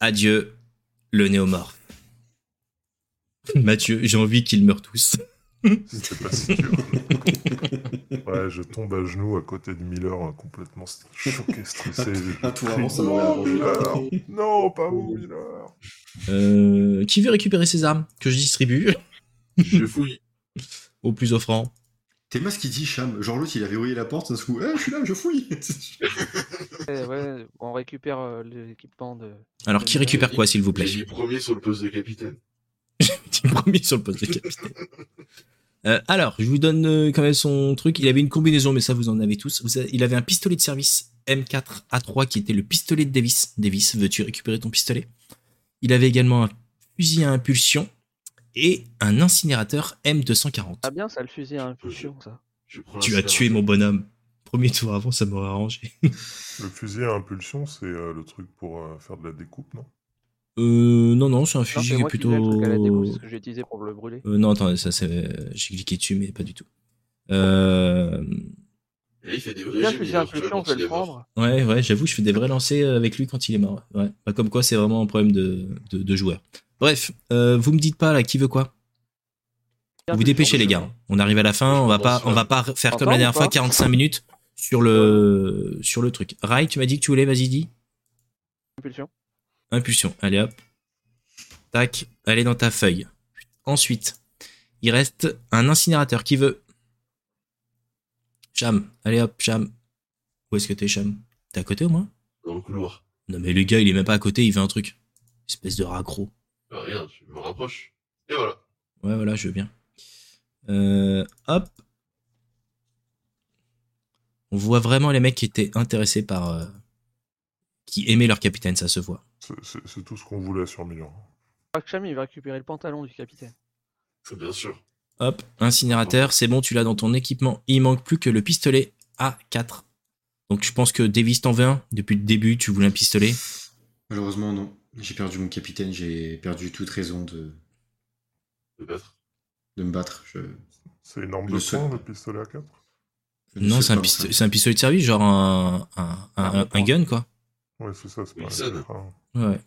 [SPEAKER 1] Adieu, le néomorphe. Mathieu, j'ai envie qu'ils meurent tous.
[SPEAKER 7] C'était pas si dur. ouais, je tombe à genoux à côté de Miller, hein, complètement st- choqué, stressé.
[SPEAKER 5] Un tour avant, ça m'aurait
[SPEAKER 7] Non,
[SPEAKER 5] arrangé.
[SPEAKER 7] Miller Non, pas vous, Miller
[SPEAKER 1] Euh, qui veut récupérer ses armes que je distribue
[SPEAKER 8] Je fouille.
[SPEAKER 1] au plus offrant
[SPEAKER 5] T'es pas ce qu'il dit, Cham. Genre l'autre, il a verrouillé la porte, d'un coup, Eh, je suis là, je fouille.
[SPEAKER 4] Eh ouais, on récupère euh, l'équipement de.
[SPEAKER 1] Alors, qui récupère quoi, s'il vous plaît
[SPEAKER 8] J'ai mis premier sur le poste de capitaine.
[SPEAKER 1] Petit premier sur le poste de capitaine. Euh, alors, je vous donne euh, quand même son truc. Il avait une combinaison, mais ça vous en avez tous. Vous avez- il avait un pistolet de service M4A3 qui était le pistolet de Davis. Davis, veux-tu récupérer ton pistolet Il avait également un fusil à impulsion et un incinérateur M240.
[SPEAKER 4] Ah bien, ça le fusil à impulsion, ça.
[SPEAKER 8] Je prends
[SPEAKER 1] tu as
[SPEAKER 8] l'incinérateur.
[SPEAKER 1] tué mon bonhomme. Premier tour avant, ça m'aurait arrangé.
[SPEAKER 7] Le fusil à impulsion, c'est euh, le truc pour euh, faire de la découpe, non
[SPEAKER 1] Euh, non, non, c'est un
[SPEAKER 4] Non,
[SPEAKER 1] fusil
[SPEAKER 4] c'est
[SPEAKER 1] qui est
[SPEAKER 4] moi qui l'ai, le
[SPEAKER 1] plutôt.
[SPEAKER 4] truc à la découpe, c'est ce que j'ai utilisé pour le brûler.
[SPEAKER 1] Euh, non, attends, ça c'est. euh, J'ai cliqué dessus, mais pas du tout. Euh...
[SPEAKER 8] Là, il fait des vrais hein,
[SPEAKER 4] Bien,
[SPEAKER 8] jeux,
[SPEAKER 4] fusil
[SPEAKER 8] mais
[SPEAKER 4] à
[SPEAKER 8] alors, tu
[SPEAKER 4] impulsion,
[SPEAKER 8] vois, quand il
[SPEAKER 4] je vais le
[SPEAKER 8] est mort.
[SPEAKER 4] prendre.
[SPEAKER 1] Ouais, ouais, j'avoue, je fais des vrais lancers euh, avec lui quand il est mort. Ouais. Ouais. Bah, comme quoi, c'est vraiment un problème de, de, de joueur. Bref, euh, vous me dites pas là qui veut quoi. Vous vous dépêchez les gars. On arrive à la fin.
[SPEAKER 8] Je
[SPEAKER 1] On va pas,
[SPEAKER 8] commence,
[SPEAKER 1] on
[SPEAKER 8] là.
[SPEAKER 1] va pas faire comme
[SPEAKER 4] Encore
[SPEAKER 1] la
[SPEAKER 4] ou
[SPEAKER 1] dernière
[SPEAKER 4] pas
[SPEAKER 1] fois 45 minutes sur le sur le truc. Rai, tu m'as dit que tu voulais. Vas-y, dis.
[SPEAKER 4] Impulsion.
[SPEAKER 1] Impulsion. Allez hop. Tac. Allez dans ta feuille. Ensuite, il reste un incinérateur qui veut. Cham. Allez hop, Cham. Où est-ce que t'es, Cham T'es à côté au moins
[SPEAKER 8] Dans le couloir.
[SPEAKER 1] Non mais le gars, il est même pas à côté. Il veut un truc. Espèce de raccro.
[SPEAKER 8] Bah, rien, je me rapproche. Et voilà.
[SPEAKER 1] Ouais, voilà, je veux bien. Euh, hop. On voit vraiment les mecs qui étaient intéressés par. euh, qui aimaient leur capitaine, ça se voit.
[SPEAKER 7] C'est- C'est c'est tout ce qu'on voulait sur Miller.
[SPEAKER 4] Cham, il va récupérer le pantalon du capitaine.
[SPEAKER 8] Bien sûr.
[SPEAKER 1] Hop, incinérateur, c'est bon, tu l'as dans ton équipement. Il manque plus que le pistolet A4. Donc je pense que Davis t'en veut un. Depuis le début, tu voulais un pistolet.
[SPEAKER 10] Malheureusement, non. J'ai perdu mon capitaine, j'ai perdu toute raison de, de me battre. Je...
[SPEAKER 7] C'est une arme
[SPEAKER 10] Le
[SPEAKER 7] de
[SPEAKER 10] seul.
[SPEAKER 7] poing, le pistolet à 4
[SPEAKER 10] je ne
[SPEAKER 1] Non,
[SPEAKER 10] sais
[SPEAKER 1] c'est un,
[SPEAKER 10] pas, Ah,
[SPEAKER 1] pisto-
[SPEAKER 10] enfin.
[SPEAKER 1] c'est un pistolet de service, genre un, un- un- un- un gun, quoi.
[SPEAKER 7] Ouais, c'est ça, c'est pas
[SPEAKER 8] Wilson.
[SPEAKER 7] un-
[SPEAKER 1] Ouais.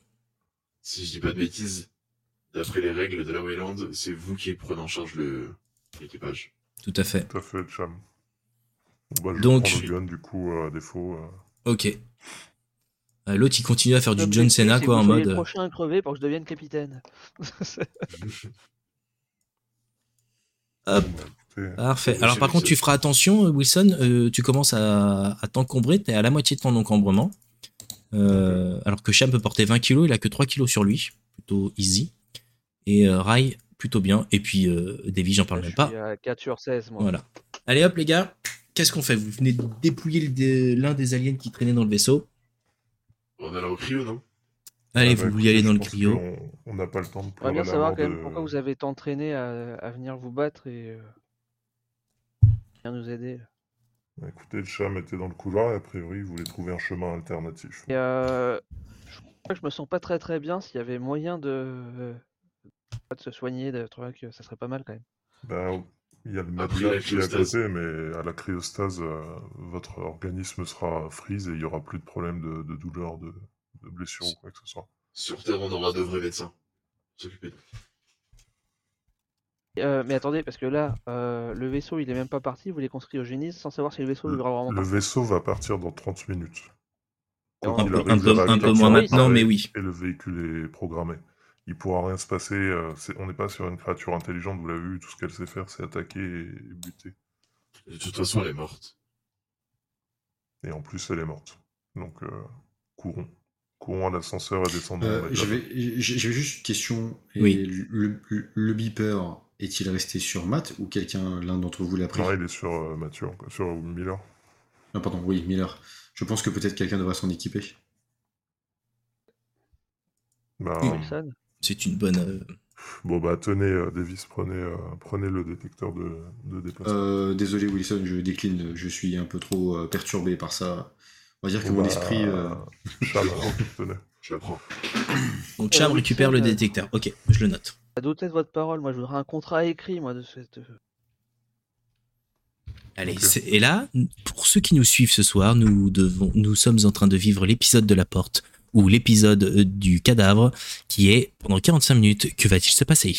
[SPEAKER 8] Si je dis pas de bêtises, d'après les règles de la Wayland, c'est vous qui prenez en charge le l'équipage.
[SPEAKER 1] Tout à fait.
[SPEAKER 7] Tout à fait, Cham. Bon, bah, je
[SPEAKER 1] Donc-
[SPEAKER 7] prends le gun, du coup, euh, à défaut. euh.
[SPEAKER 1] Ok. Euh, L'autre, il continue à faire du John
[SPEAKER 4] L'objectif,
[SPEAKER 1] Cena,
[SPEAKER 4] c'est
[SPEAKER 1] quoi,
[SPEAKER 4] que
[SPEAKER 1] en
[SPEAKER 4] vous soyez
[SPEAKER 1] mode.
[SPEAKER 4] le
[SPEAKER 1] euh,
[SPEAKER 4] prochain à crever pour que je devienne capitaine.
[SPEAKER 1] Hop,
[SPEAKER 7] Écoutez,
[SPEAKER 1] euh, parfait.
[SPEAKER 8] Oui,
[SPEAKER 1] Alors,
[SPEAKER 8] c'est
[SPEAKER 1] par
[SPEAKER 8] le
[SPEAKER 1] contre,
[SPEAKER 8] seul.
[SPEAKER 1] tu feras attention, euh, Wilson. euh, tu commences à, à t'encombrer. T'es à la moitié de ton encombrement. Euh, alors que Cham peut porter 20 kilos, il a que 3 kilos sur lui. Plutôt easy. Et euh, Rai, plutôt bien. Et puis, euh, Davy, j'en parle
[SPEAKER 4] je
[SPEAKER 1] même
[SPEAKER 4] suis
[SPEAKER 1] pas.
[SPEAKER 4] à 4 sur 16, moi.
[SPEAKER 1] Voilà. Allez hop les gars, qu'est-ce qu'on fait Vous venez de dépouiller le dé- l'un des aliens qui traînait dans le vaisseau.
[SPEAKER 8] On est là au cryo, non
[SPEAKER 1] Allez,
[SPEAKER 7] ah, bah,
[SPEAKER 1] vous
[SPEAKER 7] écoutez,
[SPEAKER 1] y allez
[SPEAKER 7] je
[SPEAKER 1] dans le
[SPEAKER 7] pense
[SPEAKER 1] cryo.
[SPEAKER 7] qu'on- On n'a pas le temps de
[SPEAKER 4] J'aimerais
[SPEAKER 7] pleurer
[SPEAKER 4] bien
[SPEAKER 7] la
[SPEAKER 4] savoir
[SPEAKER 7] mort
[SPEAKER 4] quand même
[SPEAKER 7] de-
[SPEAKER 4] pourquoi vous avez tant traîné à, à venir vous battre et euh, venir nous aider.
[SPEAKER 7] Écoutez, Cham était dans le couloir et a priori, il voulait trouver un chemin alternatif.
[SPEAKER 4] Et, euh, je crois que je me sens pas très très bien. S'il y avait moyen de, euh, de se soigner, de trouver que ça serait pas mal quand même.
[SPEAKER 7] Bah, il y a le
[SPEAKER 8] Après
[SPEAKER 7] matelas
[SPEAKER 8] la
[SPEAKER 7] qui est à
[SPEAKER 8] cryostase.
[SPEAKER 7] côté, mais à la cryostase, euh, votre organisme sera freeze et il n'y aura plus de problème de, de douleur, de, de blessure ou quoi que ce soit.
[SPEAKER 8] Sur Terre, on aura de vrais médecins. S'occuper de
[SPEAKER 4] Euh, mais attendez, parce que là, euh, le vaisseau il est même pas parti. Vous voulez construire au génie sans savoir si le vaisseau lui aura
[SPEAKER 1] Ah.
[SPEAKER 4] vraiment
[SPEAKER 7] Le vaisseau va partir dans 30 minutes.
[SPEAKER 4] Quand
[SPEAKER 1] Un
[SPEAKER 7] il
[SPEAKER 1] peu,
[SPEAKER 7] arrive,
[SPEAKER 1] un
[SPEAKER 7] il
[SPEAKER 1] peu,
[SPEAKER 7] arrive
[SPEAKER 1] un peu
[SPEAKER 7] comme
[SPEAKER 1] moins
[SPEAKER 7] ça,
[SPEAKER 1] maintenant,
[SPEAKER 7] pareil.
[SPEAKER 1] mais oui.
[SPEAKER 7] Et le véhicule est programmé. Il pourra rien se passer. euh, c'est- on n'est pas sur une créature intelligente, vous l'avez vu. Tout ce qu'elle sait faire, c'est attaquer et, et buter.
[SPEAKER 8] De toute façon, elle est morte.
[SPEAKER 7] Et en plus, elle est morte. Donc, euh, courons. Courons à l'ascenseur et descendons.
[SPEAKER 10] Euh,
[SPEAKER 7] on va dire.
[SPEAKER 10] J'avais j'ai- j'avais juste une question. Et
[SPEAKER 1] Oui.
[SPEAKER 10] Le, le- le beeper est-il resté sur Matt ou quelqu'un, l'un d'entre vous l'a pris
[SPEAKER 7] Non, il est sur euh, Mathieu, encore- sur Miller.
[SPEAKER 10] Non, pardon, oui, Miller. Je pense que peut-être quelqu'un devrait s'en équiper.
[SPEAKER 7] Bah,
[SPEAKER 1] Oui.
[SPEAKER 4] Wilson
[SPEAKER 1] C'est une bonne. euh,
[SPEAKER 7] Bon, bah, tenez, euh, Davis, prenez, euh, prenez le détecteur de, de déplacement.
[SPEAKER 10] Euh, désolé Wilson, je décline, je suis un peu trop euh, perturbé par ça. On va dire que
[SPEAKER 7] Bon,
[SPEAKER 10] mon
[SPEAKER 7] bah,
[SPEAKER 10] esprit... euh,
[SPEAKER 7] Charles, tenez.
[SPEAKER 8] Je la prends.
[SPEAKER 1] Donc Cham
[SPEAKER 4] Euh,
[SPEAKER 1] récupère le
[SPEAKER 4] Wilson, euh,
[SPEAKER 1] détecteur. Ok, je le note.
[SPEAKER 4] a douté de votre parole. Moi, je voudrais un contrat écrit, moi, de euh, cette.
[SPEAKER 1] Allez,
[SPEAKER 7] Ok.
[SPEAKER 1] c'est- et là, pour ceux qui nous suivent ce soir, nous, devons, nous sommes en train de vivre l'épisode de la porte ou l'épisode euh, du cadavre qui est pendant 45 minutes. Que va-t-il se passer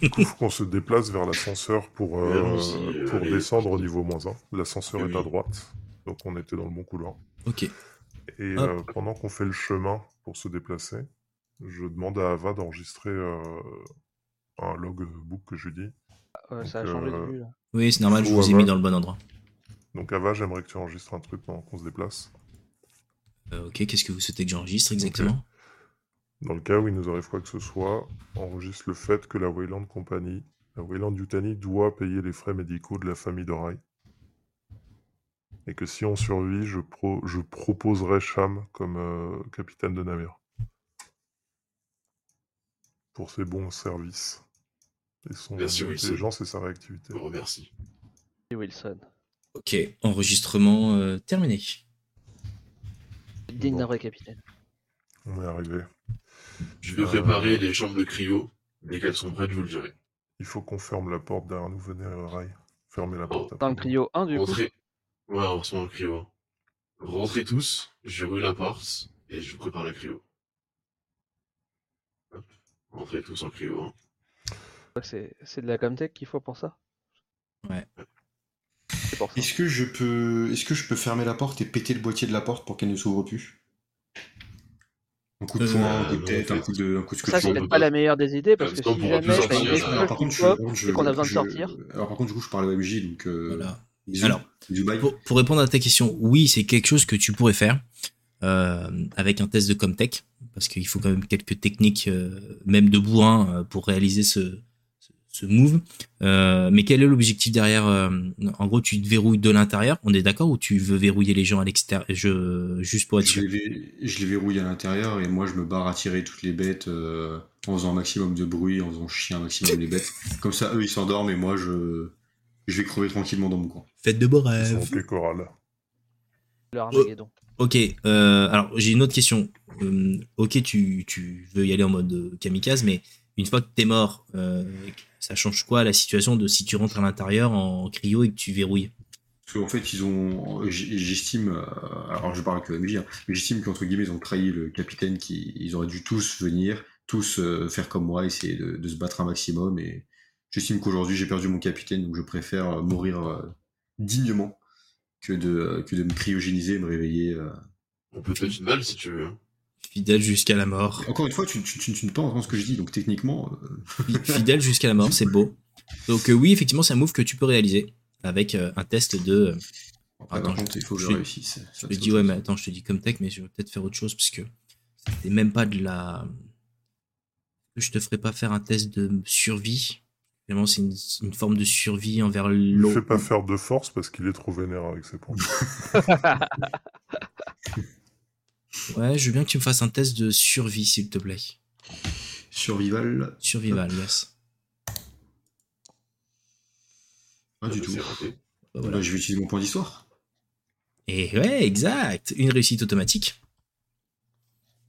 [SPEAKER 7] Du coup, faut qu'on se déplace vers l'ascenseur pour, euh,
[SPEAKER 8] Mais allons-y, euh,
[SPEAKER 7] pour
[SPEAKER 8] allez.
[SPEAKER 7] descendre au niveau moins 1. L'ascenseur
[SPEAKER 8] Oui.
[SPEAKER 7] est à droite, donc on était dans le bon couloir.
[SPEAKER 1] Ok.
[SPEAKER 7] Et
[SPEAKER 1] Hop.
[SPEAKER 7] euh, pendant qu'on fait le chemin pour se déplacer, je demande à Ava d'enregistrer euh, un logbook que je lui dis.
[SPEAKER 4] Euh, ça a
[SPEAKER 7] Donc,
[SPEAKER 4] changé de
[SPEAKER 7] euh,
[SPEAKER 4] vue. Là.
[SPEAKER 1] Oui, c'est normal, je
[SPEAKER 7] Ou
[SPEAKER 1] vous ai
[SPEAKER 7] avant.
[SPEAKER 1] mis dans le bon endroit.
[SPEAKER 7] Donc Ava, j'aimerais que tu enregistres un truc pendant qu'on se déplace,
[SPEAKER 1] Euh, ok, qu'est-ce que vous souhaitez que j'enregistre exactement
[SPEAKER 7] dans le cas où il nous arrive quoi que ce soit, enregistre le fait que la Wayland Company, la Wayland Yutani doit payer les frais médicaux de la famille d'Orai. Et que si on survit, je, pro- je proposerai Cham comme euh, capitaine de navire. Pour ses bons services. Et son
[SPEAKER 8] Merci, Wilson.
[SPEAKER 7] intelligence et sa réactivité.
[SPEAKER 8] Je vous remercie.
[SPEAKER 4] Et Wilson.
[SPEAKER 1] Ok, enregistrement euh, terminé.
[SPEAKER 4] Digne
[SPEAKER 7] Bon.
[SPEAKER 4] d'un vrai capitaine.
[SPEAKER 7] On est arrivé.
[SPEAKER 8] Je
[SPEAKER 4] Ah.
[SPEAKER 8] vais préparer les chambres de cryo. Dès qu'elles sont prêtes, je vous le dirai.
[SPEAKER 7] Il faut qu'on ferme la porte derrière nous. Venez, euh, Rai. Fermez la porte. après
[SPEAKER 4] Dans le
[SPEAKER 7] nous.
[SPEAKER 4] trio 1, du coup.
[SPEAKER 8] Rentrez. Ouais, on se met en cryo. hein. Rentrez tous, je roule la porte et je vous prépare la cryo. Hop. Rentrez tous en cryo. hein.
[SPEAKER 4] C'est c'est de la Comtech qu'il faut pour ça
[SPEAKER 1] Ouais.
[SPEAKER 4] C'est pour ça.
[SPEAKER 10] Est-ce que je peux est-ce que je peux fermer la porte et péter le boîtier de la porte pour qu'elle ne s'ouvre plus Un coup de
[SPEAKER 1] Euh,
[SPEAKER 10] poing, un coup de
[SPEAKER 8] non,
[SPEAKER 10] tête,
[SPEAKER 8] en fait.
[SPEAKER 10] un coup de un coup de ce que
[SPEAKER 4] Ça,
[SPEAKER 10] tu
[SPEAKER 4] c'est
[SPEAKER 10] veux.
[SPEAKER 4] peut-être pas la meilleure des idées parce
[SPEAKER 8] Comme
[SPEAKER 4] que
[SPEAKER 8] ça, on
[SPEAKER 4] si
[SPEAKER 8] pourra
[SPEAKER 4] jamais
[SPEAKER 8] plus
[SPEAKER 4] t'as
[SPEAKER 8] sortir,
[SPEAKER 4] une
[SPEAKER 8] là.
[SPEAKER 4] explosion
[SPEAKER 10] Alors par contre,
[SPEAKER 4] qui
[SPEAKER 10] je,
[SPEAKER 4] pop,
[SPEAKER 10] par contre, je-
[SPEAKER 4] et qu'on a besoin de
[SPEAKER 10] je-
[SPEAKER 4] sortir.
[SPEAKER 10] Alors par contre, du coup, je parle à MJ, donc euh,
[SPEAKER 1] Voilà.
[SPEAKER 10] bisous,
[SPEAKER 1] Alors,
[SPEAKER 10] bisous, bye.
[SPEAKER 1] Pour, pour répondre à ta question, oui, c'est quelque chose que tu pourrais faire euh, avec un test de Comtech, parce qu'il faut quand même quelques techniques, euh, même de bourrin, euh, pour réaliser ce, ce- ce move. Euh, mais quel est l'objectif derrière euh, En gros, tu te verrouilles de l'intérieur, on est d'accord, ou tu veux verrouiller les gens à l'extérieur je... Juste pour être
[SPEAKER 5] Je
[SPEAKER 1] sûr.
[SPEAKER 5] les, vé- je les verrouille à l'intérieur et moi je me barre à tirer toutes les bêtes euh, en faisant un maximum de bruit, en faisant chier un maximum les bêtes. Comme ça, eux ils s'endorment et moi je, je vais crever tranquillement dans mon coin.
[SPEAKER 1] Faites de beaux
[SPEAKER 7] Ils
[SPEAKER 1] rêves.
[SPEAKER 7] sont ok, Coral.
[SPEAKER 4] Le Armageddon.
[SPEAKER 1] Ok, euh, alors j'ai une autre question. Euh, ok, tu, tu veux y aller en mode euh, kamikaze, mais une fois que t'es mort, euh, ça change quoi la situation de si tu rentres à l'intérieur en cryo et que tu verrouilles
[SPEAKER 5] Parce qu'en fait, ils ont. j'- J'estime. euh, Alors, je parle que MJ, hein, mais j'estime qu'entre guillemets, ils ont trahi le capitaine, qui, ils auraient dû tous venir, tous euh, faire comme moi, essayer de, de se battre un maximum. Et j'estime qu'aujourd'hui, j'ai perdu mon capitaine, donc je préfère euh, mourir euh, dignement que de, que de me cryogéniser et me réveiller. euh.
[SPEAKER 8] On peut peut-être une balle si tu veux. hein.
[SPEAKER 1] Fidèle jusqu'à la mort.
[SPEAKER 5] Encore une fois, tu, tu, tu, tu ne peux pas entendre ce que je dis, donc techniquement. euh,
[SPEAKER 1] Fi- Fidèle jusqu'à la mort, c'est beau. Donc euh, oui, effectivement, c'est un move que tu peux réaliser avec euh, un test de... euh,
[SPEAKER 5] après,
[SPEAKER 1] Attends,
[SPEAKER 5] par contre,
[SPEAKER 1] je-
[SPEAKER 5] il faut que je
[SPEAKER 1] je-
[SPEAKER 5] réussisse. Ça,
[SPEAKER 1] Je
[SPEAKER 5] c'est
[SPEAKER 1] te dis,
[SPEAKER 5] autre
[SPEAKER 1] ouais,
[SPEAKER 5] chose.
[SPEAKER 1] mais attends, je te dis comme tech, mais je vais peut-être faire autre chose parce que c'était même pas de la. Je te ferai pas faire un test de survie. Vraiment, c'est une, une forme de survie envers
[SPEAKER 7] Il ne
[SPEAKER 1] l'eau.
[SPEAKER 7] fait pas faire de force parce qu'il est trop vénère avec ses points.
[SPEAKER 1] Ouais, je veux bien que tu me fasses un test de survie, s'il te plaît.
[SPEAKER 5] Survival,
[SPEAKER 1] Survival, yes. Ah,
[SPEAKER 5] pas du
[SPEAKER 8] Bah,
[SPEAKER 5] tout.
[SPEAKER 8] c'est raté.
[SPEAKER 1] Bah, voilà.
[SPEAKER 5] Bah, je vais utiliser mon point d'histoire.
[SPEAKER 1] Et ouais, exact. Une réussite automatique.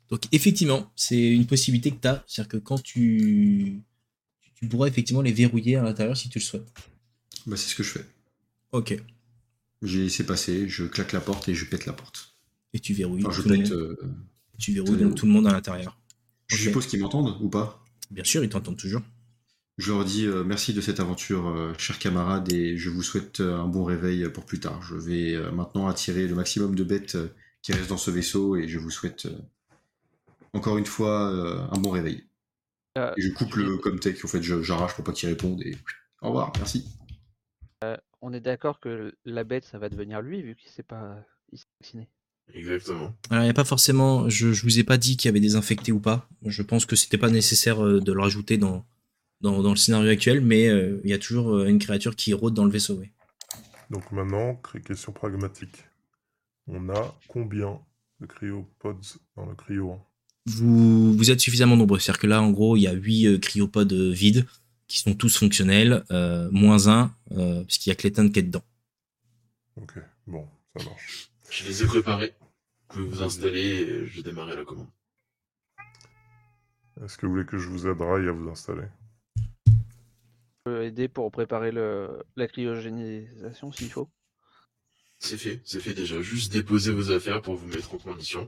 [SPEAKER 1] Donc effectivement, c'est une possibilité que tu as. C'est-à-dire que quand tu... Tu pourras effectivement les verrouiller à l'intérieur si tu le souhaites.
[SPEAKER 5] Bah, c'est ce que je fais.
[SPEAKER 1] Ok.
[SPEAKER 5] J'ai laissé passer, je claque la porte et je pète la porte.
[SPEAKER 1] Et tu verrouilles.
[SPEAKER 5] Enfin, je
[SPEAKER 1] tout le
[SPEAKER 5] pète.
[SPEAKER 1] monde.
[SPEAKER 5] euh,
[SPEAKER 1] Tu verrouilles
[SPEAKER 5] tout le
[SPEAKER 1] donc
[SPEAKER 5] monde.
[SPEAKER 1] tout le monde à l'intérieur.
[SPEAKER 5] Je
[SPEAKER 1] Ok.
[SPEAKER 5] suppose qu'ils m'entendent ou pas.
[SPEAKER 1] Bien sûr, ils t'entendent toujours.
[SPEAKER 5] Je leur dis euh, merci de cette aventure, euh, chers camarades, et je vous souhaite euh, un bon réveil pour plus tard. Je vais euh, maintenant attirer le maximum de bêtes euh, qui restent dans ce vaisseau et je vous souhaite euh, encore une fois euh, un bon réveil.
[SPEAKER 4] Euh,
[SPEAKER 5] Et je coupe le comtech, en fait, je- j'arrache pour pas qu'ils répondent et au revoir, merci.
[SPEAKER 4] On est d'accord que la bête, ça va devenir lui, vu qu'il s'est pas il s'est vacciné.
[SPEAKER 8] Exactement.
[SPEAKER 1] Alors, il n'y a pas forcément. Je, je vous ai pas dit qu'il y avait des infectés ou pas. Je pense que c'était pas nécessaire euh, de le rajouter dans, dans, dans le scénario actuel, mais euh, il y a toujours euh, une créature qui rôde dans le vaisseau. ouais.
[SPEAKER 7] Donc maintenant, cré- question pragmatique. On a combien de cryopods dans le cryo hein 1
[SPEAKER 1] Vous, vous êtes suffisamment nombreux. C'est-à-dire que là, en gros, il y a 8 cryopodes euh, vides qui sont tous fonctionnels, euh, moins un, euh, parce qu'il y a Clayton qui est dedans.
[SPEAKER 7] Ok, bon, ça marche.
[SPEAKER 8] Je les ai préparés. Vous pouvez vous installer et je vais démarrer la commande.
[SPEAKER 7] Est-ce que vous voulez que je vous aide Rai, à vous installer
[SPEAKER 4] Je peux aider pour préparer le... la cryogénisation s'il faut.
[SPEAKER 8] C'est fait, c'est fait déjà. Juste déposer vos affaires pour vous mettre en condition.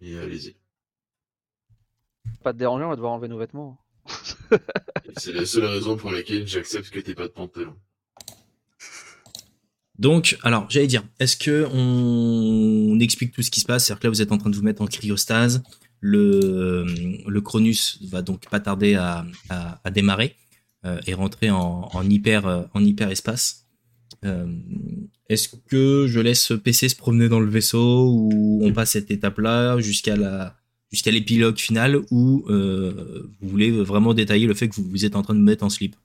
[SPEAKER 8] Et allez-y.
[SPEAKER 4] Pas te déranger, on va devoir enlever nos vêtements. hein.
[SPEAKER 8] Et C'est la seule raison pour laquelle j'accepte que t'aies pas de pantalon.
[SPEAKER 1] Donc, alors, j'allais dire, est-ce que on, on explique tout ce qui se passe C'est-à-dire que là, vous êtes en train de vous mettre en cryostase. Le, euh, le Cronus va donc pas tarder à, à- à démarrer euh, et rentrer en, en hyper euh, en hyper espace. Euh, est-ce que je laisse PC se promener dans le vaisseau ou on passe cette étape-là jusqu'à la jusqu'à l'épilogue final ou euh, vous voulez vraiment détailler le fait que vous, vous êtes en train de me mettre en slip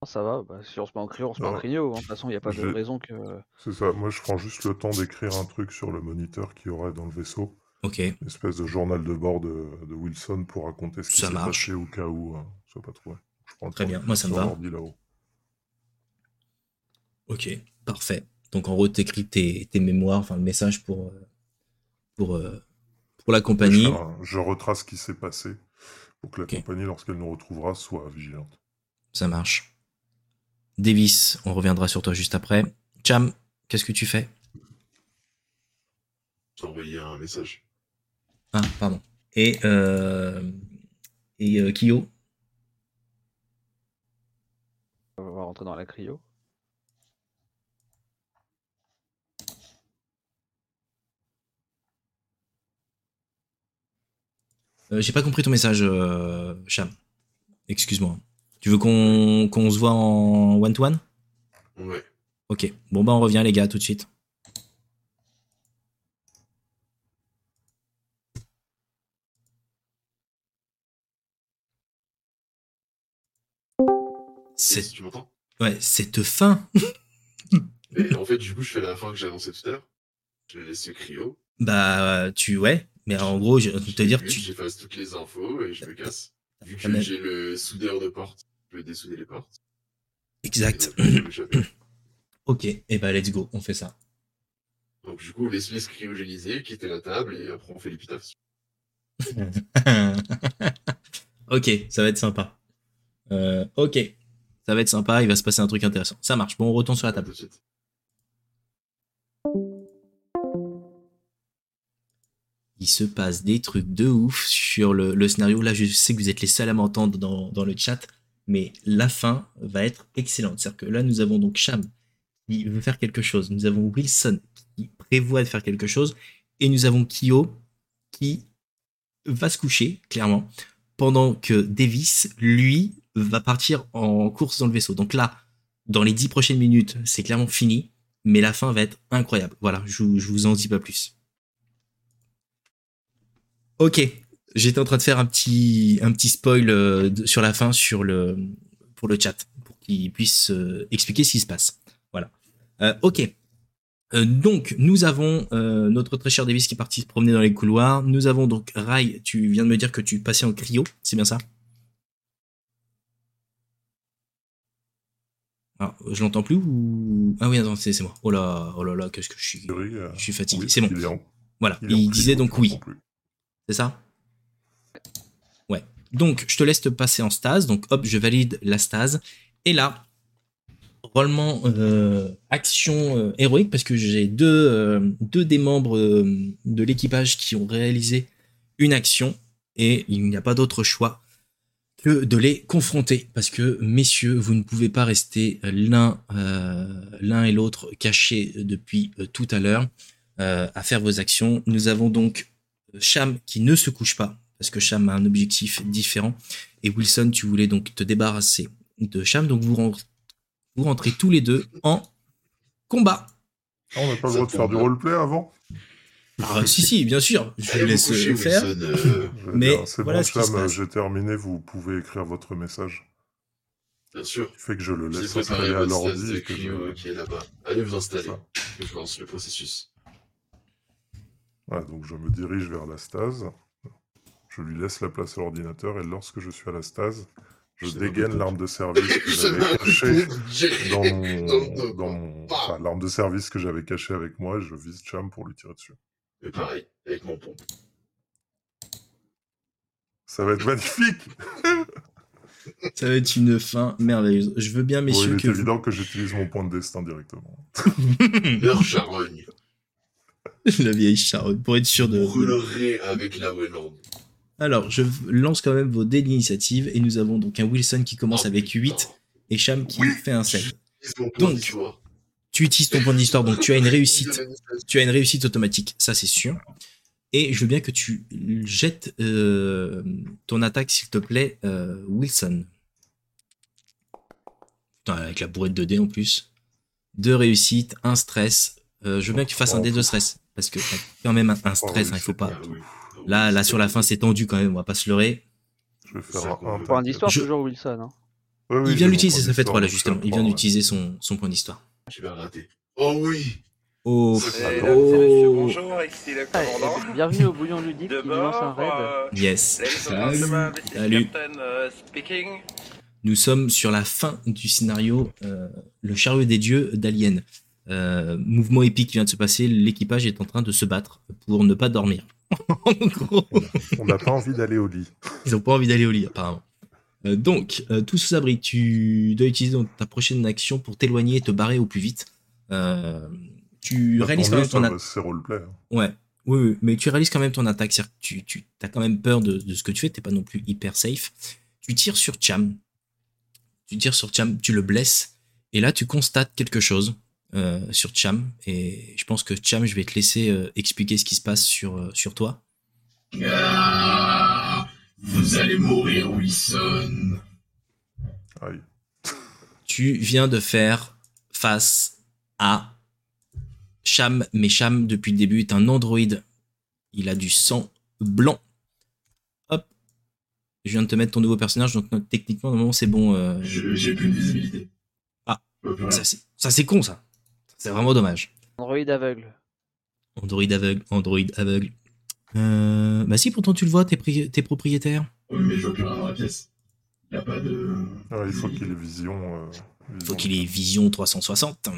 [SPEAKER 4] Non, Ça va, bah, si on se met en cryo, on se met en
[SPEAKER 7] Ouais.
[SPEAKER 4] cryo. hein. De toute façon, il n'y a pas de
[SPEAKER 7] Je-
[SPEAKER 4] raison que. euh,
[SPEAKER 7] C'est ça, moi je prends juste le temps d'écrire un truc sur le moniteur qu'il y aurait dans le vaisseau,
[SPEAKER 1] Ok.
[SPEAKER 7] une espèce de journal de bord de, de Wilson pour raconter ce qui
[SPEAKER 1] Ça
[SPEAKER 7] s'est
[SPEAKER 1] marche.
[SPEAKER 7] passé au cas où hein, on soit pas trouvé. Je prends le
[SPEAKER 1] Très
[SPEAKER 7] temps
[SPEAKER 1] bien,
[SPEAKER 7] de-
[SPEAKER 1] moi, ça me
[SPEAKER 7] sur
[SPEAKER 1] va.
[SPEAKER 7] l'ordi là-haut.
[SPEAKER 1] Ok, parfait. Donc en gros, t'écris tes, tes mémoires, enfin le message pour, euh, pour, euh, pour la compagnie.
[SPEAKER 7] Je, fais un- je retrace ce qui s'est passé pour que la
[SPEAKER 1] Ok.
[SPEAKER 7] compagnie, lorsqu'elle nous retrouvera, soit vigilante.
[SPEAKER 1] Ça marche. Davis, on reviendra sur toi juste après. Cham, qu'est-ce que tu fais
[SPEAKER 8] J'ai envoyé un message.
[SPEAKER 1] Ah, pardon. Et, euh, et euh, Kyo
[SPEAKER 4] On va rentrer dans la cryo.
[SPEAKER 1] Euh, J'ai pas compris ton message, euh, Cham. Excuse-moi. Tu veux qu'on qu'on se voit en one-to-one
[SPEAKER 8] Ouais.
[SPEAKER 1] Ok. Bon, bah on revient les gars, tout de suite.
[SPEAKER 8] C'est... Tu m'entends
[SPEAKER 1] Ouais, cette fin
[SPEAKER 8] Et en fait, du coup, je fais la fin que j'ai annoncée tout à l'heure. Je laisse le cryo.
[SPEAKER 1] Bah, tu. Ouais, mais en gros, je
[SPEAKER 8] Je
[SPEAKER 1] te dire,
[SPEAKER 8] calcule,
[SPEAKER 1] tu.
[SPEAKER 8] J'efface toutes les infos et je me casse. Vu
[SPEAKER 1] Ah,
[SPEAKER 8] que
[SPEAKER 1] mais-
[SPEAKER 8] j'ai le soudeur de porte, je peux dessouder les portes.
[SPEAKER 1] Exact.
[SPEAKER 8] Et donc, je peux m'échapper.
[SPEAKER 1] Ok, et bah, let's go, on fait ça.
[SPEAKER 8] Donc, du coup, on laisse les cryogéniser, quitter la table et après, on fait l'épitaphe.
[SPEAKER 1] ok, ça va être sympa. Euh, ok, ça va être sympa, il va se passer un truc intéressant. Ça marche, bon, on retourne sur la table. Il se passe des trucs de ouf sur le, le scénario. Là, je sais que vous êtes les seuls à m'entendre dans, dans le chat, mais la fin va être excellente. C'est-à-dire que là, nous avons donc Cham qui veut faire quelque chose. Nous avons Wilson qui prévoit de faire quelque chose. Et nous avons Kyo qui va se coucher, clairement, pendant que Davis, lui, va partir en course dans le vaisseau. Donc là, dans les dix prochaines minutes, c'est clairement fini, mais la fin va être incroyable. Voilà, je, vous- je vous en dis pas plus. Ok, j'étais en train de faire un petit, un petit spoil euh, de- sur la fin sur le, pour le chat, pour qu'il puisse euh, expliquer ce qui se passe. Voilà. Euh, ok. Euh, donc, nous avons euh, notre très cher Davis qui est parti se promener dans les couloirs. Nous avons donc Rai, tu viens de me dire que tu passais en cryo, c'est bien ça Alors, Ah, je l'entends plus ou... Ah oui, attends, c'est c'est moi. Oh là, oh là là, qu'est-ce que je suis... Je suis fatigué, c'est bon.
[SPEAKER 7] euh, il est en-
[SPEAKER 1] Voilà,
[SPEAKER 7] il
[SPEAKER 1] il,
[SPEAKER 7] est en cryo,
[SPEAKER 1] disait donc
[SPEAKER 7] je
[SPEAKER 1] oui.
[SPEAKER 7] comprends plus.
[SPEAKER 1] C'est ça Ouais. Donc, je te laisse te passer en stase. Donc, hop, je valide la stase. Et là, rollement euh, action euh, héroïque, parce que j'ai deux, euh, deux des membres euh, de l'équipage qui ont réalisé une action. Et il n'y a pas d'autre choix que de les confronter. Parce que, messieurs, vous ne pouvez pas rester l'un euh, l'un et l'autre cachés depuis euh, tout à l'heure euh, à faire vos actions. Nous avons donc Cham qui ne se couche pas, parce que Cham a un objectif différent. Et Wilson, tu voulais donc te débarrasser de Cham. Donc vous, ren- vous rentrez tous les deux en combat.
[SPEAKER 7] Ah, on n'a pas le droit de faire du roleplay avant
[SPEAKER 1] Ah, si, si, bien sûr. Je vous laisse le faire.
[SPEAKER 8] euh,
[SPEAKER 7] Je vais
[SPEAKER 1] Mais
[SPEAKER 7] dire, C'est
[SPEAKER 1] voilà
[SPEAKER 7] bon,
[SPEAKER 1] ce qui se
[SPEAKER 7] Cham,
[SPEAKER 1] passe.
[SPEAKER 7] j'ai terminé, vous pouvez écrire votre message.
[SPEAKER 8] Bien sûr.
[SPEAKER 7] Fait que je le
[SPEAKER 8] J'ai
[SPEAKER 7] laisse installer
[SPEAKER 8] préparé
[SPEAKER 7] à
[SPEAKER 8] votre stase
[SPEAKER 7] l'ordi.
[SPEAKER 8] de
[SPEAKER 7] et que je-
[SPEAKER 8] cryo euh, qui est là-bas. Allez vous installer.
[SPEAKER 7] ça.
[SPEAKER 8] Que je lance le processus.
[SPEAKER 7] Voilà, donc je me dirige vers la stase. Je lui laisse la place à l'ordinateur et lorsque je suis à la stase, je
[SPEAKER 8] Je
[SPEAKER 7] dégaine l'arme de service que
[SPEAKER 8] Je
[SPEAKER 7] j'avais cachée dans
[SPEAKER 8] Dans
[SPEAKER 7] mon.
[SPEAKER 8] le
[SPEAKER 7] dans mon-
[SPEAKER 8] combat.
[SPEAKER 7] enfin, l'arme de service que j'avais cachée avec moi et je vise Cham pour lui tirer dessus.
[SPEAKER 8] Mais pareil, avec mon pompe.
[SPEAKER 7] Ça va être magnifique
[SPEAKER 1] Ça va être une fin merveilleuse. Je veux bien,
[SPEAKER 7] Bon, Il
[SPEAKER 1] messieurs,
[SPEAKER 7] est
[SPEAKER 1] que vous-
[SPEAKER 7] évident que j'utilise mon point de destin directement.
[SPEAKER 1] Hmm.
[SPEAKER 8] Leur charogne.
[SPEAKER 1] la vieille Sharon, pour être sûr de.
[SPEAKER 8] Brûlerait avec la Wayland.
[SPEAKER 1] Alors, je lance quand même vos dés d'initiative. Et nous avons donc un Wilson qui commence avec 8 et Cham qui fait un 7.
[SPEAKER 8] Ils ont pour
[SPEAKER 1] Donc,
[SPEAKER 8] l'histoire.
[SPEAKER 1] Tu utilises ton point d'histoire, donc tu as une réussite.
[SPEAKER 8] Ils ont manifesté.
[SPEAKER 1] tu as une réussite automatique, ça c'est sûr. Et je veux bien que tu jettes euh, ton attaque, s'il te plaît, euh, Wilson. Putain, avec la bourrette de dés en plus. Deux réussites, un stress. Euh, je veux bien que tu fasses un dé de stress. Parce que t'as quand même un, un stress, hein, il faut pas.
[SPEAKER 8] Ah oui.
[SPEAKER 1] Là, là sur la fin, c'est tendu quand même, on va pas se leurrer.
[SPEAKER 7] Je vais
[SPEAKER 8] Ça
[SPEAKER 7] faire un.
[SPEAKER 8] compte.
[SPEAKER 4] Pour un d'histoire,
[SPEAKER 1] Je-
[SPEAKER 4] toujours Wilson. hein.
[SPEAKER 7] Ouais, oui,
[SPEAKER 1] Il
[SPEAKER 7] j'ai
[SPEAKER 1] vient
[SPEAKER 7] mon
[SPEAKER 1] l'utiliser,
[SPEAKER 7] point
[SPEAKER 1] ça fait
[SPEAKER 7] d'histoire,
[SPEAKER 1] 3 là
[SPEAKER 7] donc je
[SPEAKER 1] justement.
[SPEAKER 7] fais
[SPEAKER 1] Il vient
[SPEAKER 7] trois, ouais.
[SPEAKER 1] d'utiliser son, son point d'histoire.
[SPEAKER 8] Tu vas rater. Oh oui
[SPEAKER 1] Oh,
[SPEAKER 8] C'est
[SPEAKER 12] Mesdames
[SPEAKER 8] là,
[SPEAKER 12] et messieurs,
[SPEAKER 1] oh,
[SPEAKER 12] bonjour, ici le
[SPEAKER 4] Ah, et-
[SPEAKER 12] commandant.
[SPEAKER 4] bienvenue au bouillon ludique
[SPEAKER 12] De
[SPEAKER 4] qui nous lance un
[SPEAKER 12] bord,
[SPEAKER 4] raid.
[SPEAKER 12] euh,
[SPEAKER 1] oh, yes.
[SPEAKER 12] ladies and gentlemen, this is
[SPEAKER 1] Salut.
[SPEAKER 12] Captain euh, speaking.
[SPEAKER 1] Nous sommes sur la fin du scénario euh, Le chariot des dieux d'Alien. Euh, mouvement épique vient de se passer, l'équipage est en train de se battre pour ne pas dormir. en gros,
[SPEAKER 7] On n'a pas envie d'aller au lit.
[SPEAKER 1] ils n'ont pas envie d'aller au lit apparemment. Euh, donc, euh, tout sous abri, tu dois utiliser donc ta prochaine action pour t'éloigner et te barrer au plus vite. Euh, tu
[SPEAKER 7] Ça
[SPEAKER 1] réalises
[SPEAKER 7] tombe
[SPEAKER 1] quand même ton,
[SPEAKER 7] bien, ça,
[SPEAKER 1] a-
[SPEAKER 7] bah, C'est roleplay. hein.
[SPEAKER 1] Ouais, oui, oui, mais tu réalises quand même ton attaque. C'est-à-dire que tu, tu as quand même peur de, de ce que tu fais, t'es pas non plus hyper safe. Tu tires sur Cham. Tu tires sur Cham, tu le blesses. Et là, tu constates quelque chose euh, sur Cham. Et je pense que Cham, je vais te laisser euh, expliquer ce qui se passe sur, euh, sur toi.
[SPEAKER 8] Ah, Vous allez mourir, Wilson.
[SPEAKER 7] Aïe.
[SPEAKER 1] Tu viens de faire face à Cham, mais Cham, depuis le début, est un androïde. Il a du sang blanc. Hop. Je viens de te mettre ton nouveau personnage, donc non, techniquement, normalement, c'est bon. euh,
[SPEAKER 8] Je- J'ai plus de visibilité.
[SPEAKER 1] Ah,
[SPEAKER 8] Hop là.
[SPEAKER 1] ça, c'est- ça, c'est con, ça. C'est vraiment dommage.
[SPEAKER 4] Android aveugle.
[SPEAKER 1] Android aveugle, Android aveugle. Euh, bah si, pourtant, tu le vois, t'es pri- t'es propriétaire.
[SPEAKER 8] Oui, mais je vois plus rien dans la pièce. Il a pas de.
[SPEAKER 7] Ah Ouais, il faut qu'il ait vision. euh,
[SPEAKER 1] Faut
[SPEAKER 7] vision.
[SPEAKER 1] qu'il ait vision 360.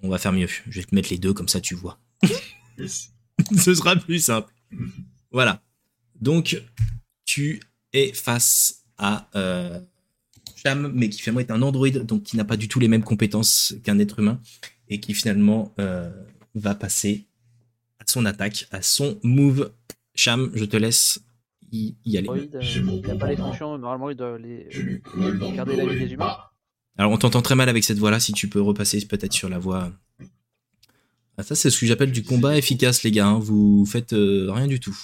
[SPEAKER 1] On va faire mieux. Je vais te mettre les deux, comme ça tu vois.
[SPEAKER 8] Yes.
[SPEAKER 1] Ce sera plus simple. Voilà. Donc, tu es face à euh, Cham, mais qui finalement est un androïde, donc qui n'a pas du tout les mêmes compétences qu'un être humain, et qui finalement euh, va passer à son attaque, à son move. Cham, je te laisse y, y aller.
[SPEAKER 4] Android, euh,
[SPEAKER 8] J'ai mon
[SPEAKER 4] il n'a pas les
[SPEAKER 8] bon
[SPEAKER 4] fonctions, normalement il doit les
[SPEAKER 8] Je lui colle dans le
[SPEAKER 4] garder la
[SPEAKER 8] dos
[SPEAKER 4] vie
[SPEAKER 8] et
[SPEAKER 4] des humains.
[SPEAKER 8] bah,
[SPEAKER 1] Alors on t'entend très mal avec cette voix-là, si tu peux repasser peut-être sur la voix. Ah, ça c'est ce que j'appelle du combat efficace les gars, hein. vous faites euh, rien du tout.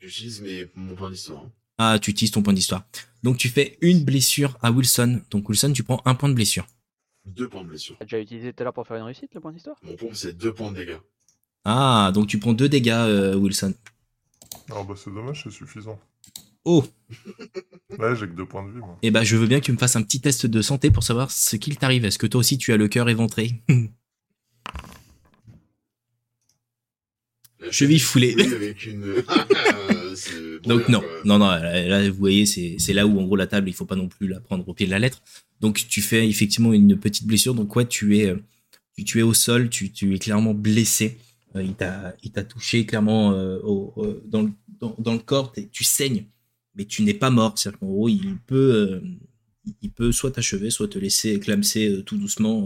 [SPEAKER 8] J'utilise mes... mon point hein. d'histoire.
[SPEAKER 1] Ah tu utilises ton point d'histoire. Donc tu fais une blessure à Wilson, donc Wilson tu prends un point de blessure.
[SPEAKER 8] Deux points de blessure.
[SPEAKER 4] T'as déjà utilisé tout à l'heure pour faire une réussite le point d'histoire
[SPEAKER 8] Mon pompe, c'est deux points de dégâts.
[SPEAKER 1] Ah donc tu prends deux dégâts euh, Wilson.
[SPEAKER 7] Ah bah c'est dommage, c'est suffisant.
[SPEAKER 1] Oh,
[SPEAKER 7] Ouais, j'ai que deux points de vie, moi.
[SPEAKER 1] et bah je veux bien que tu me fasses un petit test de santé pour savoir ce qu'il t'arrive. Est-ce que toi aussi tu as le cœur éventré
[SPEAKER 8] La
[SPEAKER 1] Cheville foulée.
[SPEAKER 8] foulée avec une. Ah, c'est bon,
[SPEAKER 1] Donc non,
[SPEAKER 8] quoi.
[SPEAKER 1] non, non, là, là, vous voyez, c'est c'est là où en gros la table, il faut pas non plus la prendre au pied de la lettre. Donc tu fais effectivement une petite blessure, donc ouais, tu es, euh, tu, tu es au sol, tu, tu es clairement blessé, Euh, il t'a il t'a touché clairement euh, au- au- dans, le, dans, dans le corps, T'es- tu saignes, mais tu n'es pas mort, c'est-à-dire qu'en gros, il peut, euh, il- il peut soit t'achever, soit te laisser clamser euh, tout doucement.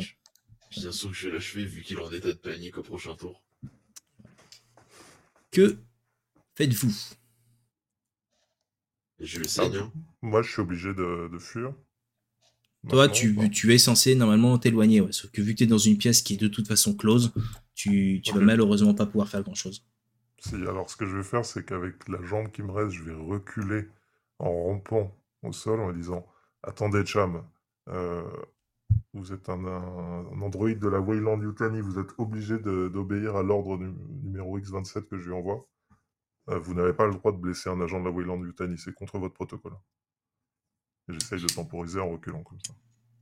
[SPEAKER 8] Je viens sûr que je vais l'achever vu qu'il est en état de panique au prochain tour.
[SPEAKER 1] Que faites-vous
[SPEAKER 8] Et je vais saigner.
[SPEAKER 7] Moi, je suis obligé de, de fuir.
[SPEAKER 1] Toi,
[SPEAKER 7] Maintenant,
[SPEAKER 1] tu,
[SPEAKER 7] bah,
[SPEAKER 1] tu es censé normalement t'éloigner, ouais. sauf que vu que tu es dans une pièce qui est de toute façon close, tu, tu vas
[SPEAKER 7] Ok.
[SPEAKER 1] malheureusement pas pouvoir faire grand-chose.
[SPEAKER 7] si, alors, ce que je vais faire, c'est qu'avec la jambe qui me reste, je vais reculer en rampant au sol en disant Attendez, Cham, euh, vous êtes un, un- un androïde de la Wayland Yutani, vous êtes obligé de- d'obéir à l'ordre nu- numéro X27 que je lui envoie. Euh, vous n'avez pas le droit de blesser un agent de la Wayland Yutani, c'est contre votre protocole. Et J'essaye de temporiser en reculant comme ça.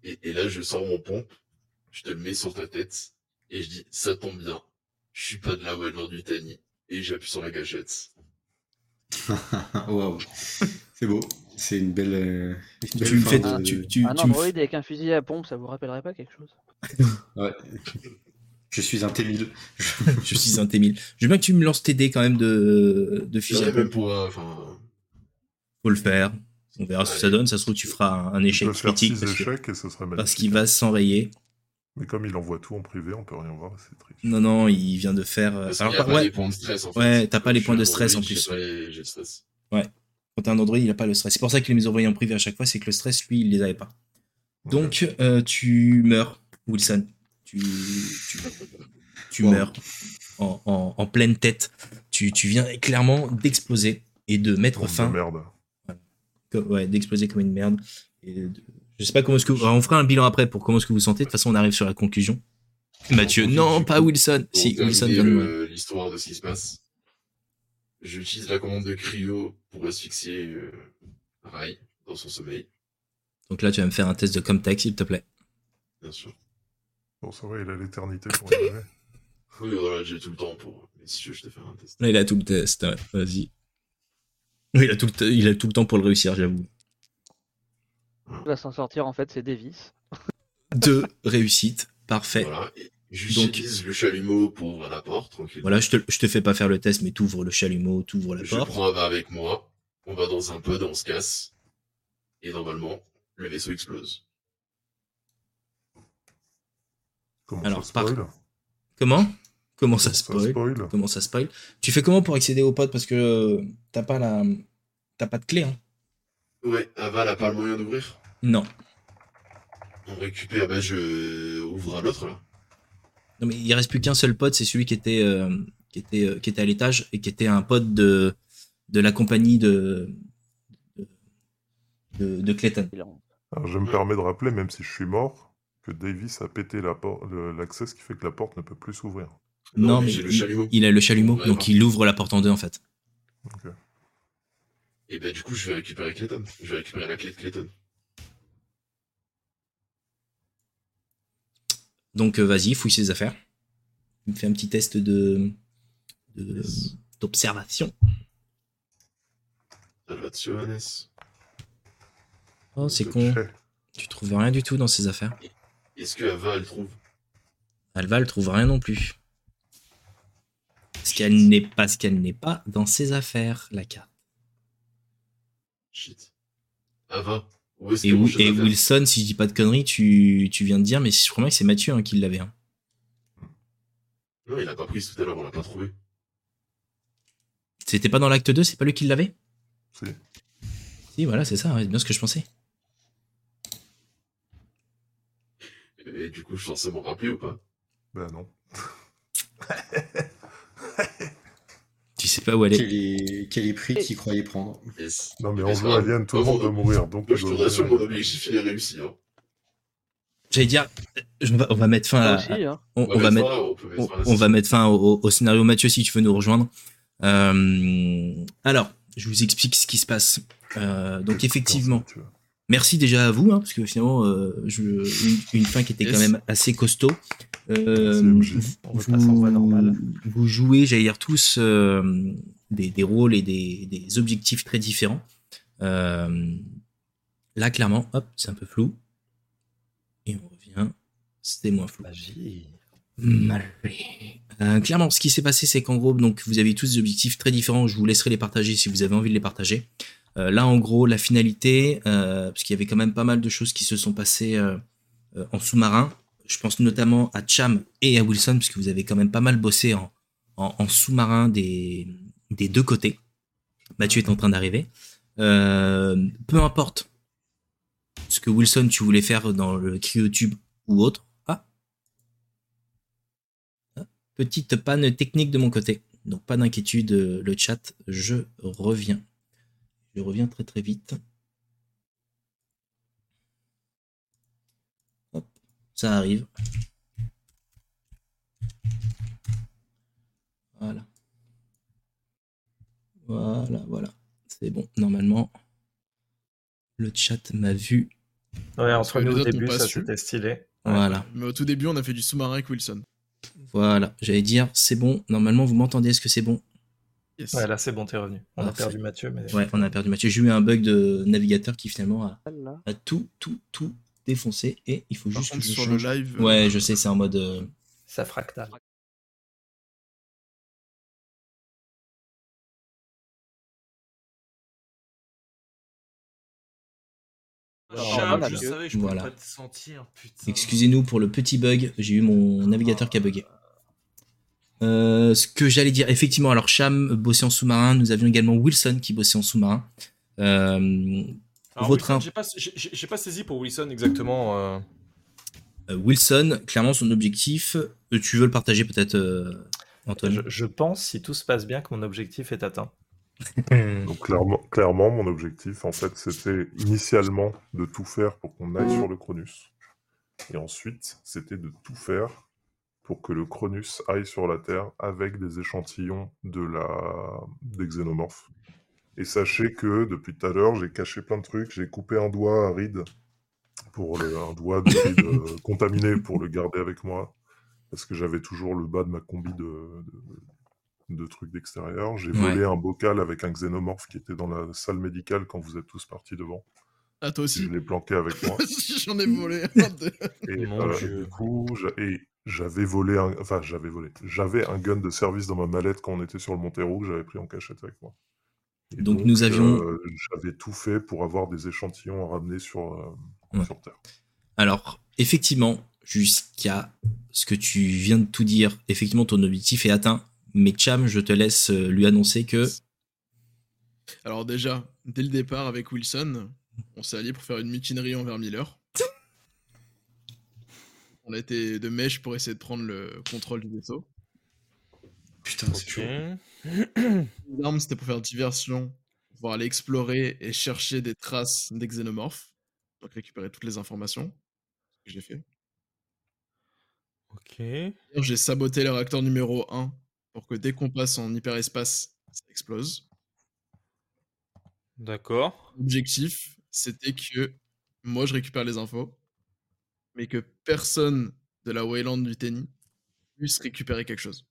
[SPEAKER 8] Et, et là, je sors mon pompe, je te le mets sur ta tête, et je dis, ça tombe bien, je suis pas de la Wallon du Tani, et j'appuie sur la gâchette.
[SPEAKER 10] Waouh. C'est beau. C'est une belle. euh, une belle
[SPEAKER 1] Tu me
[SPEAKER 10] fin
[SPEAKER 1] fais,
[SPEAKER 10] de-
[SPEAKER 1] tu, tu,
[SPEAKER 4] Un
[SPEAKER 1] tu me
[SPEAKER 4] android avec un fusil à pompe, ça vous rappellerait pas quelque chose
[SPEAKER 10] Ouais. Je suis un T1000.
[SPEAKER 1] fais- je suis un T1000. Je veux bien que tu me lances tes dés quand même de, de fusil.
[SPEAKER 8] J'irais même pour, euh, enfin,
[SPEAKER 1] Faut le faire. On verra ce que ça donne. Ça se trouve, tu feras un, un
[SPEAKER 7] Je
[SPEAKER 1] échec
[SPEAKER 7] peux faire
[SPEAKER 1] critique
[SPEAKER 7] six
[SPEAKER 1] parce, que-
[SPEAKER 7] échecs et ce serait magnifique.
[SPEAKER 1] parce qu'il va s'enrayer.
[SPEAKER 7] Mais comme il envoie tout en privé, on peut rien voir, c'est triste.
[SPEAKER 1] Non, non, il vient de faire. euh,
[SPEAKER 8] parce qu'il
[SPEAKER 1] Alors,
[SPEAKER 8] y a
[SPEAKER 1] par-
[SPEAKER 8] pas les
[SPEAKER 1] ouais,
[SPEAKER 8] points de stress, en fait.
[SPEAKER 1] Ouais, t'as pas les
[SPEAKER 8] Je suis
[SPEAKER 1] points de
[SPEAKER 8] un
[SPEAKER 1] stress, en
[SPEAKER 8] Android,
[SPEAKER 1] plus.
[SPEAKER 8] J'ai pas les j'ai le stress.
[SPEAKER 1] quand t'as un Android, il a pas le stress. C'est pour ça qu'il les envoyait en privé à chaque fois, c'est que le stress, lui, il les avait pas. Donc, euh, tu meurs, Wilson. Tu, tu, tu
[SPEAKER 10] Wow.
[SPEAKER 1] meurs en, en- en pleine tête. Tu, tu viens clairement d'exploser et de mettre
[SPEAKER 7] Bande de
[SPEAKER 1] fin.
[SPEAKER 7] merde.
[SPEAKER 1] comme- ouais, d'exploser comme une merde. Et de- je sais pas comment est-ce que. alors, on fera un bilan après pour comment est-ce que vous sentez. De toute façon, on arrive sur la conclusion. Mathieu, non, pas Wilson.
[SPEAKER 8] Pour
[SPEAKER 1] Si, Wilson
[SPEAKER 8] terminer
[SPEAKER 1] vient de mourir.
[SPEAKER 8] le- l'histoire de ce qui se passe, j'utilise la commande de cryo pour asphyxier euh, Rai dans son sommeil,
[SPEAKER 1] Donc là, tu vas me faire un test de Comtech, s'il te plaît.
[SPEAKER 8] bien sûr.
[SPEAKER 7] Bon, ça va, il a l'éternité pour y arriver.
[SPEAKER 8] Oui, voilà, j'ai tout le temps pour. Mais si tu veux, je te fais un test.
[SPEAKER 1] Là, il a tout le test. ouais. Vas-y. Il a, tout le te- il a tout le temps pour le réussir, j'avoue.
[SPEAKER 4] Il va s'en sortir en fait, c'est Davis.
[SPEAKER 1] Deux réussites. Parfait.
[SPEAKER 8] Voilà. et J'utilise le chalumeau pour ouvrir la porte, tranquille.
[SPEAKER 1] Voilà, je te, je te fais pas faire le test, mais t'ouvres le chalumeau, t'ouvres la
[SPEAKER 8] Je
[SPEAKER 1] porte.
[SPEAKER 8] prends un vin avec moi, on va dans un pod, on se casse, et normalement, le vaisseau explose.
[SPEAKER 7] Comment
[SPEAKER 1] Alors,
[SPEAKER 7] ça
[SPEAKER 1] par-
[SPEAKER 7] spoil
[SPEAKER 1] Comment Comment ça
[SPEAKER 7] Comment
[SPEAKER 1] spoil Comment ça spoil Tu fais comment pour accéder au pod Parce que euh, t'as pas la, t'as pas de clé. Hein
[SPEAKER 8] Ouais, Aval a pas le moyen d'ouvrir.
[SPEAKER 1] non.
[SPEAKER 8] On récupère, bah je ouvre hein. à l'autre là.
[SPEAKER 1] Non, mais il reste plus qu'un seul pod, c'est celui qui était, euh, qui était, euh, qui était à l'étage et qui était un pod de, de la compagnie de, de, de, de Clayton.
[SPEAKER 4] Il en-
[SPEAKER 7] Alors, je me permets de rappeler, même si je suis mort, que Davis a pété la por- le- l'accès, ce qui fait que la porte ne peut plus s'ouvrir.
[SPEAKER 1] Non, mais
[SPEAKER 8] j'ai le
[SPEAKER 1] il-
[SPEAKER 8] chalumeau.
[SPEAKER 1] il a le chalumeau,
[SPEAKER 8] Ouais,
[SPEAKER 1] donc il ouvre la porte en deux en fait.
[SPEAKER 7] euh,
[SPEAKER 8] Et ben du coup, je vais récupérer Clayton. Je vais récupérer la clé de Clayton.
[SPEAKER 1] Donc euh, vas-y, fouille ses affaires. Il me fait un petit test de de- d'observation.
[SPEAKER 8] Salvationes.
[SPEAKER 1] Oh, c'est con. Tu trouves rien du tout dans ses affaires.
[SPEAKER 8] Est-ce que Ava, elle trouve
[SPEAKER 1] Alva, elle trouve rien non plus. Ce qu'elle n'est pas, ce qu'elle n'est pas dans ses affaires, la carte.
[SPEAKER 8] Shit. Ava, où est-ce
[SPEAKER 1] Et,
[SPEAKER 8] que mon
[SPEAKER 1] Wi-
[SPEAKER 8] chef
[SPEAKER 1] et
[SPEAKER 8] d'affaires
[SPEAKER 1] Wilson, si je dis pas de conneries, tu, tu viens de dire, mais je crois bien que c'est Mathieu hein, qui l'avait. hein.
[SPEAKER 8] Non, il a pas pris tout à l'heure, on l'a pas trouvé.
[SPEAKER 1] C'était pas dans l'acte 2, c'est pas lui qui l'avait
[SPEAKER 7] Si.
[SPEAKER 1] Si, voilà, c'est ça, ouais, c'est bien ce que je pensais.
[SPEAKER 8] Et du coup, je suis censé m'en rappeler ou pas
[SPEAKER 7] Ben non.
[SPEAKER 1] Tu sais pas où elle
[SPEAKER 5] est. Quel est, quel est prix qu'il croyait prendre
[SPEAKER 7] Non, mais
[SPEAKER 5] Mais
[SPEAKER 7] on
[SPEAKER 5] ça
[SPEAKER 7] joue
[SPEAKER 5] va.
[SPEAKER 7] Alien, tout le
[SPEAKER 5] Avant
[SPEAKER 7] monde
[SPEAKER 5] de-
[SPEAKER 7] va mourir. Donc
[SPEAKER 8] Moi, je te
[SPEAKER 7] euh,
[SPEAKER 8] rassure, mon objectif, il est réussi. Hein.
[SPEAKER 1] J'allais dire, euh, je- on va- on va mettre fin
[SPEAKER 4] Ah,
[SPEAKER 1] à.
[SPEAKER 8] Moi aussi, hein.
[SPEAKER 1] on,
[SPEAKER 8] On va
[SPEAKER 1] on va
[SPEAKER 8] mettre
[SPEAKER 1] mettre,
[SPEAKER 8] fin, on peut mettre
[SPEAKER 1] on-
[SPEAKER 8] fin à la
[SPEAKER 1] on va mettre fin au, au- au scénario. Mathieu, si tu veux nous rejoindre. Euh, alors, je vous explique ce qui se passe. Euh, donc effectivement, merci déjà à vous, hein, parce que finalement, euh, je- une, une fin qui était quand
[SPEAKER 11] Yes.
[SPEAKER 1] même assez costaud. Euh, vous, vous jouez, j'allais dire tous, euh, des, des rôles et des, des objectifs très différents. Euh, là, clairement, hop, c'est un peu flou. Et on revient, c'était moins flou. Magie. Euh, clairement, ce qui s'est passé, c'est qu'en gros, donc, vous avez tous des objectifs très différents. Je vous laisserai les partager si vous avez envie de les partager. Euh, là, en gros, la finalité, euh, parce qu'il y avait quand même pas mal de choses qui se sont passées euh, euh, en sous-marin. Je pense notamment à Cham et à Wilson, puisque vous avez quand même pas mal bossé en, en- en sous-marin des, des deux côtés. Mathieu est en train d'arriver. Euh, peu importe ce que Wilson, tu voulais faire dans le cryotube ou autre. Ah, Petite panne technique de mon côté. Donc pas d'inquiétude, euh, le chat, je reviens. Je reviens très très vite. Hop, ça arrive. Voilà. Voilà, voilà. C'est bon, normalement. Le chat m'a vu.
[SPEAKER 2] Ouais,
[SPEAKER 3] Parce que
[SPEAKER 2] entre nous
[SPEAKER 3] les
[SPEAKER 2] au
[SPEAKER 3] autres
[SPEAKER 2] début,
[SPEAKER 3] n'ont pas
[SPEAKER 2] ça
[SPEAKER 3] su.
[SPEAKER 2] c'était stylé.
[SPEAKER 1] Voilà.
[SPEAKER 3] Mais au tout début, on a fait du sous-marin avec Wilson.
[SPEAKER 1] Voilà, j'allais dire, c'est bon. Normalement, vous m'entendez, est-ce que c'est bon
[SPEAKER 2] Ouais, là c'est bon, t'es revenu. On a
[SPEAKER 1] Parfait.
[SPEAKER 2] perdu Mathieu, mais.
[SPEAKER 1] Ouais, on a perdu Mathieu. J'ai eu un bug de navigateur qui finalement a, a tout, tout, tout défoncé et il faut juste
[SPEAKER 3] contre,
[SPEAKER 1] que je
[SPEAKER 3] sur
[SPEAKER 1] change.
[SPEAKER 3] le live, euh,
[SPEAKER 1] Ouais, je sais, c'est en mode. euh,
[SPEAKER 2] Ça fractale.
[SPEAKER 4] Ah,
[SPEAKER 6] Cham,
[SPEAKER 1] voilà,
[SPEAKER 6] Ah, je
[SPEAKER 1] Mathieu.
[SPEAKER 6] savais que je pouvais
[SPEAKER 1] Voilà.
[SPEAKER 6] pas te sentir, putain.
[SPEAKER 1] Excusez-nous pour le petit bug. J'ai eu
[SPEAKER 3] Ah,
[SPEAKER 1] mon navigateur qui a bugué. Euh, ce que j'allais dire, effectivement, alors Cham bossait en sous-marin. Nous avions également Wilson qui bossait en sous-marin. Euh,
[SPEAKER 6] Alors,
[SPEAKER 1] votre
[SPEAKER 6] Wilson, j'ai pas, j'ai- j'ai- j'ai pas saisi pour Wilson exactement. euh,
[SPEAKER 1] Euh, Wilson, clairement, son objectif, euh, tu veux le partager peut-être, euh, Antoine
[SPEAKER 2] Je, je pense, si tout se passe bien, que mon objectif est atteint.
[SPEAKER 7] Donc clairement, clairement, mon objectif, en fait, c'était initialement de tout faire pour qu'on aille sur le Cronus. Et ensuite, c'était de tout faire pour que le Cronus aille sur la Terre avec des échantillons de la... des xénomorphes. Et sachez que depuis tout à l'heure, j'ai caché plein de trucs. J'ai coupé un doigt, un ride, pour le... un doigt de ride, euh, contaminé pour le garder avec moi. Parce que j'avais toujours le bas de ma combi de, de- de trucs d'extérieur. J'ai
[SPEAKER 1] Ouais.
[SPEAKER 7] volé un bocal avec un xénomorphe qui était dans la salle médicale quand vous êtes tous partis devant.
[SPEAKER 3] Ah, toi aussi.
[SPEAKER 7] Je l'ai planqué avec moi.
[SPEAKER 3] J'en ai volé un deux.
[SPEAKER 7] Et
[SPEAKER 6] Mon
[SPEAKER 7] euh,
[SPEAKER 6] Dieu.
[SPEAKER 7] du coup, j'a- et j'avais volé un... Enfin, j'avais volé. J'avais un gun de service dans ma mallette quand on était sur le Montero que j'avais pris en cachette avec moi. Et
[SPEAKER 1] Donc, nous avions-
[SPEAKER 7] euh, j'avais tout fait pour avoir des échantillons à ramener sur, euh,
[SPEAKER 1] Ouais.
[SPEAKER 7] sur Terre.
[SPEAKER 1] Alors, effectivement, jusqu'à ce que tu viens de tout dire, effectivement, ton objectif est atteint. Mais Cham, je te laisse euh, lui annoncer que.
[SPEAKER 3] Alors déjà, dès le départ avec Wilson, on s'est alliés pour faire une mutinerie envers Miller. on a été de mèche pour essayer de prendre le contrôle du vaisseau.
[SPEAKER 5] Putain,
[SPEAKER 6] c'est chaud.
[SPEAKER 3] L'arme, c'était pour faire diversion, pour pouvoir aller explorer et chercher des traces des xénomorphes. Donc récupérer toutes les informations. C'est ce que J'ai fait.
[SPEAKER 6] Ok.
[SPEAKER 8] J'ai saboté le réacteur numéro 1 pour que dès qu'on passe en hyperespace, ça explose.
[SPEAKER 6] D'accord.
[SPEAKER 8] L'objectif, c'était que moi je récupère les infos, mais que personne de la Wayland du tennis puisse récupérer quelque chose.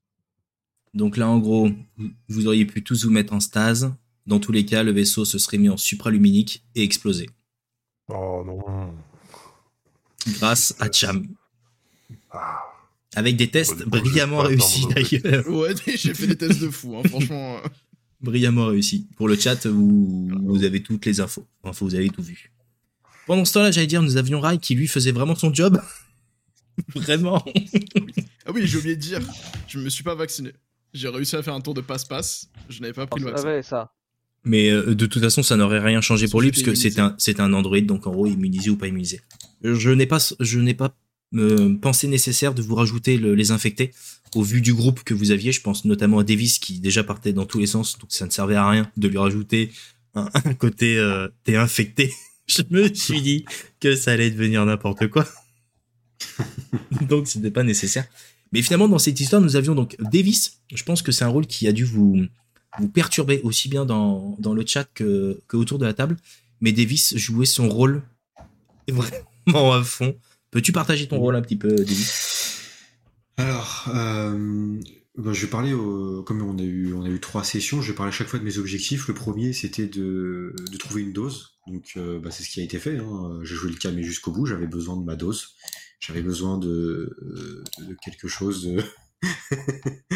[SPEAKER 1] Donc là, en gros, vous auriez pu tous vous mettre en stase. Dans tous les cas, le vaisseau se serait mis en supraluminique et explosé.
[SPEAKER 7] Oh non.
[SPEAKER 1] Grâce à Cham.
[SPEAKER 7] Ah,
[SPEAKER 1] Avec des tests brillamment réussis d'ailleurs.
[SPEAKER 8] Ouais, j'ai fait des tests de fou, hein, franchement. euh.
[SPEAKER 1] Brillamment réussi. Pour le chat, vous, vous avez toutes les infos. Enfin, vous avez tout vu. Pendant ce temps-là, j'allais dire, nous avions Rai qui lui faisait vraiment son job. vraiment.
[SPEAKER 8] Ah oui, j'ai oublié de dire, je me suis pas vacciné. J'ai réussi à faire un tour de passe-passe, je n'avais pas pris le
[SPEAKER 2] Ah,
[SPEAKER 4] Je
[SPEAKER 8] vaccin.
[SPEAKER 4] savais Ah, ça.
[SPEAKER 1] Mais euh, de toute façon, ça n'aurait rien changé pour lui
[SPEAKER 8] j'étais
[SPEAKER 1] puisque c'est un, c'est un Android, donc en gros, immunisé ou pas immunisé. Je n'ai pas, je n'ai pas euh, pensé nécessaire de vous rajouter le- les infectés au vu du groupe que vous aviez. Je pense notamment à Davis qui déjà partait dans tous les sens, donc ça ne servait à rien de lui rajouter un, un côté euh, t'es infecté. Je me suis dit que ça allait devenir n'importe quoi. donc c'était pas nécessaire. Mais finalement, dans cette histoire, nous avions donc Davis. Je pense que c'est un rôle qui a dû vous, vous perturber aussi bien dans, dans le chat que, que autour de la table. Mais Davis jouait son rôle vraiment à fond. Peux-tu partager ton rôle un petit peu, Davis
[SPEAKER 5] Alors, euh, bah, je vais parler, au- comme on a, eu, on a eu trois sessions, je vais parler chaque fois de mes objectifs. Le premier, c'était de, de trouver une dose. Donc, euh, bah, c'est ce qui a été fait. hein. J'ai joué le camé jusqu'au bout. J'avais besoin de ma dose. J'avais besoin de, euh, de quelque chose de-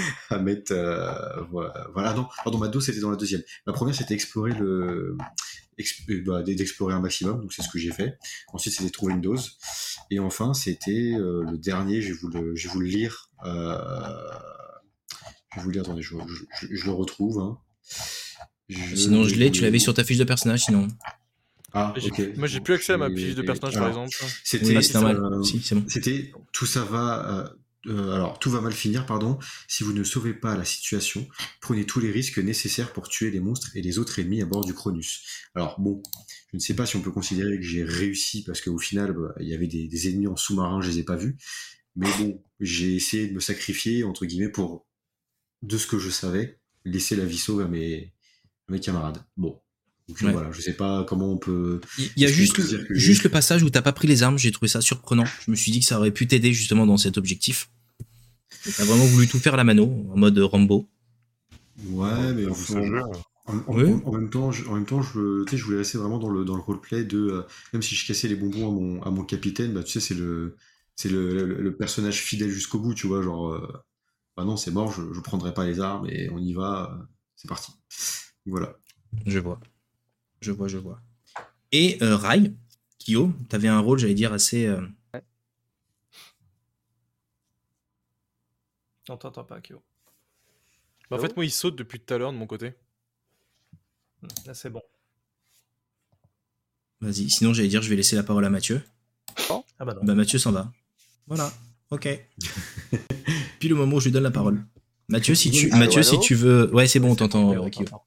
[SPEAKER 5] à mettre. euh, voilà. voilà, non, pardon, ma dose, c'était dans la deuxième. La première, c'était explorer le, exp- euh, bah, d'explorer un maximum, donc c'est ce que j'ai fait. Ensuite, c'était trouver une dose. Et enfin, c'était euh, le dernier, je vais vous le, je vais vous le lire. euh, je vais vous le lire, attendez, je, je- je- je le retrouve. hein. Je
[SPEAKER 1] Sinon, je
[SPEAKER 5] vais
[SPEAKER 1] l'ai,
[SPEAKER 5] vous
[SPEAKER 1] tu
[SPEAKER 5] le-
[SPEAKER 1] l'avais sur ta fiche de personnage, sinon.
[SPEAKER 5] Ah,
[SPEAKER 6] J'ai-
[SPEAKER 5] ok. Ah.
[SPEAKER 6] Moi, j'ai plus accès à ma fiche de
[SPEAKER 5] Et-
[SPEAKER 6] personnage, par
[SPEAKER 5] alors,
[SPEAKER 6] exemple.
[SPEAKER 5] C'était
[SPEAKER 1] Oui, c'est normal.
[SPEAKER 5] euh,
[SPEAKER 1] Si, c'est bon.
[SPEAKER 5] C'était tout ça va. euh, euh, alors tout va mal finir, pardon. Si vous ne sauvez pas la situation, prenez tous les risques nécessaires pour tuer les monstres et les autres ennemis à bord du Cronus. Alors bon, je ne sais pas si on peut considérer que j'ai réussi parce qu'au final bah, il y avait des, des ennemis en sous-marin, je les ai pas vus. Mais bon, j'ai essayé de me sacrifier entre guillemets pour de ce que je savais laisser la vie sauve à mes, à mes camarades. Bon. Donc,
[SPEAKER 1] Ouais.
[SPEAKER 5] voilà, je sais pas comment on peut.
[SPEAKER 1] Il y a
[SPEAKER 5] est-ce qu'on
[SPEAKER 1] juste,
[SPEAKER 5] peut dire que j'ai-
[SPEAKER 1] juste le passage où t'as pas pris les armes, j'ai trouvé ça surprenant. Je me suis dit que ça aurait pu t'aider justement dans cet objectif. T'as vraiment voulu tout faire la mano, en mode Rambo.
[SPEAKER 5] Ouais, mais
[SPEAKER 7] Ça hein.
[SPEAKER 5] en,
[SPEAKER 7] vous suggère.
[SPEAKER 5] en- en-
[SPEAKER 1] Oui.
[SPEAKER 5] en même temps, je, en même temps, je, tu sais, je voulais rester vraiment dans le, dans le roleplay de, euh, même si je cassais les bonbons à mon, à mon capitaine, bah, tu sais, c'est le, c'est le, le- le personnage fidèle jusqu'au bout, tu vois, genre, euh, bah non, c'est mort, je, je prendrai pas les armes et on y va, euh, c'est parti. Voilà.
[SPEAKER 1] Je vois. Je vois, je vois. Et euh, Rai, Kyo, t'avais un rôle, j'allais dire, assez. euh,
[SPEAKER 2] On t'entend pas, Kyo.
[SPEAKER 13] Bah, en fait, moi, il saute depuis tout à l'heure de mon côté.
[SPEAKER 2] Là, c'est bon.
[SPEAKER 1] Vas-y, sinon j'allais dire, je vais laisser la parole à Mathieu.
[SPEAKER 2] Ah bah non.
[SPEAKER 1] Bah, Mathieu s'en va. Voilà, ok. Puis le moment où je lui donne la parole. Mathieu, si tu,
[SPEAKER 4] Allô,
[SPEAKER 1] Mathieu,
[SPEAKER 4] allô
[SPEAKER 1] si tu veux. Ouais, c'est bon, on t'entend,
[SPEAKER 4] Ouais, on
[SPEAKER 1] euh, Kyo.
[SPEAKER 4] t'entend.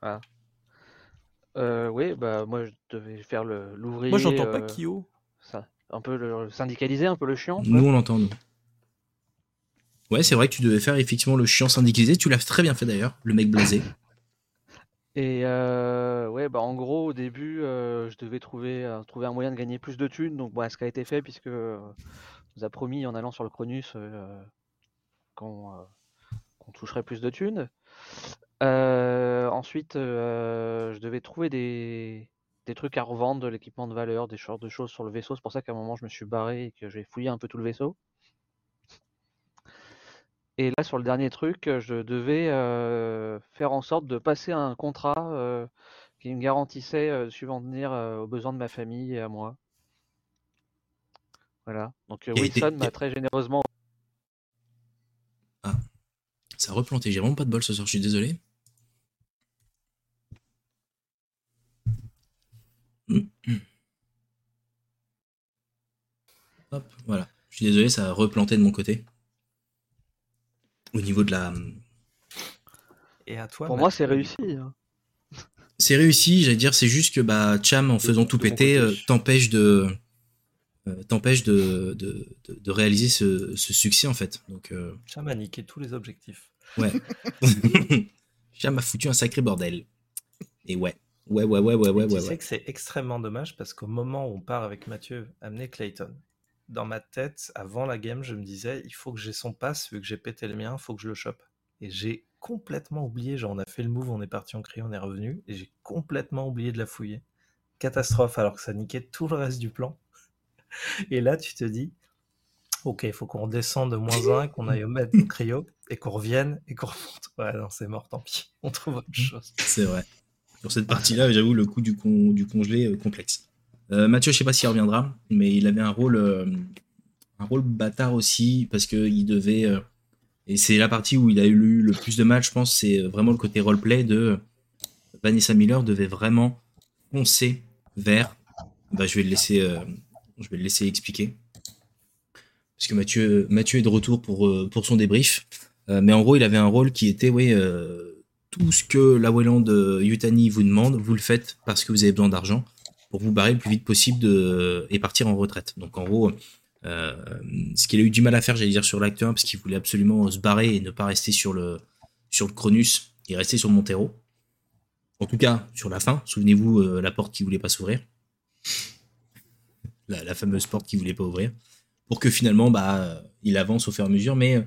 [SPEAKER 4] Voilà. Euh, oui, bah moi je devais faire le l'ouvrier.
[SPEAKER 6] Moi, j'entends pas
[SPEAKER 4] euh,
[SPEAKER 6] Kyo.
[SPEAKER 4] ça. Un peu le syndicaliser, un peu le chiant.
[SPEAKER 1] Nous, on l'entend, nous. Ouais, c'est vrai que tu devais faire effectivement le chiant syndicalisé. Tu l'as très bien fait d'ailleurs, le mec blasé.
[SPEAKER 4] Et euh, ouais, bah en gros, au début, euh, je devais trouver, euh, trouver un moyen de gagner plus de thunes. Donc, bah, ce qui a été fait, puisque euh, on nous a promis en allant sur le Cronus euh, qu'on euh, qu'on toucherait plus de thunes. Euh, ensuite, euh, je devais trouver des, des trucs à revendre, de l'équipement de valeur, des genres de choses sur le vaisseau. C'est pour ça qu'à un moment, je me suis barré et que j'ai fouillé un peu tout le vaisseau. Et là, sur le dernier truc, euh, je devais euh, faire en sorte de passer un contrat euh, qui me garantissait euh, de subvenir euh, aux besoins de ma famille et à moi. Voilà. Donc euh,
[SPEAKER 1] Et- et-
[SPEAKER 4] Wilson m'a
[SPEAKER 1] et-
[SPEAKER 4] très généreusement.
[SPEAKER 1] Ça a replanté. J'ai vraiment pas de bol ce soir, je suis désolé. Hop, voilà. Je suis désolé, ça a replanté de mon côté. Au niveau de la.
[SPEAKER 2] Et à toi
[SPEAKER 4] Pour
[SPEAKER 2] Mathieu,
[SPEAKER 4] moi, c'est
[SPEAKER 2] du
[SPEAKER 4] réussi.
[SPEAKER 2] coup.
[SPEAKER 4] hein.
[SPEAKER 1] C'est réussi, j'allais dire, c'est juste que bah, Cham, en faisant tout
[SPEAKER 2] de mon
[SPEAKER 1] péter,
[SPEAKER 2] côté.
[SPEAKER 1] euh, t'empêche de. euh, t'empêche de, de, de- de réaliser ce, ce succès en fait. Donc euh,
[SPEAKER 2] Ça m'a niqué tous les objectifs.
[SPEAKER 1] ouais, ça m'a foutu un sacré bordel. Et ouais, ouais, ouais, ouais, ouais, ouais,
[SPEAKER 2] Et
[SPEAKER 1] ouais.
[SPEAKER 2] tu sais
[SPEAKER 1] ouais.
[SPEAKER 2] que c'est extrêmement dommage parce qu'au moment où on part avec Mathieu amener Clayton, dans ma tête, avant la game, je me disais il faut que j'ai son pass, vu que j'ai pété le mien, faut que je le chope. Et j'ai complètement oublié, genre on a fait le move, on est parti, on crie, on est revenu, et j'ai complètement oublié de la fouiller. Catastrophe, alors que ça niquait tout le reste du plan. Et là, tu te dis ok, il faut qu'on descende de moins 1, qu'on aille au maître au cryo, et qu'on revienne, et qu'on remonte. Ouais, non, c'est mort, tant pis, on trouve autre chose.
[SPEAKER 1] C'est vrai. Pour cette partie-là, j'avoue, le coup du, con- du congelé euh, complexe. Euh, Mathieu, je sais pas s'il reviendra, mais il avait un rôle, euh, un rôle bâtard aussi, parce que il devait. euh, et c'est la partie où il a eu le plus de matchs, je pense, c'est vraiment le côté roleplay de euh, Vanessa Miller devait vraiment foncer vers. Bah, je vais le laisser, euh, je vais le laisser expliquer. Parce que Mathieu, Mathieu est de retour pour, euh, pour son débrief. Euh, mais en gros, il avait un rôle qui était, oui, euh, tout ce que la Wayland euh, Yutani vous demande, vous le faites parce que vous avez besoin d'argent pour vous barrer le plus vite possible de, et partir en retraite. Donc en gros, euh, ce qu'il a eu du mal à faire, j'allais dire sur l'acte 1, parce qu'il voulait absolument euh, se barrer et ne pas rester sur le, sur le Cronus et rester sur Montero. En tout cas, sur la fin, souvenez-vous, euh, la porte qui voulait pas s'ouvrir. La, la fameuse porte qui voulait pas ouvrir. Pour que finalement, bah, euh, il avance au fur et à mesure, mais euh,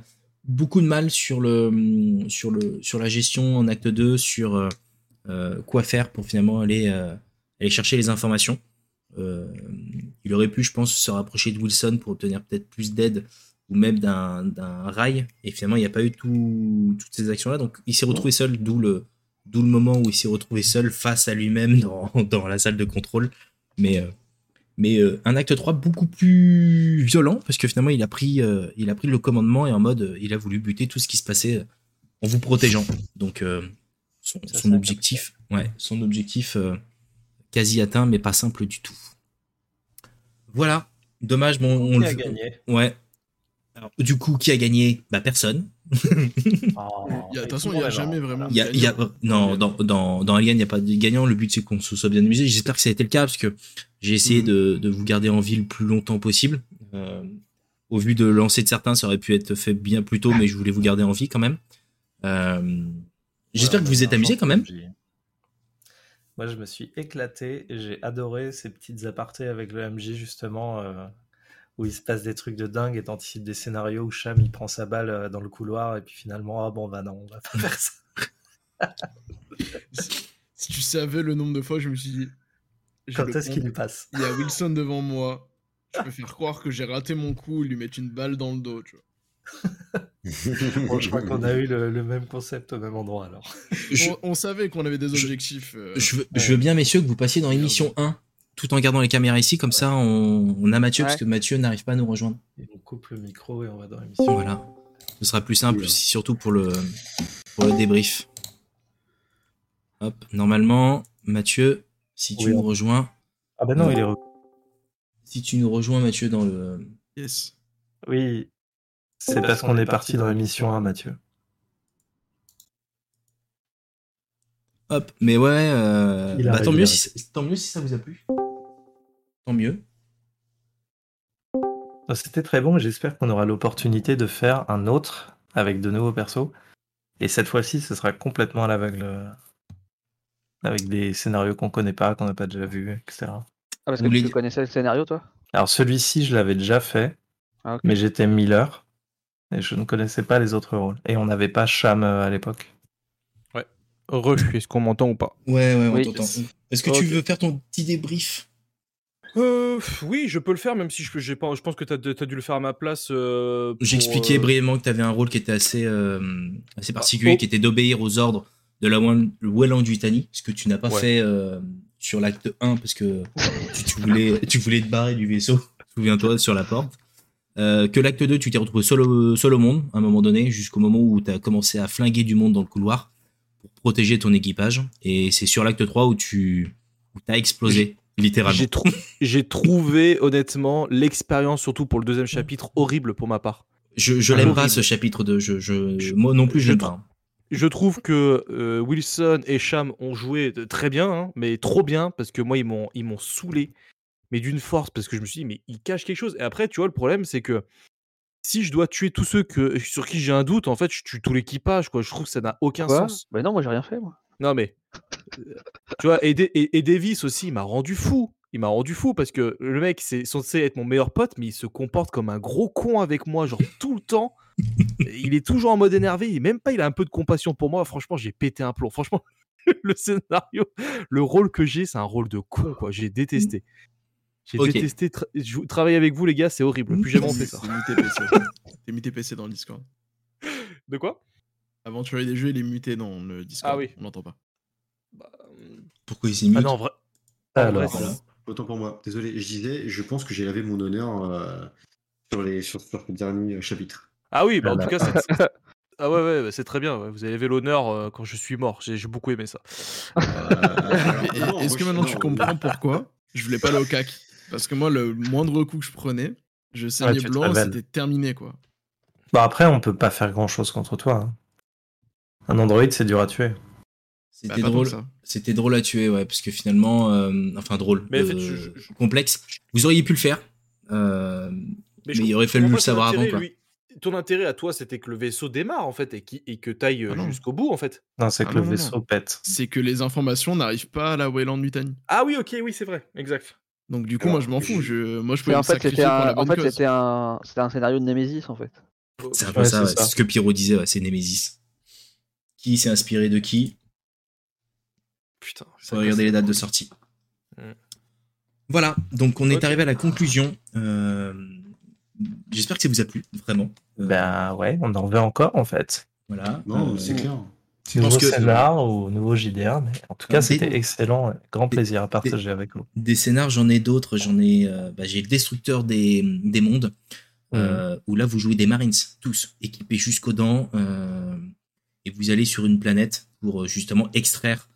[SPEAKER 1] beaucoup de mal sur, le, hum, sur, le, sur la gestion en acte 2, sur euh, euh, quoi faire pour finalement aller, euh, aller chercher les informations. Euh, il aurait pu, je pense, se rapprocher de Wilson pour obtenir peut-être plus d'aide ou même d'un d'un rail. Et finalement, il n'y a pas eu tout- toutes ces actions-là. Donc, il s'est retrouvé seul, d'où le, d'où le moment où il s'est retrouvé seul face à lui-même dans, dans la salle de contrôle. Mais, euh, mais euh, un acte 3 beaucoup plus violent, parce que finalement, il a pris, euh, il a pris le commandement et en mode, euh, il a voulu buter tout ce qui se passait euh, en vous protégeant. Donc, euh, son,
[SPEAKER 2] Ça,
[SPEAKER 1] son
[SPEAKER 2] c'est
[SPEAKER 1] objectif, ouais, son objectif euh, quasi atteint, mais pas simple du tout. Voilà. Dommage, bon, on
[SPEAKER 2] Qui
[SPEAKER 1] le-
[SPEAKER 2] a gagné
[SPEAKER 1] Ouais. Alors, du coup, qui a gagné Bah, personne.
[SPEAKER 3] Il
[SPEAKER 2] Oh,
[SPEAKER 3] y a- De toute façon, il n'y a jamais vraiment. de
[SPEAKER 1] Il y a, il y a-
[SPEAKER 3] gagnant.
[SPEAKER 1] non, dans, dans, dans Alien, il n'y a pas de gagnant. Le but, c'est qu'on se soit bien amusé. J'espère que ça a été le cas, parce que j'ai essayé de, de vous garder en vie le plus longtemps possible. Euh, au vu de lancer de certains, ça aurait pu être fait bien plus tôt, mais je voulais vous garder en vie quand même. Euh, J'espère
[SPEAKER 2] bah,
[SPEAKER 1] que vous vous êtes amusés quand même.
[SPEAKER 2] Moi, je me suis éclaté. et J'ai adoré ces petites apartés avec le MJ, justement, euh, où il se passe des trucs de dingue et t'anticipes des scénarios où Cham il prend sa balle euh, dans le couloir et puis finalement, ah bon, bah non, on va pas faire ça.
[SPEAKER 3] Si tu savais le nombre de fois, je me suis dit. je
[SPEAKER 2] Quand
[SPEAKER 3] le
[SPEAKER 2] est-ce qu'il
[SPEAKER 3] compte.
[SPEAKER 2] lui passe
[SPEAKER 3] Il y a Wilson devant moi. Je peux faire croire que j'ai raté mon coup, lui mettre une balle dans le dos, tu vois.
[SPEAKER 2] Bon, Je crois qu'on a eu le, le même concept au même endroit alors.
[SPEAKER 1] Je-
[SPEAKER 3] On, on savait qu'on avait des objectifs. euh,
[SPEAKER 1] Je veux, je veux bien, messieurs, que vous passiez dans l'émission 1 tout en gardant les caméras ici, comme ça on, on a Mathieu,
[SPEAKER 4] Ouais.
[SPEAKER 1] parce que Mathieu n'arrive pas à nous rejoindre.
[SPEAKER 2] Et on coupe le micro et on va dans l'émission.
[SPEAKER 1] Voilà. Ce sera plus simple, surtout pour le, pour le débrief. Hop, normalement, Mathieu, si tu
[SPEAKER 2] Oui,
[SPEAKER 1] nous
[SPEAKER 2] hein.
[SPEAKER 1] rejoins,
[SPEAKER 2] Ah bah non, il est. re-
[SPEAKER 1] si tu nous rejoins, Mathieu, dans le.
[SPEAKER 3] Yes.
[SPEAKER 2] Oui. C'est parce qu'on est parti dans l'émission 1, Mathieu.
[SPEAKER 1] Hop, mais ouais, euh,
[SPEAKER 2] Il a
[SPEAKER 1] bah, tant,
[SPEAKER 2] réglé,
[SPEAKER 1] mieux
[SPEAKER 2] il a
[SPEAKER 1] si, tant mieux si ça vous a plu. Tant mieux.
[SPEAKER 2] Non, Ah, C'était très bon et j'espère qu'on aura l'opportunité de faire un autre avec de nouveaux persos. Et cette fois-ci, ce sera complètement à l'aveugle. euh, Avec des scénarios qu'on connaît pas, qu'on n'a pas déjà vu, etc.
[SPEAKER 4] Ah, parce
[SPEAKER 1] Vous
[SPEAKER 4] que
[SPEAKER 1] voulez
[SPEAKER 4] tu
[SPEAKER 1] dire-
[SPEAKER 4] connaissais le scénario, toi
[SPEAKER 2] Alors celui-ci, je l'avais déjà fait,
[SPEAKER 4] Ah, ok.
[SPEAKER 2] mais j'étais Miller et je ne connaissais pas les autres rôles. Et on n'avait pas Cham euh, à l'époque.
[SPEAKER 11] Rush, est-ce qu'on m'entend ou pas
[SPEAKER 1] Ouais, ouais, on
[SPEAKER 4] Oui.
[SPEAKER 1] t'entend. Est-ce que tu
[SPEAKER 6] Ok.
[SPEAKER 1] veux faire ton petit débrief
[SPEAKER 6] Euh, pff, oui, je peux le faire, même si je, j'ai pas, je pense que t'as, as dû le faire à ma place. euh, pour,
[SPEAKER 1] J'expliquais
[SPEAKER 6] euh,
[SPEAKER 1] brièvement que tu avais un rôle qui était assez, euh, assez particulier,
[SPEAKER 6] oh.
[SPEAKER 1] qui était d'obéir aux ordres de la Wan- Welland Yutani, ce que tu n'as pas
[SPEAKER 6] Ouais.
[SPEAKER 1] fait euh, sur l'acte 1 parce que tu, tu voulais, tu voulais te barrer du vaisseau, souviens-toi, sur la porte. Euh, que l'acte 2, tu t'es retrouvé seul au, seul au monde à un moment donné, jusqu'au moment où tu as commencé à flinguer du monde dans le couloir pour protéger ton équipage. Et c'est sur l'acte 3 où tu où as explosé, littéralement.
[SPEAKER 11] J'ai trou- j'ai trouvé, honnêtement, l'expérience, surtout pour le deuxième
[SPEAKER 1] Mm.
[SPEAKER 11] chapitre, horrible pour ma part.
[SPEAKER 1] Je, je
[SPEAKER 11] Ah,
[SPEAKER 1] l'aime pas
[SPEAKER 11] horrible.
[SPEAKER 1] ce chapitre 2. Je, je, moi non plus, je
[SPEAKER 11] je
[SPEAKER 1] l'aime
[SPEAKER 11] trou-
[SPEAKER 1] pas.
[SPEAKER 11] Je trouve que euh, Wilson et Cham ont joué de- très bien, hein, mais trop bien, parce que moi, ils m'ont ils m'ont saoulé.
[SPEAKER 6] mais d'une force, parce que je me suis dit, mais il cache quelque chose. Et après, tu vois, le problème, c'est que si je dois tuer tous ceux que, sur qui j'ai un doute, en fait, je tue tout l'équipage, quoi. Je trouve que ça n'a aucun
[SPEAKER 4] Quoi
[SPEAKER 6] sens.
[SPEAKER 4] Mais non, moi j'ai rien fait, moi.
[SPEAKER 6] Non, mais. euh, tu vois, et, Da- et, et Davis aussi, il m'a rendu fou. Il m'a rendu fou parce que le mec, c'est censé être mon meilleur pote, mais il se comporte comme un gros con avec moi, genre tout le temps. il est toujours en mode énervé. Et même pas, il a un peu de compassion pour moi. Franchement, j'ai pété un plomb. Franchement, le scénario, le rôle que j'ai, c'est un rôle de con, quoi. J'ai détesté. J'ai
[SPEAKER 1] Ok.
[SPEAKER 6] détesté. tra- jou- travailler avec vous, les gars, c'est horrible. Plus jamais on fait ça.
[SPEAKER 8] T'es muté PC. T'es muté PC dans le Discord.
[SPEAKER 6] De quoi
[SPEAKER 8] Aventurier des jeux, il est muté dans le Discord.
[SPEAKER 6] Ah oui.
[SPEAKER 8] On l'entend pas.
[SPEAKER 1] Pourquoi il s'est mis
[SPEAKER 6] Ah non, en vrai. en vrai,
[SPEAKER 5] Alors,
[SPEAKER 6] c'est-
[SPEAKER 5] voilà. autant pour moi. Désolé, je disais, je pense que j'ai lavé mon honneur euh, sur, les, sur, sur le dernier chapitre.
[SPEAKER 6] Ah oui, bah en tout
[SPEAKER 5] Voilà.
[SPEAKER 6] cas, c'est... c'est- Ah ouais, ouais, bah, c'est très bien. ouais. Vous avez levé l'honneur euh, quand je suis mort. J'ai, j'ai beaucoup aimé ça.
[SPEAKER 5] Euh,
[SPEAKER 4] Ah
[SPEAKER 8] Et- et- Est-ce que maintenant tu comprends pourquoi je voulais pas aller au cac Parce que moi, le moindre coup que je prenais,
[SPEAKER 1] Ah,
[SPEAKER 8] je saignais
[SPEAKER 2] tu te
[SPEAKER 8] blanc,
[SPEAKER 2] révèles.
[SPEAKER 8] c'était terminé quoi.
[SPEAKER 2] Bah après, on peut pas faire grand chose contre toi. hein. Un androïde, c'est dur à tuer.
[SPEAKER 1] C'était
[SPEAKER 8] Bah, pas tant
[SPEAKER 1] drôle.
[SPEAKER 8] que ça.
[SPEAKER 1] C'était drôle à tuer, ouais, parce que finalement, euh, enfin drôle,
[SPEAKER 14] Mais en
[SPEAKER 1] euh,
[SPEAKER 14] fait, je- je- je-
[SPEAKER 1] complexe. Vous auriez pu le faire, euh, mais, il aurait fallu le savoir avant, quoi.
[SPEAKER 6] ton intérêt à toi, c'était que le vaisseau démarre en fait et, qui, et que taille
[SPEAKER 1] Ah
[SPEAKER 6] jusqu'au bout en fait.
[SPEAKER 2] Non, c'est que
[SPEAKER 8] Ah
[SPEAKER 2] le
[SPEAKER 8] non, non,
[SPEAKER 2] vaisseau
[SPEAKER 8] non.
[SPEAKER 2] pète.
[SPEAKER 8] C'est que les informations n'arrivent pas à la Wayland Mutani.
[SPEAKER 6] Ah oui, ok, oui, c'est vrai, exact.
[SPEAKER 8] Donc du coup, moi je m'en fous. Je... Moi je
[SPEAKER 4] Mais
[SPEAKER 8] pouvais
[SPEAKER 4] en
[SPEAKER 8] me
[SPEAKER 4] fait,
[SPEAKER 8] sacrifier
[SPEAKER 4] c'était
[SPEAKER 8] pour la
[SPEAKER 4] un, en
[SPEAKER 8] bonne
[SPEAKER 4] fait,
[SPEAKER 8] cause.
[SPEAKER 4] c'était un, c'était un scénario de Nemesis en fait.
[SPEAKER 1] C'est un peu
[SPEAKER 2] Ouais,
[SPEAKER 1] ça,
[SPEAKER 2] c'est
[SPEAKER 1] ouais,
[SPEAKER 2] ça.
[SPEAKER 1] c'est ce que Pierrot disait, ouais, c'est Nemesis. Qui s'est inspiré de qui
[SPEAKER 6] Putain.
[SPEAKER 1] Faut regarder les dates de sortie. Voilà, donc on est arrivé à la conclusion. Euh, J'espère que ça vous a plu, vraiment. Euh,
[SPEAKER 14] Bah,
[SPEAKER 2] Ben ouais, on en veut encore en fait.
[SPEAKER 1] Voilà.
[SPEAKER 5] Non,
[SPEAKER 1] Euh,
[SPEAKER 5] c'est clair.
[SPEAKER 1] Je pense
[SPEAKER 2] Nouveau
[SPEAKER 1] que-
[SPEAKER 2] scénar ou nouveau JDR, mais en tout
[SPEAKER 1] Ah,
[SPEAKER 2] cas,
[SPEAKER 1] c'est-
[SPEAKER 2] c'était excellent. Grand plaisir à partager avec vous.
[SPEAKER 1] Des scénars, j'en ai d'autres. J'en ai, euh, bah, j'ai le destructeur des, des mondes, euh, où là vous jouez des Marines, tous équipés jusqu'aux dents, euh, et vous allez sur une planète pour euh, justement extraire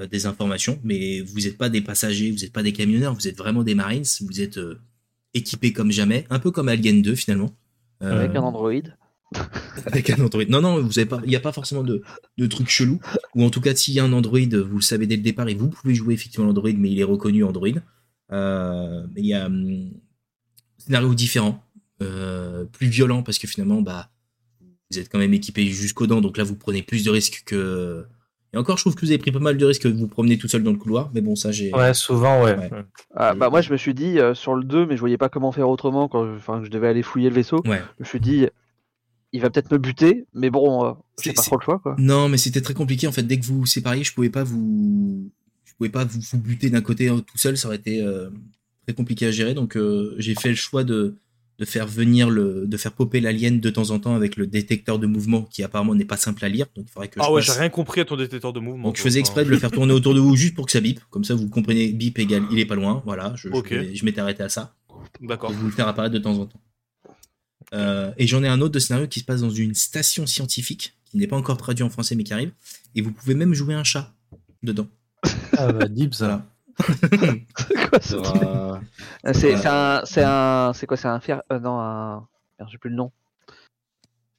[SPEAKER 1] euh, des informations. Mais vous n'êtes pas des passagers, vous n'êtes pas des camionneurs, vous êtes vraiment des Marines. Vous êtes euh, équipés comme jamais, un peu comme Alien 2 finalement. Euh,
[SPEAKER 4] Avec un androïde.
[SPEAKER 1] avec un android. Non, non, vous avez pas, il n'y a pas forcément de, de trucs chelous. Ou en tout cas, s'il y a un android, vous le savez dès le départ et vous pouvez jouer effectivement l'android, mais il est reconnu android. Euh, mais il y a hum, scénario différent, euh, plus violent parce que finalement, bah, vous êtes quand même équipé jusqu'aux dents, donc là, vous prenez plus de risques que. Et encore, je trouve que vous avez pris pas mal de risques que vous vous promenez tout seul dans le couloir, mais bon, ça, j'ai.
[SPEAKER 2] Ouais, souvent, ouais.
[SPEAKER 1] Ouais. Mm.
[SPEAKER 4] Ah, bah moi je me suis dit euh, sur le 2, mais je voyais pas comment faire autrement quand je, enfin, que je devais aller fouiller le vaisseau.
[SPEAKER 1] Ouais.
[SPEAKER 4] Je me suis dit, il va peut-être me buter, mais bon, euh, j'ai
[SPEAKER 1] C'est-
[SPEAKER 4] pas
[SPEAKER 1] c'est-
[SPEAKER 4] trop le choix quoi.
[SPEAKER 1] Non, mais c'était très compliqué en fait. Dès que vous vous sépariez, je pouvais pas vous, je pouvais pas vous, vous buter d'un côté euh, tout seul. Ça aurait été euh, très compliqué à gérer. Donc euh, j'ai fait le choix de de faire venir le, de faire popper l'alien de temps en temps avec le détecteur de mouvement qui apparemment n'est pas simple à lire. Donc il faudrait que je
[SPEAKER 14] Ah ouais,
[SPEAKER 1] passe-
[SPEAKER 14] j'ai rien compris à ton détecteur de mouvement.
[SPEAKER 1] donc je
[SPEAKER 14] quoi.
[SPEAKER 1] faisais exprès de le faire tourner autour de vous juste pour que ça bip. Comme ça vous comprenez bip égale il est pas loin. Voilà, je, je
[SPEAKER 14] Ok.
[SPEAKER 1] m'ai- je m'étais arrêté à ça
[SPEAKER 14] D'accord.
[SPEAKER 1] et vous le faire apparaître de temps en temps. Euh, et j'en ai un autre de scénario qui se passe dans une station scientifique, qui n'est pas encore traduit en français mais qui arrive, et vous pouvez même jouer un chat dedans.
[SPEAKER 2] Ah bah, deep, ça.
[SPEAKER 4] C'est quoi ce truc
[SPEAKER 5] Euh,
[SPEAKER 4] Ah, C'est c'est un, c'est un, c'est quoi C'est un fer euh, Non, un, merde, j'ai plus le nom.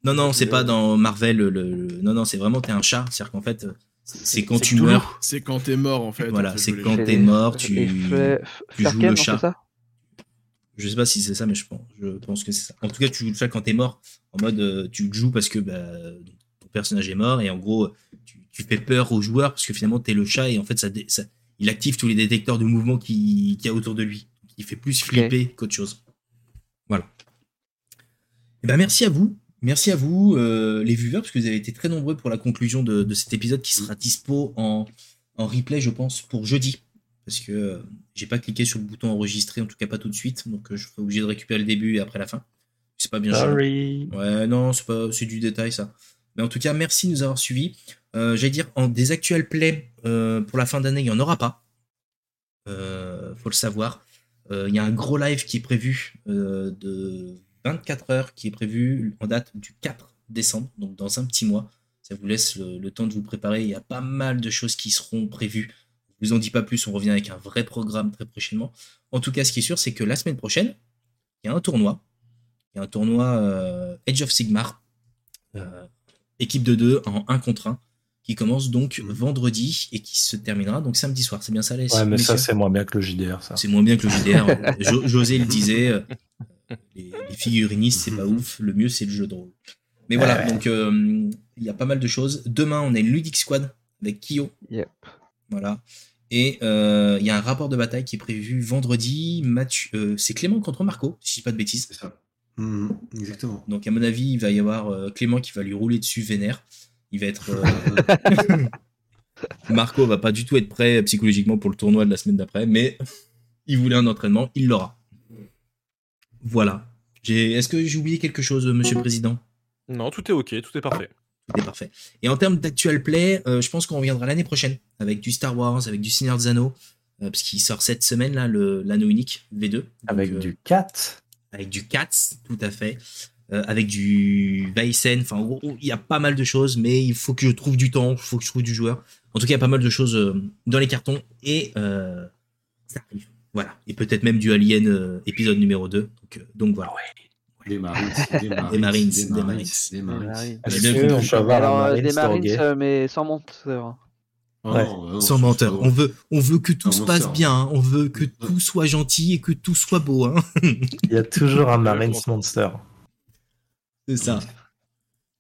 [SPEAKER 1] Non, non, c'est pas dans Marvel, le, le- non, non, c'est vraiment t'es un chat, c'est-à-dire qu'en fait, euh, c'est quand
[SPEAKER 14] c'est
[SPEAKER 1] tu
[SPEAKER 14] Cthulhu.
[SPEAKER 1] meurs,
[SPEAKER 8] C'est quand t'es mort en fait.
[SPEAKER 1] Voilà,
[SPEAKER 8] en fait, je
[SPEAKER 1] c'est
[SPEAKER 8] voulais
[SPEAKER 1] quand
[SPEAKER 8] dire.
[SPEAKER 1] t'es mort, tu-
[SPEAKER 4] Et Fe- F-
[SPEAKER 1] tu joues
[SPEAKER 4] Ferken,
[SPEAKER 1] le
[SPEAKER 4] non,
[SPEAKER 1] chat.
[SPEAKER 4] c'est ça
[SPEAKER 1] je sais pas si c'est ça, mais je pense, je pense que c'est ça. En tout cas, tu joues le chat quand t'es mort, en mode euh, tu le joues parce que bah, ton personnage est mort, et en gros, tu, tu fais peur aux joueurs parce que finalement t'es le chat, et en fait, ça, dé- ça- il active tous les détecteurs de mouvement qui- qu'il y a autour de lui. Il fait plus flipper qu'autre chose. Voilà. Eh ben, merci à vous. Merci à vous, euh, les viewers, parce que vous avez été très nombreux pour la conclusion de, de cet épisode qui sera dispo en, en replay, je pense, pour jeudi. Parce que euh, j'ai pas cliqué sur le bouton enregistrer, en tout cas pas tout de suite. Donc euh, je serai obligé de récupérer le début et après la fin. C'est pas bien
[SPEAKER 2] Ah
[SPEAKER 1] géré.
[SPEAKER 2] Sorry.
[SPEAKER 1] Ouais, non, c'est pas, c'est du détail ça. Mais en tout cas, merci de nous avoir suivis. Euh, J'allais dire, en, des actuels plays euh, pour la fin d'année, il n'y en aura pas. Euh, faut le savoir. Euh, Il y a un gros live qui est prévu euh, de 24 heures qui est prévu en date du 4 décembre, donc dans un petit mois. Ça vous laisse le, le temps de vous préparer. Il y a pas mal de choses qui seront prévues. Je vous en dis pas plus, on revient avec un vrai programme très prochainement. En tout cas, ce qui est sûr, c'est que la semaine prochaine, il y a un tournoi. Il y a un tournoi euh, Edge of Sigmar, euh, équipe de deux en 1 contre 1, qui commence donc vendredi et qui se terminera donc samedi soir. C'est bien ça, les
[SPEAKER 2] Mmh. Ouais, mais ça,
[SPEAKER 1] messieurs
[SPEAKER 2] c'est moins bien que le JDR, ça.
[SPEAKER 1] C'est moins bien que le JDR. Jo- José le disait, euh, les, les figurinistes, c'est pas ouf. Le mieux, c'est le jeu de rôle. Mais voilà,
[SPEAKER 2] Ouais.
[SPEAKER 1] donc euh, il y a pas mal de choses. Demain, on a une Ludic Squad avec Kyo.
[SPEAKER 4] Yep.
[SPEAKER 1] Voilà. Et euh, il y a un rapport de bataille qui est prévu vendredi. Match, euh, c'est Clément contre Marco, si je dis pas de bêtises.
[SPEAKER 5] exactement.
[SPEAKER 1] Donc, à mon avis, il va y avoir euh, Clément qui va lui rouler dessus vénère. Il va être.
[SPEAKER 10] Euh,
[SPEAKER 1] euh, Marco va pas du tout être prêt psychologiquement pour le tournoi de la semaine d'après, mais il voulait un entraînement, il l'aura. Voilà. J'ai- Est-ce que j'ai oublié quelque chose, monsieur le président
[SPEAKER 6] Non, tout est ok, tout est parfait.
[SPEAKER 1] Tout est parfait. Et en termes d'actual play, euh, je pense qu'on reviendra l'année prochaine avec du Star Wars, avec du Seigneur des Anneaux, euh, parce qu'il sort cette semaine, là, le- l'anneau unique V2. Donc,
[SPEAKER 2] Avec
[SPEAKER 1] euh,
[SPEAKER 2] du 4.
[SPEAKER 1] avec du Cats, tout à fait, euh, avec du Weissen, enfin en gros, il y a pas mal de choses, mais il faut que je trouve du temps, il faut que je trouve du joueur. En tout cas, il y a pas mal de choses euh, dans les cartons et euh, ça arrive. Voilà. Et peut-être même du Alien euh, épisode numéro 2. Donc, euh, donc voilà.
[SPEAKER 10] Des Marines, des
[SPEAKER 1] Des Marines,
[SPEAKER 10] Marines,
[SPEAKER 1] des Marines.
[SPEAKER 10] des
[SPEAKER 4] Eh
[SPEAKER 10] Marines.
[SPEAKER 1] J'ai bien compris.
[SPEAKER 4] ben, Alors, euh, des Marines, euh, mais sans menteur.
[SPEAKER 10] Oh,
[SPEAKER 1] Ouais.
[SPEAKER 10] oh, oh,
[SPEAKER 1] Sans
[SPEAKER 10] c'est
[SPEAKER 1] menteur.
[SPEAKER 10] chaud.
[SPEAKER 1] On veut, on veut que tout
[SPEAKER 10] Non,
[SPEAKER 1] se
[SPEAKER 10] on
[SPEAKER 1] passe
[SPEAKER 10] sort.
[SPEAKER 1] bien. hein. On veut que tout soit gentil et que tout soit beau. hein.
[SPEAKER 2] Il y a toujours un Marines Monster.
[SPEAKER 1] C'est ça.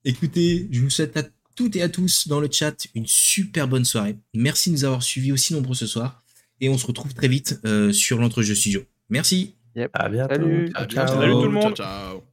[SPEAKER 1] Écoutez, je vous souhaite à toutes et à tous dans le chat une super bonne soirée. Merci de nous avoir suivis aussi nombreux ce soir. Et on se retrouve très vite euh, sur l'entrejeu studio. Merci.
[SPEAKER 4] Yep.
[SPEAKER 2] À bientôt.
[SPEAKER 4] Salut.
[SPEAKER 2] Ciao,
[SPEAKER 3] Ciao,
[SPEAKER 2] ciao.
[SPEAKER 3] ciao, Ciao, ciao.